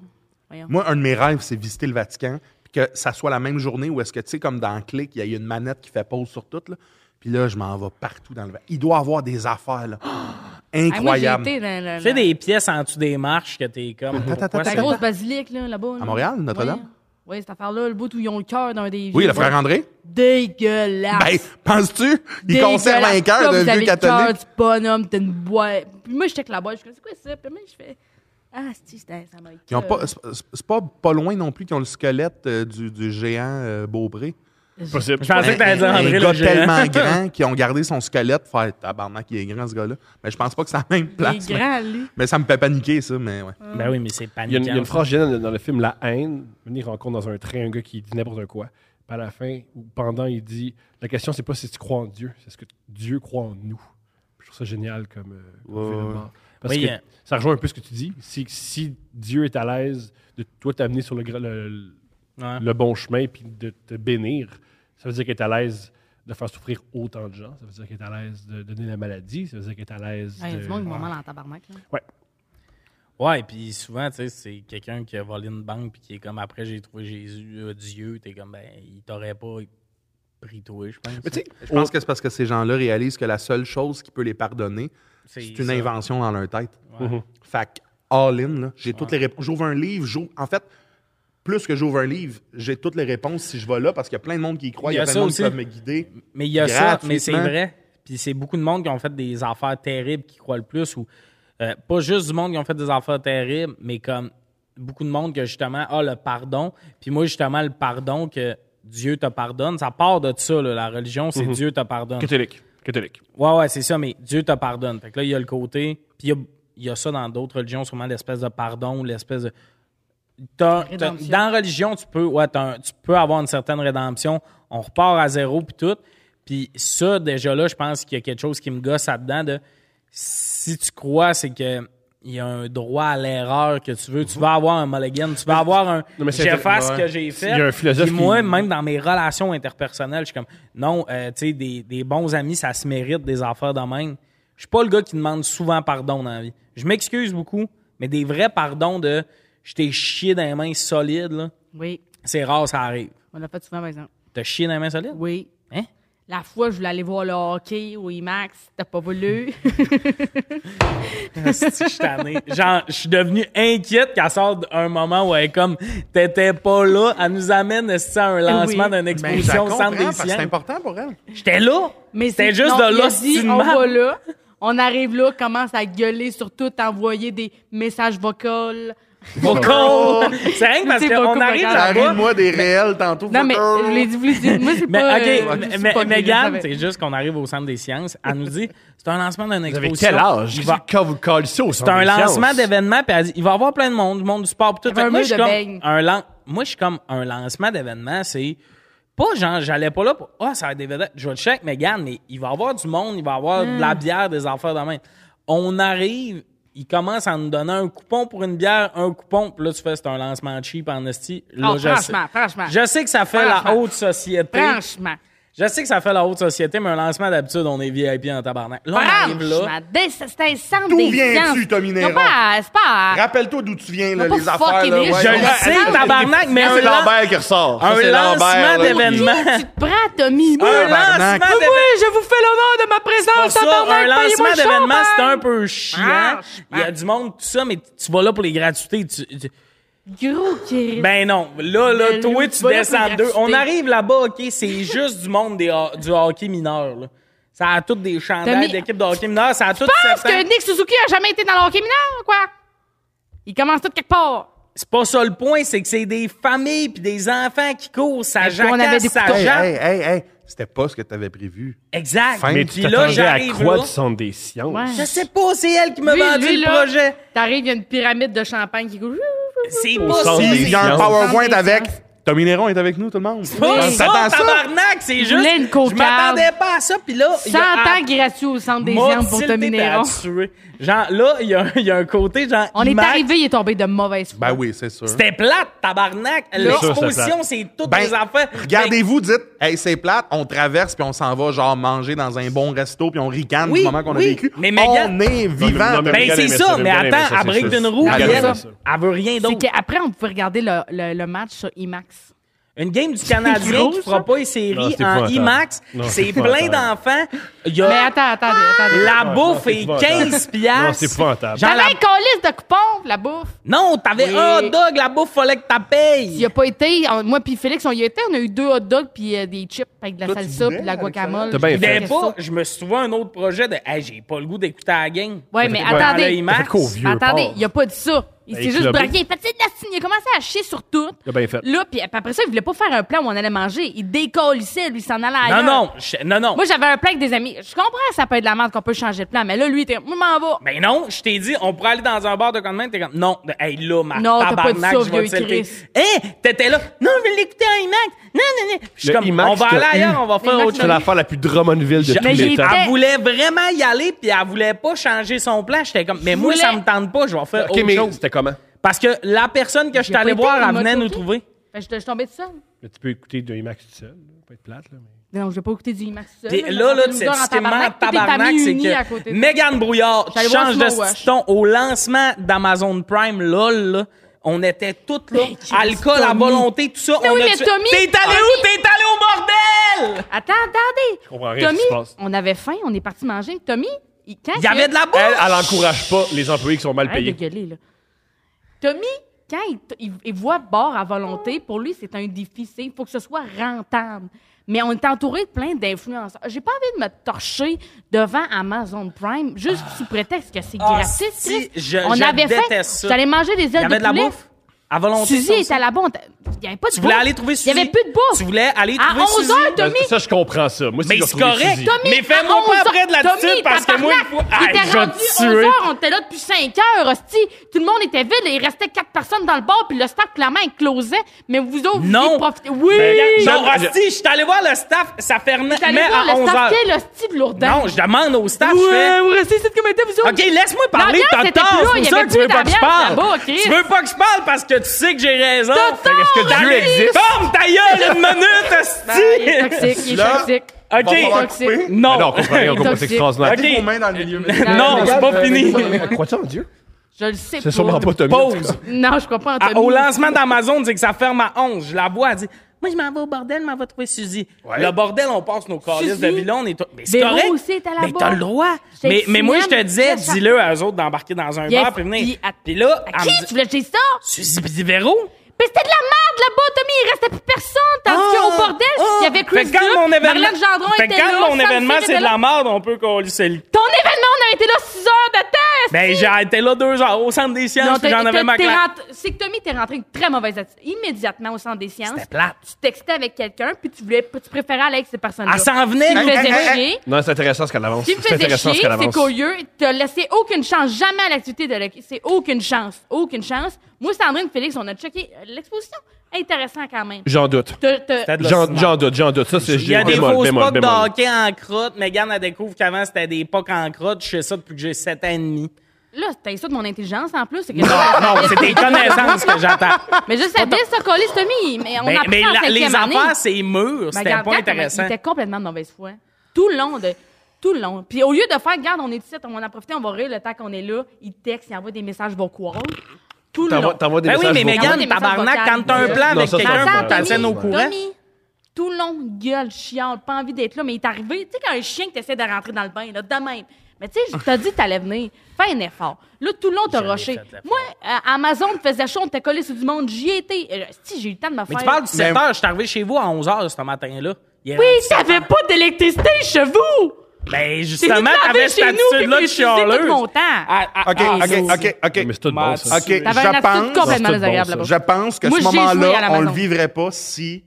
Speaker 2: Voyons.
Speaker 3: Moi, un de mes rêves, c'est visiter le Vatican, puis que ça soit la même journée où est-ce que, tu sais, comme dans Click, il y a une manette qui fait pause sur tout, là. Puis là, je m'en vais partout dans le Vatican. Il doit avoir des affaires, là.
Speaker 2: Ah, moi, j'ai
Speaker 3: Incroyable.
Speaker 2: été dans la-
Speaker 1: Tu fais des pièces en dessous des marches que t'es comme.
Speaker 3: Attends,
Speaker 1: pourquoi
Speaker 3: attends,
Speaker 2: La
Speaker 1: c'est-
Speaker 3: attends.
Speaker 2: grosse basilique, là, là-bas. là.
Speaker 3: Montréal, Notre-Dame?
Speaker 2: Ouais. Oui, cette affaire-là, le bout où ils ont le cœur d'un des
Speaker 3: Oui,
Speaker 2: vieux.
Speaker 3: le frère André?
Speaker 2: Dégueulasse.
Speaker 3: Ben, penses-tu? Il
Speaker 2: Dégueulasse.
Speaker 3: conserve un
Speaker 2: Ça,
Speaker 3: cœur
Speaker 2: vous
Speaker 3: de
Speaker 2: avez
Speaker 3: vieux
Speaker 2: le cœur
Speaker 3: catholique.
Speaker 2: du bonhomme, t'as une boîte. Puis moi, je check la boîte, je me dis, c'est quoi ça? Puis moi, je fais, ah, si, c'était- ça m'a été.
Speaker 3: Ils ont pas, c'est c'est pas pas loin non plus qu'ils ont le squelette euh, du, du géant euh, Beaupré.
Speaker 4: Possible.
Speaker 1: Je pensais que t'allais dire
Speaker 3: un
Speaker 1: André
Speaker 3: gars
Speaker 1: le géant.
Speaker 3: tellement grand qu'ils ont gardé son squelette. Fait tabarnak, il est grand, ce gars-là. Mais je pense pas que c'est la même
Speaker 2: Il
Speaker 3: place.
Speaker 2: est
Speaker 3: mais-
Speaker 2: grand, lui.
Speaker 3: Mais ça me fait paniquer, ça, mais ouais.
Speaker 1: Ben oui, mais c'est
Speaker 4: Il y a
Speaker 1: paniquant.
Speaker 4: une, il y a une phrase
Speaker 1: hein.
Speaker 4: gênante dans- dans le film La haine. Il rencontre dans un train un gars qui dit n'importe quoi. Puis à la fin, ou pendant, il dit La question, c'est pas si tu crois en Dieu, c'est ce que Dieu croit en nous. Je trouve ça génial comme, euh, comme
Speaker 3: Ouais,
Speaker 4: phénomène.
Speaker 3: ouais.
Speaker 4: Parce
Speaker 1: Oui,
Speaker 4: que
Speaker 1: euh,
Speaker 4: ça rejoint un peu ce que tu dis. Si, si Dieu est à l'aise de toi t'amener sur le, gra- le,
Speaker 1: Ouais.
Speaker 4: le bon chemin puis de te bénir, ça veut dire qu'il est à l'aise de faire souffrir autant de gens. Ça veut dire qu'il est à l'aise de donner la maladie. Ça veut dire qu'il est à l'aise.
Speaker 2: Ah, Il y a
Speaker 4: de-
Speaker 2: du monde qui m'a mal en tabarnak. là.
Speaker 4: Ouais.
Speaker 1: Ouais, puis souvent, tu sais, c'est quelqu'un qui a volé une banque puis qui est comme après j'ai trouvé Jésus, euh, Dieu, t'es comme ben il t'aurait pas pris toi, je pense.
Speaker 3: Mais tu sais, je pense que c'est parce que ces gens-là réalisent que la seule chose qui peut les pardonner,
Speaker 1: C'est
Speaker 3: c'est une
Speaker 1: ça.
Speaker 3: invention dans leur tête.
Speaker 1: Ouais.
Speaker 3: Fait que, all in, là, j'ai toutes les réponses. J'ouvre un livre, j'ouvre. En fait, plus que j'ouvre un livre, j'ai toutes les réponses si je vais là parce qu'il y a plein de monde qui y croit, il y a,
Speaker 1: ça
Speaker 3: plein de monde
Speaker 1: aussi.
Speaker 3: qui peuvent me guider.
Speaker 1: Mais il y a ça,
Speaker 3: Gratuitement.
Speaker 1: mais c'est vrai. Puis c'est beaucoup de monde qui ont fait des affaires terribles qui croient le plus. Ou, euh, pas juste du monde qui ont fait des affaires terribles, mais comme beaucoup de monde que justement ah, le pardon. Puis moi, justement, le pardon que Dieu te pardonne, ça part de ça, là, la religion, c'est Dieu te pardonne.
Speaker 4: Catholique. Catholique.
Speaker 1: Ouais, ouais, c'est ça, mais Dieu te pardonne. Fait que là, il y a le côté. Puis il y a, il y a ça dans d'autres religions, sûrement l'espèce de pardon, l'espèce de. T'as- t'as-
Speaker 2: Rédemption.
Speaker 1: dans la religion, tu peux, ouais, t'as un- tu peux avoir une certaine rédemption. On repart à zéro, puis tout. Puis ça, déjà là, je pense qu'il y a quelque chose qui me gosse là-dedans. De, si tu crois, c'est que. Il y a un droit à l'erreur que tu veux. Tu vas avoir un mulligan. Tu vas avoir un.
Speaker 4: Non, mais c'est
Speaker 1: J'efface ce
Speaker 4: inter-
Speaker 1: que j'ai fait.
Speaker 4: Il y a un philosophe
Speaker 1: Puis moi,
Speaker 4: qui-
Speaker 1: même dans mes relations interpersonnelles, je suis comme, non, euh, tu sais, des, des bons amis, ça se mérite des affaires de même. Je suis pas le gars qui demande souvent pardon dans la vie. Je m'excuse beaucoup, mais des vrais pardons de je t'ai chié dans les mains solides, là,
Speaker 2: Oui,
Speaker 1: c'est rare, ça arrive.
Speaker 2: on l'a fait souvent, par exemple.
Speaker 1: T'as chié dans les mains solides?
Speaker 2: Oui.
Speaker 1: Hein?
Speaker 2: La fois, je voulais aller voir le hockey au IMAX, t'as pas voulu.
Speaker 1: Asti, je suis tanné. Genre, je suis devenu inquiète qu'elle sort d'un moment où elle est comme, t'étais pas là, elle nous amène esti, à un lancement d'une
Speaker 2: Oui.
Speaker 3: Ben, je la
Speaker 1: exposition au
Speaker 3: comprends,
Speaker 1: centre des
Speaker 3: parce que c'est
Speaker 1: sciences.
Speaker 3: important pour elle.
Speaker 1: J'étais là!
Speaker 2: Mais
Speaker 1: C'était
Speaker 2: c'est-
Speaker 1: juste
Speaker 2: non,
Speaker 1: de
Speaker 2: il a
Speaker 1: là,
Speaker 2: dit,
Speaker 1: c'est une
Speaker 2: on
Speaker 1: map.
Speaker 2: va là, on arrive là, commence à gueuler sur tout, envoyer des messages vocaux. Oh.
Speaker 1: Vocal! C'est rien que parce
Speaker 2: C'est pas
Speaker 1: qu'on
Speaker 2: cool,
Speaker 1: arrive
Speaker 2: regarde.
Speaker 1: là-bas.
Speaker 3: Arrive-moi des réels tantôt.
Speaker 2: Non, mais
Speaker 3: fucker.
Speaker 2: je l'ai dit, vous l'ai dit. Moi, c'est
Speaker 1: Mais,
Speaker 2: pas...
Speaker 1: OK,
Speaker 2: euh,
Speaker 1: mais,
Speaker 2: c'est
Speaker 1: mais-
Speaker 2: pas
Speaker 1: mais
Speaker 2: gay, je
Speaker 1: Megan,
Speaker 2: savais.
Speaker 1: c'est juste qu'on arrive au Centre des sciences. Elle nous dit, c'est un lancement d'un
Speaker 4: Vous avez
Speaker 1: exposition.
Speaker 4: quel âge
Speaker 1: Il va-
Speaker 4: Quand vous collez ça au
Speaker 1: C'est un lancement d'événement, puis elle dit, il va y avoir plein de monde, du monde du sport, puis tout.
Speaker 2: Il y avait
Speaker 1: Fait que
Speaker 2: un
Speaker 1: moi,
Speaker 2: mur
Speaker 1: je suis
Speaker 2: de
Speaker 1: comme,
Speaker 2: beigne.
Speaker 1: un lan- moi, je suis comme, un lancement d'événement, c'est Pas genre, j'allais pas là pour Ah, ça va être des vedettes. Je vais le check, mais garde, mais il va y avoir du monde, il va y avoir de
Speaker 2: Hmm.
Speaker 1: la bière, des affaires de même. On arrive, il commence à nous donner un coupon pour une bière, un coupon, puis là, tu fais, c'est un lancement cheap en esti. Là,
Speaker 2: Oh,
Speaker 1: je
Speaker 2: franchement,
Speaker 1: sais.
Speaker 2: franchement.
Speaker 1: Je sais que ça fait la
Speaker 2: Franchement.
Speaker 1: haute société.
Speaker 2: Franchement.
Speaker 1: Je sais que ça fait la haute société, mais un lancement d'habitude, on est VIP en tabarnak. Là, on arrive là.
Speaker 2: Franchement. Des- C'est un centre
Speaker 3: D'où
Speaker 2: des
Speaker 3: viens-tu,
Speaker 2: sciences.
Speaker 3: Tommy
Speaker 2: Non,
Speaker 3: Néron?
Speaker 2: pas, à- c'est pas. à-
Speaker 3: Rappelle-toi d'où tu viens, là,
Speaker 2: Non, pas
Speaker 3: les
Speaker 2: fucking
Speaker 3: affaires. Là, Ah,
Speaker 2: riche,
Speaker 1: Je le
Speaker 2: Ouais.
Speaker 1: sais, tabarnak, mais
Speaker 6: Ça,
Speaker 1: un,
Speaker 6: c'est
Speaker 1: lan-
Speaker 6: Lambert qui ressort. Ça,
Speaker 1: un
Speaker 6: c'est Lambert,
Speaker 1: lancement
Speaker 6: là, qui-
Speaker 1: d'événement.
Speaker 2: Tu te prends, Tommy.
Speaker 1: Un
Speaker 3: Ah, Tabarnak.
Speaker 1: lancement
Speaker 2: Oui,
Speaker 1: d'événement.
Speaker 2: oui, je vous fais l'honneur de ma présence,
Speaker 1: Ah, pour ça, un
Speaker 2: tabarnak, payez-moi
Speaker 1: lancement
Speaker 2: le
Speaker 1: d'événement,
Speaker 2: champagne.
Speaker 1: c'est un peu chiant.
Speaker 2: Marche,
Speaker 1: Il y a
Speaker 2: marche.
Speaker 1: du monde, tout ça, mais tu vas là pour les gratuités. tu- tu-
Speaker 2: Gros Chris.
Speaker 1: Ben non, là, là,
Speaker 2: Ben,
Speaker 1: toi,
Speaker 2: Lou,
Speaker 1: tu
Speaker 2: tu vas là
Speaker 1: descends
Speaker 2: pour les
Speaker 1: deux. On
Speaker 2: gratuités.
Speaker 1: arrive là-bas, OK, c'est juste du monde des, ho- du hockey mineur. Là. Ça a toutes des
Speaker 2: Tommy,
Speaker 1: chandelles d'équipe de hockey mineur, ça a toutes
Speaker 2: pense
Speaker 1: certains-
Speaker 2: que Nick Suzuki a jamais été dans le hockey mineur, quoi? Il commence tout quelque part.
Speaker 1: C'est pas ça le point, c'est que c'est des familles puis des enfants qui courent, ça
Speaker 2: puis on avait
Speaker 1: jacasse,
Speaker 2: des
Speaker 1: ça
Speaker 2: couteaux.
Speaker 3: Hey,
Speaker 1: jappe.
Speaker 3: hey, hey, hey. C'était pas ce que t'avais prévu.
Speaker 1: Exact.
Speaker 3: Fin.
Speaker 4: Mais
Speaker 1: Puis
Speaker 4: tu
Speaker 1: là,
Speaker 4: t'attendais à
Speaker 1: j'arrive
Speaker 4: quoi
Speaker 1: là.
Speaker 4: du centre des sciences?
Speaker 2: Ouais.
Speaker 1: Je sais pas, c'est elle qui m'a
Speaker 2: Lui,
Speaker 1: vendu
Speaker 2: lui,
Speaker 1: le
Speaker 2: là,
Speaker 1: projet.
Speaker 2: T'arrives, il y a une pyramide de champagne qui coule.
Speaker 1: C'est
Speaker 4: Au
Speaker 1: pas ça.
Speaker 4: centre des
Speaker 1: c'est-
Speaker 3: Il y a un
Speaker 4: sciences.
Speaker 3: PowerPoint
Speaker 2: Sciences.
Speaker 3: avec. Tommy Néron est avec nous, tout le monde.
Speaker 1: pas
Speaker 2: Oui.
Speaker 1: ça, tabarnak, c'est
Speaker 2: Je
Speaker 1: juste.
Speaker 2: voulais une
Speaker 1: Je
Speaker 2: cocarde.
Speaker 1: m'attendais pas à ça, puis là.
Speaker 2: 100 ans gratuit au centre des
Speaker 1: gens
Speaker 2: Sciences pour Tommy Néron.
Speaker 1: Genre, là, il y, a un- il y a un côté, genre.
Speaker 2: On est
Speaker 1: IMAX.
Speaker 2: arrivé, il est tombé de mauvaise foi.
Speaker 3: Ben oui, c'est sûr.
Speaker 1: C'était plate, tabarnak. L'exposition, c'est toutes
Speaker 3: Ben,
Speaker 1: les affaires.
Speaker 3: Regardez-vous, dites, hey, c'est plate, on traverse puis on s'en va, genre, manger dans un bon resto puis on ricane
Speaker 1: Oui,
Speaker 3: du moment qu'on
Speaker 1: oui.
Speaker 3: a vécu.
Speaker 1: Mais Megan-
Speaker 3: on est vivant.
Speaker 6: non,
Speaker 1: Ben,
Speaker 6: mais- J'aurais
Speaker 1: c'est
Speaker 6: bien aimé
Speaker 1: ça, mais
Speaker 6: ça, j'aurais bien aimé
Speaker 1: attends,
Speaker 6: ça,
Speaker 1: elle
Speaker 6: c'est
Speaker 1: brique
Speaker 6: sûr.
Speaker 1: d'une roue, elle,
Speaker 3: J'aurais aimé
Speaker 1: elle,
Speaker 6: ça.
Speaker 1: veut rien
Speaker 2: C'est
Speaker 1: d'autre.
Speaker 2: qu'après, on peut regarder le, le- le match sur IMAX.
Speaker 1: Une game du Canadien
Speaker 2: gros,
Speaker 1: qui
Speaker 2: ça.
Speaker 1: fera pas les séries
Speaker 4: c'est
Speaker 1: en
Speaker 4: épouvantable.
Speaker 1: IMAX,
Speaker 4: Non,
Speaker 1: c'est
Speaker 4: c'est
Speaker 1: plein
Speaker 4: épouvantable.
Speaker 1: d'enfants. Il y
Speaker 2: Mais
Speaker 1: a
Speaker 2: attends, attendez, attendez.
Speaker 1: la
Speaker 4: Ouais, non,
Speaker 1: bouffe
Speaker 4: c'est
Speaker 1: est
Speaker 4: épouvantable.
Speaker 1: 15
Speaker 4: Non, c'est
Speaker 1: piastres.
Speaker 4: épouvantable.
Speaker 1: Genre,
Speaker 2: T'avais
Speaker 1: la-
Speaker 2: un colis de coupons, pour la bouffe.
Speaker 1: Non, t'avais
Speaker 2: Oui.
Speaker 1: un hot dog, la bouffe, fallait que t'as payes.
Speaker 2: Il a pas été. on- moi puis Félix, on y a été. On a eu deux hot dogs puis euh, des chips avec de la
Speaker 3: Toi, tu
Speaker 2: salsa
Speaker 3: voulais,
Speaker 2: puis de la guacamole.
Speaker 4: T'as bien fait.
Speaker 2: puis du
Speaker 1: J'étais
Speaker 2: queso.
Speaker 1: pas, je me suis trouvé un autre projet de Hey, j'ai pas le goût d'écouter la gang.
Speaker 2: Ouais, mais
Speaker 1: Dans
Speaker 2: attendez.
Speaker 1: le IMAX.
Speaker 4: T'as fait quoi au vieux
Speaker 2: Attendez,
Speaker 4: port?
Speaker 2: il a pas dit ça. Il
Speaker 4: Ben,
Speaker 2: s'est
Speaker 4: il
Speaker 2: juste
Speaker 4: clubait.
Speaker 2: braqué. Il fait Petite Nastine, il a commencé à chier sur tout.
Speaker 4: Il a bien fait.
Speaker 2: Là, puis après ça, il voulait pas faire un plan où on allait manger. Il décollissait, lui, il s'en allait ailleurs.
Speaker 1: Non, non, je- non, non.
Speaker 2: Moi, j'avais un plan avec des amis. Je comprends, ça peut être de la merde qu'on peut changer de plan, mais là, lui, il était, moi, m'en va.
Speaker 1: Ben non, je t'ai dit, on pourrait aller dans un bar de condiment, t'es comme, non, de- hey là, ma
Speaker 2: Non, t'as pas dit
Speaker 1: tabarnak,
Speaker 2: ça,
Speaker 1: je vais
Speaker 2: vieux
Speaker 1: te le
Speaker 2: Chris.
Speaker 1: Hé, t'étais là, non, je vais l'écouter à IMAX, non, non, non. Je suis
Speaker 4: Le
Speaker 1: comme,
Speaker 4: IMAX
Speaker 1: on va
Speaker 4: que
Speaker 1: aller
Speaker 4: t'as
Speaker 1: ailleurs,
Speaker 4: eu.
Speaker 1: on va faire autre
Speaker 2: l'IMAX que
Speaker 4: C'est
Speaker 1: chose.
Speaker 2: t'as
Speaker 4: l'affaire la plus Drummondville de
Speaker 1: Je-
Speaker 4: tous
Speaker 2: Mais j'ai
Speaker 4: les temps.
Speaker 2: été-
Speaker 1: Elle voulait vraiment y aller, puis elle voulait pas changer son plan. J'étais comme, mais moi,
Speaker 2: voulais-
Speaker 1: ça me tente pas, je vais faire
Speaker 6: OK,
Speaker 1: autre
Speaker 6: mais
Speaker 1: chose.
Speaker 6: c'était comment?
Speaker 1: Parce que la personne que je suis
Speaker 2: pas
Speaker 1: allé
Speaker 2: été,
Speaker 1: voir,
Speaker 2: il
Speaker 1: elle
Speaker 2: m'a
Speaker 1: venait nous
Speaker 2: choqué.
Speaker 1: trouver.
Speaker 2: Fait que je, je suis tombée tout seul.
Speaker 4: Mais tu peux écouter de IMAX tout seul. là. Pas être plate, là. Mais...
Speaker 2: Non, je vais pas écouter du IMAX tout
Speaker 1: Puis
Speaker 2: seul.
Speaker 1: là, là, tu sais, ce qui est marrant, tabarnak, c'est que Megan Brouillard
Speaker 2: J'allais voir
Speaker 1: change de
Speaker 2: Snow Wash.
Speaker 1: ton au lancement d'Amazon Prime, lol, là. On était toutes là,
Speaker 2: Mais Christ,
Speaker 1: alcool à
Speaker 2: Tommy.
Speaker 1: volonté, tout ça.
Speaker 2: Mais
Speaker 1: on
Speaker 2: oui,
Speaker 1: a
Speaker 2: mais
Speaker 1: tué-
Speaker 2: Tommy,
Speaker 1: T'es allé où?
Speaker 2: Tommy.
Speaker 1: T'es allé au bordel!
Speaker 2: Attends, attendez.
Speaker 4: comprends rien de ce qui se
Speaker 2: Tommy,
Speaker 4: passe.
Speaker 2: on avait faim, on est parti manger. Tommy, il, quand
Speaker 1: Il y avait de la bouffe!
Speaker 4: Elle, elle encourage pas les employés qui sont mal
Speaker 2: Arrête de
Speaker 4: payés.
Speaker 2: gueuler, là. Tommy, quand il, t- il- il voit bord à volonté, pour lui, c'est un défi. Il faut que ce soit rentable. Mais on est entouré de plein d'influenceurs. J'ai pas envie de me torcher devant Amazon Prime juste sous prétexte que c'est
Speaker 1: Ah,
Speaker 2: gratuit.
Speaker 1: si,
Speaker 2: Chris.
Speaker 1: je-
Speaker 2: on
Speaker 1: je
Speaker 2: avait fait.
Speaker 1: déteste ça.
Speaker 2: J'allais manger des ailes
Speaker 1: Il y avait de la
Speaker 2: poulet.
Speaker 1: bouffe? À volonté.
Speaker 2: Suzy
Speaker 1: ça aussi.
Speaker 2: était là-bas. on t'a- Il y avait pas de
Speaker 1: Tu voulais
Speaker 2: bouffe.
Speaker 1: aller trouver Suzy?
Speaker 2: Il y avait plus de bouffe.
Speaker 1: Tu voulais aller
Speaker 2: À
Speaker 1: trouver
Speaker 2: 11
Speaker 1: Suzy?
Speaker 2: heures, Tommy.
Speaker 6: Euh,
Speaker 4: Ça, je comprends ça. Moi, si
Speaker 1: Mais
Speaker 4: je
Speaker 1: c'est
Speaker 4: retrouve
Speaker 1: correct.
Speaker 4: Suzy.
Speaker 1: Tommy, Mais fais-moi
Speaker 2: à 11
Speaker 1: pas après de
Speaker 2: heures-
Speaker 1: l'attitude,
Speaker 2: Tommy,
Speaker 1: parce que moi,
Speaker 2: tabarnak,
Speaker 1: une fois-
Speaker 2: il était
Speaker 1: Hey, je vais
Speaker 2: rendu
Speaker 1: te
Speaker 2: 11
Speaker 1: tuer.
Speaker 2: heures, on était là depuis 5 heures, hostie. Tout le monde était vide, il restait 4 personnes dans le bar, puis le staff, clairement, il closait. Mais vous autres, vous
Speaker 1: Non. Ben,
Speaker 2: y profitez. Oui!
Speaker 1: Regarde,
Speaker 4: Jeanne,
Speaker 1: Non, hostie, je suis allé voir le staff, ça fermait
Speaker 2: J'allais
Speaker 1: mais
Speaker 2: voir
Speaker 1: à
Speaker 2: le
Speaker 1: 11
Speaker 2: staff,
Speaker 1: heures.
Speaker 2: quel hostie de lourdin.
Speaker 1: Non, je demande au staff, je fais...
Speaker 2: Ouais, vous restez ici comme était, vous autres.
Speaker 1: OK, laisse-moi parler,
Speaker 2: L'ambiance
Speaker 1: t'as
Speaker 2: était
Speaker 1: tort.
Speaker 2: plus là,
Speaker 1: C'est
Speaker 2: il y
Speaker 1: pour ça
Speaker 2: avait
Speaker 1: que tu veux
Speaker 2: plus
Speaker 1: pas que je
Speaker 2: d'ambiance
Speaker 1: parle.
Speaker 2: là-bas, Chris.
Speaker 1: Tu veux pas que je parle parce que tu sais que j'ai raison.
Speaker 2: T'as
Speaker 1: Fait que est-ce que
Speaker 2: tort,
Speaker 1: Dieu
Speaker 2: Marie.
Speaker 1: existe? Tom, ta gueule, une minute,
Speaker 2: Ah, Il est
Speaker 1: hostie!
Speaker 2: toxique, il est
Speaker 3: Là,
Speaker 2: toxique.
Speaker 3: va falloir
Speaker 1: OK,
Speaker 2: toxique.
Speaker 3: couper.
Speaker 1: Ben, non.
Speaker 6: Ah Non, on comprend rien, on comprend. C'est
Speaker 2: Toxique.
Speaker 6: extraordinaire.
Speaker 1: OK.
Speaker 3: Mes mains dans le milieu.
Speaker 1: Non,
Speaker 2: Euh,
Speaker 1: c'est pas
Speaker 2: regarde,
Speaker 1: fini.
Speaker 2: euh, ouais.
Speaker 6: Crois-tu en Dieu?
Speaker 2: Je le sais pas.
Speaker 6: C'est sûrement pas Tommy.
Speaker 1: Pause.
Speaker 2: Non, je crois pas en
Speaker 1: À-
Speaker 2: Tommy.
Speaker 1: Ah, au lancement d'Amazon, c'est que ça ferme à 11. Je la vois, elle dit Moi, je m'en vais au bordel, je m'en vais trouver Suzy. Le bordel, on passe nos calices
Speaker 2: Suzy.
Speaker 1: de billon, on est. tout- Mais c'est
Speaker 2: Véro
Speaker 1: correct.
Speaker 2: aussi est à la
Speaker 1: Mais
Speaker 2: barre.
Speaker 1: t'as le droit.
Speaker 2: J'ai
Speaker 1: Mais,
Speaker 2: dit,
Speaker 1: mais moi, je te
Speaker 2: man,
Speaker 1: disais
Speaker 2: laisse-
Speaker 1: Dis-le à eux autres d'embarquer dans un
Speaker 2: Yes,
Speaker 1: bar, prévenir.
Speaker 2: puis à-
Speaker 1: Puis là,
Speaker 2: À
Speaker 1: elle
Speaker 2: qui
Speaker 1: me dit,
Speaker 2: tu voulais que j'ai ça?
Speaker 1: Suzy, puis Véro.
Speaker 2: Mais c'était de la merde là-bas, Tommy. Il restait plus personne. Tandis
Speaker 1: Ah,
Speaker 2: qu'au bordel,
Speaker 1: ah.
Speaker 2: il y avait
Speaker 1: Fait que
Speaker 2: Chris
Speaker 1: quand mon
Speaker 2: Duke,
Speaker 1: événement,
Speaker 2: Marlène Gendron
Speaker 1: Fait que
Speaker 2: était
Speaker 1: quand
Speaker 2: là.
Speaker 1: mon
Speaker 2: Sam
Speaker 1: événement,
Speaker 2: Smith
Speaker 1: c'est
Speaker 2: était
Speaker 1: de
Speaker 2: là.
Speaker 1: la merde, on peut coller le
Speaker 2: Ton événement, on avait été là 6 heures de temps.
Speaker 1: Ben, j'ai été là deux heures au centre des sciences,
Speaker 2: Non,
Speaker 1: puis
Speaker 2: t'es-
Speaker 1: j'en avais
Speaker 2: t'es-
Speaker 1: ma
Speaker 2: t'es
Speaker 1: claque.
Speaker 2: rentré- C'est que Tommy, t'es rentré avec une très mauvaise attitude. Immédiatement au centre des sciences.
Speaker 1: C'était plate.
Speaker 2: Tu textais avec quelqu'un, puis tu voulais, tu préférais aller avec ces personnes-là.
Speaker 1: Elle s'en venait,
Speaker 2: Tu me
Speaker 3: Hey, hey,
Speaker 2: faisais
Speaker 3: hey,
Speaker 2: chier.
Speaker 6: Non, c'est intéressant ce qu'elle avance.
Speaker 2: Ce qui me faisait
Speaker 6: intéressant ce
Speaker 2: chier,
Speaker 6: qu'elle
Speaker 2: c'est
Speaker 6: avance.
Speaker 2: qu'Oyeux t'as laissé aucune chance, jamais à l'activité de l'équipe. C'est aucune chance, aucune chance. Moi, Sandrine, Félix, on a checké euh, l'exposition. intéressant quand même.
Speaker 6: J'en doute.
Speaker 2: Te- te-
Speaker 1: C'était de
Speaker 6: J'en
Speaker 1: l'ostinat.
Speaker 6: j'en doute, j'en doute. Ça, c'est
Speaker 1: Il y a des
Speaker 6: bémol,
Speaker 1: fausses
Speaker 6: bémol,
Speaker 1: pocs de
Speaker 6: bémol.
Speaker 1: hockey en crotte. Megan, elle découvre qu'avant, c'était des pocs en crotte. Je sais ça depuis que j'ai 7 ans et demi.
Speaker 2: Là, t'as ça de mon intelligence en plus. c'est que-
Speaker 1: Non, Ah non, c'est tes connaissances que j'attends.
Speaker 2: Mais je savais ça, Colistomy. Mais on
Speaker 1: Mais,
Speaker 2: a
Speaker 1: Ben,
Speaker 2: appris
Speaker 1: mais
Speaker 2: ça en
Speaker 1: la- les
Speaker 2: cinquième année.
Speaker 1: affaires, c'est mûr.
Speaker 2: Mais
Speaker 1: C'était
Speaker 2: regarde,
Speaker 1: pas
Speaker 2: regarde comment
Speaker 1: intéressant. Ben
Speaker 2: Il était complètement de mauvaise foi. Tout le long de. Tout le long. Puis au lieu de faire, regarde, on est ici, on va en profiter, on va rire le temps qu'on est là. Il texte, il envoie des messages vocaux. Tout le long.
Speaker 6: T'envoies t'envoies des
Speaker 1: Ben oui,
Speaker 6: messages
Speaker 1: mais
Speaker 6: vocaux.
Speaker 2: Envoie
Speaker 1: Megan,
Speaker 2: des messages
Speaker 1: tabarnak,
Speaker 2: vocaux.
Speaker 1: quand t'as un
Speaker 6: Non,
Speaker 1: plan avec
Speaker 6: ça, ça,
Speaker 1: quelqu'un,
Speaker 6: ça,
Speaker 1: faut
Speaker 6: ça,
Speaker 1: que
Speaker 6: ça,
Speaker 1: t'en tiennes au
Speaker 6: ça.
Speaker 1: courant.
Speaker 2: Tommy, tout le long, gueule, chiale, pas envie d'être là, mais il est arrivé. Tu sais, quand un chien qui t'essaie de rentrer dans le bain, là, de même. Mais tu sais, je t'ai dit que t'allais venir. Fais un effort. Là, tout le long, t'as
Speaker 1: Jamais
Speaker 2: rushé.
Speaker 1: fait d'effort.
Speaker 2: Moi, à Amazon me faisait chaud, on était collé sur du monde, j'y étais. Euh, Si, j'ai eu le temps de me
Speaker 1: Mais
Speaker 2: faire.
Speaker 1: tu parles du 7
Speaker 3: Mais-
Speaker 1: h je suis arrivé chez vous à 11 h ce matin-là. Il est
Speaker 2: Oui,
Speaker 1: rendu-
Speaker 2: t'avais pas d'électricité chez vous!
Speaker 1: Ben,
Speaker 2: T'es
Speaker 1: justement,
Speaker 2: venu te laver
Speaker 1: t'avais
Speaker 2: chez
Speaker 1: cette
Speaker 2: nous,
Speaker 1: attitude-là de
Speaker 2: puis que tu disais
Speaker 1: chialeuse.
Speaker 2: tout mon temps.
Speaker 1: Ah, ah,
Speaker 3: OK,
Speaker 1: ah,
Speaker 3: OK,
Speaker 1: c'est-
Speaker 3: OK, OK.
Speaker 4: Mais c'est tout bon, ça.
Speaker 3: OK,
Speaker 2: T'avais une
Speaker 3: je
Speaker 2: attitude
Speaker 3: pense,
Speaker 2: complètement
Speaker 4: c'est tout bon,
Speaker 2: désagréable
Speaker 4: ça.
Speaker 2: là-bas.
Speaker 4: complète.
Speaker 3: je pense que
Speaker 2: Moi,
Speaker 3: ce
Speaker 2: j'y ai joué à
Speaker 3: moment-là,
Speaker 2: l'Amazon.
Speaker 3: on le vivrait pas si...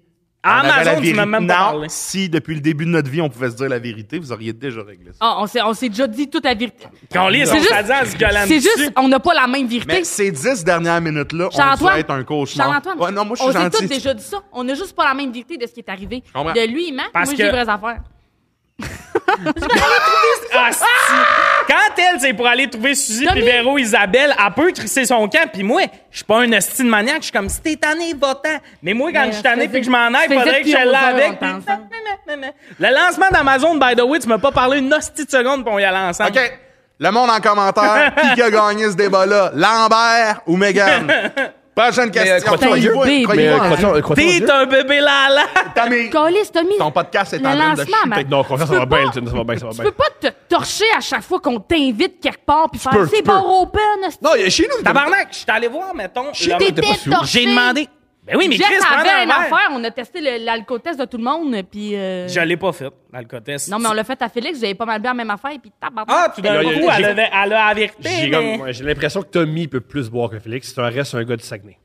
Speaker 1: Ah,
Speaker 3: on avait la
Speaker 1: Amazon, tu m'as
Speaker 3: vérité.
Speaker 1: même pas
Speaker 3: Non,
Speaker 1: parlé.
Speaker 3: si depuis le début de notre vie, on pouvait se dire la vérité, vous auriez déjà réglé ça.
Speaker 2: Ah, on s'est, on s'est déjà dit toute la vérité.
Speaker 1: Quand on lit son
Speaker 2: C'est juste-
Speaker 1: chadan, se gueule en
Speaker 2: C'est
Speaker 1: dessus.
Speaker 2: juste, on n'a pas la même vérité.
Speaker 3: Mais ces dix dernières minutes-là, on
Speaker 2: Jean-Antoine,
Speaker 3: doit être un cauchemar.
Speaker 2: Jean-Antoine,
Speaker 3: Ouais, non, moi, je suis
Speaker 2: on s'est tous
Speaker 3: gentil.
Speaker 2: déjà dit ça. On n'a juste pas la même vérité de ce qui est arrivé.
Speaker 3: comprends.
Speaker 2: De lui, il ment,
Speaker 1: Parce
Speaker 2: moi, j'ai des
Speaker 1: que-
Speaker 2: vraies affaires.
Speaker 1: Ah, si. Quand elle, c'est pour aller trouver Suzy,
Speaker 2: Tommy.
Speaker 1: puis Véro, Isabelle, elle peut crisser son camp, puis moi, je suis pas un hostie de maniaque, je suis comme si t'es tanné, votant. Mais moi, quand
Speaker 2: Mais
Speaker 1: je suis
Speaker 2: ça
Speaker 1: tanné,
Speaker 2: faisait-
Speaker 1: puis que je m'en aille,
Speaker 2: ça faisait
Speaker 1: faudrait que
Speaker 2: depuis
Speaker 1: je l'aille
Speaker 2: 11 heures,
Speaker 1: avec.
Speaker 2: on
Speaker 1: puis-
Speaker 2: était ensemble.
Speaker 1: Le lancement d'Amazon, by the way, tu m'as pas parlé une hostie de seconde, puis on y allait ensemble.
Speaker 3: OK, le monde en commentaire, qui qui a gagné ce débat-là, Lambert ou Megan? Prochaine question.
Speaker 6: crois-tu en
Speaker 3: Croyez-vous-
Speaker 6: Dieu?
Speaker 2: Mais,
Speaker 6: Mais
Speaker 3: croyez-vous
Speaker 6: euh,
Speaker 3: en-
Speaker 6: crois-tu en- crois-tu en Dieu?
Speaker 1: T'es un bébé lala!
Speaker 3: T'as mes-
Speaker 2: Colis, Tommy.
Speaker 3: Ton podcast est en
Speaker 2: le
Speaker 3: train de
Speaker 2: lancement,
Speaker 3: chuter.
Speaker 2: man.
Speaker 6: Non, confiance,
Speaker 2: Tu
Speaker 6: ça va
Speaker 2: peux
Speaker 6: bien,
Speaker 2: pas-
Speaker 6: ça va bien, ça va
Speaker 2: Tu
Speaker 6: bien.
Speaker 2: peux pas te torcher à chaque fois qu'on t'invite quelque part puis faire
Speaker 6: peux,
Speaker 2: c'est
Speaker 6: tu
Speaker 2: pas
Speaker 6: peux.
Speaker 2: open. hostie.
Speaker 6: Non, il est chez nous.
Speaker 1: Tabarnak, je suis allé voir, mettons.
Speaker 6: Shit,
Speaker 1: le-
Speaker 6: t'es t'es pas
Speaker 2: T'étais
Speaker 6: sous.
Speaker 2: torché.
Speaker 1: J'ai demandé. Ben oui, mais
Speaker 2: Jeff
Speaker 1: Chris, prends
Speaker 2: avait une
Speaker 1: un verre.
Speaker 2: affaire, on a testé le- l'alcotest de tout le monde puis euh,
Speaker 1: Je l'ai pas fait, dans le contest.
Speaker 2: Non, mais on l'a fait à Félix, j'avais pas mal bien la même affaire, puis tabarnak.
Speaker 1: Ah, tout d'un
Speaker 6: Il
Speaker 1: coup,
Speaker 6: y a-
Speaker 1: elle,
Speaker 6: j'ai-
Speaker 1: avait- elle a la vérité,
Speaker 6: J'ai
Speaker 1: mais-
Speaker 6: comme- ouais, j'ai l'impression que Tommy peut plus boire que Félix. C'est un reste un gars du Saguenay.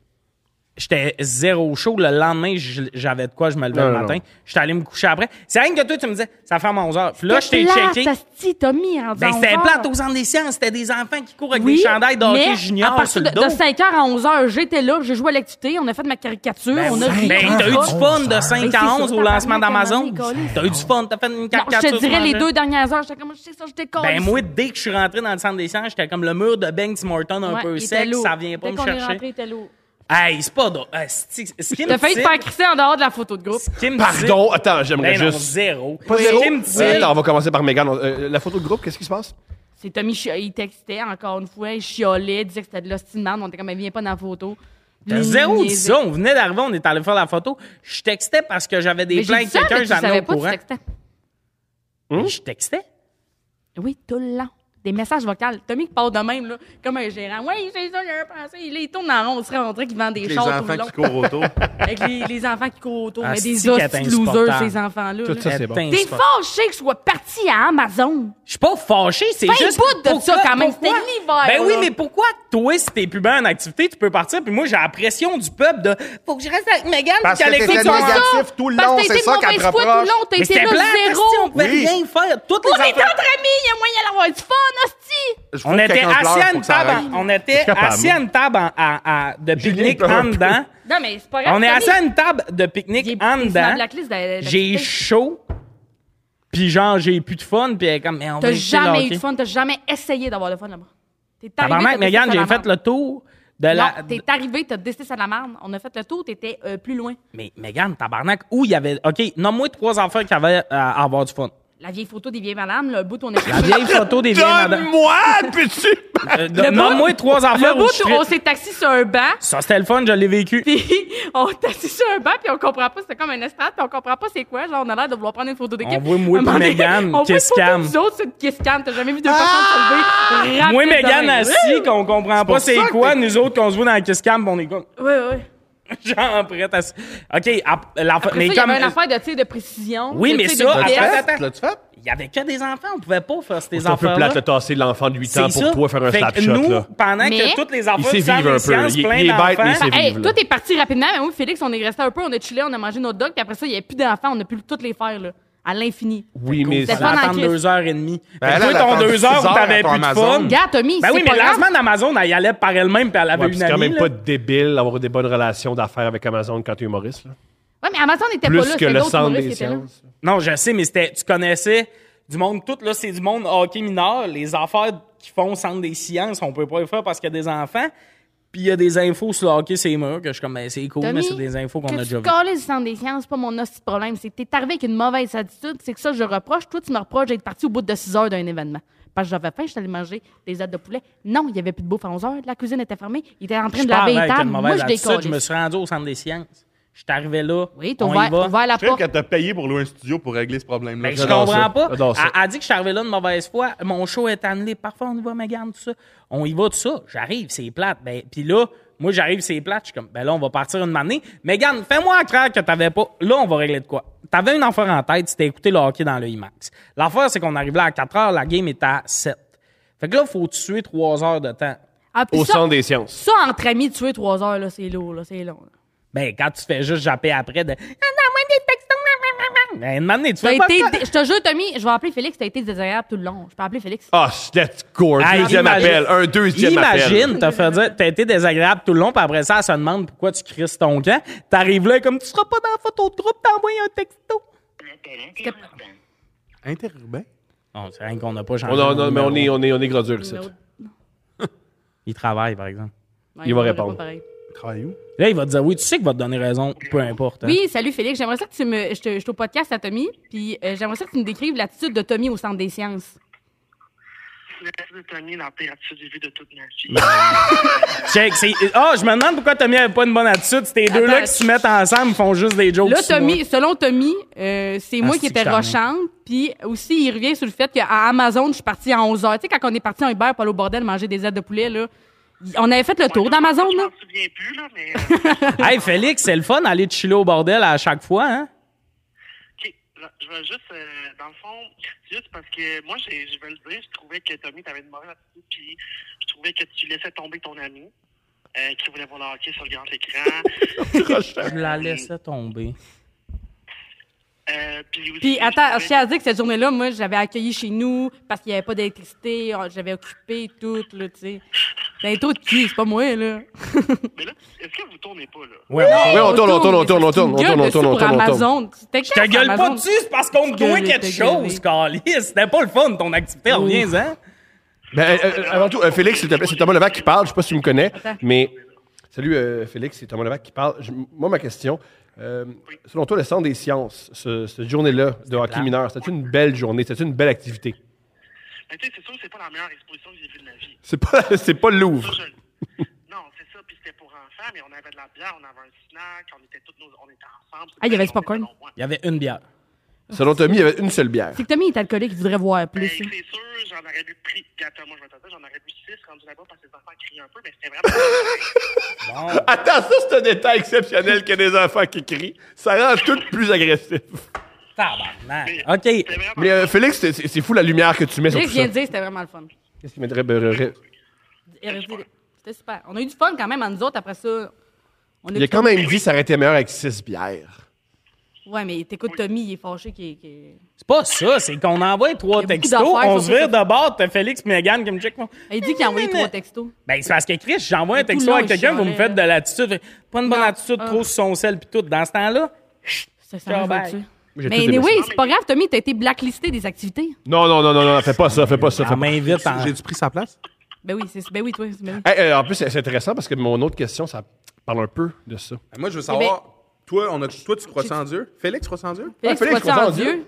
Speaker 1: J'étais zéro chaud. Le lendemain, je- j'avais de quoi, je me levais
Speaker 6: Non,
Speaker 1: le
Speaker 6: non,
Speaker 1: matin.
Speaker 6: non.
Speaker 1: J'étais allé me coucher après. C'est rien que toi, tu me disais, ça ferme à 11 h Puis là, je t'ai
Speaker 2: C'était plate,
Speaker 1: checké.
Speaker 2: hostie, Tommy, en
Speaker 1: Ben,
Speaker 2: disant,
Speaker 1: c'était
Speaker 2: on
Speaker 1: plate
Speaker 2: va.
Speaker 1: aux centre des sciences. C'était des enfants qui courent avec
Speaker 2: Oui,
Speaker 1: des chandails d'hockey
Speaker 2: mais à
Speaker 1: junior
Speaker 2: partir
Speaker 1: sur le
Speaker 2: de,
Speaker 1: dos.
Speaker 2: de 5h à 11h, j'étais là, j'ai joué à l'activité, on a fait ma caricature,
Speaker 1: Ben,
Speaker 2: on a ri,
Speaker 1: ben,
Speaker 2: on a
Speaker 1: t'as eu
Speaker 2: pas-
Speaker 1: du fun de 5 à
Speaker 2: ça,
Speaker 1: 11 au
Speaker 2: tabarnak,
Speaker 1: lancement
Speaker 2: à un
Speaker 1: d'Amazon.
Speaker 2: moment donné,
Speaker 1: T'as eu du fun. T'as fait une
Speaker 2: Non, je
Speaker 1: caricature.
Speaker 2: te dirais
Speaker 1: sur
Speaker 2: les
Speaker 1: Angèle.
Speaker 2: deux dernières heures, j'étais comme, je sais ça, j'étais con.
Speaker 1: Ben, moi, dès que je suis rentré dans le centre des sciences, j'étais comme le mur de Ben Tim Horton un peu sec. Ça vient pas me
Speaker 2: Dès qu'on est
Speaker 1: chercher.
Speaker 2: rentré, il était lourd.
Speaker 1: Hey, c'est pas drôle. Ah, c'est- c'est- ce qui me
Speaker 2: T'as failli te
Speaker 1: tire-
Speaker 2: faire crisser en dehors de la photo de groupe.
Speaker 1: ce qui me
Speaker 6: Pardon, attends,
Speaker 1: tire-
Speaker 6: j'aimerais
Speaker 1: Ben non,
Speaker 6: juste.
Speaker 1: zéro.
Speaker 6: Pas zéro.
Speaker 1: Ce qui me tire-
Speaker 6: Euh, Attends, on va commencer par Megan. Euh, la photo de groupe, qu'est-ce qui se passe?
Speaker 2: C'est Tommy, chi- il textait encore une fois, il chiolait, il disait que c'était de l'ostinade, on était comme, elle vient pas dans la photo.
Speaker 1: T'as
Speaker 2: Lui,
Speaker 1: zéro
Speaker 2: Ben, il
Speaker 1: dit
Speaker 2: niaisait.
Speaker 1: ça. On venait d'arriver, on est allé faire la photo. Je textais parce que j'avais des
Speaker 2: Mais j'ai
Speaker 1: plaintes
Speaker 2: dit ça,
Speaker 1: quelqu'un,
Speaker 2: mais tu
Speaker 1: j'en ai
Speaker 2: savais
Speaker 1: au
Speaker 2: pas, tu
Speaker 1: courant.
Speaker 2: textais.
Speaker 1: Mais Je textais.
Speaker 2: Oui, tout le long. Des messages vocaux. Tommy qui part de même, là, comme un gérant. Oui, c'est ça, j'ai un pensé. Il, il tourne en rond, on serait on dirait qu'il vend des
Speaker 3: Les
Speaker 2: chars tout le
Speaker 3: enfants
Speaker 2: long.
Speaker 3: qui courent autour.
Speaker 2: Avec les, les enfants qui courent autour.
Speaker 1: Ah,
Speaker 2: mais des
Speaker 1: c'est-tu qu'il
Speaker 2: hosties
Speaker 1: atteint
Speaker 2: de
Speaker 1: ce
Speaker 2: losers,
Speaker 1: portable?
Speaker 2: ces enfants-là.
Speaker 6: Tout
Speaker 2: là.
Speaker 6: ça, c'est bon.
Speaker 1: Atteint,
Speaker 2: T'es
Speaker 1: c'est Eh, pas-
Speaker 2: fâché que je sois parti à Amazon.
Speaker 1: Je suis pas fâché, c'est
Speaker 2: Fais
Speaker 1: juste.
Speaker 2: pas de ça quand même,
Speaker 1: pourquoi-
Speaker 2: c'était l'hiver,
Speaker 1: Ben oui,
Speaker 2: là.
Speaker 1: mais pourquoi toi, si t'es plus bien en activité, tu peux partir, puis moi, j'ai la pression du peuple de. Faut que je reste avec Megan,
Speaker 3: Parce
Speaker 1: puis
Speaker 3: que
Speaker 1: qu'elle
Speaker 3: t'étais
Speaker 1: écoute son
Speaker 3: négatif
Speaker 1: son.
Speaker 3: tout le
Speaker 2: Parce
Speaker 3: long,
Speaker 2: que t'as
Speaker 3: c'est
Speaker 2: été
Speaker 3: ça
Speaker 2: de
Speaker 3: qu'elle
Speaker 2: mauvaise foi tout le long, t'as
Speaker 1: Mais
Speaker 2: été
Speaker 1: c'était
Speaker 2: là
Speaker 1: plein
Speaker 2: zéro.
Speaker 1: on pouvait
Speaker 3: Oui.
Speaker 1: rien faire. Toutes
Speaker 2: On
Speaker 1: les
Speaker 2: est
Speaker 1: affaires-
Speaker 2: entre amis, il y a moyen d'avoir du fun, hostie.
Speaker 3: Je
Speaker 1: On
Speaker 3: veux que
Speaker 1: était
Speaker 3: quelqu'un
Speaker 1: assis
Speaker 3: pleure
Speaker 1: à
Speaker 3: pour
Speaker 1: une
Speaker 3: que ça
Speaker 1: table,
Speaker 3: arrête.
Speaker 1: en- on était
Speaker 6: capable.
Speaker 1: assis à une table en- à- à- de pique-nique
Speaker 6: pleure un
Speaker 1: en
Speaker 6: peu.
Speaker 1: dedans.
Speaker 2: Non, mais c'est pas grave.
Speaker 1: On est
Speaker 2: Tommy.
Speaker 1: assis à une table de
Speaker 2: Il est-
Speaker 1: pique-nique
Speaker 2: il est
Speaker 1: en
Speaker 2: sur la
Speaker 1: dedans.
Speaker 2: blacklist de- de-
Speaker 1: J'ai
Speaker 2: de-
Speaker 1: chaud. Puis genre, j'ai plus de fun. Puis elle est comme, mais on va
Speaker 2: T'as
Speaker 1: éviter le
Speaker 2: jamais eu
Speaker 1: hockey.
Speaker 2: de fun, t'as jamais essayé d'avoir de fun là-bas. T'es
Speaker 1: Tabarnak,
Speaker 2: t'as
Speaker 1: mais regarde,
Speaker 2: décidé
Speaker 1: j'ai
Speaker 2: ça la
Speaker 1: fait le tour de
Speaker 2: merde.
Speaker 1: Euh, la...
Speaker 2: Non, t'es arrivé, t'as décidé ça de la merde. On a fait le tour, t'étais euh, plus loin.
Speaker 1: Mais Megan, tabarnak, où il y avait... OK, nomme-moi trois affaires qui avaient euh, à avoir du fun.
Speaker 2: La vieille photo des vieilles madames, là, le bout où on est
Speaker 1: La vieille photo des vieilles madames.
Speaker 6: Donne-moi, peux-tu?
Speaker 1: Euh, nomme-moi trois affaires
Speaker 2: Le
Speaker 1: où
Speaker 2: bout
Speaker 1: je
Speaker 2: où on
Speaker 1: trippe.
Speaker 2: s'est taxi sur un banc,
Speaker 1: Ça, c'était le fun, je l'ai vécu.
Speaker 2: puis on est assis sur un banc, puis on comprend pas, c'était comme un estrade, puis on comprend pas c'est quoi. Genre, on a l'air de vouloir prendre une photo d'équipe.
Speaker 1: On voit moi
Speaker 2: À un moment donné,
Speaker 1: puis Mégane
Speaker 2: on voit
Speaker 1: qui
Speaker 2: une
Speaker 1: se
Speaker 2: photo
Speaker 1: calme.
Speaker 2: des autres, c'est une qui se calme. T'as jamais vu deux personnes se lever rapide
Speaker 1: Moi,
Speaker 2: de
Speaker 1: Ah! Megan,
Speaker 2: même.
Speaker 1: assis, qu'on comprend pas c'est
Speaker 3: ça que
Speaker 1: quoi,
Speaker 3: t'es-
Speaker 1: nous autres, qu'on se voit dans le kiss cam, on est comme...
Speaker 2: Oui, oui.
Speaker 1: Genre, prête à... se- OK, à- la...
Speaker 2: Après
Speaker 1: mais
Speaker 2: ça, il y
Speaker 1: comme...
Speaker 2: avait une affaire de, tu sais, de précision.
Speaker 1: Oui,
Speaker 2: de,
Speaker 1: mais
Speaker 2: tu
Speaker 1: ça,
Speaker 2: sais, de
Speaker 1: attends,
Speaker 2: vitesse.
Speaker 1: attends,
Speaker 3: Tu L'as-tu fait?
Speaker 1: Il y avait que des enfants, on pouvait pas faire ces
Speaker 6: C'est un peu
Speaker 1: affaires-là.
Speaker 6: plate le tasser de l'enfant de 8 ans
Speaker 1: C'est ça.
Speaker 6: pour toi faire un
Speaker 1: Fait que
Speaker 6: slap shot,
Speaker 1: nous,
Speaker 6: là.
Speaker 1: pendant
Speaker 2: Mais-
Speaker 1: que toutes les enfants
Speaker 6: sait
Speaker 1: sont
Speaker 6: vivre un
Speaker 1: en
Speaker 6: peu,
Speaker 1: sciences,
Speaker 6: là. Il-
Speaker 1: plein
Speaker 6: il est bête, mais
Speaker 1: d'enfants.
Speaker 6: il sait
Speaker 2: Ah, Hey,
Speaker 6: vivre,
Speaker 2: toi,
Speaker 6: là.
Speaker 2: t'es parti rapidement, mais moi, Félix, on est resté un peu, on a chillé, on a mangé notre dog, puis après ça, il n'y a plus d'enfants, on a pu toutes les faire, là. à l'infini.
Speaker 1: Hmm.
Speaker 4: Oui, mais
Speaker 2: C'était
Speaker 1: Ça
Speaker 2: pas dans
Speaker 1: attendre
Speaker 2: Chris.
Speaker 1: deux heures et demie.
Speaker 3: Ben,
Speaker 1: Mais
Speaker 3: elle,
Speaker 1: toi,
Speaker 3: elle
Speaker 1: ton
Speaker 3: attend
Speaker 1: deux
Speaker 3: six
Speaker 1: heures où
Speaker 3: heures à
Speaker 1: t'avais
Speaker 3: ton
Speaker 1: plus de
Speaker 3: Amazon.
Speaker 1: fun.
Speaker 2: Regarde, Tommy,
Speaker 1: Ben
Speaker 2: c'est
Speaker 1: oui,
Speaker 2: pas
Speaker 1: mais
Speaker 2: grave.
Speaker 1: lancement d'Amazon, elle y allait par elle-même puis elle avait
Speaker 4: Ouais, puis
Speaker 1: une
Speaker 4: c'est quand
Speaker 1: amie.
Speaker 4: même
Speaker 1: là.
Speaker 4: pas débile d'avoir des bonnes relations d'affaires avec Amazon quand t'es humoriste. là.
Speaker 2: Ouais, mais Amazon n'était pas là.
Speaker 4: Plus que
Speaker 2: c'était
Speaker 4: le
Speaker 2: d'autres
Speaker 4: centre
Speaker 2: humoristes
Speaker 4: des
Speaker 2: qui étaient là.
Speaker 4: sciences.
Speaker 1: Non, je sais, mais c'était, tu connaissais du monde, tout là, c'est du monde hockey mineur. Les affaires qui font centre des sciences, on peut pas les faire parce qu'il y a des enfants. Puis il y a des infos sur le hockey, c'est murs que je suis comme, ben, c'est cool, mais
Speaker 2: Tommy,
Speaker 1: c'est des infos qu'on
Speaker 2: que
Speaker 1: a
Speaker 2: tu
Speaker 1: déjà vues.
Speaker 2: colles du centre des sciences, c'est pas mon hostie de problème. C'est que t'es arrivé avec une mauvaise attitude, c'est que ça, je reproche. Toi, tu me reproches d'être parti au bout de 6 heures d'un événement. Parce que j'avais faim, je suis allé manger des ailes de poulet. Non, il y avait plus de bouffe à 11 heures. La cuisine était fermée. Il était en train
Speaker 1: Je
Speaker 2: de
Speaker 1: parle
Speaker 2: laver les
Speaker 1: avec une
Speaker 2: tables. Moi,
Speaker 1: mauvaise
Speaker 2: je
Speaker 1: attitude, je me
Speaker 2: décolle.
Speaker 1: suis rendu au centre des sciences. Je suis arrivé là.
Speaker 2: Oui, t'as
Speaker 1: on y
Speaker 2: ouvert,
Speaker 1: va.
Speaker 2: t'as ouvert la
Speaker 3: Je trouve
Speaker 2: porte.
Speaker 3: que t'as payé pour louer un studio pour régler ce problème-là.
Speaker 1: Ben, je
Speaker 4: J'adore
Speaker 1: comprends
Speaker 4: ça.
Speaker 1: pas.
Speaker 4: J'adore ça.
Speaker 1: Elle, elle dit que je suis arrivé là de mauvaise foi. Mon show est annulé. Parfois, on y va, ma garde, tout ça. On y va, tout ça. J'arrive, c'est plate. Ben, puis là, moi, j'arrive, c'est plate. Je suis comme, ben là, on va partir une année. Mais garde, fais-moi croire que t'avais pas. Là, on va régler de quoi? T'avais une affaire en tête, c'était écouter le hockey dans le IMAX. L'affaire, c'est qu'on arrive là à 4 heures, la game est à 7. Fait que là, faut tuer 3 heures de temps.
Speaker 2: Ah, puis
Speaker 4: Au
Speaker 2: ça,
Speaker 4: centre des sciences.
Speaker 2: ça, entre amis, tuer 3 heures, là, c'est lourd, là, c'est long. là.
Speaker 1: Ben, quand tu fais juste japper après de. Ah, non, moi, des textos. Ben, une année, tu
Speaker 2: T'as
Speaker 1: fais pas ça.
Speaker 2: été, je te jure, Tommy, je vais appeler Félix, t'as été désagréable tout le long. Je peux appeler Félix.
Speaker 4: Ah, that's gorgeous.
Speaker 1: Hey,
Speaker 4: deuxième
Speaker 1: imagine-
Speaker 4: appel. Un deuxième appel.
Speaker 1: Imagine, t'as fait dire, t'as été désagréable tout le long, puis après ça, elle se demande pourquoi tu crisses ton camp. T'arrives là comme tu seras pas dans la photo de groupe, t'envoies un texto.
Speaker 5: Interurbain.
Speaker 3: Interurbain?
Speaker 1: Non, c'est rien qu'on n'a pas changé.
Speaker 4: On, a- on a-
Speaker 1: le
Speaker 4: Oh, mais on est,
Speaker 1: numéro.
Speaker 4: on est, on est gros dur ici.
Speaker 2: Numéro-
Speaker 1: Il travaille, par exemple.
Speaker 2: Ouais,
Speaker 4: Il va
Speaker 2: je
Speaker 4: répondre. Hein?
Speaker 2: pas pareil.
Speaker 3: Travaille où?
Speaker 1: Là, il va te dire oui, tu sais qu'il va te donner raison, peu importe. hein.
Speaker 2: Oui, salut Félix. J'aimerais ça que tu me. Je te- je suis au podcast à Tommy, puis euh, j'aimerais ça que tu me décrives l'attitude de Tommy au centre des sciences.
Speaker 5: Je vais tenir la pire attitude que j'ai vue de toute ma vie.
Speaker 1: Check, c'est. Ah, je me demande pourquoi Tommy avait pas une bonne attitude. Ces deux-là
Speaker 2: Attends.
Speaker 1: qui se mettent ensemble ils font juste des jokes.
Speaker 2: Là,
Speaker 1: sur moi.
Speaker 2: Tommy, selon Tommy, euh, c'est moi
Speaker 1: c'est
Speaker 2: qui
Speaker 1: que je
Speaker 2: étais
Speaker 1: t'en ai.
Speaker 2: rochante, puis aussi, il revient sur le fait qu'à Amazon, je suis partie à 11 h Tu sais, quand on est parti en Uber, pas au bordel, manger des ailes de poulet, là, y- on avait fait le tour d'Amazon,
Speaker 5: Je
Speaker 2: là.
Speaker 5: m'en souviens plus, là, mais. euh,
Speaker 1: Hey, Félix, c'est le fun d'aller te chiller au bordel à chaque fois, hein?
Speaker 5: OK. Là, Je vais juste, euh, dans le fond, juste parce que moi, j'ai- je vais le dire, je trouvais que Tommy, t'avais une mauvaise attitude, puis je trouvais que tu laissais tomber ton ami, euh, qui voulait voir le hockey sur le grand écran.
Speaker 1: Je la laissais tomber.
Speaker 5: euh, puis aussi.
Speaker 2: Puis
Speaker 5: je
Speaker 2: attends,
Speaker 5: trouvais-
Speaker 2: je tiens à dire que cette journée-là, moi, j'avais accueilli chez nous parce qu'il n'y avait pas d'électricité, on- j'avais occupé tout, là, tu sais. C'est un taux de qui? C'est pas moi, là.
Speaker 5: Mais là, est-ce que vous tournez pas, là?
Speaker 1: Ouais, on-
Speaker 4: Oui, Ah on tourne, on tourne, on tourne, on tourne, on tourne, on tourne, on tourne, on tourne.
Speaker 2: Amazon. C'était
Speaker 1: Je te gueule pas dessus, c'est parce qu'on te doit
Speaker 2: Gueuler,
Speaker 1: quelque
Speaker 2: te
Speaker 1: chose, Calis. C'était pas le fun, ton activité, reviens-en.
Speaker 4: Ben, euh, euh, avant tout, euh, Félix, s'il te plaît, c'est Thomas Levac qui parle. Je sais pas si tu me connais,
Speaker 2: Attends.
Speaker 4: mais. Salut, euh, Félix, c'est Thomas Levac qui parle. Je- moi, ma question. euh, selon toi, le Centre des sciences, ce- cette journée-là de hockey
Speaker 1: plate.
Speaker 4: mineur, c'était une belle journée, c'était une belle activité.
Speaker 5: Mais Ben, tu sais, c'est sûr que c'est pas la meilleure exposition que j'ai vue de ma vie.
Speaker 4: C'est pas, c'est pas le
Speaker 5: Ça,
Speaker 4: Louvre.
Speaker 5: je- Non, c'est ça, puis c'était pour enfants, mais on avait de la bière, on avait un snack, on était tous nos... on était ensemble.
Speaker 2: Ah, il y avait du popcorn?
Speaker 5: Selon moi.
Speaker 1: Il y avait une bière.
Speaker 4: Selon Tommy, il y avait une seule bière.
Speaker 2: C'est que Tommy est alcoolique, il voudrait voir
Speaker 5: Ben,
Speaker 2: plus. hein.
Speaker 5: c'est sûr, j'en aurais bu pris. Attends, moi, je vais t'attendre, j'en aurais bu six rendus là-bas parce que les enfants crient un peu, mais c'était vraiment.
Speaker 4: Attends, ça, c'est un détail exceptionnel que des enfants qui crient. Ça rend tout plus agressif.
Speaker 1: Tabarnak. OK.
Speaker 5: c'était vraiment-
Speaker 4: Mais euh, Félix, c'est- c'est c'est fou la lumière que tu mets sur tout
Speaker 2: Félix vient
Speaker 4: ça.
Speaker 2: de dire que c'était vraiment le fun.
Speaker 4: Qu'est-ce qui m'aiderait- ben, euh,
Speaker 2: Il aurait dit- C'était super. On a eu du fun quand même, à nous autres, après ça. On
Speaker 4: Il a quand même dit que ça aurait été meilleur avec six bières.
Speaker 2: Ouais, mais t'écoutes Tommy, il est fâché qu'il qu'il-
Speaker 1: C'est pas ça, c'est qu'on envoie trois
Speaker 2: Il y a beaucoup
Speaker 1: textos,
Speaker 2: d'affaires
Speaker 1: on se
Speaker 2: sur
Speaker 1: vire de bord, t'as Félix et Megan qui me check. moi.
Speaker 2: Il dit qu'il a envoyé trois textos.
Speaker 1: Ben, c'est parce que Chris, j'envoie un
Speaker 2: Tout le
Speaker 1: texto
Speaker 2: long,
Speaker 1: à
Speaker 2: il
Speaker 1: quelqu'un, vous me
Speaker 2: chialait,
Speaker 1: faites de
Speaker 2: là.
Speaker 1: l'attitude. Fait, Pas une bonne
Speaker 2: Non.
Speaker 1: attitude,
Speaker 2: Ah.
Speaker 1: trop sur son sel pis tout. Dans ce temps-là,
Speaker 2: Ça, ça
Speaker 1: Ciao,
Speaker 2: nous a
Speaker 1: bye.
Speaker 2: tués.
Speaker 4: j'ai
Speaker 2: Mais
Speaker 4: tout aimé
Speaker 2: anyway,
Speaker 4: ça.
Speaker 2: c'est pas grave, Tommy, t'as été blacklisté des activités.
Speaker 4: Non, non, non, non, non, fais pas ça, fais pas ça, fais
Speaker 1: on
Speaker 4: pas
Speaker 1: m'invite Ah, en...
Speaker 3: J'ai-tu pris sa place?
Speaker 2: Ben oui, c'est ben oui, toi. ben oui.
Speaker 1: Ah,
Speaker 4: Hey, euh, en plus, c'est c'est intéressant parce que mon autre question, ça parle un peu de ça.
Speaker 3: Moi, je veux
Speaker 2: ben-
Speaker 3: savoir, toi, on a, toi, tu crois ça en Dieu? Félix crois ça en Dieu?
Speaker 2: Félix, tu
Speaker 4: Félix,
Speaker 2: crois-tu en Dieu?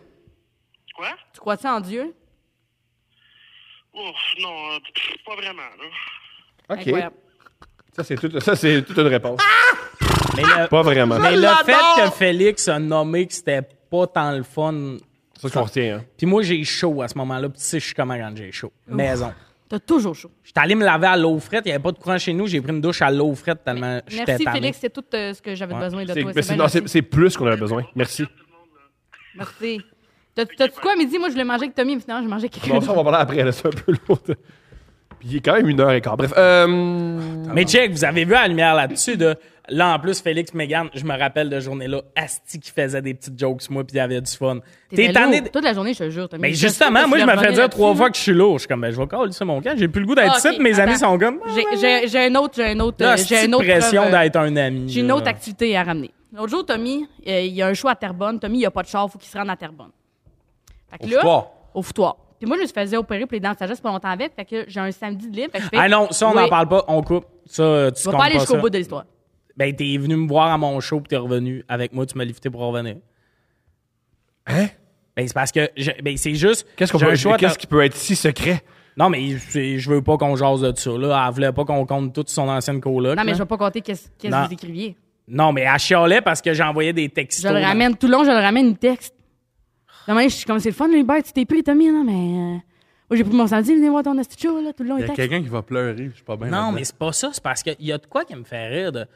Speaker 5: Quoi?
Speaker 2: Tu crois-tu en Dieu?
Speaker 5: Ouf, non, euh, pff, pas vraiment, là.
Speaker 4: OK.
Speaker 2: Incroyable.
Speaker 4: Ça, c'est tout, ça, c'est toute une réponse.
Speaker 1: Mais le,
Speaker 4: Pas vraiment.
Speaker 1: mais
Speaker 2: Ah,
Speaker 1: le fait que Félix a nommé que c'était pas tant le fun...
Speaker 4: C'est ça qu'on retient, hein.
Speaker 1: Puis moi, j'ai chaud à ce moment-là. Puis tu sais, je suis comment quand j'ai chaud. Maison.
Speaker 2: T'as toujours chaud.
Speaker 1: J'étais allé me laver à l'eau frette. Il n'y avait pas de courant chez nous. J'ai pris une douche à l'eau frette tellement j'étais
Speaker 2: Merci,
Speaker 1: tanné.
Speaker 2: Félix, c'est tout euh, ce que j'avais
Speaker 1: Ouais.
Speaker 2: besoin de
Speaker 4: C'est-
Speaker 2: toi.
Speaker 4: mais
Speaker 2: c'est
Speaker 4: c'est-
Speaker 2: bien
Speaker 4: non, C'est
Speaker 2: gentil.
Speaker 4: c'est plus qu'on avait besoin. Merci.
Speaker 2: Merci. T'as- T'as-tu quoi à midi? Moi, je voulais manger avec Tommy, mais finalement, je mangeais avec quelqu'un
Speaker 4: Bon, ça, on va parler après, là, c'est un peu lourd. Puis il est quand même une heure et quart. Bref, euh,
Speaker 1: Mais check, vous avez vu à la lumière là-dessus de Là, en plus, Félix Megan, je me rappelle de journée-là, Asti qui faisait des petites jokes, moi, puis il y avait du fun. T'es tanné. de-
Speaker 2: Toute la journée, je te jure. t'as
Speaker 1: Mais
Speaker 2: mis-
Speaker 1: justement,
Speaker 2: je sais pas si
Speaker 1: moi, je
Speaker 2: tu
Speaker 1: me
Speaker 2: vas
Speaker 1: fais
Speaker 2: revenir
Speaker 1: dire trois
Speaker 2: là-dessus,
Speaker 1: fois que je suis lourd. Je suis comme, ben, je vais coller sur mon camp. J'ai plus le goût d'être
Speaker 2: Ah,
Speaker 1: ici,
Speaker 2: ok,
Speaker 1: puis mes amis
Speaker 2: attends.
Speaker 1: sont comme. ah,
Speaker 2: là. J'ai- J'ai j'ai un autre, j'ai un autre, euh,
Speaker 1: Là,
Speaker 2: j'ai
Speaker 1: c'est
Speaker 2: une autre
Speaker 1: pression
Speaker 2: preuve, euh,
Speaker 1: d'être un ami.
Speaker 2: J'ai une
Speaker 1: là.
Speaker 2: autre activité à ramener. L'autre jour, Tommy, euh, il y a un show à Terrebonne. Tommy, il n'y a pas de char, il faut qu'il se rende à Terrebonne. Fait que
Speaker 3: Au
Speaker 2: là,
Speaker 3: foutoir.
Speaker 2: Au foutoir. Puis moi, je me faisais opérer pour les dents de sagesse pas longtemps avec. Fait que j'ai un samedi de libre. Fait que je fais-
Speaker 1: Ah non, ça, on
Speaker 2: Oui.
Speaker 1: n'en parle pas. On coupe. Ça, euh, tu
Speaker 2: Je vais
Speaker 1: comptes
Speaker 2: pas aller jusqu'au
Speaker 1: ça.
Speaker 2: bout de l'histoire.
Speaker 1: Ben, t'es venu me voir à mon show, puis t'es revenu avec moi, tu m'as lifté pour revenir.
Speaker 6: Hein?
Speaker 1: Ben, c'est parce que. je- ben, c'est juste.
Speaker 6: Qu'est-ce qu'on
Speaker 1: j'ai
Speaker 6: peut,
Speaker 1: un choix
Speaker 6: qu'est-ce qui peut être si secret?
Speaker 1: Non, mais c'est- je veux pas qu'on jase de ça, là. Elle voulait pas qu'on compte toute son ancienne coloc.
Speaker 2: Non, mais
Speaker 1: là.
Speaker 2: je vais pas compter qu'est-ce qu'est-ce que
Speaker 1: Non.
Speaker 2: vous écriviez.
Speaker 1: Non, mais elle chialait parce que j'envoyais des textos.
Speaker 2: Je le ramène tout le long, je le ramène une texte. Demain, je suis comme c'est le fun, Hubert, tu t'es pris, Tommy, non, mais. euh, moi, j'ai pris mon samedi, venez voir ton esti de show, là, tout le long,
Speaker 3: Il y a
Speaker 2: texte.
Speaker 3: quelqu'un qui va pleurer, je suis pas bien.
Speaker 1: Non,
Speaker 3: là-dedans.
Speaker 1: mais c'est pas ça. C'est parce qu'il y a de quoi qui me fait rire de.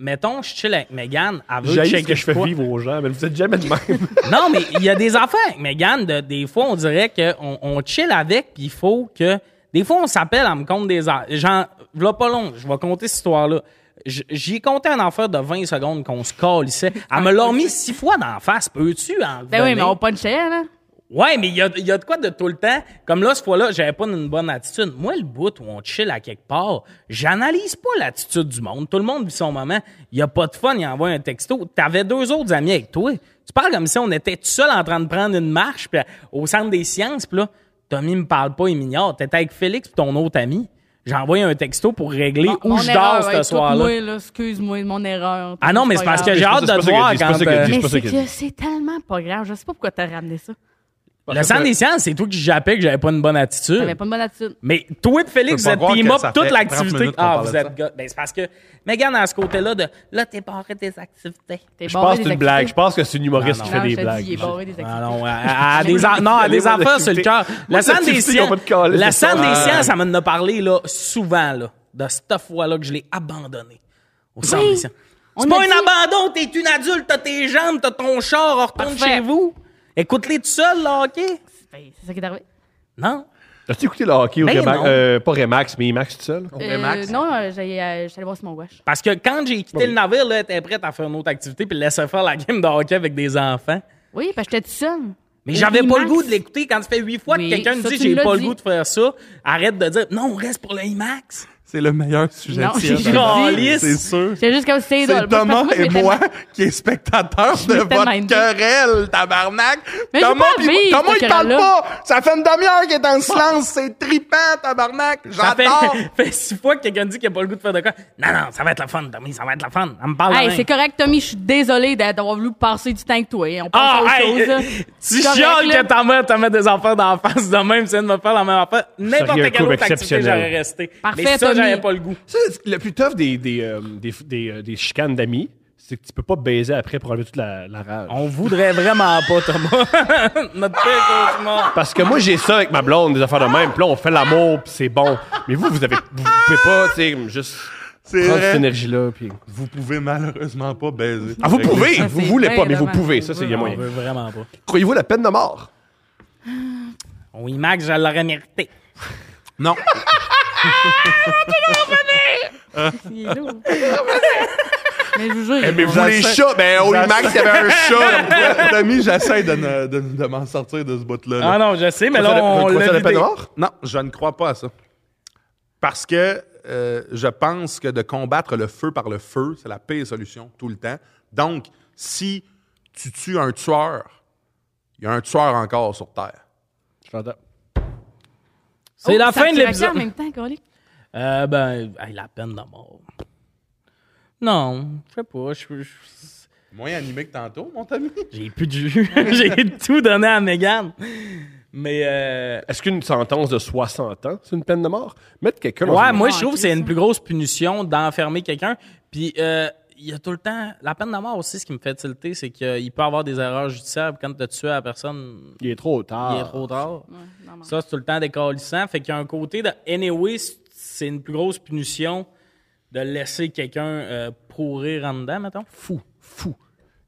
Speaker 1: Mettons, je chill avec Megan. Elle veut
Speaker 4: J'ai
Speaker 1: checker
Speaker 4: ce que je fais
Speaker 1: de quoi.
Speaker 4: vivre aux gens, mais vous êtes jamais de même.
Speaker 1: Non, mais il y a des affaires avec Megan. de- des fois, on dirait qu'on on chill avec, puis il faut que. Des fois, on s'appelle, elle me compte des heures. Genre, v'là pas long, je vais compter cette histoire-là. J- J'y comptais un affaire de 20 secondes qu'on se calissait. Elle me l'a remis six fois dans la face. Peux-tu hein, en
Speaker 2: Ah, Ben oui,
Speaker 1: revenir?
Speaker 2: mais on punchait, là.
Speaker 1: Ouais, mais il y a, il y a de quoi de tout le temps. Comme là, cette fois-là, j'avais pas une bonne attitude. Moi, le bout où on chill à quelque part, j'analyse pas l'attitude du monde. Tout le monde vit son moment. Il y a pas de fun, il envoie un texto. T'avais deux autres amis avec toi. Tu parles comme si on était tout seul en train de prendre une marche puis, au centre des sciences. Puis là, Tommy me parle pas, il m'ignore. T'étais avec Félix puis ton autre ami. J'ai envoyé un texto pour régler
Speaker 2: Ah, Mon
Speaker 1: où je
Speaker 2: erreur,
Speaker 1: dors
Speaker 2: ouais,
Speaker 1: ce soir-là.
Speaker 2: écoute-moi, là, Excuse-moi de mon erreur.
Speaker 1: Ah non, mais c'est parce que
Speaker 2: grave.
Speaker 1: j'ai hâte
Speaker 6: c'est
Speaker 1: de
Speaker 6: pas
Speaker 1: te
Speaker 6: ça
Speaker 1: voir
Speaker 6: qu'il dit, c'est pas
Speaker 1: quand...
Speaker 6: ça qu'il
Speaker 1: euh,
Speaker 6: dit.
Speaker 2: Mais
Speaker 6: pas ça
Speaker 2: c'est
Speaker 6: qu'il a
Speaker 2: que c'est tellement pas grave. Je sais pas pourquoi t'as ramené ça.
Speaker 1: Le centre des sciences, c'est toi qui jappais que j'avais pas une bonne attitude.
Speaker 2: T'avais pas de bonne attitude.
Speaker 1: Mais toi et Félix,
Speaker 3: Je
Speaker 1: vous
Speaker 3: peux
Speaker 1: êtes
Speaker 3: pas croire
Speaker 1: team
Speaker 3: que
Speaker 1: up
Speaker 3: ça
Speaker 1: toute
Speaker 3: fait 30
Speaker 1: l'activité.
Speaker 3: minutes qu'on
Speaker 1: Ah,
Speaker 3: parle
Speaker 1: vous
Speaker 3: de
Speaker 1: êtes
Speaker 3: ça.
Speaker 1: gars. Ben, c'est parce que Megan a ce côté-là de là, t'es barré des activités.
Speaker 2: T'es barré
Speaker 6: Je
Speaker 2: des
Speaker 6: pense que c'est une
Speaker 2: activités.
Speaker 6: blague. Je pense que c'est une humoriste
Speaker 1: Non,
Speaker 6: qui
Speaker 1: non.
Speaker 6: fait
Speaker 2: Non,
Speaker 6: des
Speaker 2: je te dis, il est
Speaker 6: blagues.
Speaker 2: barré des
Speaker 1: Ah
Speaker 2: activités.
Speaker 1: non, à- à- à des en- non, à des
Speaker 6: Moi,
Speaker 1: enfants sur le
Speaker 6: d'activité.
Speaker 1: cœur. La
Speaker 6: Moi,
Speaker 1: scène des
Speaker 6: d'activité, ils ont
Speaker 1: sciences,
Speaker 6: pas de câlisse,
Speaker 1: la
Speaker 6: ils sont
Speaker 3: Ah.
Speaker 1: scène des
Speaker 6: pas-
Speaker 1: sciences, ça m'en a parlé là, souvent, là, de cette fois-là que je l'ai abandonné au centre des sciences.
Speaker 2: On
Speaker 1: C'est
Speaker 2: a
Speaker 1: pas
Speaker 2: dit-
Speaker 1: un abandon, t'es une adulte, t'as tes jambes, t'as ton char, on retourne
Speaker 2: Parfait.
Speaker 1: chez vous. Écoute-les tout seul, là, OK?
Speaker 2: Ben, C'est ça qui est arrivé.
Speaker 1: Non?
Speaker 6: As-tu écouté le hockey au
Speaker 1: Ben
Speaker 6: Remax?
Speaker 1: non.
Speaker 6: Euh, pas Remax, mais Max tout seul?
Speaker 2: Euh,
Speaker 3: Max?
Speaker 2: Non, euh, j'ai, euh, je suis allé voir Simon Wesh.
Speaker 1: Parce que quand j'ai quitté le navire, là, elle était prête à faire une autre activité puis laisser faire la game de hockey avec des enfants.
Speaker 2: Oui, parce que j'étais tout seul.
Speaker 1: Mais
Speaker 2: Oui,
Speaker 1: j'avais pas
Speaker 2: Max.
Speaker 1: le goût de l'écouter. Quand tu fais huit fois
Speaker 2: Oui,
Speaker 1: que quelqu'un me
Speaker 2: ça,
Speaker 1: dit
Speaker 2: tu
Speaker 1: j'ai
Speaker 2: l'as
Speaker 1: pas le
Speaker 2: dit.
Speaker 1: goût de faire ça, arrête de dire non, on reste pour le IMAX.
Speaker 3: C'est le meilleur sujet
Speaker 2: Non,
Speaker 3: de
Speaker 2: j'ai-
Speaker 3: siècle.
Speaker 1: Calisse.
Speaker 3: C'est sûr.
Speaker 2: J'étais juste comme c'est
Speaker 3: C'est
Speaker 2: drôle. Parce que
Speaker 3: Thomas
Speaker 2: moi, je
Speaker 3: et
Speaker 2: m'étais-
Speaker 3: moi qui est spectateur de
Speaker 2: m'étais
Speaker 3: votre
Speaker 2: mindée.
Speaker 3: querelle, tabarnak.
Speaker 2: Mais
Speaker 3: Thomas,
Speaker 2: j'ai pas à
Speaker 3: pis-
Speaker 2: vivre,
Speaker 3: Thomas,
Speaker 2: cette
Speaker 3: il parle
Speaker 2: querelle-là.
Speaker 3: pas. Ça fait une demi-heure qu'il est en silence. C'est tripant, tabarnak.
Speaker 1: Ça fait,
Speaker 3: J'adore.
Speaker 1: fait six fois que quelqu'un dit qu'il a pas le goût de faire de quoi. Non, non, ça va être la fun, Tommy, ça va être la fun. Elle me parle de
Speaker 2: Hey,
Speaker 1: même.
Speaker 2: c'est correct, Tommy, je suis désolé d'a- d'avoir voulu passer du temps avec toi. hein. On passe
Speaker 1: Ah,
Speaker 2: à
Speaker 1: hey,
Speaker 2: autre chose. là.
Speaker 1: euh, tu
Speaker 2: C'est correct,
Speaker 1: chiales
Speaker 2: là.
Speaker 1: que ta mère te met des enfants dans la face de même, tu viens de me faire la même affaire. N'importe
Speaker 6: Sérieux,
Speaker 1: quelle
Speaker 6: courbe
Speaker 1: autre activité,
Speaker 6: exceptionnelle.
Speaker 1: j'aurais resté.
Speaker 2: Parfait,
Speaker 1: Mais ça,
Speaker 2: Tommy.
Speaker 1: j'avais pas le goût.
Speaker 6: Ça,
Speaker 4: C'est Le plus tough des, des, euh, des, des, euh, des chicanes d'amis, c'est que tu peux pas baiser après pour enlever toute la, la rage.
Speaker 1: On voudrait vraiment pas, Thomas. Notre pire cauchemar.
Speaker 6: Parce que moi, j'ai ça avec ma blonde, des affaires de même. Puis là, on fait l'amour, puis c'est bon. Mais vous, vous avez, vous pouvez pas, tu sais, juste
Speaker 3: C'est
Speaker 6: prendre
Speaker 3: vrai.
Speaker 6: cette énergie-là. Puis...
Speaker 3: Vous pouvez malheureusement pas baiser.
Speaker 6: Ah, vous pouvez!
Speaker 2: Ça,
Speaker 6: Vous
Speaker 2: c'est
Speaker 6: voulez pas,
Speaker 2: bien
Speaker 6: mais vous
Speaker 2: dommage.
Speaker 6: pouvez. Ça, c'est il y a
Speaker 1: On
Speaker 6: moyen.
Speaker 1: Ah, veut vraiment pas.
Speaker 6: Croyez-vous la peine de mort?
Speaker 1: Oui, Max, je l'aurais mérité.
Speaker 3: Non.
Speaker 2: Il est lourd. Mais je vous
Speaker 3: Eh,
Speaker 2: jure. Oh,
Speaker 6: Mais vous, les chats, ben, au Max, il y avait un chat.
Speaker 3: Tommy, j'essaie de, ne- de, de m'en sortir de ce bout-là. là.
Speaker 1: Ah non, je sais, mais là,
Speaker 6: Croyez-vous la-
Speaker 1: on
Speaker 6: croyez-vous
Speaker 1: l'a
Speaker 6: la peine
Speaker 1: vidé.
Speaker 6: de mort?
Speaker 3: Non, je ne crois pas à ça. Parce que euh, je pense que de combattre le feu par le feu, c'est la pire solution tout le temps. Donc, si tu tues un tueur, il y a un tueur encore sur Terre.
Speaker 6: Je l'entends.
Speaker 1: C'est la fin de
Speaker 2: en
Speaker 1: l'épisode.
Speaker 2: même temps, Colic.
Speaker 1: Euh, ben, hey, la peine de mort. Non, je sais pas. je- je-
Speaker 3: Moins animé que tantôt, mon ami.
Speaker 1: J'ai plus de jus. J'ai tout donné à Megan. Mais, euh,
Speaker 6: Est-ce qu'une sentence de 60 ans, c'est une peine de mort? Mettre quelqu'un dans
Speaker 1: ouais,
Speaker 6: une-
Speaker 1: moi,
Speaker 2: Ah,
Speaker 1: je trouve
Speaker 2: ok,
Speaker 1: que c'est une
Speaker 2: ça.
Speaker 1: plus grosse punition d'enfermer quelqu'un. Puis, euh, il y a tout le temps. La peine de mort aussi, ce qui me fait tilter, c'est qu'il peut avoir des erreurs judiciaires. Puis Quand tu as tué la personne,
Speaker 6: Il est trop tard.
Speaker 1: il est trop tard.
Speaker 2: Ah, Ouais, normal.
Speaker 1: Ça, c'est tout le temps décalissant. Fait qu'il y a un côté de. Anyway, c'est une plus grosse punition de laisser quelqu'un euh, pourrir en dedans, mettons.
Speaker 6: Fou, fou.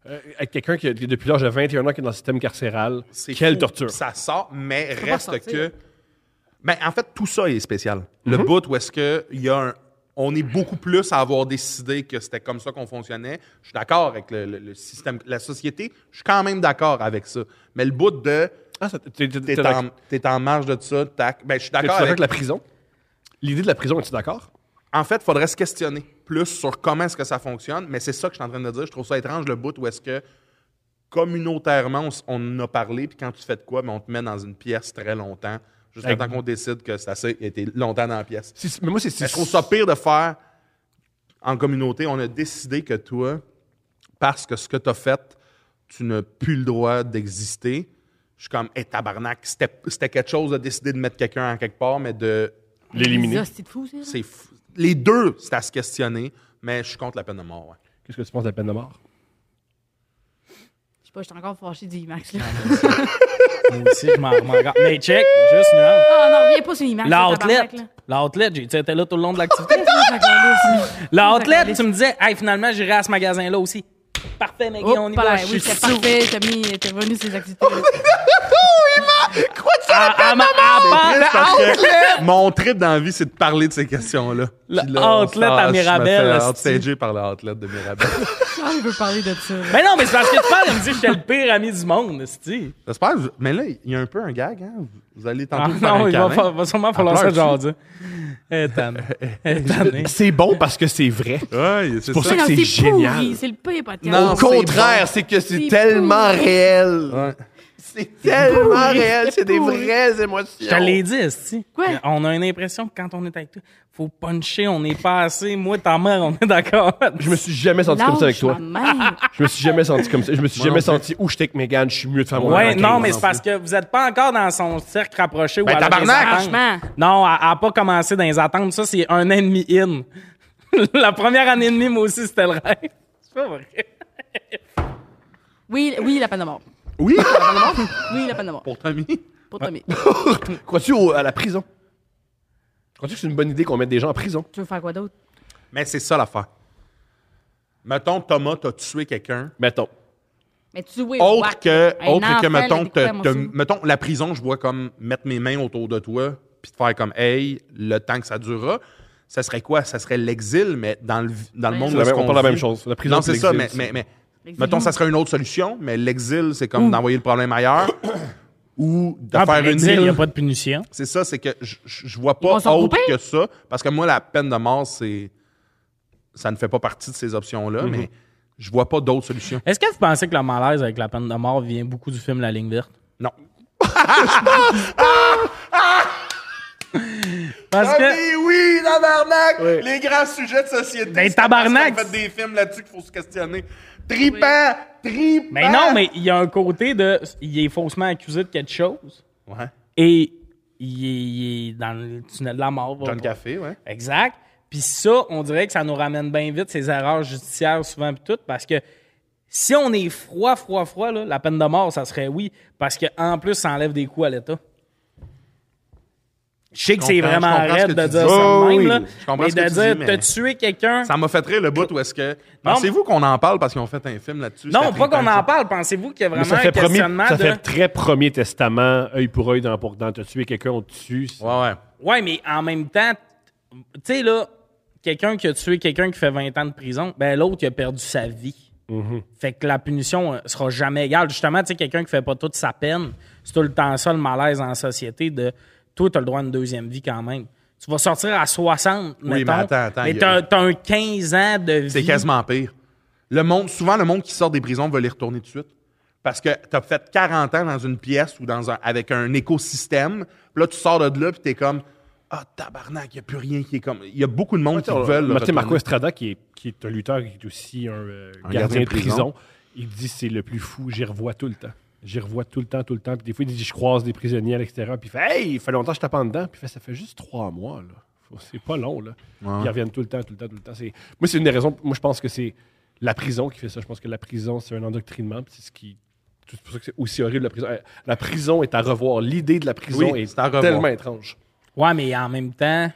Speaker 6: Euh, être quelqu'un qui, a- qui, depuis l'âge de 21 ans, qui est dans le système carcéral,
Speaker 3: C'est
Speaker 6: quelle
Speaker 3: fou.
Speaker 6: torture.
Speaker 3: Ça sort, mais
Speaker 2: pas
Speaker 3: reste
Speaker 2: sortir.
Speaker 6: Mhm.
Speaker 3: que. Mais en fait, tout ça est spécial. Le bout où est-ce que il y a un. on est beaucoup plus à avoir décidé que c'était comme ça qu'on fonctionnait. Je suis d'accord avec le, le- le système, la société. Je suis quand même d'accord avec ça. Mais le bout de
Speaker 6: Ah, ça- t'es- t'es- t'es
Speaker 3: t'es
Speaker 6: d'accord
Speaker 3: en, t'es en marge de ça, tac. Ben, je suis
Speaker 6: t'es
Speaker 3: d'accord
Speaker 6: d'accord
Speaker 3: avec
Speaker 6: avec la prison? L'idée de la prison, es-tu d'accord?
Speaker 3: En fait, il faudrait se questionner plus sur comment est-ce que ça fonctionne, mais c'est ça que je suis en train de dire. Je trouve ça étrange le bout où est-ce que communautairement, on, s- on en a parlé, puis quand tu fais de quoi, ben, on te met dans une pièce très longtemps, jusqu'à
Speaker 6: Avec-
Speaker 3: temps qu'on décide que c'est assez, et t'es longtemps dans la pièce.
Speaker 6: Si- mais moi, c'est. si-
Speaker 3: Mais je trouve ça pire de faire en communauté. On a décidé que toi, parce que ce que tu as fait, tu n'as plus le droit d'exister. Je suis comme, hé, tabarnak, c'était c'était quelque chose de décider de mettre quelqu'un en quelque part, mais de
Speaker 6: L'éliminer.
Speaker 2: Ça, c'est fou, ça.
Speaker 3: c'est fou. Les deux, c'est à se questionner, mais je suis contre la peine de mort. ouais.
Speaker 4: Qu'est-ce que tu penses de la peine de mort?
Speaker 2: Je sais pas, je suis encore fâché du IMAX, là.
Speaker 1: Moi aussi, je m'en remets encore. Mais check, juste nuance.
Speaker 2: Oh non, viens pas sur l'IMAX.
Speaker 1: L'outlet. L'outlet, j'ai été là tout le long de l'activité.
Speaker 2: Ah!
Speaker 1: L'outlet, tu me disais, hey, finalement, j'irai à ce magasin-là aussi. Parfait, mec,
Speaker 2: Oh,
Speaker 1: on y
Speaker 2: pas
Speaker 1: va.
Speaker 2: là,
Speaker 1: Je suis
Speaker 2: oui, c'est
Speaker 1: sous.
Speaker 2: parfait, t'as mis, t'es revenu sur les activités.
Speaker 1: Ah, ah, ma- ah, pas-
Speaker 3: Triste parce que mon trip dans la vie, c'est de parler de ces questions-là.
Speaker 1: Le
Speaker 3: Puis là, on
Speaker 1: outlet
Speaker 3: sort,
Speaker 1: à
Speaker 3: je me
Speaker 1: Mirabel,
Speaker 3: fais
Speaker 1: hostie.
Speaker 3: outstagé par le outlet de Mirabel.
Speaker 2: Ah, je veux parler de ça. là.
Speaker 1: Mais non, mais c'est parce que tu parles, elle me dit que j'étais le pire ami du monde, cest
Speaker 3: J'espère. que vous- Mais là, il y a un peu un gag. Hein? Vous allez
Speaker 1: Ah,
Speaker 3: tantôt vous faire
Speaker 1: non,
Speaker 3: un
Speaker 1: il va,
Speaker 3: câlin.
Speaker 1: fa- va sûrement falloir
Speaker 3: pleure
Speaker 1: ça,
Speaker 3: dessus.
Speaker 1: genre, dire. Eh, t'en- eh, t'en es.
Speaker 6: C'est bon parce que c'est vrai.
Speaker 3: Ouais, c'est
Speaker 6: pour
Speaker 3: ça.
Speaker 6: ça
Speaker 2: Mais non,
Speaker 6: que c'est génial.
Speaker 2: pourri, C'est le pire podcast.
Speaker 3: Non,
Speaker 6: Au
Speaker 3: c'est
Speaker 6: contraire, c'est que c'est
Speaker 2: C'est
Speaker 6: tellement
Speaker 2: pourri.
Speaker 6: réel.
Speaker 3: Ouais.
Speaker 6: C'est tellement
Speaker 2: pourri.
Speaker 6: réel. C'est des
Speaker 2: Pourri.
Speaker 6: vraies émotions.
Speaker 1: Je te l'ai dit, esti.
Speaker 2: Quoi?
Speaker 1: On a une impression que quand on est avec toi, faut puncher, on est pas assez. Moi, ta mère, on est d'accord.
Speaker 6: Je me suis jamais senti comme ça avec toi. Je me suis jamais senti comme ça. Je me suis jamais senti où j'étais avec Megan. Je suis mieux de faire mon
Speaker 1: Ouais,
Speaker 6: enquête,
Speaker 1: non,
Speaker 6: moi,
Speaker 1: mais
Speaker 6: non
Speaker 1: c'est parce que vous êtes pas encore dans son cercle rapproché ou
Speaker 3: Ben,
Speaker 1: à
Speaker 3: tabarnak!
Speaker 2: Franchement.
Speaker 1: Non, elle elle a pas commencé dans les attentes. Ça, c'est un an et demi in. La première année et demie, moi aussi, c'était le rêve. C'est pas vrai.
Speaker 2: Oui, oui, la peine de mort.
Speaker 3: Oui,
Speaker 2: Oui, la peine de mort.
Speaker 3: pour Tommy.
Speaker 2: Pour Tommy.
Speaker 6: plus. Crois-tu au- à la prison? Crois-tu que c'est une bonne idée qu'on mette des gens en prison?
Speaker 2: Tu veux faire quoi d'autre?
Speaker 3: Mais c'est ça l'affaire. Mettons, Thomas, t'as tué quelqu'un.
Speaker 6: Mettons.
Speaker 2: Mais tu oui,
Speaker 3: Autre que,
Speaker 2: Un
Speaker 3: autre que
Speaker 2: enfant,
Speaker 3: mettons,
Speaker 2: le
Speaker 3: te-
Speaker 2: découvert, moi
Speaker 3: te-
Speaker 2: aussi.
Speaker 3: mettons, la prison, je vois comme mettre mes mains autour de toi, puis te faire comme, hey, le temps que ça durera, ça serait quoi? Ça serait l'exil, mais dans le, vi- dans le
Speaker 2: Ouais.
Speaker 3: monde
Speaker 2: C'est
Speaker 3: où
Speaker 6: la
Speaker 3: est-ce
Speaker 6: même- on
Speaker 3: qu'on
Speaker 6: parle de la
Speaker 3: vit.
Speaker 6: même chose. La prison
Speaker 3: Non,
Speaker 6: puis
Speaker 3: c'est ça, mais,
Speaker 6: l'exil,
Speaker 3: mais, mais
Speaker 2: L'exil.
Speaker 3: mettons, ça serait une autre solution, mais l'exil, c'est comme d'envoyer le problème ailleurs ou de
Speaker 6: ben,
Speaker 1: Ah,
Speaker 3: faire
Speaker 1: pour
Speaker 3: une
Speaker 1: dire, Il n'y a
Speaker 3: île.
Speaker 1: pas de punition.
Speaker 3: C'est ça, c'est que je- je je vois
Speaker 2: Ils
Speaker 3: pas
Speaker 2: vont s'en
Speaker 3: autre
Speaker 2: couper?
Speaker 3: que ça. Parce que moi, la peine de mort, c'est. Ça ne fait pas partie de ces options-là,
Speaker 6: Mhm.
Speaker 3: mais je vois pas d'autres solutions.
Speaker 1: Est-ce que vous pensez que le malaise avec la peine de mort vient beaucoup du film La ligne verte?
Speaker 3: Non.
Speaker 1: Parce que.
Speaker 3: Ah oui, tabarnak! Les grands sujets de société.
Speaker 1: Ben,
Speaker 3: c'est parce
Speaker 1: tabarnak!
Speaker 3: qu'on fait des films là-dessus qu'il faut se questionner. Tripant! Tripant!
Speaker 1: Mais non, mais il y a un côté de. Il est faussement accusé de quelque chose
Speaker 3: Ouais.
Speaker 1: et il est, il est dans le tunnel de la mort. va-
Speaker 3: John Café, ouais.
Speaker 1: Exact. Puis ça, on dirait que ça nous ramène bien vite ces erreurs judiciaires souvent pis tout, parce que si on est froid, froid, froid, là, la peine de mort, ça serait oui, parce qu'en plus, ça enlève des coups à l'État. Je sais que c'est
Speaker 3: comprends, je
Speaker 1: vraiment
Speaker 3: comprends ce
Speaker 1: raide
Speaker 3: que
Speaker 1: de
Speaker 3: tu
Speaker 1: dire ça
Speaker 3: dis.
Speaker 1: de
Speaker 3: Oh
Speaker 1: même,
Speaker 3: oui,
Speaker 1: là,
Speaker 3: je comprends
Speaker 1: mais
Speaker 3: ce que
Speaker 1: de
Speaker 3: tu
Speaker 1: dire,
Speaker 3: dis, mais-
Speaker 1: t'as tué quelqu'un...
Speaker 3: Ça m'a fait rire le bout où est-ce que.
Speaker 1: Non,
Speaker 3: Pensez-vous qu'on en parle parce qu'ils ont fait un film là-dessus?
Speaker 1: Non,
Speaker 3: c'était
Speaker 1: pas qu'on
Speaker 3: Tripant,
Speaker 1: en
Speaker 3: ça.
Speaker 1: parle, pensez-vous qu'il y a
Speaker 4: Mais
Speaker 1: vraiment
Speaker 4: ça
Speaker 1: un
Speaker 4: fait, premier,
Speaker 1: questionnement
Speaker 4: ça
Speaker 1: de...
Speaker 4: fait très premier testament, œil pour œil, dent pour dent. T'as tué quelqu'un, on te tue. C'est-
Speaker 3: Ouais, ouais.
Speaker 1: Ouais, mais en même temps, tu sais, là, quelqu'un qui a tué quelqu'un qui fait 20 ans de prison, ben l'autre, il a perdu sa vie. Fait que la punition euh, sera jamais égale. Justement, tu sais, quelqu'un qui fait pas toute sa peine, c'est tout le temps ça le malaise en société de toi, t'as le droit à une deuxième vie quand même. Tu vas sortir à 60,
Speaker 3: Oui,
Speaker 1: mettons,
Speaker 3: mais attends, attends,
Speaker 1: mais
Speaker 3: il y
Speaker 1: t'as
Speaker 3: a-
Speaker 1: t'as un 15 ans de vie.
Speaker 3: C'est quasiment pire. Le monde, souvent, le monde qui sort des prisons veut les retourner tout de suite. Parce que t'as fait 40 ans dans une pièce ou dans un, avec un écosystème. Puis là, tu sors de là, puis t'es comme Ah, tabarnak, il n'y a plus rien qui est comme. Il y a beaucoup de monde qui
Speaker 6: on-
Speaker 3: veulent. le
Speaker 4: Martin Marco
Speaker 3: retourner.
Speaker 4: Estrada, qui est, qui est un lutteur, qui est aussi un, euh,
Speaker 3: Un
Speaker 4: gardien, de prison, il dit c'est le plus fou, j'y revois tout le temps. J'y revois tout le temps, tout le temps. Puis des fois, il dit je croise des prisonniers à l'extérieur. Puis il fait Hey, il fait longtemps que je tape en dedans. Puis il fait ça fait juste trois mois. là. Faut- C'est pas long. là. Puis Ils reviennent tout le temps, tout le temps, tout le temps. C'est- Moi, c'est une des raisons. Moi, je pense que c'est la prison qui fait ça. Je pense que la prison, c'est un endoctrinement. Puis c'est ce qui. tout- C'est pour ça que c'est aussi horrible la prison. Euh, La prison est à revoir. L'idée de la prison
Speaker 3: Oui,
Speaker 4: est,
Speaker 3: c'est à revoir.
Speaker 6: Tellement étrange.
Speaker 1: Ouais, mais en même temps,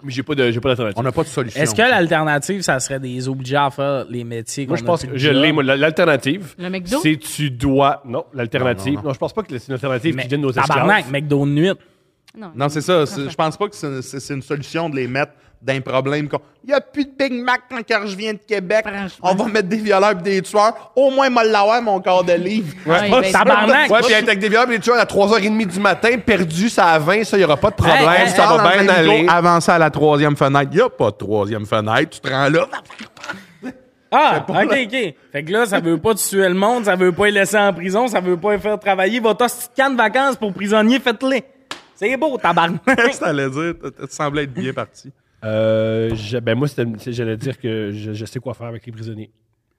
Speaker 4: Mais j'ai pas de- j'ai pas
Speaker 3: On
Speaker 4: d'alternative.
Speaker 3: n'a pas de solution.
Speaker 1: est-ce que l'alternative, ça serait des obligés à faire les métiers
Speaker 4: Moi,
Speaker 1: qu'on
Speaker 4: je
Speaker 1: a
Speaker 4: pense
Speaker 1: plus
Speaker 4: que
Speaker 1: de
Speaker 4: je
Speaker 1: job?
Speaker 4: l'ai. moi, la- L'alternative,
Speaker 2: Le McDo?
Speaker 4: c'est tu dois. Non,
Speaker 3: Non,
Speaker 4: l'alternative.
Speaker 3: non,
Speaker 4: Non,
Speaker 3: non.
Speaker 4: je pense pas que c'est une alternative
Speaker 1: Mais
Speaker 4: qui vient de nos esclaves.
Speaker 1: Tabarnak, McDo de nuit.
Speaker 2: Non,
Speaker 3: Non, c'est ça. c'est- Je pense pas que c'est c'est- c'est une solution de les mettre d'un problème. qu'on- Il n'y a plus de Big Mac quand quand je viens de Québec.
Speaker 2: Franchement.
Speaker 3: On va mettre des violeurs et des tueurs. Au moins, moi, l'avoir, mon corps de livre.
Speaker 2: Ouais, ben,
Speaker 1: Tabarnak!
Speaker 6: Ouais, puis être avec des violeurs, les tueurs à 3h30 du matin, perdu, ça à 20, ça, il n'y aura pas de problème,
Speaker 1: Hey, hey,
Speaker 6: ça
Speaker 3: Parle
Speaker 6: va
Speaker 3: en
Speaker 6: bien
Speaker 3: plein
Speaker 6: aller.
Speaker 3: micro, Avancer à la troisième fenêtre. Il n'y a pas de troisième fenêtre. Tu te rends là.
Speaker 1: Ah, ok, ok. Fait que là, ça veut pas tuer le monde, ça veut pas les laisser en prison, ça veut pas les faire travailler. Votre hostie de camp de vacances pour prisonniers, faites-les. C'est beau, tabarnak.
Speaker 3: Qu'est-ce que t'allais dire? Tu semblais être bien parti.
Speaker 4: Euh, j'ai- ben moi, c'était- c'est- j'allais dire que je, je sais quoi faire avec les prisonniers.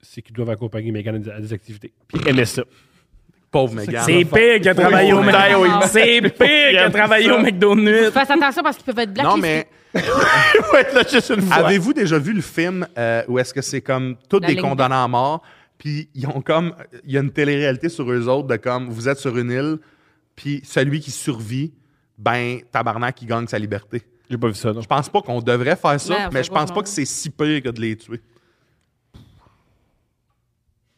Speaker 4: C'est qu'ils doivent accompagner Megan à des- à des activités. Puis MSA.
Speaker 3: Pauvre Mégane.
Speaker 1: C'est pire que travailler au McDonald's. C'est pire que travailler au McDonald's.
Speaker 2: Fais attention parce qu'ils peuvent être
Speaker 3: Non,
Speaker 2: blacklistés.
Speaker 3: mais
Speaker 6: Ouais, là, juste une fois.
Speaker 3: avez-vous déjà vu le film euh, où est-ce que c'est comme tous
Speaker 2: La
Speaker 3: des
Speaker 2: ligne bleue.
Speaker 3: condamnés à mort, puis ils ont comme... Il y a une télé-réalité sur eux autres de comme, vous êtes sur une île, puis celui qui survit, ben, tabarnak, il gagne sa liberté.
Speaker 4: J'ai pas vu ça, non.
Speaker 3: Je pense pas qu'on devrait faire ça,
Speaker 2: Ouais,
Speaker 3: mais
Speaker 2: fait
Speaker 3: je pense
Speaker 2: pas
Speaker 3: pas que c'est si pire que de les tuer.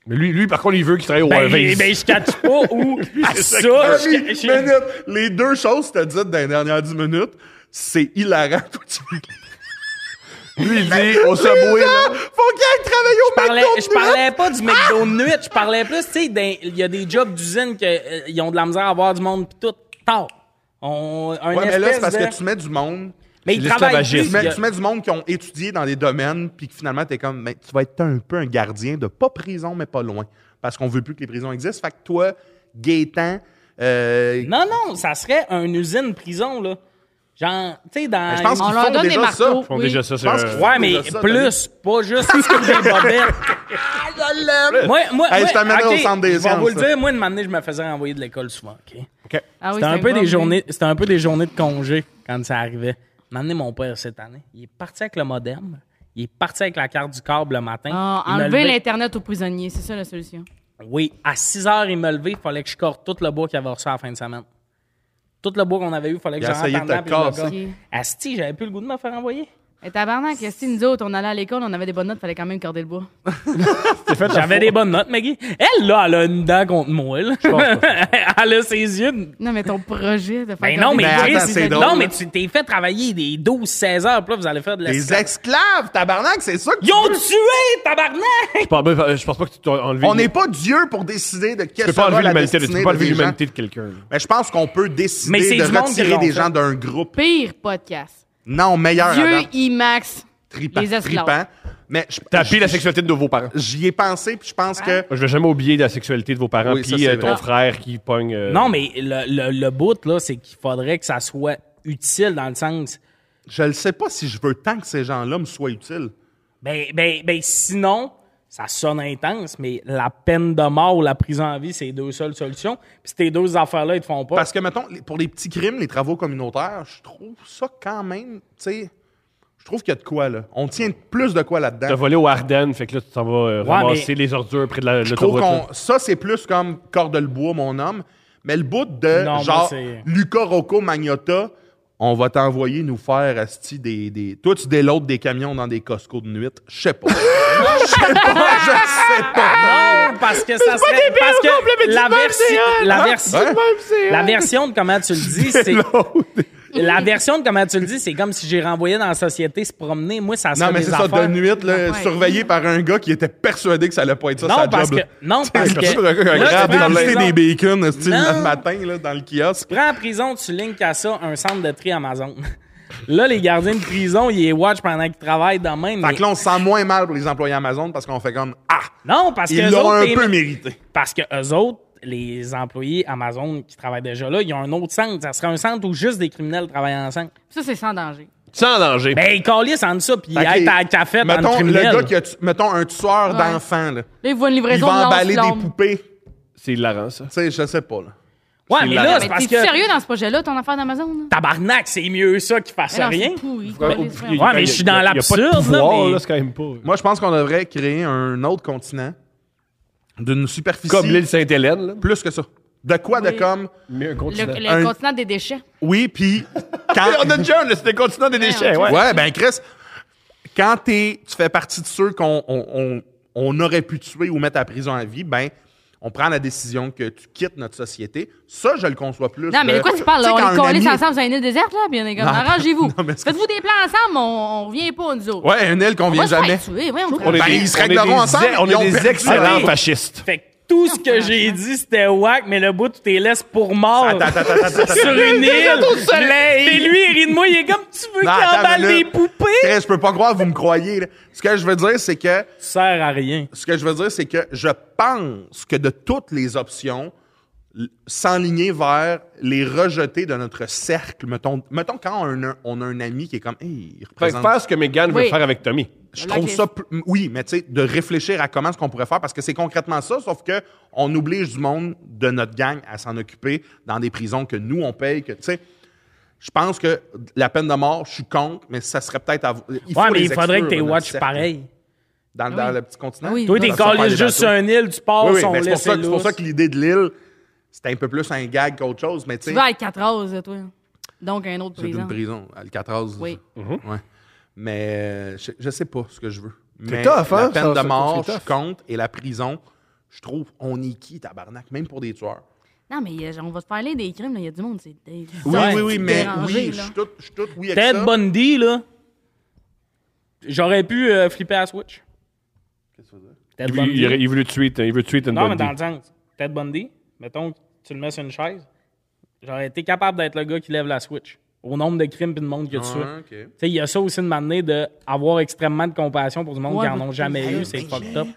Speaker 6: Mais lui, lui, par contre, il veut qu'il travaille au
Speaker 1: Ben,
Speaker 6: Harvey's.
Speaker 1: ben, je catch pas où ça.
Speaker 6: Ah,
Speaker 1: je-
Speaker 3: Dix
Speaker 1: je-
Speaker 3: minutes. Les deux choses que t'as dites dans les dernières 10 minutes, c'est hilarant. Toi, tu veux que
Speaker 6: Lui, il dit au Subway, là,
Speaker 3: Faut qu'il aille travailler au
Speaker 1: je parlais,
Speaker 3: McDo
Speaker 1: je parlais pas du McDo de nuit, je parlais plus, tu sais, d'un- il y a des jobs d'usine qui ont de la misère à avoir du monde pis tout. Tard. On, un
Speaker 3: Ouais, mais là, c'est
Speaker 1: espèce
Speaker 3: parce
Speaker 1: de-
Speaker 3: que tu mets du monde.
Speaker 1: Mais ils travaillent
Speaker 3: Tu
Speaker 1: plus.
Speaker 3: mets,
Speaker 1: il y a-
Speaker 3: tu mets du monde qui ont étudié dans des domaines, puis que finalement, t'es comme, ben, tu vas être un peu un gardien de pas prison, mais pas loin. Parce qu'on veut plus que les prisons existent. Fait que toi, Gaétan, euh,
Speaker 1: Non, non, ça serait une usine-prison, là. Genre, tu sais, dans...
Speaker 3: Ben, je pense
Speaker 2: On
Speaker 3: qu'ils
Speaker 2: leur
Speaker 3: font
Speaker 2: donne des
Speaker 3: déjà
Speaker 2: marteaux.
Speaker 3: ça. Ils
Speaker 6: font
Speaker 2: oui.
Speaker 6: déjà ça
Speaker 3: je
Speaker 6: sur
Speaker 3: pense qu'ils
Speaker 6: euh,
Speaker 3: font
Speaker 1: Ouais, mais
Speaker 3: déjà ça, Denis.
Speaker 1: plus, pas juste scoop des bobettes. moi, moi,
Speaker 3: Hey,
Speaker 1: moi,
Speaker 3: je t'amènerai au
Speaker 1: ok,
Speaker 3: centre des
Speaker 1: je vais
Speaker 3: sciences,
Speaker 1: vous le
Speaker 3: ça.
Speaker 1: dire, moi, une matinée, je me faisais renvoyer de l'école souvent, OK?
Speaker 2: Ah oui,
Speaker 1: C'était un,
Speaker 2: c'est
Speaker 1: peu des
Speaker 2: bon,
Speaker 1: journées, c'était un peu des journées de congé quand ça arrivait. M'amener mon père cette année, il est parti avec le modem, il est parti avec la carte du câble le matin.
Speaker 2: Ah,
Speaker 1: Il m'a
Speaker 2: enlever
Speaker 1: levé-
Speaker 2: l'Internet aux prisonniers, c'est ça la solution.
Speaker 1: Oui, à 6 heures, il m'a levé, il fallait que je corte tout le bois qu'il avait reçu à la fin de semaine. Tout le bois qu'on avait eu, il fallait que
Speaker 3: Il a
Speaker 1: j'en
Speaker 3: essayé de te casser.
Speaker 1: Asti, j'avais plus le goût de me faire envoyer.
Speaker 2: Et tabarnak, si nous autres, on allait à l'école, on avait des bonnes notes, fallait quand même corder le bois.
Speaker 1: J'avais des bonnes notes, Maggie. Elle, là, elle a une dent contre moi, là. elle a ses yeux. de-
Speaker 2: Non, mais ton projet de faire.
Speaker 1: Ben non, mais
Speaker 3: Ben,
Speaker 1: Chris,
Speaker 3: attends, c'est drôle,
Speaker 1: non,
Speaker 3: là.
Speaker 1: mais tu t'es fait travailler des 12, 16 heures, puis là, vous allez faire de
Speaker 3: les
Speaker 1: l'esclave.
Speaker 3: esclaves, tabarnak, c'est ça que tu
Speaker 1: Ils ont
Speaker 3: veux.
Speaker 1: tué, tabarnak!
Speaker 4: Je pense, ben, je pense pas que tu t'as enlevé.
Speaker 3: On n'est pas Dieu pour décider de
Speaker 4: Tu peux
Speaker 3: quelle
Speaker 4: pas
Speaker 3: sera
Speaker 4: enlever
Speaker 3: la
Speaker 4: l'humanité de, tu
Speaker 3: destinée
Speaker 4: peux pas enlever
Speaker 3: des gens.
Speaker 4: l'humanité de quelqu'un. là.
Speaker 3: Mais je pense qu'on peut décider
Speaker 1: Mais c'est
Speaker 3: de
Speaker 1: du monde qui hein.
Speaker 3: retirer
Speaker 1: l'ont
Speaker 3: des
Speaker 1: fait.
Speaker 3: gens d'un groupe.
Speaker 2: Pire podcast.
Speaker 3: Non, meilleur
Speaker 2: Dieu
Speaker 3: avant.
Speaker 2: IMAX.
Speaker 3: Tripa-
Speaker 2: les esclaves.
Speaker 3: tripant. Mais je-
Speaker 4: Tapis la sexualité de vos parents.
Speaker 3: j'y ai pensé, puis je pense
Speaker 1: Hein?
Speaker 3: que...
Speaker 4: Moi, je vais jamais oublier la sexualité de vos parents,
Speaker 3: Oui, ça,
Speaker 4: puis
Speaker 3: c'est
Speaker 4: euh, ton
Speaker 3: vrai.
Speaker 4: frère qui pogne. euh,
Speaker 1: Non, mais le, le, le bout, là, c'est qu'il faudrait que ça soit utile dans le sens.
Speaker 3: Je ne sais pas si je veux tant que ces gens-là me soient utiles.
Speaker 1: Ben, ben, ben, sinon, ça sonne intense, mais la peine de mort ou la prison à vie, c'est les deux seules solutions. Puis ces deux affaires-là, ils te font pas.
Speaker 3: Parce que, mettons, les- pour les petits crimes, les travaux communautaires, je trouve ça quand même, tu sais, je trouve qu'il y a de quoi, là. On tient plus de quoi
Speaker 4: T'as
Speaker 3: là-dedans.
Speaker 4: volé au Ardennes, fait que là, tu t'en vas euh,
Speaker 1: Ouais,
Speaker 4: ramasser
Speaker 1: mais-
Speaker 4: les ordures près de la
Speaker 3: Je trouve
Speaker 4: l'autoroute. là.
Speaker 3: qu'on... Ça, c'est plus comme corde le bois, mon homme. Mais le bout de,
Speaker 1: Non, moi,
Speaker 3: genre,
Speaker 1: c'est-
Speaker 3: Luca Rocco Magnotta, on va t'envoyer nous faire, asti, des, des... Toi, tu déloades des camions dans des Costco de nuit. Je sais pas. Je sais pas, je sais pas.
Speaker 1: Non, Ah, parce que ça serait. parce que la, versi-
Speaker 3: Hein?
Speaker 1: la, versi- la version de comment tu le dis, c'est. La version de comment tu le dis, c'est comme si j'ai renvoyé dans la société se promener. Moi, ça serait
Speaker 3: Non, mais
Speaker 1: des
Speaker 3: c'est ça,
Speaker 1: affaires-
Speaker 3: de nuit, là,
Speaker 2: Ouais.
Speaker 3: surveillé par un gars qui était persuadé que ça allait pas être ça,
Speaker 1: Non,
Speaker 3: sa
Speaker 1: parce
Speaker 3: job.
Speaker 1: que. Non, parce que.
Speaker 3: un gars qui a
Speaker 1: Là, tu
Speaker 3: grave
Speaker 1: prends en
Speaker 3: acheté
Speaker 1: prison-
Speaker 3: des bacon esti,
Speaker 1: Non.
Speaker 3: le matin là, dans le kiosque.
Speaker 1: Prends en prison, tu links à ça un centre de tri Amazon. Là, les gardiens de prison, ils les watch pendant qu'ils travaillent dans même.
Speaker 3: Fait que là, on se sent moins mal pour les employés Amazon parce qu'on fait comme Ah!
Speaker 1: Non, parce que
Speaker 3: Ils
Speaker 1: eux
Speaker 3: l'ont
Speaker 1: autres,
Speaker 3: un
Speaker 1: t'es-
Speaker 3: peu mérité.
Speaker 1: parce que eux autres, les employés Amazon qui travaillent déjà là, ils ont un autre centre. Ça serait un centre où juste des criminels travaillent ensemble.
Speaker 2: Ça, c'est sans danger.
Speaker 6: sans danger.
Speaker 1: Ben, ils calissent en ça, puis ils
Speaker 3: Fait que
Speaker 1: aident
Speaker 3: les-
Speaker 1: à la cafette dans le
Speaker 3: Mettons, le
Speaker 1: criminel.
Speaker 3: gars qui a tu- mettons, un tueur d'enfants, là.
Speaker 2: Là, ils voient une
Speaker 3: Il
Speaker 2: livraison
Speaker 3: va
Speaker 2: de
Speaker 3: emballer
Speaker 2: lance
Speaker 3: des poupées. Tu
Speaker 4: C'est hilarant, ça.
Speaker 3: sais, je sais pas, là.
Speaker 1: ouais, mais là, c'est
Speaker 2: Mais
Speaker 1: parce
Speaker 2: t'es
Speaker 1: que...
Speaker 2: sérieux dans ce projet-là, ton affaire d'Amazon? là?
Speaker 1: Tabarnak, c'est mieux ça qu'ils fassent
Speaker 2: Mais non,
Speaker 1: rien.
Speaker 2: c'est pourri.
Speaker 4: Il-
Speaker 1: Ouais, mais je suis
Speaker 4: il y a-
Speaker 1: dans
Speaker 4: il y a pas de
Speaker 1: l'absurde,
Speaker 4: pouvoir,
Speaker 1: là, mais-
Speaker 4: là, c'est quand même pas.
Speaker 3: Moi, je pense qu'on devrait créer un autre continent d'une superficie
Speaker 6: Comme l'île Sainte-Hélène, là.
Speaker 3: plus que ça. De quoi de
Speaker 2: Oui.
Speaker 3: comme
Speaker 4: Mais un
Speaker 2: Le,
Speaker 4: continent.
Speaker 2: le
Speaker 3: Un-
Speaker 2: continent des déchets.
Speaker 3: Oui, puis quand
Speaker 6: On a déjà, un, là, c'est le continent des déchets, ouais.
Speaker 3: Ouais, ben Chris, quand t'es- tu fais partie de ceux qu'on on, on- on aurait pu tuer ou mettre à prison à vie, ben on prend la décision que tu quittes notre société. Ça, je le conçois plus.
Speaker 2: Non, mais de quoi tu parles?
Speaker 3: Tu sais,
Speaker 2: là? On
Speaker 3: quand
Speaker 2: est
Speaker 3: un
Speaker 2: collés
Speaker 3: ami-
Speaker 2: ensemble sur une île déserte, là, puis on est comme,
Speaker 3: Non,
Speaker 2: arrangez-vous.
Speaker 3: non, mais c'est-
Speaker 2: Faites-vous des plans ensemble, on, on revient pas, nous autres.
Speaker 3: Ouais, une île qu'on
Speaker 2: on
Speaker 3: vient jamais.
Speaker 2: Tuer, ouais, on
Speaker 3: On est
Speaker 2: ben,
Speaker 3: des- ils se régleront
Speaker 6: des-
Speaker 3: ensemble,
Speaker 6: On
Speaker 3: ils ont
Speaker 6: est des
Speaker 3: perdu.
Speaker 6: excellents
Speaker 1: Ouais.
Speaker 6: fascistes.
Speaker 1: Fait que tout ce que j'ai dit, c'était whack, mais le bout, tu t'es laisse pour mort.
Speaker 3: Attends, attends, attends, attends,
Speaker 1: Sur
Speaker 3: attends.
Speaker 1: une île. Et lui, il rit de moi, il est comme tu veux qu'il
Speaker 3: Non, attends
Speaker 1: emballe
Speaker 3: une
Speaker 1: des
Speaker 3: minute.
Speaker 1: poupées.
Speaker 3: Chris, Je peux pas croire, vous me croyez. là. Ce que je veux dire, c'est que
Speaker 1: Ça sert à rien.
Speaker 3: ce que je veux dire, c'est que je pense que de toutes les options, l- s'enligner vers les rejeter de notre cercle, mettons, mettons quand on a, un- on a un ami qui est comme, hey, il
Speaker 6: Fait que
Speaker 3: représente-
Speaker 6: faire ce que Megan veut
Speaker 2: Oui.
Speaker 6: faire avec Tommy.
Speaker 3: je trouve ça, plus- oui, mais tu sais, de réfléchir à comment est-ce qu'on pourrait faire, parce que c'est concrètement ça, sauf que on oblige du monde de notre gang à s'en occuper dans des prisons que nous on paye, que tu sais. Je pense que la peine de mort, je suis contre, mais ça serait peut-être à vous.
Speaker 1: Ouais, mais il faudrait que t'aies watch
Speaker 3: watch
Speaker 1: pareil.
Speaker 3: Dans, dans le petit continent.
Speaker 2: Oui.
Speaker 1: Toi, t'es
Speaker 3: Dans le
Speaker 1: collé
Speaker 3: bateau.
Speaker 1: juste sur une île, tu passes,
Speaker 6: Oh,
Speaker 3: Oui, oui,
Speaker 1: on
Speaker 3: mais c'est pour,
Speaker 1: laisse
Speaker 3: ça, que- c'est pour ça que l'idée de l'île, c'était un peu plus un gag qu'autre chose, mais tu
Speaker 2: Tu
Speaker 3: sais,
Speaker 2: vas à 14, toi. Donc, un autre
Speaker 3: c'est
Speaker 2: prison.
Speaker 3: une prison, Alcatraz.
Speaker 2: Oui.
Speaker 6: Mhm.
Speaker 3: Ouais. Mais euh, je, je sais pas ce que je veux. Mais
Speaker 6: tough, hein,
Speaker 3: La peine
Speaker 6: ça, ça,
Speaker 3: de mort,
Speaker 6: c'est
Speaker 3: je
Speaker 6: tough.
Speaker 3: compte, et la prison, je trouve, on est qui, tabarnak, même pour des tueurs.
Speaker 2: Non, mais euh, genre, on va te parler des crimes, là, il y a du monde, c'est des-
Speaker 3: Oui,
Speaker 2: ça,
Speaker 3: oui,
Speaker 2: c'est
Speaker 3: oui, mais
Speaker 2: dérangé,
Speaker 3: oui, je
Speaker 2: là.
Speaker 3: suis tout, je suis tout oui avec
Speaker 1: Ted
Speaker 3: ça.
Speaker 1: Bundy, là, j'aurais pu euh, flipper à Switch. Qu'est-ce que tu veux
Speaker 4: Il,
Speaker 1: dire? Ted Bundy.
Speaker 4: il veut le tuer, il veut tuer Ted
Speaker 1: Non, mais
Speaker 4: Bundy.
Speaker 1: dans le sens, Ted Bundy, mettons que tu le mets sur une chaise, j'aurais été capable d'être le gars qui lève la Switch. Au nombre de crimes et de monde que tu
Speaker 3: Ah,
Speaker 1: tues.
Speaker 3: ok.
Speaker 1: Tu sais, il y a ça aussi de m'amener d'avoir extrêmement de compassion pour du monde
Speaker 2: Ouais,
Speaker 1: qui en
Speaker 2: mais-
Speaker 1: ont jamais eu,
Speaker 2: Hey,
Speaker 1: c'est fucked up.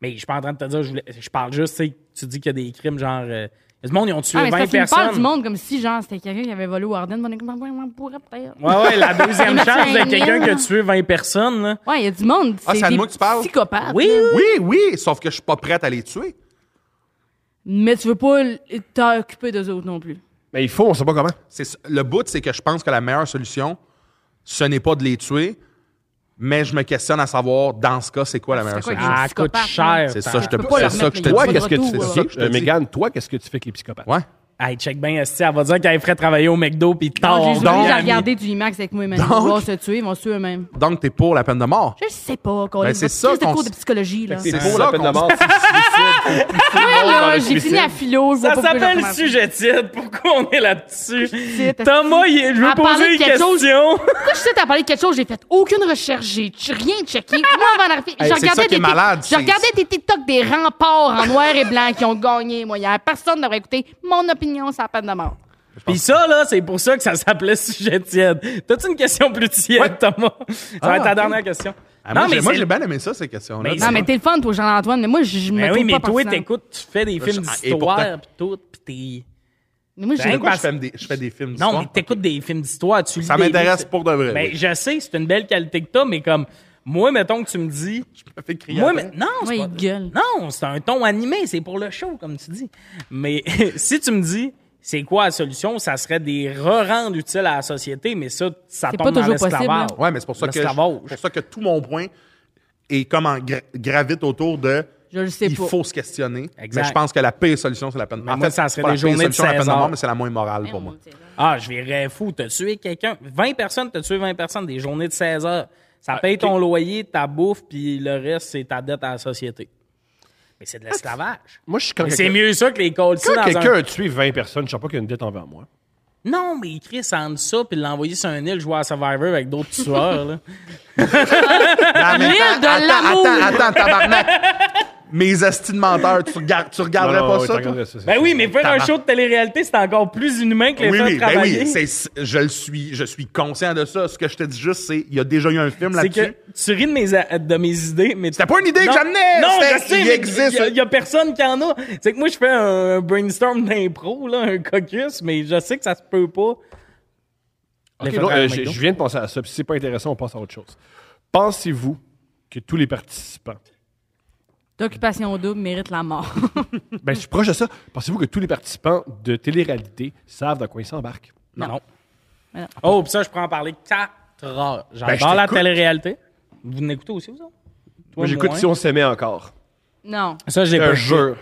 Speaker 1: Mais je suis pas en train de te dire, je, voulais- je parle juste, tu sais, tu dis qu'il y a des crimes genre. euh, du monde, ils ont tué
Speaker 2: Ah, mais
Speaker 1: 20
Speaker 2: ça fait
Speaker 1: personnes.
Speaker 2: parle du monde comme si, genre, c'était quelqu'un qui avait volé au Arden. On est comme, Ouais, on pourrait peut-être.
Speaker 1: Ouais, ouais, la deuxième
Speaker 2: Il
Speaker 1: chance
Speaker 2: met ça
Speaker 1: de quelqu'un
Speaker 2: une-
Speaker 1: que tu tué 20 personnes, là.
Speaker 2: Ouais, il y a du monde.
Speaker 3: Ah, c'est à
Speaker 2: des
Speaker 3: moi que tu parles?
Speaker 2: psychopathes,
Speaker 1: Oui,
Speaker 2: là.
Speaker 3: Oui, oui, sauf que je suis pas prête à les tuer.
Speaker 2: Mais tu veux pas l- t'occuper d'eux autres non plus.
Speaker 6: Mais il faut, on sait pas comment.
Speaker 3: C'est ça. le bout, c'est que je pense que la meilleure solution, ce n'est pas de les tuer, mais je me questionne à savoir, dans ce cas, c'est quoi la
Speaker 2: C'est
Speaker 3: meilleure
Speaker 2: quoi
Speaker 3: solution?
Speaker 2: Je suis
Speaker 1: Ah, coûte
Speaker 2: psychopathe,
Speaker 1: cher.
Speaker 2: là.
Speaker 3: C'est
Speaker 1: ta-
Speaker 3: ça, je te
Speaker 2: peux pas
Speaker 3: c'est
Speaker 2: leur
Speaker 3: ça que je te
Speaker 2: mettre
Speaker 6: Toi,
Speaker 2: les
Speaker 3: dis.
Speaker 6: qu'est-ce que tu
Speaker 2: retours,
Speaker 6: fais?
Speaker 2: là.
Speaker 6: C'est ça que je te
Speaker 3: Euh,
Speaker 6: dis. Mégane, toi, qu'est-ce que tu fais avec les psychopathes?
Speaker 3: Ouais.
Speaker 1: Hey, check bien, Esti, elle va dire qu'elle est prête travailler au McDo pis tard.
Speaker 2: J'ai
Speaker 3: donc,
Speaker 2: juste à
Speaker 3: ami.
Speaker 2: regarder du IMAX avec moi, man. Ils
Speaker 3: Donc-
Speaker 2: vont se tuer, ils vont se tuer eux-mêmes.
Speaker 3: Donc, t'es pour la peine de mort.
Speaker 2: Je sais pas, quand
Speaker 3: Ben,
Speaker 2: ils
Speaker 3: c'est ça
Speaker 2: de
Speaker 3: qu'on
Speaker 2: cours
Speaker 3: s-
Speaker 2: de psychologie, là.
Speaker 6: C'est
Speaker 3: C'est
Speaker 6: pour la
Speaker 3: ça
Speaker 6: peine de
Speaker 3: qu'on-
Speaker 6: mort. c'est suicide. Faut pousser le
Speaker 2: Ouais,
Speaker 6: monde dans
Speaker 2: là,
Speaker 6: le
Speaker 2: j'ai fini
Speaker 6: suicide.
Speaker 2: à philo. je vois
Speaker 1: Ça
Speaker 2: pas pourquoi
Speaker 1: s'appelle
Speaker 2: j'ai recommencé.
Speaker 1: sujet titre. Pourquoi on est là-dessus?
Speaker 2: Sujet titre.
Speaker 1: Thomas, il est- je veux
Speaker 2: À parler de
Speaker 1: poser une
Speaker 2: quelque chose.
Speaker 1: question.
Speaker 2: Pourquoi je sais t'as parlé de quelque chose, j'ai fait aucune recherche, j'ai ch- rien checké. Moi, avant d'arriver,
Speaker 3: Hey,
Speaker 2: je
Speaker 3: c'est ça
Speaker 2: regardais
Speaker 3: qui est
Speaker 2: des
Speaker 3: malade,
Speaker 2: tic- je
Speaker 3: c'est-
Speaker 2: regardais des TikTok des remparts en noir et blanc qui ont gagné, moi. Hier. Personne devrait écouter mon opinion sur la peine de mort.
Speaker 1: Pis ça, là, c'est pour ça que ça s'appelait sujet tiède. T'as-tu une question plus tiède, Thomas? Ça va
Speaker 3: Ah,
Speaker 1: être ta
Speaker 3: ok.
Speaker 1: dernière question.
Speaker 3: Ah, moi, j'ai- moi,
Speaker 1: c'est-
Speaker 3: j'ai bien aimé ça, ces questions-là.
Speaker 1: Mais C'est
Speaker 2: Non, mais
Speaker 1: vrai.
Speaker 2: t'es le fun, toi, Jean-Antoine, mais moi, je je me
Speaker 1: Mais
Speaker 2: trouve
Speaker 1: Ben oui, mais
Speaker 2: pas
Speaker 1: toi,
Speaker 2: pertinente.
Speaker 1: t'écoutes, tu fais des films
Speaker 3: je- et pourtant-
Speaker 1: d'histoire pis tout, pis t'es...
Speaker 2: Mais moi,
Speaker 1: Ben,
Speaker 2: j'ai
Speaker 3: Pourquoi
Speaker 1: parce-
Speaker 3: je, fais des, je fais des films
Speaker 1: Non,
Speaker 3: d'histoire?
Speaker 1: mais t'écoutes des films d'histoire, tu lis
Speaker 3: Ça
Speaker 1: des
Speaker 3: m'intéresse
Speaker 1: livres.
Speaker 3: pour de vrai.
Speaker 1: Ben,
Speaker 3: oui.
Speaker 1: je sais, c'est une belle qualité que t'as, mais comme, moi, mettons que tu me dis.
Speaker 3: Je me fais crier.
Speaker 1: Moi,
Speaker 3: après.
Speaker 1: mais, non, c'est
Speaker 2: Ouais,
Speaker 1: pas-
Speaker 2: il gueule.
Speaker 1: Non, c'est un ton animé, c'est pour le show, comme tu dis. Mais si tu me dis, c'est quoi la solution, ça serait des re-rendre utiles à la société, mais ça, ça
Speaker 2: C'est
Speaker 1: tombe
Speaker 2: pas
Speaker 1: dans
Speaker 2: toujours possible, hein.
Speaker 1: l'esclavage.
Speaker 3: Ouais, mais c'est pour ça que je-
Speaker 1: L'esclavage.
Speaker 3: pour ça que tout mon point est comme en gra- gravite autour de
Speaker 2: Je le sais
Speaker 3: il
Speaker 2: pas.
Speaker 3: faut se questionner.
Speaker 1: Exact.
Speaker 3: Mais je pense que la pire solution c'est la peine de mort. En
Speaker 1: moi,
Speaker 3: fait,
Speaker 1: ça
Speaker 3: ça
Speaker 1: serait
Speaker 3: serait pas la
Speaker 1: des
Speaker 3: pire
Speaker 1: journées de
Speaker 3: solution la peine de
Speaker 1: 16 heures.
Speaker 3: mort, mais c'est la moins morale pour moi.
Speaker 1: Ah, je verrais fou, t'as tué quelqu'un. 20 personnes, t'as tué 20 personnes, des journées de 16 heures.
Speaker 3: Ah,
Speaker 1: Ça paye ton loyer, ta bouffe, puis le reste, c'est ta dette à la société. Mais c'est de l'esclavage.
Speaker 6: Moi, je suis quand
Speaker 1: Mais C'est
Speaker 6: quelqu'un-
Speaker 1: mieux ça que les calls
Speaker 6: quand
Speaker 1: dans un
Speaker 6: quelqu'un a tué 20 personnes, je sais pas qu'il y a une dette envers moi.
Speaker 1: Non, mais Chris, entre ça puis l'envoyer sur un île jouer à Survivor avec d'autres tueurs, là.
Speaker 2: L'île de l'amour.
Speaker 3: attends, attends, attends, tabarnak. Mes astis de menteurs, tu, regardes, tu regarderais
Speaker 6: Non, non,
Speaker 3: Ah, pas ça,
Speaker 6: oui, t'as
Speaker 3: toi?
Speaker 6: regardé ça, c'est
Speaker 1: Ben
Speaker 6: ça.
Speaker 1: oui, mais faire un
Speaker 3: Tabarnak.
Speaker 1: show de télé-réalité, c'est encore plus inhumain que les
Speaker 3: Oui,
Speaker 1: faire
Speaker 3: oui, ben
Speaker 1: travailler.
Speaker 3: oui, c'est- je le suis, je suis conscient de ça. Ce que je te dis juste, c'est, il y a déjà eu un film
Speaker 1: c'est
Speaker 3: là-dessus.
Speaker 1: que tu ris de mes, a- de mes idées, mais...
Speaker 3: C'était pas une idée
Speaker 1: Non.
Speaker 3: que j'amenais!
Speaker 1: Non,
Speaker 3: c'était-
Speaker 1: je sais,
Speaker 3: il
Speaker 1: mais
Speaker 3: existe.
Speaker 1: y a- y, a personne qui en a. C'est que moi, je fais un brainstorm d'impro, là, un caucus, mais je sais que ça se peut pas.
Speaker 6: Ok,
Speaker 1: Les faire
Speaker 6: non,
Speaker 1: travailler
Speaker 6: euh,
Speaker 1: avec
Speaker 6: je
Speaker 1: d'autres.
Speaker 6: je viens de penser à ça. puis Si c'est pas intéressant, on passe à autre chose. Pensez-vous que tous les participants,
Speaker 2: D'occupation double mérite la mort.
Speaker 6: ben je suis proche de ça, pensez-vous que tous les participants de télé-réalité savent dans quoi ils s'embarquent?
Speaker 1: Non.
Speaker 2: Mais non.
Speaker 1: Oh, pis ça, je pourrais en parler quatre heures.
Speaker 3: Ben,
Speaker 1: J'adore
Speaker 6: je
Speaker 1: la
Speaker 6: t'écoute.
Speaker 1: télé-réalité. Vous n'écoutez aussi, vous autres? Toi,
Speaker 6: Moi, j'écoute
Speaker 1: moins.
Speaker 6: si on s'aimait encore.
Speaker 2: non.
Speaker 1: Ça, j'ai
Speaker 6: Je
Speaker 1: pas
Speaker 6: te
Speaker 1: écouté.
Speaker 6: jure.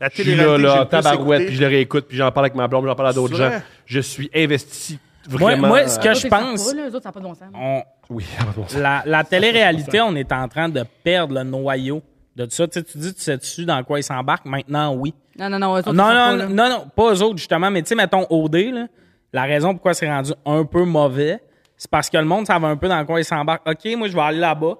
Speaker 3: La
Speaker 6: Je suis
Speaker 3: j'ai
Speaker 6: là, là,
Speaker 3: le plus
Speaker 6: tabarouette,
Speaker 3: écouté.
Speaker 6: puis je le réécoute, puis j'en parle avec ma blonde, j'en parle à d'autres
Speaker 3: C'est
Speaker 6: gens.
Speaker 3: vrai?
Speaker 6: Je suis investi
Speaker 1: Moi,
Speaker 6: vraiment.
Speaker 1: moi, ce que
Speaker 6: euh,
Speaker 1: je pense,
Speaker 2: Les autres, ça n'a pas de bon sens.
Speaker 1: on-
Speaker 6: Oui,
Speaker 1: la, la télé-réalité, on est en train de perdre le noyau de ça. Tu sais, tu dis, tu sais dessus dans quoi ils s'embarquent? Maintenant, oui.
Speaker 2: Non, non, non. eux autres, ils
Speaker 1: Non,
Speaker 2: sont pas
Speaker 1: non,
Speaker 2: là.
Speaker 1: non, non, non, pas eux autres, justement. Mais tu sais, mettons OD, là, la raison pourquoi c'est rendu un peu mauvais, c'est parce que le monde savait un peu dans quoi il s'embarque. OK, moi, je vais aller là-bas.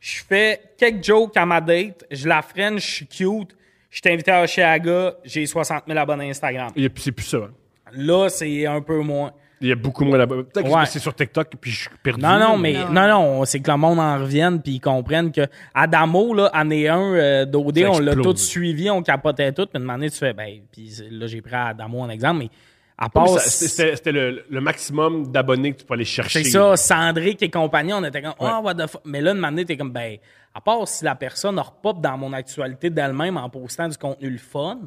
Speaker 1: Je fais quelques jokes à ma date. Je la freine, je suis cute. Je t'ai invité à Oshiaga. J'ai 60 000 abonnés Instagram.
Speaker 4: Il y a- C'est plus ça. hein.
Speaker 1: Là, c'est un peu moins.
Speaker 4: Il y a beaucoup moins là-bas. Peut-être
Speaker 1: Ouais.
Speaker 4: que c'est sur TikTok, puis je suis perdu.
Speaker 1: Non, non, mais
Speaker 2: Non.
Speaker 1: non, non, c'est que le monde en revienne puis ils comprennent que Adamo, là, année 1 d'OD,
Speaker 4: Ça
Speaker 1: euh, on l'a
Speaker 4: explose.
Speaker 1: tout suivi, on capotait tout, puis demandé, tu fais, ben, puis là, j'ai pris Adamo en exemple, mais à
Speaker 4: Mais
Speaker 1: part.
Speaker 4: ça, c'est- C'était c'était le, le maximum d'abonnés que tu peux aller chercher.
Speaker 1: C'est ça, Sandrick et compagnie, on était comme, oh, what the fuck. Mais là, de m'amener, t'es comme, ben, à part si la personne repop dans mon actualité d'elle-même en postant du contenu le fun,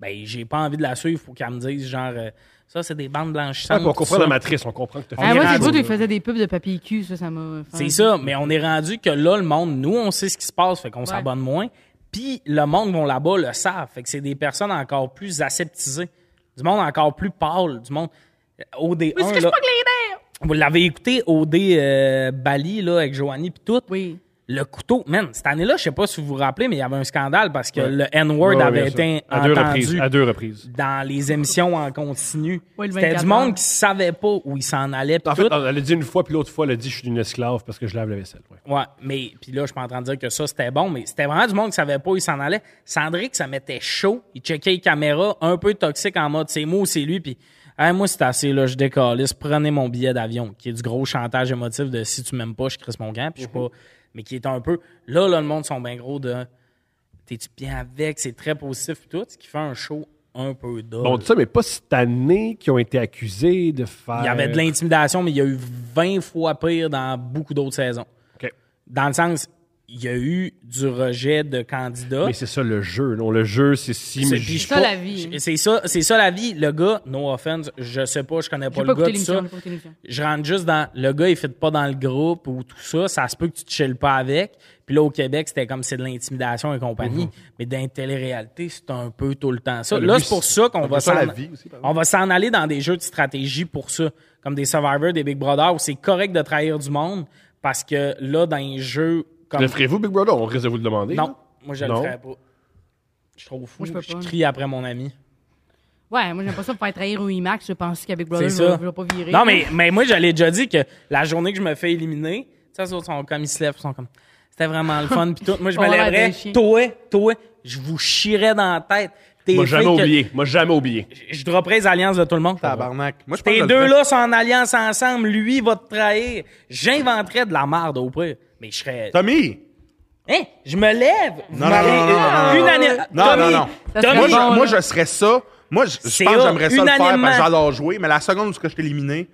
Speaker 1: ben, j'ai pas envie de la suivre pour qu'elle me dise, genre, euh, ça, c'est des bandes
Speaker 4: Ah,
Speaker 1: blanchissantes.
Speaker 4: pour
Speaker 1: tout
Speaker 4: comprendre
Speaker 1: ça.
Speaker 4: la matrice, on comprend que tu
Speaker 1: On
Speaker 2: Ah,
Speaker 1: est
Speaker 2: moi, j'ai
Speaker 1: rendu,
Speaker 2: beau,
Speaker 1: là.
Speaker 2: ils faisaient des pubs de papier cul, ça, ça m'a.
Speaker 1: C'est ça, mais on est rendu que là, le monde, nous, on sait ce qui se passe, fait qu'on s'abonne moins. Puis le monde vont là-bas le savent, fait que c'est des personnes encore plus aseptisées, du monde encore plus pâle, du monde. euh, OD1,
Speaker 2: Mais c'est que je
Speaker 1: là,
Speaker 2: pogne les nerfs!
Speaker 1: vous l'avez écouté, OD euh, Bali, là, avec Joanie puis tout.
Speaker 2: Oui.
Speaker 1: Le couteau, man, cette année-là, je sais pas si vous vous rappelez, mais il y avait un scandale parce que
Speaker 4: Ouais.
Speaker 1: le N-word avait été
Speaker 4: à deux
Speaker 1: entendu
Speaker 4: reprises. À deux reprises.
Speaker 1: dans les émissions en continu.
Speaker 2: Oui, le
Speaker 1: C'était
Speaker 2: 24
Speaker 1: du monde
Speaker 2: heures.
Speaker 1: qui savait pas où il s'en allait. pis
Speaker 4: En
Speaker 1: tout.
Speaker 4: fait, elle a dit une fois, puis l'autre fois, elle a dit Je suis une esclave parce que je lave la vaisselle. Ouais.
Speaker 1: Ouais, mais puis là, je suis pas en train de dire que ça, c'était bon, mais c'était vraiment du monde qui savait pas où il s'en allait. Sandrick, ça mettait chaud. Il checkait les caméras, un peu toxique en mode c'est moi ou c'est lui, puis Hey, moi, c'est assez, là, je décalisse, prenez mon billet d'avion, qui est du gros chantage émotif de si tu m'aimes pas, je crisse mon camp, puis je suis pas. Mais qui est un peu. Là, là, le monde sont bien gros de T'es-tu bien avec, c'est très positif, pis tout, ce qui fait un show un peu d'or.
Speaker 4: Bon, ça, mais pas cette année qu'ils ont été accusés de faire.
Speaker 1: il y avait de l'intimidation, mais il y a eu 20 fois pire dans beaucoup d'autres saisons.
Speaker 4: OK.
Speaker 1: Dans le sens, il y a eu du rejet de candidats.
Speaker 4: Mais c'est ça le jeu. Non, le jeu, c'est si.
Speaker 1: C'est
Speaker 4: mais
Speaker 1: puis
Speaker 4: je-
Speaker 1: je
Speaker 2: ça,
Speaker 1: pas-
Speaker 2: la vie.
Speaker 1: je- C'est ça, c'est ça la vie. Le gars, no offense, je sais pas, je connais pas
Speaker 2: J'ai
Speaker 1: le
Speaker 2: pas
Speaker 1: gars, tout
Speaker 2: écouté l'émission.
Speaker 1: ça.
Speaker 2: j'ai pas écouté l'émission.
Speaker 1: Je rentre juste dans le gars, il fit pas dans le groupe ou tout ça. Ça se peut que tu te chilles pas avec. Puis là, au Québec, c'était comme c'est de l'intimidation et compagnie.
Speaker 3: Mhm.
Speaker 1: Mais dans les téléréalités, c'est un peu tout le temps ça.
Speaker 4: Le
Speaker 1: là,
Speaker 4: but,
Speaker 1: c'est pour ça qu'on va
Speaker 3: ça, la
Speaker 1: s'en
Speaker 3: vie aussi, par exemple.
Speaker 1: on va s'en aller dans des jeux de stratégie pour ça, comme des Survivor, des Big Brother, où c'est correct de trahir du monde parce que là, dans les jeux comme
Speaker 6: Le ferez-vous, Big Brother? On risque de vous le demander.
Speaker 1: non, moi je le
Speaker 6: Non.
Speaker 1: ferais pas. Je suis trop fou.
Speaker 2: Moi, je peux
Speaker 1: je
Speaker 2: pas.
Speaker 1: crie après mon ami.
Speaker 2: Ouais, moi, j'ai l'impression de faire trahir au IMAX. Je pense qu'avec Brother,
Speaker 1: C'est
Speaker 2: je vais-
Speaker 1: ça.
Speaker 2: je vais pas virer.
Speaker 1: Non, mais, mais moi, j'allais déjà dit que la journée que je me fais éliminer, tu sais, les autres sont comme, ils se lèvent, ils sont comme, c'était vraiment le fun, pis tout. Moi, je me
Speaker 2: On a l'air
Speaker 1: lèverais,
Speaker 2: d'un chien.
Speaker 1: toi, toi, je vous chierais dans la tête. T'es
Speaker 4: Moi, jamais
Speaker 1: fait que-
Speaker 4: oublié. Moi, jamais oublié.
Speaker 1: Je- Je dropperais les alliances de tout le monde.
Speaker 3: Tabarnak. Moi, je pense que
Speaker 1: Tes
Speaker 3: je le
Speaker 1: deux
Speaker 3: ferais.
Speaker 1: là sont en alliance ensemble, lui va te trahir. J'inventerais de la merde au pire. Mais je serais.
Speaker 3: Tommy!
Speaker 1: Hein? Je me lève! Vous
Speaker 3: non,
Speaker 1: m'avez-
Speaker 3: non, non, non, non,
Speaker 1: Unani-
Speaker 3: non,
Speaker 1: Tommy,
Speaker 3: non, non.
Speaker 2: Ça serait
Speaker 1: Tommy,
Speaker 3: Moi,
Speaker 2: bon,
Speaker 3: je, moi,
Speaker 2: là.
Speaker 3: je serais ça. Moi, je, je
Speaker 1: C'est
Speaker 3: pense que
Speaker 1: là,
Speaker 3: j'aimerais ça le faire parce
Speaker 1: unanimement.
Speaker 3: que j'adore jouer, mais la seconde où ce que je t'ai éliminé,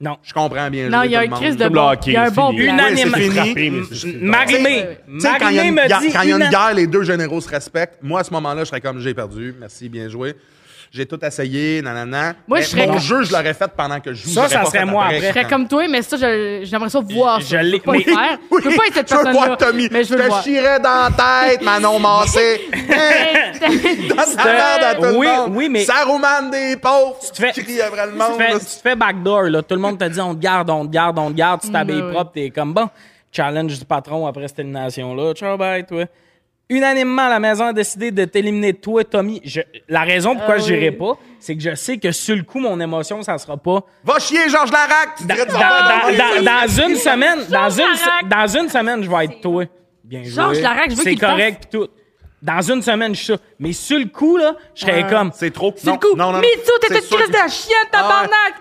Speaker 1: Non.
Speaker 3: je comprends bien.
Speaker 2: Non,
Speaker 3: jouer
Speaker 2: il y a
Speaker 3: tout
Speaker 2: un
Speaker 3: le monde.
Speaker 2: crise de
Speaker 4: Comme le
Speaker 2: bon.
Speaker 4: hockey,
Speaker 2: Il y a un
Speaker 4: c'est
Speaker 2: bon
Speaker 4: fini.
Speaker 2: plan.
Speaker 3: Oui, c'est
Speaker 1: Unanimement.
Speaker 3: fini.
Speaker 4: Frappé, mais c'est- c'est-
Speaker 1: Marimé,
Speaker 3: Tu sais, quand il y a
Speaker 1: Marimé
Speaker 3: une,
Speaker 1: me
Speaker 3: guerre-
Speaker 1: dit.
Speaker 3: quand il y a une
Speaker 1: Unan-
Speaker 3: guerre, les deux généraux se respectent. Moi, à ce moment-là, je serais comme j'ai perdu. Merci, bien joué. J'ai tout essayé, nanana.
Speaker 2: Moi,
Speaker 3: Mais
Speaker 2: je serais
Speaker 3: Mon
Speaker 2: comme-
Speaker 3: jeu, je l'aurais fait pendant que je joue.
Speaker 1: Ça,
Speaker 3: j'aurais
Speaker 1: ça
Speaker 3: pas
Speaker 1: serait
Speaker 3: fait
Speaker 1: moi après.
Speaker 2: Je serais comme toi, mais ça, je- j'aimerais ça voir.
Speaker 1: Je
Speaker 2: ça. Je
Speaker 1: l'ai-
Speaker 2: peux pas
Speaker 1: oui,
Speaker 2: le faire. Je peux pas être cette
Speaker 3: je veux le
Speaker 2: personne-là.
Speaker 3: voir, Tommy.
Speaker 2: Mais je veux le
Speaker 3: te
Speaker 2: voir.
Speaker 3: chierais dans la tête, Manon Massé. Hein? Donne la merde à tout le
Speaker 1: Oui,
Speaker 3: monde.
Speaker 1: oui, mais-
Speaker 3: Saruman des pauvres. Tu
Speaker 1: Tu te fais-
Speaker 3: cries après le
Speaker 1: tu
Speaker 3: monde.
Speaker 1: te fais-
Speaker 3: là.
Speaker 1: Tu te fais backdoor, là. Tout le monde te dit on te garde, on te garde, on te garde. Tu t'habilles
Speaker 2: Ben oui.
Speaker 1: propre, t'es comme bon. Challenge du patron après cette élimination-là. Ciao, bye, toi. Unanimement, la maison a décidé de t'éliminer, toi, Tommy. Je- la raison pourquoi
Speaker 2: Ah
Speaker 1: je n'irai
Speaker 2: oui.
Speaker 1: pas, c'est que je sais que sur le coup, mon émotion, ça sera pas.
Speaker 3: Va chier, Georges Larac. Tu
Speaker 1: Dans,
Speaker 3: dirais de
Speaker 1: dans-
Speaker 3: faire-
Speaker 1: dans- dans- dans une semaine, dans une, se-
Speaker 2: Larac.
Speaker 1: dans une semaine, je vais être toi. Bien joué.
Speaker 2: Georges Larac, je veux
Speaker 1: C'est
Speaker 2: qu'il le
Speaker 1: correct, pis tout. Dans une semaine, je suis ça. Mais sur le coup, là, je serais comme.
Speaker 3: C'est trop.
Speaker 2: C'est le coup.
Speaker 3: Non, non, non.
Speaker 2: Mitsu, t'es
Speaker 3: C'est
Speaker 2: une
Speaker 3: sûr
Speaker 2: crise
Speaker 3: que- Ah,
Speaker 2: de chienne, tabarnak.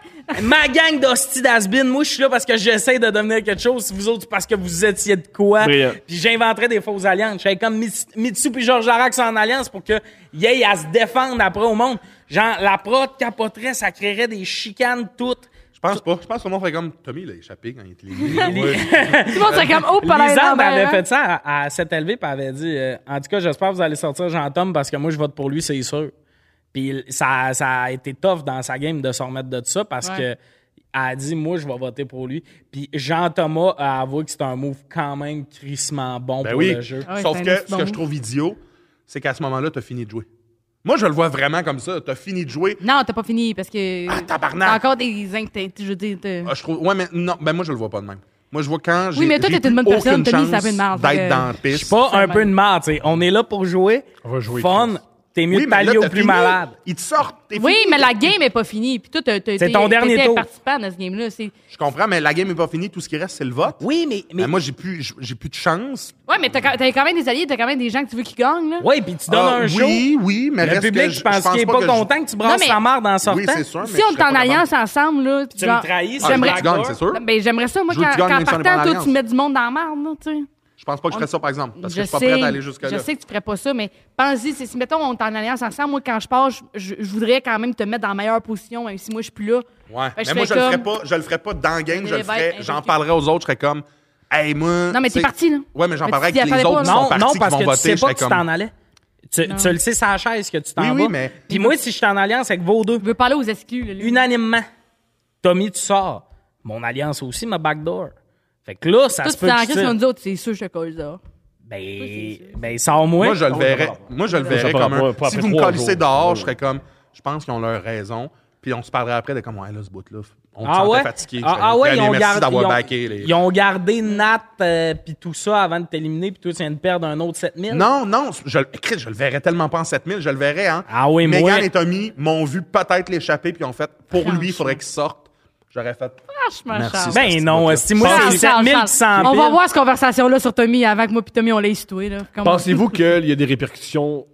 Speaker 1: Ma gang d'hosties d'asbin, moi, je suis là parce que j'essaie de devenir quelque chose. Si vous autres, c'est parce que vous étiez de quoi.
Speaker 4: Brillant.
Speaker 1: Puis j'inventerais des fausses alliances. J'avais comme Mits- Mitsu puis Georges Larac sont en alliance pour que y ait à se défendre après au monde. Genre, la prod capoterait, ça créerait des chicanes toutes.
Speaker 3: Je pense pas. Je pense que le monde ferait comme Tommy, il a échappé quand il était éliminé. Ouais.
Speaker 2: Tout le monde serait comme, oh, pas la
Speaker 1: Lisande
Speaker 2: la-
Speaker 1: avait fait ça à, à cette élevée puis avait dit euh, En tout cas, j'espère que vous allez sortir Jean-Tom parce que moi, je vote pour lui, c'est sûr. Puis il- ça, ça a été tough dans sa game de se remettre de ça parce
Speaker 2: Ouais.
Speaker 1: que elle a dit Moi, je vais voter pour lui. Puis Jean-Thomas a avoué que c'est un move quand même crissement bon
Speaker 3: Ben
Speaker 1: pour
Speaker 3: oui.
Speaker 1: le jeu.
Speaker 2: Ah ouais,
Speaker 3: Sauf
Speaker 2: c'est un
Speaker 3: que
Speaker 2: petit
Speaker 3: ce que
Speaker 2: bon.
Speaker 3: je trouve idiot, c'est qu'à ce moment-là, t'as fini de jouer. Moi, je le vois vraiment comme ça. T'as fini de jouer.
Speaker 2: Non, t'as pas fini parce que.
Speaker 3: Ah, tabarnak.
Speaker 2: T'as encore des zinc, t'es- je veux dire. t'es-
Speaker 3: Ah, je trouve. Ouais, mais non. Ben moi, je le vois pas de même. Moi, je vois quand j'ai.
Speaker 2: mais toi,
Speaker 3: j'ai
Speaker 2: t'es une
Speaker 3: plus
Speaker 2: bonne personne,
Speaker 3: aucune
Speaker 2: Tommy, ça
Speaker 3: chance
Speaker 2: fait de merde,
Speaker 3: D'être
Speaker 2: euh,
Speaker 3: dans la
Speaker 1: Je
Speaker 3: piste.
Speaker 1: suis pas
Speaker 2: C'est
Speaker 1: un
Speaker 2: mal.
Speaker 1: peu une merde, tu sais. On est là pour jouer.
Speaker 4: On va jouer,
Speaker 1: Fun.
Speaker 4: Chris.
Speaker 1: T'es mieux
Speaker 3: Oui,
Speaker 1: de
Speaker 3: mais là,
Speaker 1: pallier au
Speaker 3: t'as
Speaker 1: plus
Speaker 3: fini.
Speaker 1: malade.
Speaker 3: Ils te sortent. t'es
Speaker 2: Oui,
Speaker 3: fini.
Speaker 2: mais la game est pas finie. Puis toi, t'as- t'as-
Speaker 1: C'est
Speaker 2: t'es-
Speaker 1: ton dernier
Speaker 2: t'étais
Speaker 1: tour.
Speaker 2: participant dans ce game-là. C'est-
Speaker 3: Je comprends, mais la game n'est pas finie. Tout ce qui reste, c'est le vote.
Speaker 1: Oui, mais. mais
Speaker 3: Ben, moi, j'ai plus, j'- j'ai plus de chance.
Speaker 2: Ouais, mais t'as quand t'as quand même des alliés, t'as quand même des gens que tu veux qui gagnent, là.
Speaker 1: ouais, puis tu donnes
Speaker 3: Ah,
Speaker 1: un show.
Speaker 3: oui, oui, mais
Speaker 1: Le
Speaker 3: reste
Speaker 1: public,
Speaker 3: que
Speaker 1: je pense qu'il est
Speaker 3: que
Speaker 1: pas
Speaker 3: je-
Speaker 1: content que tu brasses
Speaker 2: mais-
Speaker 1: ta marde en sortant.
Speaker 3: Oui, c'est sûr. mais
Speaker 2: Si
Speaker 3: je serais
Speaker 2: on est en
Speaker 3: pas
Speaker 2: alliance ensemble, là.
Speaker 1: Tu me trahis,
Speaker 3: capable. Ah,
Speaker 1: me
Speaker 3: j'aimerais
Speaker 2: J'aimerais-
Speaker 3: que tu gagnes, c'est sûr.
Speaker 2: Ben, j'aimerais ça, moi,
Speaker 3: Je veux que
Speaker 2: quand
Speaker 3: tu gagnes,
Speaker 2: qu'en
Speaker 3: mais ça dépend de
Speaker 2: partant, toi,
Speaker 3: l'alliance.
Speaker 2: tu mets du monde dans la marde, là, tu sais.
Speaker 3: Je pense pas que je ferais ça, par exemple, parce que je suis pas
Speaker 2: sais,
Speaker 3: prêt à aller jusque-là.
Speaker 2: Je sais que tu ferais pas ça, mais pense-y, c'est- si mettons on est en alliance ensemble, moi quand je pars, je, je- je voudrais quand même te mettre dans la meilleure position, même si moi je suis plus là.
Speaker 3: Ouais.
Speaker 2: Fait que
Speaker 3: mais moi, je
Speaker 2: fais
Speaker 3: le ferais
Speaker 2: comme-
Speaker 3: pas, je le ferais pas dans le game, je
Speaker 2: Mais
Speaker 3: le
Speaker 2: les
Speaker 3: ferais,
Speaker 2: bêtes,
Speaker 3: j'en
Speaker 2: investi-
Speaker 3: parlerais aux autres, je serais comme, hey, moi.
Speaker 2: Non, mais
Speaker 3: tu sais-
Speaker 2: t'es parti, là.
Speaker 3: Ouais, mais j'en
Speaker 2: Mais
Speaker 3: parlerais
Speaker 2: tu t'y
Speaker 3: avec les
Speaker 2: attendais
Speaker 3: autres
Speaker 2: pas,
Speaker 3: qui
Speaker 2: là.
Speaker 3: sont
Speaker 2: Non,
Speaker 3: partis,
Speaker 1: non,
Speaker 3: qui
Speaker 1: parce
Speaker 3: vont
Speaker 1: que tu
Speaker 3: voter,
Speaker 1: sais
Speaker 3: je serais
Speaker 1: pas que tu t'en
Speaker 3: comme.
Speaker 1: allais. Tu, tu le sais, c'est à la chaise que tu t'en
Speaker 3: Oui,
Speaker 1: vas.
Speaker 3: oui, mais-
Speaker 1: Puis moi, si je suis en alliance avec vos deux,
Speaker 2: Je veux parler aux SQ, là. lui.
Speaker 1: unanimement, Tommy, tu sors. Mon alliance aussi, ma backdoor. Fait que là, ça
Speaker 2: Toi,
Speaker 1: se
Speaker 2: tu
Speaker 1: peut
Speaker 2: t'es en
Speaker 1: que je
Speaker 2: crise, tu vas
Speaker 1: tire.
Speaker 2: nous dire, oh, c'est sûr, je te cause, là.
Speaker 1: Ben, ben sors-moi.
Speaker 3: Moi, je
Speaker 4: Ah
Speaker 3: le verrais, moi, je le verrais
Speaker 4: pas-
Speaker 3: comme
Speaker 4: pas-
Speaker 3: un.
Speaker 4: pas
Speaker 3: Si
Speaker 4: après
Speaker 3: vous me
Speaker 4: trois
Speaker 3: colissez
Speaker 4: jours.
Speaker 3: dehors, je serais comme, je pense qu'ils ont leur raison, puis on se parlerait après de comme, ouais, là, ce bout-là, on
Speaker 1: Ah
Speaker 3: se
Speaker 1: ouais?
Speaker 3: sentait fatigué.
Speaker 1: Ah,
Speaker 3: Je serais
Speaker 1: ah
Speaker 3: comme,
Speaker 1: ouais,
Speaker 3: Allez,
Speaker 1: ils ont,
Speaker 3: merci
Speaker 1: gardé, ils,
Speaker 3: d'avoir
Speaker 1: ont,
Speaker 3: backé les-
Speaker 1: ils ont gardé Nat euh, puis tout ça avant de t'éliminer, puis toi, tu viens de perdre un autre 7000.
Speaker 3: Non, non, je, Chris, je le verrais tellement pas en 7000, je le verrais, hein.
Speaker 1: Ah oui, moi- Ah,
Speaker 3: Megan et Tommy m'ont vu peut-être l'échapper, puis ont fait, pour lui, il faudrait qu'il sorte. J'aurais fait,
Speaker 2: Franchement,
Speaker 3: Merci,
Speaker 2: Charles.
Speaker 3: c'est
Speaker 1: Ben non,
Speaker 3: Charles,
Speaker 1: si moi,
Speaker 2: Charles,
Speaker 1: c'est
Speaker 2: Charles,
Speaker 1: 7000
Speaker 2: Charles.
Speaker 1: qui s'empilent.
Speaker 2: On va voir cette conversation-là sur Tommy avec moi, puis Tommy, on l'a histoué, là. Comme-
Speaker 4: Pensez-vous qu'il y a des répercussions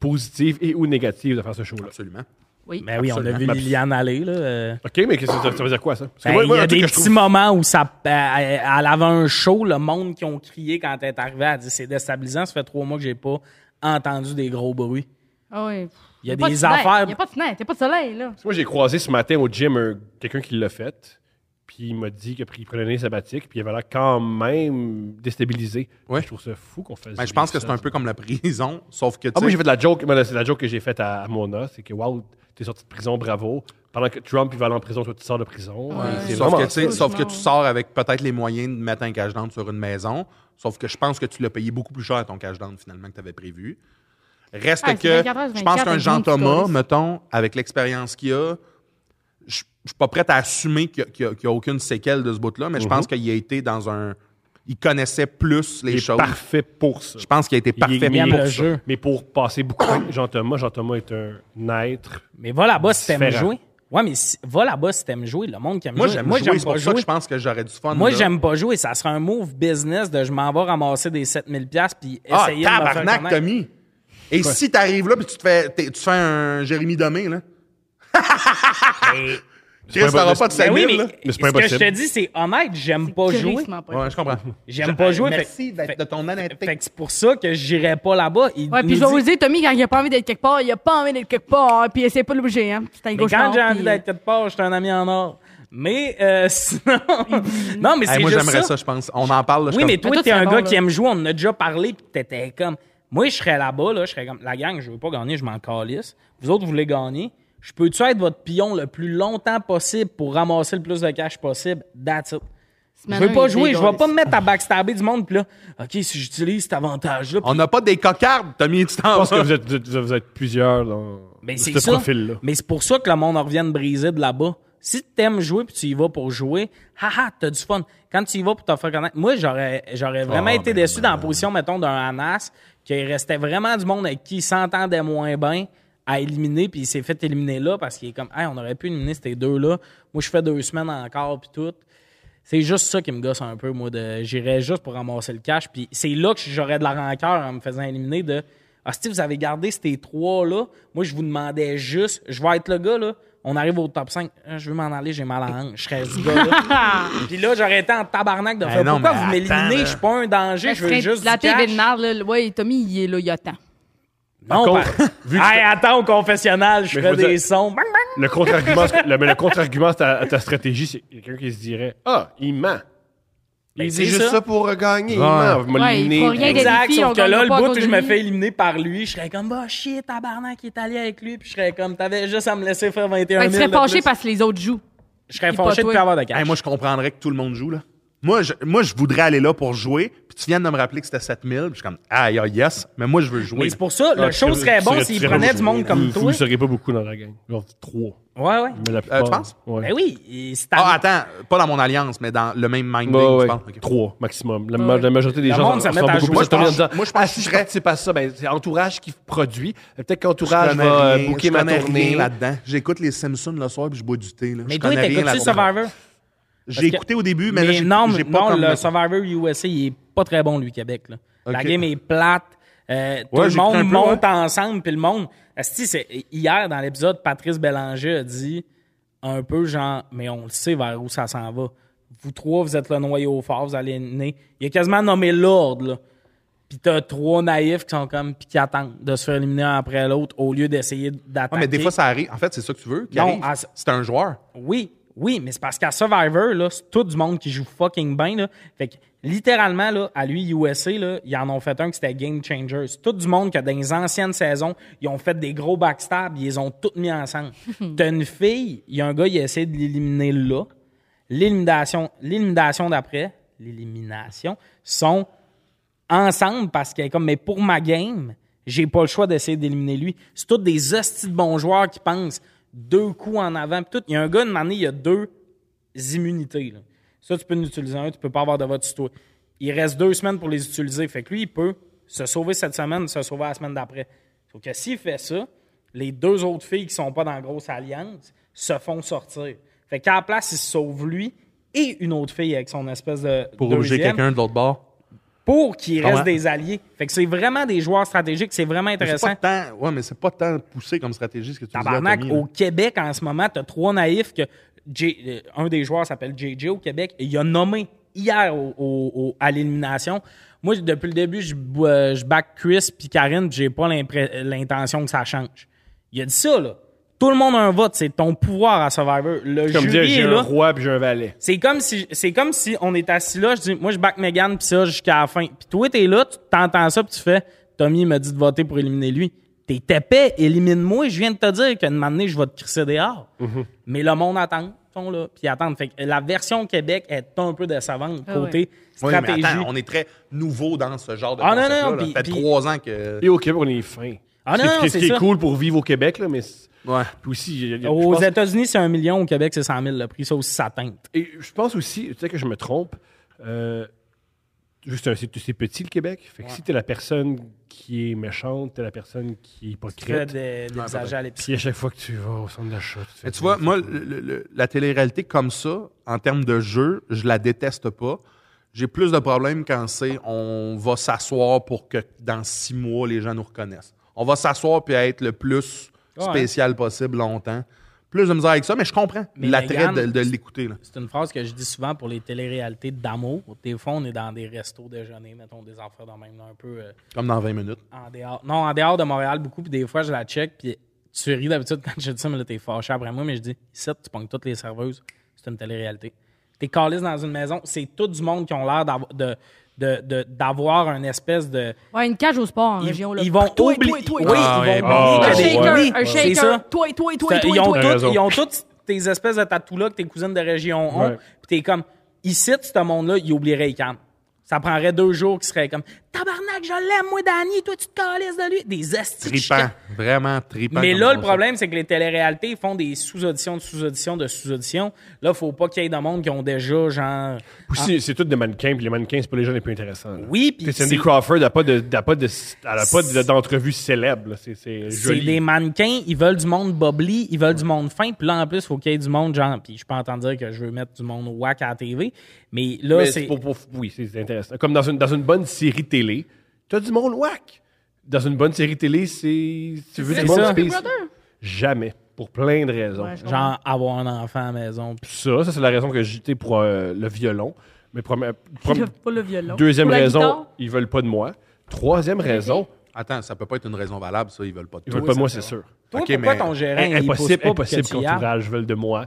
Speaker 4: positives et ou négatives de faire ce show-là?
Speaker 3: absolument.
Speaker 2: Oui.
Speaker 1: Ben oui, on a vu
Speaker 3: Absolument.
Speaker 1: Liliane aller, là. euh.
Speaker 4: OK, mais qu'est-ce que ça, ça veut dire quoi, ça? Parce que
Speaker 1: Ben,
Speaker 4: moi-
Speaker 1: il
Speaker 4: moi,
Speaker 1: y
Speaker 4: un
Speaker 1: a
Speaker 4: truc
Speaker 1: des
Speaker 4: que je
Speaker 1: petits
Speaker 4: trouve-
Speaker 1: moments où ça, euh, elle elle avait un show, le monde qui ont crié quand elle est arrivée, elle a dit c'est déstabilisant, ça fait trois mois que j'ai pas entendu des gros bruits.
Speaker 2: Ah oui.
Speaker 1: Il y a
Speaker 2: pas
Speaker 1: des
Speaker 2: de fenêtre,
Speaker 1: affaires-
Speaker 2: Il n'y a pas de fenêtre, il n'y a pas de soleil, là.
Speaker 4: Moi, j'ai croisé ce matin au gym un- quelqu'un qui l'a fait. Puis il m'a dit qu'il prenait une année sabbatique, puis il avait l'air quand même déstabilisé.
Speaker 3: Ouais.
Speaker 4: Je trouve ça fou qu'on fasse.
Speaker 3: Ben, je pense que
Speaker 4: ça.
Speaker 3: c'est un peu comme la prison, sauf que, tu
Speaker 4: Ah, moi,
Speaker 3: sais,
Speaker 4: j'ai fait de la joke. mais là, C'est la joke que j'ai faite à, à Mona. C'est que, wow, t'es sorti de prison, bravo. Pendant que Trump, il va aller en prison, toi, tu sors de prison. Et C'est
Speaker 3: Sauf
Speaker 4: vraiment
Speaker 3: que, tu sais,
Speaker 2: ça,
Speaker 3: sauf que
Speaker 2: sinon.
Speaker 3: tu sors avec peut-être les moyens de mettre un cash down sur une maison. Sauf que je pense que tu l'as payé beaucoup plus cher ton cash down finalement que tu avais prévu. Reste
Speaker 2: Ah, c'est
Speaker 3: que
Speaker 2: 24 heures,
Speaker 3: je pense
Speaker 2: 24,
Speaker 3: qu'un
Speaker 2: avec
Speaker 3: Jean
Speaker 2: nous, tu
Speaker 3: Thomas,
Speaker 2: colles.
Speaker 3: mettons, avec l'expérience qu'il a, je je suis pas prêt à assumer qu'il n'y a, qu'il y a- qu'il y a aucune séquelle de ce bout-là, mais je pense qu'il a été dans un. Il connaissait plus les
Speaker 4: il est
Speaker 3: choses.
Speaker 4: parfait pour ça.
Speaker 3: Je pense qu'il a été parfait
Speaker 1: mais
Speaker 4: mais,
Speaker 1: aime
Speaker 4: pour
Speaker 1: le
Speaker 4: ça.
Speaker 1: jeu.
Speaker 4: mais pour passer beaucoup de temps, Jean-Thomas, Jean-Thomas est un être.
Speaker 1: Mais va là-bas si t'aimes
Speaker 4: Différent.
Speaker 1: jouer. Ouais, mais si- va là-bas si t'aimes jouer, le monde qui aime
Speaker 3: Moi,
Speaker 1: jouer.
Speaker 3: j'aime jouer. C'est
Speaker 1: pas
Speaker 3: pour ça que je pense que j'aurais du fun.
Speaker 1: Moi,
Speaker 3: là.
Speaker 1: j'aime pas jouer. Ça serait un move business de je m'en vais ramasser des 7000 pièces puis
Speaker 3: Ah,
Speaker 1: essayer de me faire
Speaker 3: tabarnak,
Speaker 1: connaître.
Speaker 3: Tommy! Et si t'arrives là puis tu te fais, t'es- tu te fais un Jérémy Domé, là? Chris, t'auras pas de
Speaker 1: Ben
Speaker 3: 5000,
Speaker 1: oui, mais,
Speaker 3: là?
Speaker 1: ce
Speaker 4: Mais c'est pas
Speaker 1: que je
Speaker 4: impossible.
Speaker 1: te dis, c'est honnête, j'aime pas jouer.
Speaker 2: Curieusement pas.
Speaker 3: Ouais, je comprends.
Speaker 1: J'aime pas jouer. fait-
Speaker 3: Merci d'être- de ton honnêteté.
Speaker 1: Fait que c'est pour ça que j'irai pas là-bas. Il
Speaker 2: Ouais, puis
Speaker 1: nous
Speaker 2: je vais
Speaker 1: dit-
Speaker 2: vous dire, Tommy, quand il a pas envie d'être quelque part, il a pas envie d'être quelque part, hein, puis essaye pas de l'obliger, hein. C'est un
Speaker 1: Mais
Speaker 2: gauche
Speaker 1: quand j'ai envie
Speaker 2: euh,
Speaker 1: d'être quelque part, je suis un ami en or. Mais euh, sinon, non, mais c'est
Speaker 3: Hey, moi,
Speaker 1: juste
Speaker 3: j'aimerais ça, je pense. On en parle, là, je
Speaker 1: Oui,
Speaker 3: suis
Speaker 1: mais
Speaker 3: comme-
Speaker 1: toi,
Speaker 2: toi,
Speaker 1: t'es
Speaker 2: tu
Speaker 1: un
Speaker 2: serais
Speaker 1: gars
Speaker 2: bon,
Speaker 1: qui
Speaker 2: là.
Speaker 1: aime jouer, on en a déjà parlé, puis t'étais comme. Moi, je serais là-bas, là, je serais comme. La gang, je veux pas gagner, je m'en calisse. Vous autres, vous voulez gagner. Je peux-tu être votre pion le plus longtemps possible pour ramasser le plus de cash possible? That's it. Je veux pas jouer, je vais pas me mettre à backstabber du monde, puis là, OK, si j'utilise cet avantage-là. puis-
Speaker 3: On n'a pas des cocardes, Tommy, tu
Speaker 4: Je
Speaker 3: t'en
Speaker 4: pense que
Speaker 3: vas.
Speaker 4: vous êtes, vous êtes- vous êtes plusieurs dans
Speaker 1: Mais
Speaker 4: ce
Speaker 1: Ben, c'est ça.
Speaker 4: profil-là.
Speaker 1: Mais c'est pour ça que le monde en revient de briser de là-bas. Si t'aimes jouer puis tu y vas pour jouer, haha, t'as du fun. Quand tu y vas pour te faire connaître, moi, j'aurais, j'aurais vraiment
Speaker 4: Ah,
Speaker 1: été
Speaker 4: ben,
Speaker 1: déçu dans la position, mettons, d'un Anas, qu'il restait vraiment du monde avec qui il s'entendait moins bien à éliminer puis il s'est fait éliminer là parce qu'il est comme, hey, on aurait pu éliminer ces deux-là. Moi, je fais deux semaines encore puis tout. C'est juste ça qui me gosse un peu, moi. De, j'irais juste pour ramasser le cash. Puis c'est là que j'aurais de la rancœur en me faisant éliminer de. Ah, si vous avez gardé ces trois-là, moi, je vous demandais juste. Je vais être le gars, là. On arrive au top 5. Ah, Je veux m'en aller, j'ai mal à la hanche. Je serais ce gars-là. Puis là, j'aurais été en tabarnak de faire.
Speaker 3: non,
Speaker 1: Pourquoi
Speaker 3: mais
Speaker 1: vous
Speaker 3: attends,
Speaker 1: m'éliminez?
Speaker 3: là.
Speaker 1: Je suis pas un danger. Je veux juste.
Speaker 2: La
Speaker 1: du cash.
Speaker 2: TV de marde, là. Ouais, Tommy, il est là, il attend.
Speaker 1: Non,
Speaker 4: Par
Speaker 1: par
Speaker 4: contre, vu que-
Speaker 1: Hey, attends, au confessionnal, je
Speaker 4: Mais
Speaker 1: fais
Speaker 4: je veux
Speaker 1: des
Speaker 4: dire-
Speaker 1: sons. Bang, bang.
Speaker 4: Le contre-argument, c'est- le- mais le contre-argument à, ta- à ta stratégie, c'est quelqu'un qui se dirait Ah, il ment.
Speaker 1: Ben,
Speaker 6: C'est juste ça pour euh, gagner. Il
Speaker 3: Ah.
Speaker 4: Ah.
Speaker 6: ment. Vous
Speaker 2: Ouais, il
Speaker 6: m'éliminez.
Speaker 2: faut rien
Speaker 6: Exact.
Speaker 1: Exact,
Speaker 2: qualifie, on
Speaker 1: sauf que
Speaker 2: gagne
Speaker 1: là, le
Speaker 2: pas à
Speaker 1: bout où
Speaker 2: cause
Speaker 1: je
Speaker 2: de
Speaker 1: me
Speaker 2: lui.
Speaker 1: fais éliminer par lui, je serais comme, bah, shit, tabarnak, il est allé avec lui, puis je serais comme, t'avais juste à me laisser faire 21
Speaker 2: Fait
Speaker 1: 000.
Speaker 2: que Ben, tu serais
Speaker 1: de
Speaker 2: fâché
Speaker 1: plus.
Speaker 2: parce que les autres jouent.
Speaker 1: Je serais
Speaker 2: puis pas
Speaker 1: fâché de
Speaker 2: toi.
Speaker 1: plus avoir de cash.
Speaker 3: Hey, moi, je comprendrais que tout le monde joue, là. Moi je, moi, je voudrais aller là pour jouer. Puis tu viens de me rappeler que c'était 7000. Puis je suis comme, ah, yeah, yes, mais moi, je veux jouer.
Speaker 1: Mais c'est pour
Speaker 4: Ah,
Speaker 1: ça,
Speaker 3: Ah,
Speaker 1: le show serait bon s'il prenait du monde comme
Speaker 4: Vous
Speaker 1: toi.
Speaker 4: ne serez pas beaucoup dans la gang. Genre trois.
Speaker 1: Ouais, ouais.
Speaker 4: Mais la
Speaker 3: Euh,
Speaker 4: plupart,
Speaker 3: tu penses?
Speaker 4: ouais.
Speaker 1: Ben oui, et c'est
Speaker 3: Ah,
Speaker 1: à-
Speaker 3: attends, pas dans mon alliance, mais dans le même minding,
Speaker 4: Ouais, ouais,
Speaker 3: tu penses? Ok.
Speaker 4: Trois maximum. La, ma- la majorité des
Speaker 1: Le
Speaker 4: gens
Speaker 1: monde se met à jouer.
Speaker 4: plus
Speaker 3: Moi, je
Speaker 4: autonomes en
Speaker 3: pense,
Speaker 4: disant,
Speaker 3: moi, je
Speaker 6: Ah,
Speaker 3: pense que
Speaker 6: si
Speaker 3: je
Speaker 6: je
Speaker 3: serais...
Speaker 6: participe à ça, ben, c'est Entourage qui produit. Peut-être
Speaker 3: Je
Speaker 6: qu'Entourage
Speaker 3: connais
Speaker 6: va euh,
Speaker 3: rien,
Speaker 6: booker
Speaker 3: je
Speaker 6: ma
Speaker 3: connais
Speaker 6: tournée.
Speaker 3: rien là-dedans. J'écoute les Simpsons le soir puis je bois du thé. Là.
Speaker 1: Mais
Speaker 3: je
Speaker 1: toi,
Speaker 3: connais rien
Speaker 1: t'écoutes-tu
Speaker 3: là-dedans.
Speaker 1: Survivor?
Speaker 3: J'ai
Speaker 1: Parce que-
Speaker 3: écouté au début, mais, là, j'ai-
Speaker 1: non,
Speaker 3: j'ai pas
Speaker 1: non,
Speaker 3: comme...
Speaker 1: le Survivor USA, il est pas très bon, lui, Québec. Là. La
Speaker 3: Ok.
Speaker 1: game est plate. Euh, tout
Speaker 3: Ouais,
Speaker 1: le
Speaker 3: j'ai écouté
Speaker 1: monde
Speaker 3: un peu,
Speaker 1: monte ensemble, puis le monde... Asti, c'est- hier, dans l'épisode, Patrice Bélanger a dit un peu genre, mais on le sait vers où ça s'en va. Vous trois, vous êtes le noyau fort, vous allez nez. Il a quasiment nommé l'ordre, là. Puis t'as trois naïfs qui sont comme, puis qui attendent de se faire éliminer un après l'autre au lieu d'essayer d'attaquer.
Speaker 3: Ah, mais des fois, ça arrive. En fait, c'est ça que tu veux. qu'il
Speaker 1: Non,
Speaker 3: arrive.
Speaker 1: ah, c'est-
Speaker 3: C'est un joueur.
Speaker 1: Oui, oui, mais c'est parce qu'à Survivor, là, c'est tout du monde qui joue fucking bien. Là. Fait que, littéralement, là, à lui, USA, là, ils en ont fait un qui c'était Game Changer. C'est tout du monde que dans les anciennes saisons, ils ont fait des gros backstabs, ils les ont toutes mis ensemble. T'as une fille, il y a un gars, il essaie de l'éliminer là. L'élimination, l'élimination d'après, l'élimination, sont ensemble parce qu'elle est comme, mais pour ma game, j'ai pas le choix d'essayer d'éliminer lui. C'est tous des hosties de bons joueurs qui pensent deux coups en avant. pis tout. Il y a un gars, une année, il y a deux immunités. là. Ça, tu peux en utiliser un, tu peux pas avoir de vote sur toi. Il reste deux semaines pour les utiliser. Fait que lui, il peut se sauver cette semaine, se sauver la semaine d'après. Faut que s'il fait ça, les deux autres filles qui sont pas dans la grosse alliance se font sortir. Fait qu'à la place, il se sauve lui et une autre fille avec son espèce de.
Speaker 3: Pour obliger
Speaker 1: deuxième
Speaker 3: quelqu'un de l'autre bord.
Speaker 1: pour qu'il
Speaker 3: Comment?
Speaker 1: reste
Speaker 4: hein?
Speaker 1: des alliés. Fait que c'est vraiment des joueurs stratégiques, c'est vraiment
Speaker 3: Mais C'est
Speaker 1: intéressant.
Speaker 3: pas tant, ouais, mais c'est pas tant poussé comme stratégie ce que tu disais.
Speaker 1: Tabarnak,
Speaker 3: Tommy, là.
Speaker 1: au Québec, en ce moment, t'as trois naïfs que J- euh, un des joueurs s'appelle JJ au Québec. et il a nommé hier au- au- au- à l'élimination. Moi, depuis le début, je, bo- euh, je back Chris puis Karine, puis j'ai pas l'impré- l'intention que ça change. Il a dit ça, là. Tout le monde a un vote, c'est ton pouvoir à Survivor. Le jury
Speaker 4: Comme dire,
Speaker 1: est
Speaker 4: j'ai
Speaker 1: là.
Speaker 4: un roi puis j'ai un valet.
Speaker 1: C'est comme si c'est comme si on est assis là, je dis moi je back Megan puis ça jusqu'à la fin. Puis toi t'es là, tu t'entends ça puis tu fais Tommy il m'a dit de voter pour éliminer lui. T'es tapé, élimine-moi, je viens de te dire qu'une matinée je vais te crisser dehors. Mais le monde attend, ils sont là, puis ils attendent. Fait que la version Québec est un peu décevante
Speaker 2: Ah
Speaker 1: côté
Speaker 3: Oui, mais
Speaker 1: stratégie.
Speaker 3: attends, on est très nouveau dans ce genre de
Speaker 1: Ah, non,
Speaker 3: concept-là,
Speaker 1: non,
Speaker 3: là.
Speaker 1: puis-
Speaker 3: Ça fait
Speaker 1: puis-
Speaker 3: trois ans que...
Speaker 4: Et au Québec, on est fin.
Speaker 1: Ah
Speaker 4: C'est-
Speaker 1: non,
Speaker 4: c'est
Speaker 1: c'est
Speaker 4: ce qui
Speaker 1: ça. Oh,
Speaker 4: est cool pour vivre au Québec, là, mais. c'est-
Speaker 3: Ouais.
Speaker 4: Puis aussi, il y a- il y a- je
Speaker 1: Aux
Speaker 4: pense-
Speaker 1: États-Unis, c'est un million, au Québec, c'est 100 000 le prix, ça aussi, ça teinte.
Speaker 4: Et je pense aussi, peut-être que je me trompe, euh, juste un- c'est c'est petit le Québec. Fait que si t'es la personne qui est méchante, t'es la personne
Speaker 1: Très
Speaker 4: qui est hypocrite.
Speaker 1: des, des visages à l'épicerie.
Speaker 4: Puis à chaque fois que tu vas au centre d'achat, tu fais
Speaker 3: Mais tu vois, moi, le- le- le- la télé-réalité comme ça, en termes de jeu, je la déteste pas. J'ai plus de problèmes quand c'est on va s'asseoir pour que dans six mois, les gens nous reconnaissent. On va s'asseoir puis être le plus
Speaker 1: Ouais.
Speaker 3: spécial possible longtemps. Plus de misère avec ça, mais je comprends
Speaker 1: Mais
Speaker 3: l'attrait
Speaker 1: Megan,
Speaker 3: de, de l'écouter. là.
Speaker 1: C'est une phrase que je dis souvent pour les téléréalités d'amour. Des fois, on est dans des restos déjeuner, mettons des affaires dans même là, un peu euh,
Speaker 3: Comme dans 20 minutes.
Speaker 1: en dehors. Non, en dehors de Montréal beaucoup, puis des fois je la check, puis tu ris d'habitude quand je dis ça, mais là t'es fâché après moi, mais je dis ici, tu pognes toutes les serveuses, c'est une téléréalité. T'es caliste dans une maison, c'est tout du monde qui ont l'air d'avo- de de- de- d'avoir une espèce de
Speaker 2: Ouais, une cage au sport en
Speaker 1: ils,
Speaker 2: région. Là.
Speaker 1: ils vont
Speaker 2: Toi,
Speaker 1: oublier
Speaker 2: toi, toi,
Speaker 1: oui,
Speaker 2: toi.
Speaker 1: ils
Speaker 4: ouais,
Speaker 1: vont
Speaker 4: bon,
Speaker 2: Un
Speaker 4: Ah,
Speaker 1: oublier-
Speaker 2: shaker,
Speaker 1: oui,
Speaker 2: un
Speaker 1: c'est ça.
Speaker 2: shaker. Toi, toi, toi,
Speaker 1: C'est-
Speaker 2: toi,
Speaker 1: ils, ont
Speaker 2: toi.
Speaker 1: toutes-
Speaker 4: raison.
Speaker 1: ils ont toutes tes espèces de tatous-là que tes cousines de région ont.
Speaker 4: Ouais.
Speaker 1: Puis t'es comme, ici, ce monde-là, il oublierait les camps. Ça prendrait deux jours qu'ils seraient comme, tabarnak, je l'aime, moi, Danny, toi, tu te calisses de lui. Des astis. de
Speaker 3: Tripant.
Speaker 1: chicanes.
Speaker 3: Vraiment tripant.
Speaker 1: Mais
Speaker 3: comme
Speaker 1: là, le
Speaker 3: concept.
Speaker 1: problème, c'est que les téléréalités font des sous-auditions de sous-auditions de sous-auditions. Là, faut pas qu'il y ait de monde qui ont déjà, genre.
Speaker 3: ah.
Speaker 4: Aussi, c'est tout des mannequins, puis les mannequins, c'est pas les gens les plus intéressants. là.
Speaker 1: Oui, puis
Speaker 4: Puis Cindy
Speaker 1: c'est-
Speaker 4: Crawford n'a pas de, elle a pas de, elle a pas de- d'entrevue célèbre. là. C'est, c'est
Speaker 1: C'est
Speaker 4: joli.
Speaker 1: des mannequins, ils veulent du monde bubbly, ils veulent du monde fin, puis là en plus, faut qu'il y ait du monde genre, puis je peux entendre dire que je veux mettre du monde wack à la TV, mais là
Speaker 4: Mais
Speaker 1: c'est
Speaker 4: c'est pour- pour- oui, c'est c'est intéressant. Comme dans une, dans une bonne série télé, t'as du monde whack. Dans une bonne série télé, c'est. Tu veux
Speaker 1: C'est
Speaker 4: du monde
Speaker 1: ça.
Speaker 4: spécial.
Speaker 2: Brother.
Speaker 4: Jamais. Pour plein de raisons.
Speaker 2: Ouais, je comprends.
Speaker 1: genre avoir un enfant à la maison. puis-
Speaker 4: ça, ça, c'est la raison que j'étais pour euh, le violon. Mais première- première-
Speaker 2: Pas le violon.
Speaker 4: deuxième
Speaker 2: Pour la
Speaker 4: raison,
Speaker 2: guitare.
Speaker 4: ils veulent pas de moi. Troisième raison,
Speaker 3: Attends, ça peut pas être une raison valable, ça. Ils veulent pas de
Speaker 4: ils
Speaker 3: toi,
Speaker 4: veulent pas de
Speaker 3: ça.
Speaker 4: moi, c'est sûr.
Speaker 1: Toi,
Speaker 3: Ok,
Speaker 1: pourquoi
Speaker 3: mais-
Speaker 1: ton gérant il pousse
Speaker 4: impossible,
Speaker 1: pas pour que
Speaker 4: impossible
Speaker 1: tu
Speaker 4: qu'un
Speaker 1: y ailles?
Speaker 4: tourage veulent de moi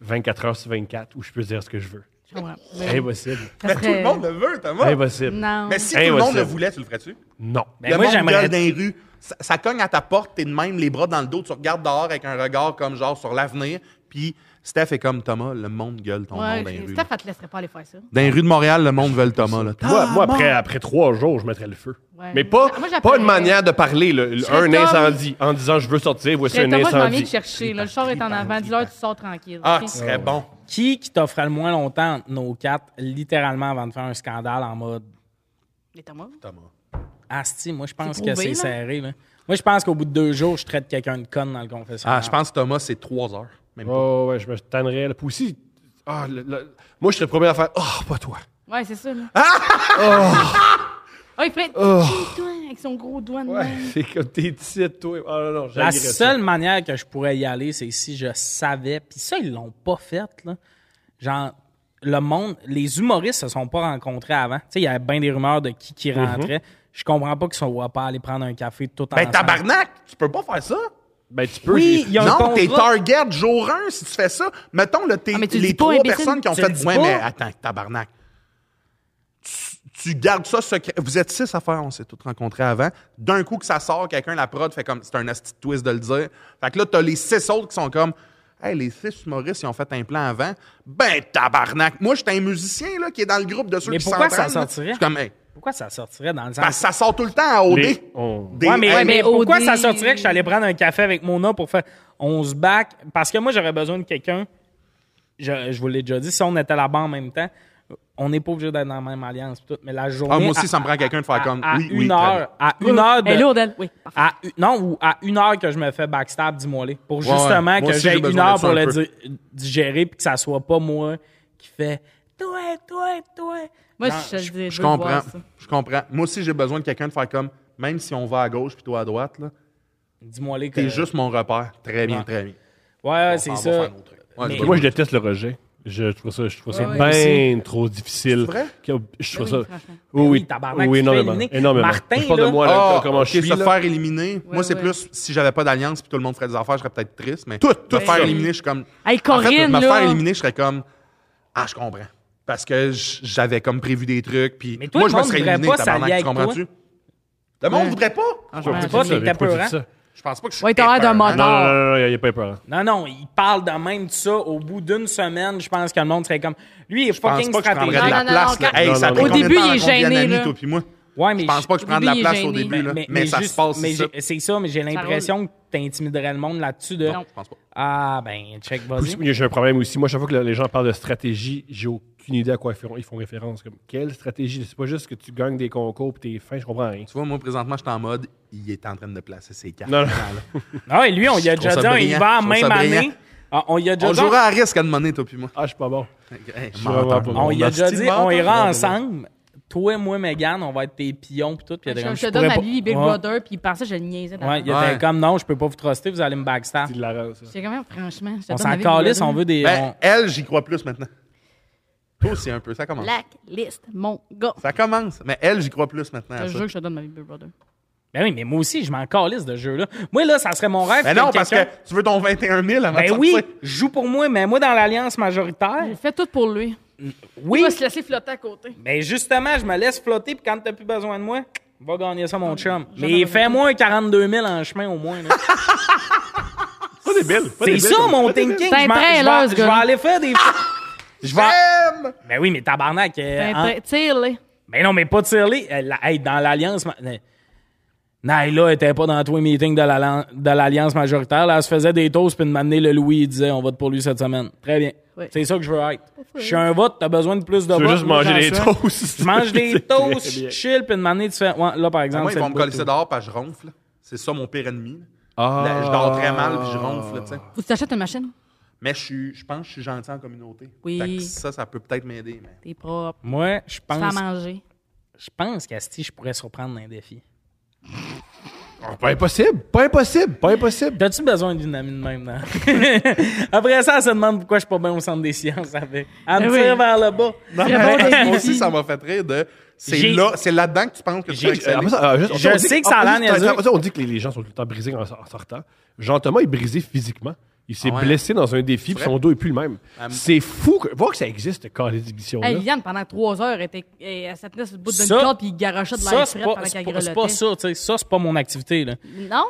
Speaker 4: 24 heures sur 24 où je peux dire ce que je veux.
Speaker 2: Je comprends.
Speaker 4: Impossible.
Speaker 2: Ça
Speaker 3: Mais
Speaker 2: serait-
Speaker 3: tout le monde le veut,
Speaker 1: Oh!
Speaker 3: Thomas.
Speaker 4: Impossible.
Speaker 2: Non.
Speaker 3: Mais si
Speaker 4: Hey,
Speaker 3: tout le monde
Speaker 4: what's
Speaker 3: le
Speaker 4: up?
Speaker 3: voulait, tu le ferais-tu?
Speaker 4: Non.
Speaker 1: Ben,
Speaker 3: le
Speaker 1: moi
Speaker 3: monde
Speaker 1: j'aimerais
Speaker 3: gueule dans les rues. Ça, ça cogne à ta porte, t'es de même, les bras dans le dos, tu regardes dehors avec un regard comme genre sur l'avenir, Puis Steph est comme Thomas, le monde gueule ton nom dans les
Speaker 2: Ouais,
Speaker 3: rues.
Speaker 2: Steph,
Speaker 3: là.
Speaker 2: elle te laisserait pas aller faire ça.
Speaker 3: Dans les rues de Montréal, le monde veut le Thomas. Là.
Speaker 6: Moi, moi, après, après trois jours, je mettrais le feu.
Speaker 2: Ah, Ouais.
Speaker 6: Mais
Speaker 2: Moi,
Speaker 6: pas, pas
Speaker 2: j'appellerais-
Speaker 6: une manière de parler. là.
Speaker 2: serais
Speaker 6: Un
Speaker 2: Tom.
Speaker 6: incendie. En disant, je veux sortir, voici
Speaker 2: T'as
Speaker 6: un
Speaker 2: pas envie de
Speaker 6: incendie.
Speaker 2: chercher. là. Le char est en avant. Dis-leur, tu sors tranquille.
Speaker 3: Ah,
Speaker 2: ok?
Speaker 3: ce serait bon.
Speaker 1: Qui qui t'offrait le moins longtemps entre nos quatre, littéralement avant de faire un scandale en mode
Speaker 2: Mais Thomas,
Speaker 1: Asti, moi je pense
Speaker 2: C'est
Speaker 1: que
Speaker 2: prouvé,
Speaker 1: c'est
Speaker 2: là.
Speaker 1: serré. là. Moi je pense qu'au bout de deux jours, je traite quelqu'un de conne dans le confessionnal.
Speaker 3: Ah, je pense que Thomas, c'est trois heures. Même pas.
Speaker 4: Oh, ouais, je me tannerais. là. Puis aussi,
Speaker 6: Ah, le- le- Moi, je serais le premier à faire, oh, pas toi.
Speaker 2: Ouais, c'est ça. Là. Ah! oh! il fait toi avec son gros doigt de main.
Speaker 6: C'est comme tes titres, toi. Ah non, non,
Speaker 1: La
Speaker 6: j'haïrais ça.
Speaker 1: seule manière que je pourrais y aller, c'est si je savais. Puis ça, ils l'ont pas fait. Là. Genre, le monde, les humoristes se sont pas rencontrés avant. Tu sais, il y avait bien des rumeurs de qui qui rentrait. Je comprends pas qu'ils soient pas aller prendre un café tout en
Speaker 3: Mhm. Ben, tabarnak, tu peux pas faire ça.
Speaker 6: Ben, tu peux.
Speaker 1: Oui,
Speaker 6: j'ai-
Speaker 1: il y a un
Speaker 3: non, t'es
Speaker 1: contrat.
Speaker 3: target jour 1 si tu fais ça. Mettons, là, t'es
Speaker 2: Ah, mais tu le
Speaker 3: les
Speaker 2: dis pas,
Speaker 3: trois
Speaker 2: imbécile.
Speaker 3: personnes qui ont
Speaker 1: Tu le
Speaker 3: fait
Speaker 1: dis
Speaker 3: Ouais,
Speaker 1: pas.
Speaker 3: mais attends, tabarnak. Tu, tu gardes ça secret. Vous êtes six à faire, on s'est tous rencontrés avant. D'un coup que ça sort, quelqu'un, la prod, fait comme c'est un asti de twist de le dire. Fait que là, t'as les six autres qui sont comme Hey, les six humoristes, ils ont fait un plan avant. Ben, tabarnak. Moi, j'étais un musicien là, qui est dans le groupe de ceux
Speaker 1: Mais
Speaker 3: qui
Speaker 1: pourquoi
Speaker 3: s'entendent,
Speaker 1: ça
Speaker 3: là.
Speaker 1: sortirait?
Speaker 3: Je suis comme, Hey,
Speaker 1: Pourquoi ça sortirait dans le sens.
Speaker 3: parce que ça sort tout le temps à OD.
Speaker 6: Les- on-
Speaker 3: Des- E
Speaker 1: Ouais, mais,
Speaker 3: Hey,
Speaker 1: ouais, mais
Speaker 2: mais
Speaker 1: pourquoi
Speaker 2: OD?
Speaker 1: ça sortirait que je suis allé prendre un café avec Mona pour faire on se back? Parce que moi, j'aurais besoin de quelqu'un. Je, je vous l'ai déjà dit, si on était là-bas en même temps, on n'est pas obligé d'être dans la même alliance. pis tout, mais la journée.
Speaker 3: Ah, moi aussi,
Speaker 1: à-
Speaker 3: ça me prend quelqu'un de
Speaker 1: à-
Speaker 3: faire comme
Speaker 1: à
Speaker 3: Oui,
Speaker 1: une
Speaker 3: oui. très bien.
Speaker 1: heure, à une heure de.
Speaker 2: Elle est lourde, elle. Oui, parfait.
Speaker 1: à une- non, ou à une heure que je me fais backstab, dis-moi les. Pour
Speaker 3: ouais.
Speaker 1: justement
Speaker 3: Moi
Speaker 1: que
Speaker 3: aussi, j'ai
Speaker 1: j'ai une
Speaker 3: besoin de
Speaker 1: heure
Speaker 3: ça
Speaker 1: pour
Speaker 3: un
Speaker 1: le
Speaker 3: peu.
Speaker 1: di- digérer puis que ça soit pas moi qui fait toi, toi, toi.
Speaker 2: Moi,
Speaker 1: Genre,
Speaker 2: je, je, dis, je
Speaker 3: Je
Speaker 2: veux le
Speaker 3: comprends.
Speaker 2: voir, ça.
Speaker 3: Je comprends. Moi aussi, j'ai besoin de quelqu'un de faire comme, même si on va à gauche puis toi à droite, là,
Speaker 1: Dis-moi les que.
Speaker 3: t'es juste mon repère. Très bien,
Speaker 1: Ouais.
Speaker 3: très bien.
Speaker 1: Ouais, ouais,
Speaker 3: On
Speaker 1: c'est
Speaker 3: s'en va
Speaker 1: ça.
Speaker 3: faire nos trucs. Ouais,
Speaker 1: Mais-
Speaker 3: c'est
Speaker 6: Puis
Speaker 3: bon.
Speaker 6: Moi, je déteste le rejet. Je trouve ça, je trouve ça
Speaker 1: Ouais, ouais,
Speaker 6: bien trop difficile.
Speaker 3: C'est vrai?
Speaker 6: Que- Je trouve
Speaker 2: Oui,
Speaker 6: ça.
Speaker 2: franchement.
Speaker 6: Oui, oui,
Speaker 1: tabarnak, tu te fais
Speaker 6: oui, énormément.
Speaker 1: éliminer.
Speaker 6: énormément.
Speaker 1: Martin,
Speaker 6: je parle
Speaker 1: là-
Speaker 6: de moi, là,
Speaker 3: Ah,
Speaker 6: comment je
Speaker 3: ok,
Speaker 6: suis.
Speaker 3: se
Speaker 6: là.
Speaker 3: faire éliminer. moi,
Speaker 2: Ouais,
Speaker 3: c'est
Speaker 2: ouais.
Speaker 3: plus si j'avais pas d'alliance puis tout le monde ferait des affaires, je serais peut-être triste, mais tout, me
Speaker 6: tout
Speaker 3: faire
Speaker 6: ça.
Speaker 3: éliminer, je suis comme.
Speaker 2: Hey,
Speaker 3: en fait,
Speaker 2: Corinne,
Speaker 3: me
Speaker 2: là.
Speaker 3: faire éliminer, je serais comme. Ah, je comprends. Parce que j- j'avais comme prévu des trucs, puis
Speaker 1: Mais toi,
Speaker 3: moi,
Speaker 1: le
Speaker 3: je me
Speaker 1: monde
Speaker 3: serais
Speaker 1: voudrait
Speaker 3: éliminé,
Speaker 1: pas s'allier
Speaker 3: tabarnak, tu
Speaker 1: avec toi.
Speaker 3: comprends-tu? Le monde voudrait pas.
Speaker 4: Ah,
Speaker 6: Pourquoi
Speaker 2: Ouais,
Speaker 6: tu dis
Speaker 1: pas,
Speaker 6: ça?
Speaker 1: mais t'as
Speaker 6: Pourquoi tu
Speaker 1: peur,
Speaker 6: dis ça?
Speaker 3: Je pense pas que je suis.
Speaker 2: Ouais, t'as l'air d'un
Speaker 3: épeurant.
Speaker 2: menteur.
Speaker 6: Non, non, non, non, il n'y a pas peur.
Speaker 1: Non, non, il parle de même de ça. Au bout d'une semaine, je pense que le monde serait comme. Lui, il est
Speaker 3: Je pense
Speaker 1: fucking
Speaker 3: pas que je prendrais de
Speaker 1: stratégique.
Speaker 2: Non,
Speaker 3: la
Speaker 2: non, non,
Speaker 3: place. là.
Speaker 2: quand-
Speaker 3: Hey,
Speaker 6: Non,
Speaker 3: ça
Speaker 6: non,
Speaker 3: fait
Speaker 6: non.
Speaker 3: combien de temps
Speaker 2: Au début, il est
Speaker 3: qu'on devient
Speaker 2: gêné,
Speaker 3: amis,
Speaker 2: là.
Speaker 3: toi puis moi?
Speaker 1: Ouais, mais
Speaker 3: Je pense pas que je
Speaker 2: Au
Speaker 3: prends de la
Speaker 2: début, il est
Speaker 3: place au
Speaker 2: gêné.
Speaker 3: début, là. Mais,
Speaker 1: mais
Speaker 3: ça
Speaker 1: juste-
Speaker 3: se passe,
Speaker 1: mais
Speaker 3: c'est ça.
Speaker 1: j'ai- C'est ça, mais j'ai l'impression que t'intimiderais le monde là-dessus de.
Speaker 2: Non.
Speaker 3: Je pense pas.
Speaker 1: Ah, ben, check, vas-y.
Speaker 6: Puis, J'ai un problème aussi. Moi, chaque fois que les gens parlent de stratégie, j'ai aucune idée à quoi ils font, ils font référence. Comme, quelle stratégie? C'est pas juste que tu gagnes des concours et t'es fin, je comprends rien.
Speaker 3: Tu vois, moi, présentement, je suis en mode, il est en train de placer ses cartes.
Speaker 6: Non, non.
Speaker 1: Ah, et lui, on lui a déjà
Speaker 3: trouve
Speaker 1: dit,
Speaker 3: ça
Speaker 1: on y
Speaker 3: brillant.
Speaker 1: va en
Speaker 3: Je trouve
Speaker 1: même
Speaker 3: ça brillant.
Speaker 1: année. Ah, on y a déjà
Speaker 3: On
Speaker 1: dit.
Speaker 3: jouera à risque à demander, toi puis moi.
Speaker 6: Ah, je suis pas bon.
Speaker 3: Hey,
Speaker 6: suis
Speaker 3: menteur.
Speaker 6: vraiment pas bon.
Speaker 1: On y a
Speaker 6: On a
Speaker 1: déjà
Speaker 3: style
Speaker 1: dit,
Speaker 3: menteur,
Speaker 1: on
Speaker 3: je
Speaker 1: ira
Speaker 3: vois
Speaker 1: ensemble. Toi, moi, Megan, on va être tes pions pis tout. Puis il était
Speaker 2: Je,
Speaker 1: comme,
Speaker 2: je te
Speaker 1: pourrais
Speaker 2: donne à
Speaker 1: pas-
Speaker 2: lui, les Big
Speaker 1: Ouais.
Speaker 2: Brother, puis il pensait que je le niaisais dans
Speaker 1: Ouais, il était
Speaker 3: Ouais.
Speaker 1: comme non, je peux pas vous truster, vous allez me backstab.
Speaker 6: C'est de la ça.
Speaker 2: J'ai quand même, franchement, je te
Speaker 1: On
Speaker 2: donne
Speaker 1: s'en
Speaker 2: la Big
Speaker 1: calisse,
Speaker 2: Brother.
Speaker 1: on veut des.
Speaker 3: Ben,
Speaker 1: on-
Speaker 3: elle, j'y crois plus maintenant. Toi aussi, un peu. Ça commence.
Speaker 2: Blacklist, mon gars.
Speaker 3: Ça commence. Mais elle, j'y crois plus maintenant. à
Speaker 2: Je te
Speaker 3: ça.
Speaker 2: jure que je te donne ma vie, Big Brother.
Speaker 1: Ben oui, mais moi aussi, je m'en calisse de ce jeu-là. Moi, là, ça serait mon rêve.
Speaker 3: Mais
Speaker 1: que
Speaker 3: Ben non, parce que
Speaker 1: quelqu'un-
Speaker 3: tu veux ton 21 000 avant de
Speaker 1: Ben
Speaker 3: sortir.
Speaker 1: oui, je joue pour moi, mais moi, dans l'alliance
Speaker 2: Il
Speaker 1: majoritaire,
Speaker 2: fait tout pour lui.
Speaker 1: oui.
Speaker 2: Il va se laisser flotter à côté.
Speaker 1: Ben justement, je me laisse flotter, puis quand t'as plus besoin de moi, va gagner ça,
Speaker 2: Ah,
Speaker 1: mon chum. Mais fais-moi un 42 000 en chemin au moins. là.
Speaker 6: Pas débile. pas
Speaker 1: C'est
Speaker 6: débile
Speaker 1: ça,
Speaker 6: comme-
Speaker 1: mon thinking.
Speaker 2: C'est
Speaker 1: Je m'en-
Speaker 2: un
Speaker 1: je
Speaker 2: trailer,
Speaker 1: vais
Speaker 2: Ben, ce
Speaker 1: je vais
Speaker 2: gars-là.
Speaker 1: aller faire des. Je vais.
Speaker 3: J'aime!
Speaker 1: Ben oui, mais tabarnak. euh,
Speaker 2: Ben,
Speaker 1: en-
Speaker 2: t'es- Tire-les.
Speaker 1: Mais non, mais pas tiré. euh, dans l'Alliance. ma- euh, Naila était pas dans tous les meetings de l'Allian- de l'Alliance majoritaire. Là, elle se faisait des toasts, puis de m'amener le Louis, il disait on vote pour lui cette semaine. Très bien.
Speaker 2: Oui.
Speaker 1: C'est ça que je veux être. Je
Speaker 2: hein?
Speaker 1: suis un vote, t'as besoin de plus de
Speaker 6: Tu veux
Speaker 1: votes,
Speaker 6: juste
Speaker 1: moi,
Speaker 6: manger
Speaker 1: j'en
Speaker 6: des
Speaker 1: suis un.
Speaker 6: toasts.
Speaker 1: Tu manges des
Speaker 6: C'est très
Speaker 1: toasts,
Speaker 6: bien.
Speaker 1: je chill, puis de m'amener, tu fais. Ouais, là, par exemple.
Speaker 3: Moi, ils
Speaker 1: c'est
Speaker 3: vont
Speaker 1: le
Speaker 3: me
Speaker 1: bout,
Speaker 3: coller
Speaker 1: tout.
Speaker 3: dehors, puis je ronfle. C'est ça mon pire ennemi.
Speaker 6: Ah.
Speaker 3: Là, Je dors très mal, puis je ronfle, tu sais.
Speaker 2: Ou tu t'achètes une machine.
Speaker 3: Mais je, suis- je pense que je suis gentil en communauté.
Speaker 2: Oui.
Speaker 3: Fait que ça, ça peut peut-être m'aider. mais-
Speaker 2: T'es propre.
Speaker 1: Moi, je
Speaker 2: Tu fais à
Speaker 1: pense,
Speaker 2: manger.
Speaker 1: je pense qu'Asti, je pourrais surprendre un défi.
Speaker 6: Ah, Pas impossible. Pas impossible. Pas impossible.
Speaker 1: T'as-tu besoin d'une amie de même, non? Après ça, elle se demande pourquoi je suis pas bien au centre des sciences avec. Elle me
Speaker 2: Ben oui.
Speaker 1: tire vers le bas.
Speaker 3: Moi aussi, ça m'a fait rire de. C'est
Speaker 1: J'ai-
Speaker 3: là, c'est là-dedans que tu penses que tu
Speaker 1: J'ai-
Speaker 3: vas
Speaker 4: ah,
Speaker 3: exceller.
Speaker 6: Après ça, euh, juste-
Speaker 1: Je
Speaker 6: on
Speaker 1: sais que ça a l'air
Speaker 6: on dit-
Speaker 1: niaiseux.
Speaker 6: ça, On dit que les- les gens sont tout le temps brisés en en sortant. Jean-Thomas est brisé physiquement. Il s'est
Speaker 3: Ah ouais.
Speaker 6: blessé dans un défi, puis
Speaker 3: vrai?
Speaker 6: son dos est plus le même. C'est fou. Que, voir que ça existe, quand les
Speaker 2: Hey,
Speaker 6: éditions-là.
Speaker 2: Liliane, pendant trois heures, elle, était, elle se tenait sur le bout d'une
Speaker 1: Ça-
Speaker 2: corde puis il garochait de
Speaker 1: Ça,
Speaker 2: l'air
Speaker 1: c'est
Speaker 2: frais
Speaker 1: pas,
Speaker 2: pendant
Speaker 1: c'est
Speaker 2: qu'elle
Speaker 1: pas- c'est
Speaker 2: grelottait.
Speaker 1: pas ça, tu sais. Ça, c'est pas mon activité, là.
Speaker 2: Non?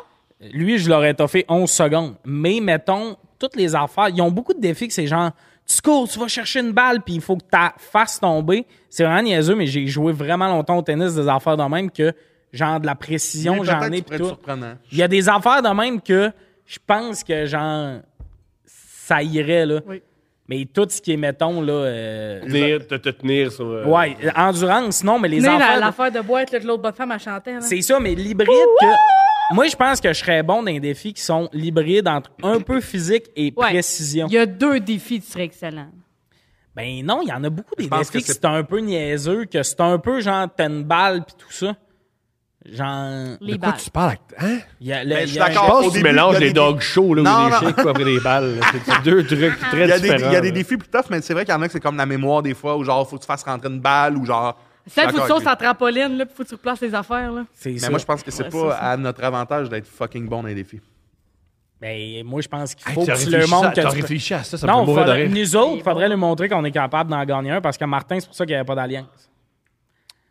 Speaker 1: Lui, je l'aurais toffé 11 secondes. Mais mettons, toutes les affaires. Ils ont beaucoup de défis que c'est genre, tu cours, tu vas chercher une balle, puis il faut que tu fasses tomber. C'est vraiment niaiseux, mais j'ai joué vraiment longtemps au tennis des affaires de même que, genre, de la précision, j'en ai. pis
Speaker 3: peut-être
Speaker 1: tout.
Speaker 3: surprenant.
Speaker 1: Il y a des affaires de même que je pense que, genre, ça irait, là.
Speaker 2: Oui.
Speaker 1: Mais tout ce qui est, mettons, là. euh,
Speaker 6: Tenir, te, te tenir sur. euh,
Speaker 1: ouais, endurance, non, mais les
Speaker 2: Né, la-
Speaker 1: affaires. de-
Speaker 2: l'affaire de boîte là, que l'autre bonne femme hein. a chanté. là.
Speaker 1: C'est ça, mais l'hybride que. Moi, je pense que je serais bon dans des défis qui sont l'hybride entre un peu physique et
Speaker 2: Ouais.
Speaker 1: précision.
Speaker 2: Il y a deux défis, tu serais excellent.
Speaker 1: Ben non, il y en a beaucoup des
Speaker 3: pense
Speaker 1: défis
Speaker 3: que
Speaker 1: que
Speaker 3: c'est-
Speaker 1: c'est un peu niaiseux, que c'est un peu genre t'as une balle pis tout ça. Genre.
Speaker 2: Les
Speaker 6: Quoi,
Speaker 2: balles.
Speaker 6: tu parles? avec- Hein?
Speaker 1: il Y a, le-
Speaker 3: Ben, je
Speaker 1: il
Speaker 3: suis
Speaker 1: y a un-
Speaker 6: Je
Speaker 3: d'accord. Au
Speaker 6: pense que tu
Speaker 3: début, il y
Speaker 6: mélanges
Speaker 3: a
Speaker 6: les
Speaker 3: des-
Speaker 6: dog shows là,
Speaker 3: Non,
Speaker 6: ou les
Speaker 3: non.
Speaker 6: chicks pour après des balles. là. C'est deux trucs très
Speaker 3: Il y a, des,
Speaker 6: différents.
Speaker 3: il y a des
Speaker 6: là.
Speaker 3: défis plus tough, mais c'est vrai qu'il y en a que c'est comme la mémoire des fois, où genre, faut que tu fasses rentrer une balle, ou genre.
Speaker 2: Ça,
Speaker 3: Je suis
Speaker 2: faut que tu
Speaker 3: d'accord
Speaker 2: sautes en trampoline, là, puis faut que tu replaces les affaires, là.
Speaker 1: C'est
Speaker 3: Mais
Speaker 1: ça.
Speaker 3: Ben, moi, je pense que c'est
Speaker 2: Ouais,
Speaker 3: pas
Speaker 2: ça, ça.
Speaker 3: à notre avantage d'être fucking bon dans les défis.
Speaker 1: Ben, moi, je pense qu'il
Speaker 6: Hey,
Speaker 1: faut
Speaker 6: t'as
Speaker 1: que tu le
Speaker 6: réfléchi ça-
Speaker 1: montres que
Speaker 6: t'as
Speaker 1: tu-
Speaker 6: réfléchi à ça, ça me
Speaker 1: Non,
Speaker 6: fait mourir de
Speaker 1: faudrait-
Speaker 6: rire.
Speaker 1: nous autres, il faudrait lui montrer qu'on est capable d'en gagner un parce que Martin, c'est pour ça qu'il n'y avait pas d'alliance.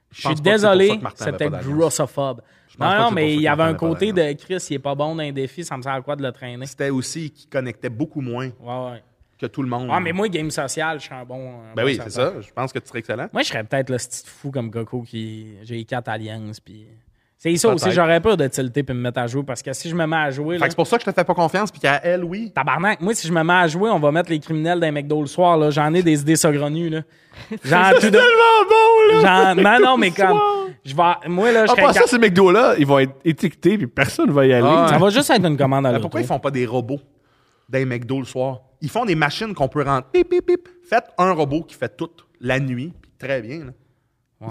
Speaker 1: Je suis
Speaker 3: pense pas que c'est pour ça
Speaker 1: désolé,
Speaker 3: que Martin avait
Speaker 1: c'était
Speaker 3: pas d'alliance.
Speaker 1: grossophobe.
Speaker 3: pense
Speaker 1: Non,
Speaker 3: pas
Speaker 1: non,
Speaker 3: que c'est pour
Speaker 1: mais
Speaker 3: ça
Speaker 1: il
Speaker 3: que
Speaker 1: y avait
Speaker 3: Martin
Speaker 1: un
Speaker 3: avait pas
Speaker 1: côté de Chris, il est pas bon dans les défis, ça me sert à quoi de le traîner?
Speaker 3: C'était aussi qu'il connectait beaucoup moins
Speaker 1: Ouais, ouais.
Speaker 3: que tout le monde.
Speaker 1: Ah, mais moi, game social, je suis un bon. un
Speaker 3: Mm. Ben
Speaker 1: bon
Speaker 3: oui,
Speaker 1: serveur.
Speaker 3: c'est ça. Je pense que tu serais excellent.
Speaker 1: Moi, je serais peut-être le petit fou comme Goku qui. J'ai quatre alliances, puis. C'est ça aussi,
Speaker 3: Peut-être.
Speaker 1: j'aurais peur de tilter puis me mettre à jouer parce que si je me mets à jouer.
Speaker 3: Fait
Speaker 1: Là,
Speaker 3: que c'est pour ça que je te fais pas confiance, puis qu'à elle, oui.
Speaker 1: Tabarnak, moi, si je me mets à jouer, on va mettre les criminels d'un McDo le soir, là. J'en ai des idées saugrenues, là.
Speaker 6: Ah,
Speaker 1: Genre, tout de...
Speaker 6: bon,
Speaker 1: Genre, non, non, mais comme. Je vais. Moi, là, je
Speaker 3: Ah,
Speaker 6: En
Speaker 1: serais
Speaker 6: passant,
Speaker 1: cap-
Speaker 6: ces McDo-là, ils vont être étiquetés puis personne va y aller.
Speaker 3: Ah,
Speaker 1: Ça va juste être une commande à
Speaker 3: Mais
Speaker 1: l'autre.
Speaker 3: pourquoi ils font pas des robots dans les McDo le soir? Ils font des machines qu'on peut rentrer. Pip, pip, pip. Faites un robot qui fait tout la nuit, puis très bien. là.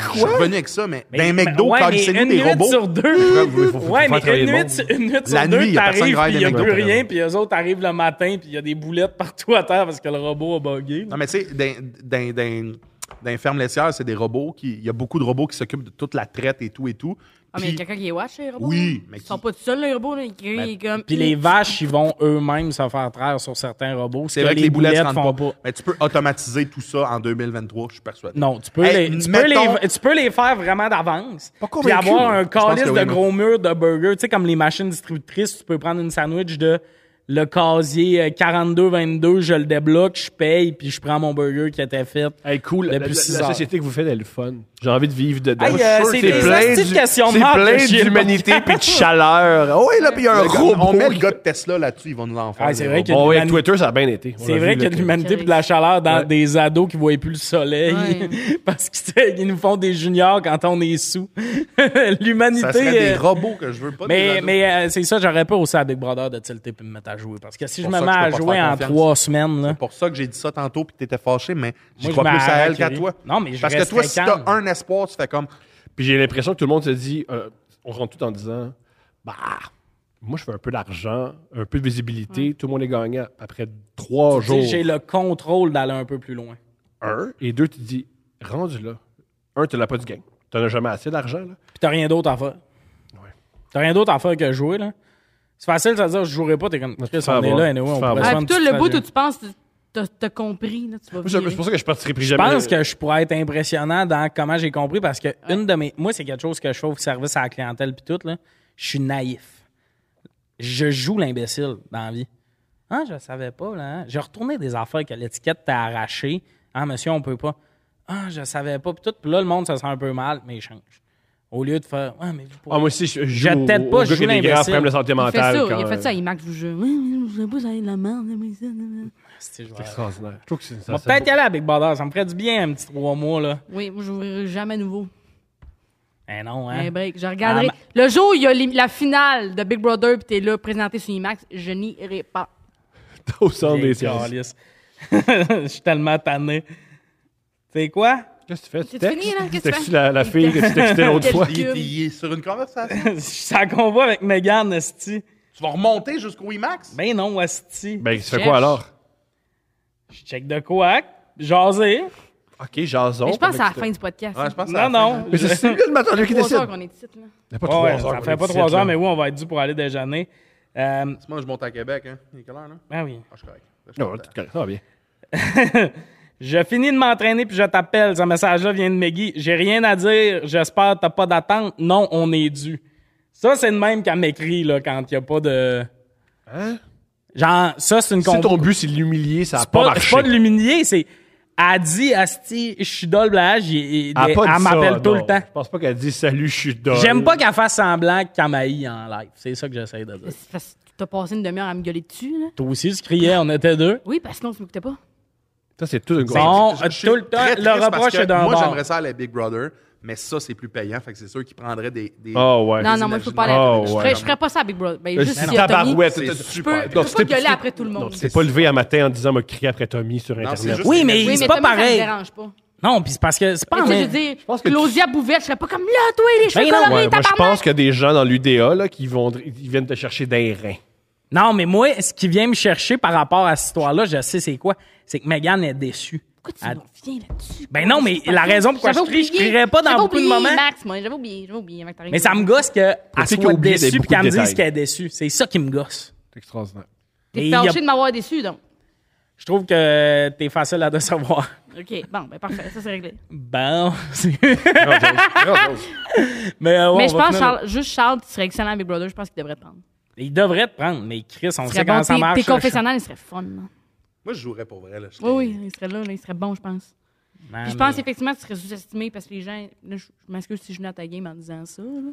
Speaker 3: Je suis revenu avec ça, mais, dans les McDo, quand ils nous
Speaker 1: Ben, une
Speaker 3: des
Speaker 1: nuit
Speaker 3: robots.
Speaker 1: sur deux.
Speaker 6: Faut- faut- faut- faut
Speaker 1: ouais,
Speaker 6: faire
Speaker 1: mais
Speaker 6: travailler
Speaker 1: une
Speaker 6: le
Speaker 1: nuit,
Speaker 6: monde.
Speaker 1: sur- une nuit sur
Speaker 3: La
Speaker 1: deux,
Speaker 3: nuit, y a personne qui
Speaker 1: t'arrives,
Speaker 3: travaille
Speaker 1: puis il n'y a
Speaker 3: dans les
Speaker 1: plus
Speaker 3: McDo,
Speaker 1: rien, puis eux autres arrivent le matin, puis il y a des boulettes partout à terre parce que le robot a bugué.
Speaker 3: Non, mais tu sais, dans- dans- dans dans les fermes laissières, c'est des robots. qui- Il y a beaucoup de robots qui s'occupent de toute la traite et tout et tout.
Speaker 2: Ah, mais il y a
Speaker 3: Puis-
Speaker 2: quelqu'un qui les watch, les robots.
Speaker 3: Oui,
Speaker 2: là.
Speaker 3: mais
Speaker 2: Ils
Speaker 3: qui-
Speaker 2: sont pas tout seuls, les robots, là. Ils crient, ils comme.
Speaker 1: Ben, Puis les vaches, ils vont eux-mêmes se faire traire sur certains robots.
Speaker 3: C'est vrai que les boulettes ne
Speaker 1: font
Speaker 3: pas. Mais tu peux automatiser tout ça en 2023, je suis persuadé.
Speaker 1: Non, tu peux,
Speaker 3: Hey,
Speaker 1: les, tu,
Speaker 3: mettons-
Speaker 1: peux les, tu peux les faire vraiment d'avance.
Speaker 6: Pas
Speaker 1: Puis
Speaker 6: convaincu,
Speaker 1: avoir
Speaker 6: moi.
Speaker 1: un
Speaker 6: Je
Speaker 3: pense
Speaker 1: calice
Speaker 3: que oui,
Speaker 1: de
Speaker 3: moi.
Speaker 1: gros murs de burgers. Tu sais, comme les machines distributrices, tu peux prendre une sandwich de le casier euh, 42-22, je le débloque, je paye, puis je prends mon burger qui était fait.
Speaker 4: Hey, cool. La,
Speaker 1: Depuis
Speaker 4: la-
Speaker 1: six
Speaker 4: la
Speaker 1: heures.
Speaker 4: société que vous faites, elle est le fun. J'ai envie de vivre dedans.
Speaker 1: Hey,
Speaker 4: Moi,
Speaker 1: euh,
Speaker 4: je suis
Speaker 1: c'est
Speaker 4: sûr que
Speaker 1: des
Speaker 6: plein
Speaker 1: hosties de
Speaker 6: du-
Speaker 1: questions de
Speaker 6: c'est
Speaker 1: marde
Speaker 6: plein
Speaker 1: que j'ai
Speaker 6: d'humanité puis de chaleur. Oh, ouais, là, puis il y a un
Speaker 3: Le gars-
Speaker 6: robot.
Speaker 3: on met le gars de Tesla là-dessus, ils vont nous en faire.
Speaker 1: Ah, c'est
Speaker 3: des
Speaker 1: vrai
Speaker 3: robots.
Speaker 1: que-
Speaker 6: Oh, ouais,
Speaker 1: l'humanité.
Speaker 6: Twitter, ça a bien été. On
Speaker 1: C'est
Speaker 6: l'a
Speaker 1: vrai
Speaker 6: vu,
Speaker 1: qu'il y a
Speaker 6: là,
Speaker 1: de
Speaker 6: que-
Speaker 1: l'humanité et de la chaleur dans
Speaker 6: Ouais.
Speaker 1: des ados qui voient plus le soleil parce qu'ils se- ils nous font des juniors quand on est sous.
Speaker 3: Ça serait des
Speaker 1: L'humanité. euh,
Speaker 3: robots que je veux pas. des
Speaker 1: Mais,
Speaker 3: ados.
Speaker 1: mais euh, c'est ça, j'aurais pas aussi à Big Brother de tilter puis me mettre à jouer. Parce que si je
Speaker 3: pour
Speaker 1: me
Speaker 3: ça
Speaker 1: mets
Speaker 3: que je
Speaker 1: à
Speaker 3: peux pas te
Speaker 1: jouer
Speaker 3: faire
Speaker 1: en
Speaker 3: confiance.
Speaker 1: trois semaines, là,
Speaker 3: C'est pour ça que j'ai dit ça tantôt puis que t'étais fâché, mais je
Speaker 1: Moi,
Speaker 3: crois
Speaker 1: je
Speaker 3: plus à
Speaker 1: m'arrête,
Speaker 3: elle qu'à
Speaker 1: Thierry.
Speaker 3: toi.
Speaker 1: Non, mais je
Speaker 3: Parce que
Speaker 1: reste
Speaker 3: toi,
Speaker 1: très
Speaker 3: si t'as
Speaker 1: calme.
Speaker 3: un espoir, tu fais comme.
Speaker 6: Puis j'ai l'impression que tout le monde se dit, euh, on rentre tout en disant, bah, moi je fais un peu d'argent, un peu de visibilité, tout le monde est gagnant. Après trois
Speaker 1: tu sais,
Speaker 6: jours,
Speaker 1: j'ai le contrôle d'aller un peu plus loin.
Speaker 6: un, et deux, tu dis, rendu là, un, tu l'as pas du gain. Tu n'as jamais assez d'argent, là.
Speaker 1: Puis t'as rien d'autre à faire. T'as rien d'autre à faire que jouer, là. C'est facile de se dire, je jouerai pas, t'es comme,
Speaker 6: te
Speaker 1: Chris,
Speaker 6: fais
Speaker 1: on est
Speaker 6: avoir.
Speaker 1: là, anyway,
Speaker 6: Tu te
Speaker 1: on
Speaker 6: fais
Speaker 1: pourrait
Speaker 6: avoir.
Speaker 1: se
Speaker 2: Ah,
Speaker 1: faire
Speaker 2: puis
Speaker 1: une
Speaker 2: toi,
Speaker 1: petite
Speaker 2: le bout où
Speaker 1: stratégie.
Speaker 2: tu penses, tu- t'as t'as compris, là, tu vas
Speaker 6: C'est
Speaker 2: virer.
Speaker 6: pour ça que je participerai
Speaker 1: Je
Speaker 6: jamais.
Speaker 1: pense que je pourrais être impressionnant dans comment j'ai compris parce que une de mes. Moi, c'est quelque chose que je trouve service à la clientèle puis tout, là. Je suis naïf. Je joue l'imbécile dans la vie. Hein, je savais pas, là. hein. J'ai retourné des affaires que l'étiquette t'a arraché. Ah, monsieur, on peut pas. Ah, je savais pas, puis tout. Puis là, le monde se sent un peu mal, mais il change. Au lieu de faire. Ah, mais vous
Speaker 6: Ah,
Speaker 1: pourriez-
Speaker 6: moi aussi, je
Speaker 1: Je
Speaker 6: joue au,
Speaker 1: peut-être pas,
Speaker 6: au
Speaker 1: je
Speaker 6: gars qui
Speaker 1: joue
Speaker 6: a des
Speaker 1: l'imbécile.
Speaker 6: grands problèmes de santé
Speaker 2: Il a fait
Speaker 6: mentale.
Speaker 2: ça,
Speaker 6: quand,
Speaker 2: il a fait ça,
Speaker 6: euh,
Speaker 2: il marque, je vous jure. Oui, Je sais pas, ça a de la merde, mais ça.
Speaker 1: C'est
Speaker 6: extraordinaire. Je trouve que c'est ça-
Speaker 1: On va
Speaker 6: ça-
Speaker 1: peut-être y aller à Big Brother. Ça me ferait du bien, un petit trois mois, là.
Speaker 2: Oui, moi, j'ouvrirai jamais à nouveau.
Speaker 1: Eh non, hein.
Speaker 2: Un break. Je regarderai.
Speaker 1: Ah,
Speaker 2: Le jour où il y a les- la finale de Big Brother, puis t'es là, présenté sur IMAX, je n'irai pas.
Speaker 6: au centre
Speaker 1: Hey,
Speaker 6: des sciences.
Speaker 1: câlisse. Je suis tellement tanné. Tu sais quoi?
Speaker 6: Qu'est-ce que tu fais? Tu
Speaker 2: C'est
Speaker 6: textes?
Speaker 2: fini, là?
Speaker 6: Tu
Speaker 2: Qu'est-ce que tu
Speaker 6: textes
Speaker 2: fais?
Speaker 6: la, la fille que tu textais l'autre fois?
Speaker 3: Il, il est sur une conversation.
Speaker 1: Je suis en convoi avec Megan, Esti.
Speaker 3: tu vas remonter jusqu'au IMAX?
Speaker 1: Ben non, Esti.
Speaker 6: Ben, tu fais
Speaker 2: Cherche.
Speaker 6: quoi alors?
Speaker 1: Je check de quoi? Jaser?
Speaker 6: Ok, jason.
Speaker 3: Oh,
Speaker 2: Mais je pense que c'est à la
Speaker 6: Avec-
Speaker 2: fin du podcast. hein.
Speaker 3: Ouais, je pense que
Speaker 1: Non,
Speaker 3: ça-
Speaker 1: non.
Speaker 6: Mais c'est c'est lui le matin, lui qui
Speaker 2: C'est trois
Speaker 6: décide.
Speaker 2: heures qu'on est ici, là.
Speaker 6: Il y a pas
Speaker 1: Ouais,
Speaker 6: trois
Speaker 1: ouais,
Speaker 6: heures
Speaker 1: ça
Speaker 6: qu'on
Speaker 1: fait pas
Speaker 6: est
Speaker 1: trois
Speaker 6: ici, là.
Speaker 1: heures, mais oui, on va être dû pour aller déjeuner. Euh,
Speaker 3: Moi, je monte à Québec, hein. Il est quelle heure, là?
Speaker 1: ah oui.
Speaker 3: Ah, je suis correct. Je suis
Speaker 6: Non,
Speaker 3: content.
Speaker 6: tout correct, ça va bien.
Speaker 1: Je finis de m'entraîner puis je t'appelle. Ce message-là vient de Meggy. J'ai rien à dire. J'espère que t'as pas d'attente. Non, on est dû. Ça, c'est le même qu'elle m'écrit là, quand il n'y a pas de.
Speaker 6: Hein?
Speaker 1: Genre, ça, c'est une
Speaker 4: Si
Speaker 1: convo-
Speaker 4: ton but, c'est de l'humilier, ça n'a
Speaker 1: c'est
Speaker 4: pas,
Speaker 1: pas, c'est
Speaker 4: marché.
Speaker 1: pas de l'humilier, c'est. Elle dit, Asti, je suis dole, blablabla, j'ai-
Speaker 4: Elle a pas dit
Speaker 1: elle m'appelle
Speaker 4: ça,
Speaker 1: tout
Speaker 4: non.
Speaker 1: le temps.
Speaker 4: Je pense pas qu'elle dit salut, je suis dole.
Speaker 1: J'aime pas qu'elle fasse semblant qu'elle m'haït en live. C'est ça que j'essaie de dire.
Speaker 2: C'est parce que T'as passé une demi-heure à me gueuler dessus, là.
Speaker 1: Toi aussi, tu criais, on était deux.
Speaker 2: Oui, parce que sinon, tu m'écoutais pas.
Speaker 4: Ça, c'est tout une grosse.
Speaker 1: Bon, euh,
Speaker 3: Je- je suis
Speaker 1: tout le temps,
Speaker 3: très
Speaker 1: le
Speaker 3: triste parce
Speaker 1: reproche
Speaker 3: que
Speaker 1: est d'un
Speaker 3: Moi,
Speaker 1: bord.
Speaker 3: j'aimerais ça aller à Big Brother, mais ça, c'est plus payant. Fait que c'est sûr qu'ils prendraient des. des-
Speaker 4: Oh, ouais.
Speaker 2: Non, non, moi, je peux pas aller.
Speaker 4: Oh,
Speaker 2: je,
Speaker 4: ouais.
Speaker 2: ferais, je ferais pas ça à Big Brother. Ben, juste
Speaker 4: C'est
Speaker 2: si y a Tommy,
Speaker 4: tabarouette.
Speaker 3: C'est
Speaker 4: t'as-
Speaker 2: Je
Speaker 3: super.
Speaker 2: peux,
Speaker 3: Non,
Speaker 2: je
Speaker 4: tu
Speaker 2: peux pas
Speaker 4: t'es-
Speaker 2: gueuler
Speaker 4: tu-
Speaker 2: après tout le monde.
Speaker 4: T'es pas levé un matin en disant me crier après Tommy sur
Speaker 3: c'est
Speaker 4: Internet.
Speaker 3: juste-
Speaker 1: Oui, mais
Speaker 3: Oui, mais
Speaker 1: c'est pas
Speaker 2: Tommy, ça me
Speaker 1: pareil.
Speaker 2: dérange pas.
Speaker 1: Non, puis c'est parce que c'est pas
Speaker 2: Mais tu sais,
Speaker 1: mais-
Speaker 2: je veux dire,
Speaker 4: pense que tu-
Speaker 2: Claudia Bouvet, je serais pas comme là, toi, les cheveux
Speaker 1: Ben non,
Speaker 2: colorés,
Speaker 4: Ouais, Euh, moi, je
Speaker 2: tabarnak!
Speaker 4: pense qu'il y a des gens dans l'UDA là, qui vont, ils viennent te chercher des reins.
Speaker 1: Non, mais moi, ce qui vient me chercher par rapport à cette histoire-là, je sais c'est quoi. C'est que Megan est déçue.
Speaker 2: Pourquoi tu
Speaker 1: Ah.
Speaker 2: nous reviens là-dessus?
Speaker 1: Ben non, mais la raison pourquoi je
Speaker 2: J'avais
Speaker 1: crie, je
Speaker 2: oublié.
Speaker 1: crierais pas dans
Speaker 2: J'avais
Speaker 1: beaucoup de
Speaker 2: oublié,
Speaker 1: moments.
Speaker 2: Max, moi, j'avais oublié, j'avais oublié avant que t'arrives.
Speaker 1: Mais ça me gosse qu'elle
Speaker 4: Pour qui
Speaker 1: soit
Speaker 4: qui a oublié des-
Speaker 1: déçue puis
Speaker 4: beaucoup
Speaker 1: qu'elle
Speaker 4: de
Speaker 1: me dise
Speaker 4: détails.
Speaker 1: qu'elle est déçue. C'est ça qui me gosse.
Speaker 4: C'est extraordinaire.
Speaker 1: Et
Speaker 2: T'es
Speaker 1: il y a-
Speaker 2: fâché de m'avoir déçu, donc.
Speaker 1: Je trouve que t'es facile à décevoir.
Speaker 2: OK, bon, ben parfait, ça c'est réglé.
Speaker 1: Bon, c'est- Ben, mais euh, ouais,
Speaker 2: mais
Speaker 1: on va
Speaker 2: je pense,
Speaker 1: finir là.
Speaker 2: Charles, juste Charles, tu serais excellent à Big Brother, je pense qu'il devrait te prendre.
Speaker 1: Il devrait te prendre, mais Chris, on
Speaker 2: Tu
Speaker 1: sait
Speaker 2: serais bon,
Speaker 1: comment ça
Speaker 2: t'es-
Speaker 1: marche.
Speaker 2: tes
Speaker 1: ça, je-
Speaker 2: confessionnels, ils seraient fun. là. Euh,
Speaker 3: Moi, je jouerais pour vrai. Là,
Speaker 2: Oui, oui, ils seraient là, là, ils seraient bons, je pense.
Speaker 1: Non,
Speaker 2: Puis je
Speaker 1: mais-
Speaker 2: pense effectivement que tu serais sous-estimé parce que les gens. là, je je m'excuse si je venais à ta game en disant ça. là.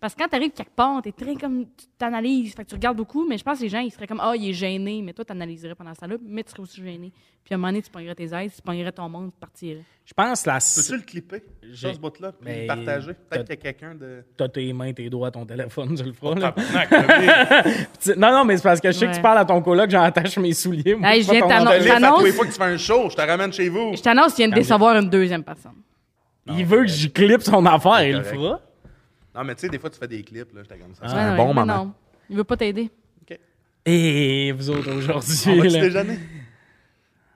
Speaker 2: Parce que quand t'arrives quelque part, t'es très comme. Tu t'analyses, fait que tu regardes beaucoup, mais je pense que les gens, ils seraient comme Ah, il est gêné, mais toi, t'analyserais pendant ce temps-là, mais tu serais aussi gêné. Puis à un moment donné, tu pognerais tes aides, tu pognerais ton monde, tu partirais.
Speaker 1: Je pense la.
Speaker 3: Peux-tu le clipper?
Speaker 1: J'ai-
Speaker 3: J'ai Ah, ce bout-là, puis
Speaker 1: Mais-
Speaker 3: le partager.
Speaker 1: t'as-
Speaker 3: Peut-être qu'il y a quelqu'un de.
Speaker 1: T'as tes mains, tes doigts, ton téléphone, je le ferai. là.
Speaker 3: Tabarnak, là,
Speaker 1: Tu- Non, non, mais c'est parce que je sais que
Speaker 2: Ouais.
Speaker 1: tu parles à ton coloc, j'en attache mes souliers. Moi,
Speaker 2: Hey,
Speaker 1: je suis
Speaker 2: je
Speaker 1: pas
Speaker 2: viens
Speaker 1: ton
Speaker 2: de
Speaker 3: mais
Speaker 1: modèle.
Speaker 2: t'annoncer-
Speaker 3: Lise, à
Speaker 2: t'annonce-
Speaker 3: tous les fois que tu fais un show, je te ramène chez vous.
Speaker 2: Je t'annonce, tu viens de
Speaker 1: Camille.
Speaker 2: décevoir une deuxième personne.
Speaker 1: Il veut que j'y clippe son affaire, il le
Speaker 3: correct.
Speaker 1: fera.
Speaker 3: Non, mais tu sais, des fois, tu fais des clips, là, j'étais comme ça.
Speaker 2: Ouais,
Speaker 3: un
Speaker 1: Ah,
Speaker 4: Ah,
Speaker 2: ouais,
Speaker 3: bon
Speaker 2: mais
Speaker 3: moment.
Speaker 2: Non, il veut pas t'aider.
Speaker 1: Et vous autres aujourd'hui.
Speaker 3: On va-tu
Speaker 1: là.
Speaker 3: déjeuner?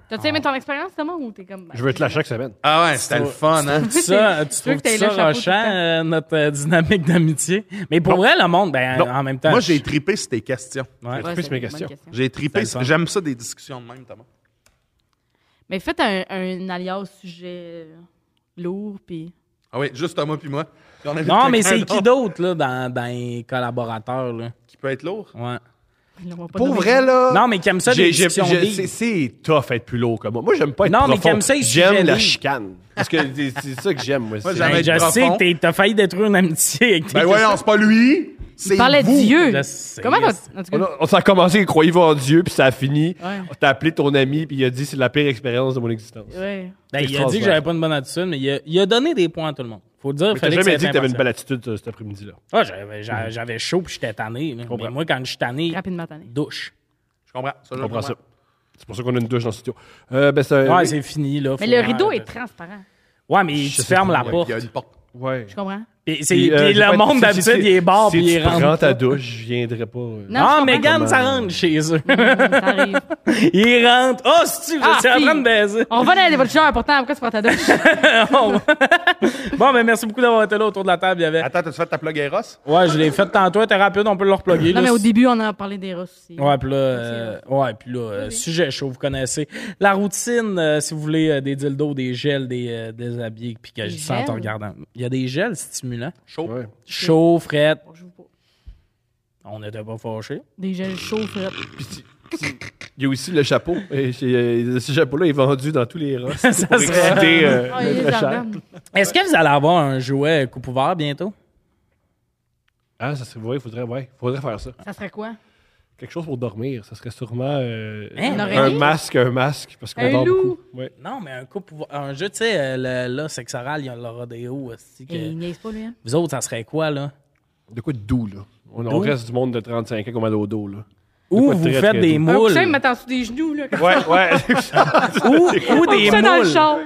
Speaker 2: T'as-tu aimé ton expérience, Thomas, ou t'es comme.
Speaker 4: Ah.
Speaker 2: ben,
Speaker 4: Je veux être là chaque semaine.
Speaker 3: Ah ouais, c'était le fun, hein?
Speaker 1: ça, tu
Speaker 2: Je veux
Speaker 1: trouves
Speaker 2: que t'aies
Speaker 1: ça
Speaker 2: le chapeau tout le
Speaker 1: rochant,
Speaker 2: temps.
Speaker 1: euh, notre euh, dynamique d'amitié? Mais pour vrai, le monde, ben,
Speaker 3: Non.
Speaker 1: en même temps.
Speaker 3: Moi, j'ai trippé sur tes questions.
Speaker 1: Ouais.
Speaker 2: Ouais,
Speaker 4: plus
Speaker 2: c'est
Speaker 4: mes
Speaker 2: une bonne
Speaker 4: questions.
Speaker 2: question.
Speaker 3: J'ai trippé.
Speaker 1: C'est le fun.
Speaker 3: J'aime ça des discussions de même, Thomas.
Speaker 2: Mais faites un, un alias sujet lourd, puis.
Speaker 3: Ah oui, juste Thomas puis moi. Puis on invite
Speaker 1: Non, mais
Speaker 3: quelqu'un
Speaker 1: c'est qui
Speaker 3: d'autre
Speaker 1: d'autre, là, dans, dans les collaborateurs, là?
Speaker 3: Qui peut être lourd?
Speaker 1: Ouais.
Speaker 2: Là, on va pas
Speaker 4: Pour
Speaker 2: nommer
Speaker 4: vrai,
Speaker 2: de-
Speaker 4: là.
Speaker 1: Non, mais qui aime ça, des
Speaker 4: j'ai- j'ai-
Speaker 1: discussions
Speaker 4: j'ai-
Speaker 1: deep.
Speaker 4: c'est- C'est tough être plus lourd que moi. Moi, j'aime pas être
Speaker 1: Non, mais
Speaker 4: profond.
Speaker 1: qu'aime ça, il sujet
Speaker 4: J'aime la
Speaker 1: libre.
Speaker 4: chicane. Parce que c'est c'est ça que j'aime, moi.
Speaker 3: Moi,
Speaker 4: c'est-
Speaker 3: j'aime
Speaker 1: Ben,
Speaker 3: être
Speaker 1: je sais
Speaker 3: profond.
Speaker 1: que t'es- t'as failli détruire une amitié avec tes
Speaker 3: Ben
Speaker 1: questions.
Speaker 3: voyons, c'est pas lui! C'est
Speaker 2: Il parlait de
Speaker 3: vous.
Speaker 2: Dieu.
Speaker 1: Je sais,
Speaker 2: Comment
Speaker 1: yes.
Speaker 2: t'as- en tout cas,
Speaker 4: On a- on s'en a commencé, il croyait en Dieu, puis ça a fini.
Speaker 2: Ouais.
Speaker 4: T'as appelé ton ami, puis il a dit c'est la pire expérience de mon existence.
Speaker 2: ouais.
Speaker 1: Ben, il
Speaker 4: C'est
Speaker 1: a dit que
Speaker 4: extraordinaire.
Speaker 1: j'avais pas une bonne attitude, mais il a, il a donné des points à tout le monde. Faut dire,
Speaker 4: Mais t'as
Speaker 1: fallait
Speaker 4: jamais dit
Speaker 1: c'était
Speaker 4: que t'avais une
Speaker 1: impartial.
Speaker 4: belle attitude euh, cet après-midi-là.
Speaker 1: Ah, j'avais- j'a- j'avais chaud puis j'étais tanné. là. Mais moi, quand je suis tanné,
Speaker 2: Rapidement, tanné.
Speaker 1: douche.
Speaker 3: Je comprends. Ça, je
Speaker 4: Je comprends
Speaker 3: comprends.
Speaker 4: ça. C'est pour ça qu'on a une douche dans le studio. Euh, ben, ça,
Speaker 1: Ouais,
Speaker 4: oui.
Speaker 1: c'est fini, là.
Speaker 2: Mais
Speaker 1: Faut
Speaker 2: le
Speaker 1: vraiment-
Speaker 2: rideau est transparent.
Speaker 1: Ouais, mais
Speaker 4: Je
Speaker 1: tu
Speaker 4: sais
Speaker 1: fermes la
Speaker 4: pas,
Speaker 1: porte.
Speaker 3: Il y a une porte.
Speaker 4: Ouais.
Speaker 2: Tu comprends?
Speaker 1: Puis, c'est-
Speaker 4: Puis, euh,
Speaker 1: puis
Speaker 4: je vais pas
Speaker 1: le
Speaker 4: être-
Speaker 1: monde,
Speaker 4: si-
Speaker 1: d'habitude,
Speaker 4: si-
Speaker 1: il est barre
Speaker 4: si
Speaker 1: puis il
Speaker 4: tu prends
Speaker 1: rentre.
Speaker 4: ta douche, je viendrais pas. euh.
Speaker 2: Non,
Speaker 1: Ah,
Speaker 2: je comprends.
Speaker 1: Mégane, ça rentre chez eux.
Speaker 2: Ça arrive.
Speaker 1: il rentre. Oh, c'est-tu, je
Speaker 2: Ah,
Speaker 1: suis en train
Speaker 2: fille.
Speaker 1: de baiser.
Speaker 2: On va dans les voitures, pourtant, pourquoi tu prends ta douche?
Speaker 1: Bon, mais merci beaucoup d'avoir été là autour de la table. Il y avait...
Speaker 3: Attends, t'as-tu fait ta plug Eros?
Speaker 1: Ouais, je l'ai fait tantôt. T'es rapide, on peut le reploguer.
Speaker 2: Non,
Speaker 1: là,
Speaker 2: mais au
Speaker 1: si-
Speaker 2: début, on en a parlé des Russes aussi.
Speaker 1: Ouais, puis là, euh, ouais, puis là euh, sujet chaud, vous connaissez. La routine, euh, si vous voulez, euh, des dildos, des gels, des, euh, des habillés, puis que
Speaker 2: Des
Speaker 1: je sens en
Speaker 2: gels?
Speaker 1: regardant. Il y a des gels stimulants.
Speaker 3: Chaud.
Speaker 4: Ouais.
Speaker 1: Chaud, fret.
Speaker 2: Bon, je veux pas.
Speaker 1: On n'était pas fâchés.
Speaker 2: Des gels chauds, frère.
Speaker 4: Puis si- si- il y a aussi le chapeau. Et c'est- euh, ce chapeau-là est vendu dans tous les rosses.
Speaker 1: Ça
Speaker 4: pour
Speaker 1: serait-
Speaker 4: exciter, euh,
Speaker 2: Ah, il est
Speaker 4: le chat.
Speaker 2: jardin.
Speaker 1: Est-ce que vous allez avoir un jouet coupe ouvert bientôt?
Speaker 4: Ah, ça serait vrai, faudrait, ouais, faudrait faire ça.
Speaker 2: Ça serait quoi?
Speaker 4: Quelque chose pour dormir, ça serait sûrement euh,
Speaker 1: Hein,
Speaker 2: un
Speaker 4: un
Speaker 2: oreiller?
Speaker 4: masque, un masque, parce qu'on
Speaker 2: Un
Speaker 4: dort
Speaker 2: loup?
Speaker 4: beaucoup. Ouais.
Speaker 1: Non, mais un coupe ouvert. Un jeu, tu sais, euh, le- là, sexoral, il y a le rodéo aussi. que-
Speaker 2: Et il niaise pas, lui. hein?
Speaker 1: Vous autres, ça serait quoi, là?
Speaker 4: De quoi de doux, là? On, on
Speaker 1: Doux?
Speaker 4: reste du monde de 35 ans qu'on a au dos, là.
Speaker 1: Ou
Speaker 4: quoi de
Speaker 1: vous
Speaker 4: très,
Speaker 1: faites
Speaker 4: très
Speaker 1: des
Speaker 4: doux.
Speaker 2: Un
Speaker 1: moules.
Speaker 2: coussin, il m'attend sous des genoux, là.
Speaker 4: Ouais, ouais.
Speaker 1: Ou, ou
Speaker 2: Un
Speaker 1: des
Speaker 2: coussin dans le
Speaker 1: moules.
Speaker 2: char.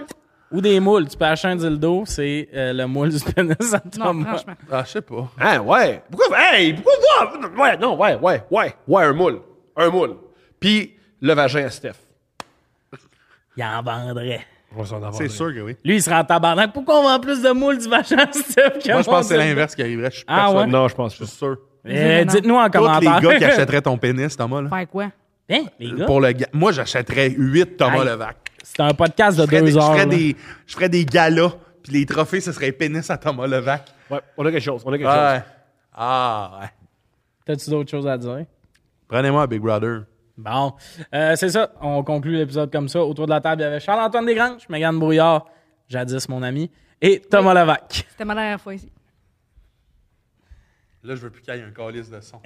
Speaker 1: Ou des moules. Tu peux acheter un dildo, c'est euh, le moule du pénis à
Speaker 2: Non,
Speaker 1: Thomas.
Speaker 2: franchement.
Speaker 3: Ah, je sais pas.
Speaker 4: hein, ouais. Pourquoi, hey, pourquoi, ouais, ouais, non, ouais, ouais, ouais, ouais, un moule. Un moule. Puis le vagin à Steph.
Speaker 1: Il en vendrait.
Speaker 4: On va s'en avoir.
Speaker 3: C'est sûr que oui.
Speaker 1: Lui, il serait en tabarnak. Pourquoi on vend plus de moules du vagin, Steph, que
Speaker 3: Moi,
Speaker 1: mon
Speaker 3: je pense que c'est
Speaker 1: dildo?
Speaker 3: l'inverse qui arriverait. Je suis
Speaker 1: Ah,
Speaker 3: persuadé.
Speaker 1: ouais?
Speaker 4: Non, je pense pas.
Speaker 3: Je suis sûr.
Speaker 1: Euh, Dites-nous en
Speaker 3: Tous les
Speaker 1: commentaire.
Speaker 3: gars qui achèteraient ton pénis, Thomas, là.
Speaker 2: Faire quoi?
Speaker 1: Hein, les gars?
Speaker 3: Pour le ga- Moi, j'achèterais 8 Thomas
Speaker 1: Aïe.
Speaker 3: Levac.
Speaker 1: C'est un podcast de
Speaker 3: Je ferais des-
Speaker 1: deux
Speaker 3: je
Speaker 1: heures.
Speaker 3: ferais
Speaker 1: là.
Speaker 3: des, je ferais des galas, puis les trophées, ce serait pénis à Thomas Levac.
Speaker 4: Ouais, on a quelque chose, on a quelque chose.
Speaker 3: Ouais. Ah, ouais.
Speaker 1: T'as-tu d'autres choses à dire?
Speaker 3: Prenez-moi à Big Brother.
Speaker 1: Bon, Euh, c'est ça. On conclut l'épisode comme ça. Autour de la table, il y avait Charles-Antoine Desgranges, Mégane Brouillard, jadis mon ami, et Thomas Levac.
Speaker 2: C'était ma dernière fois ici.
Speaker 3: Là, je veux plus qu'il y ait un calice de son.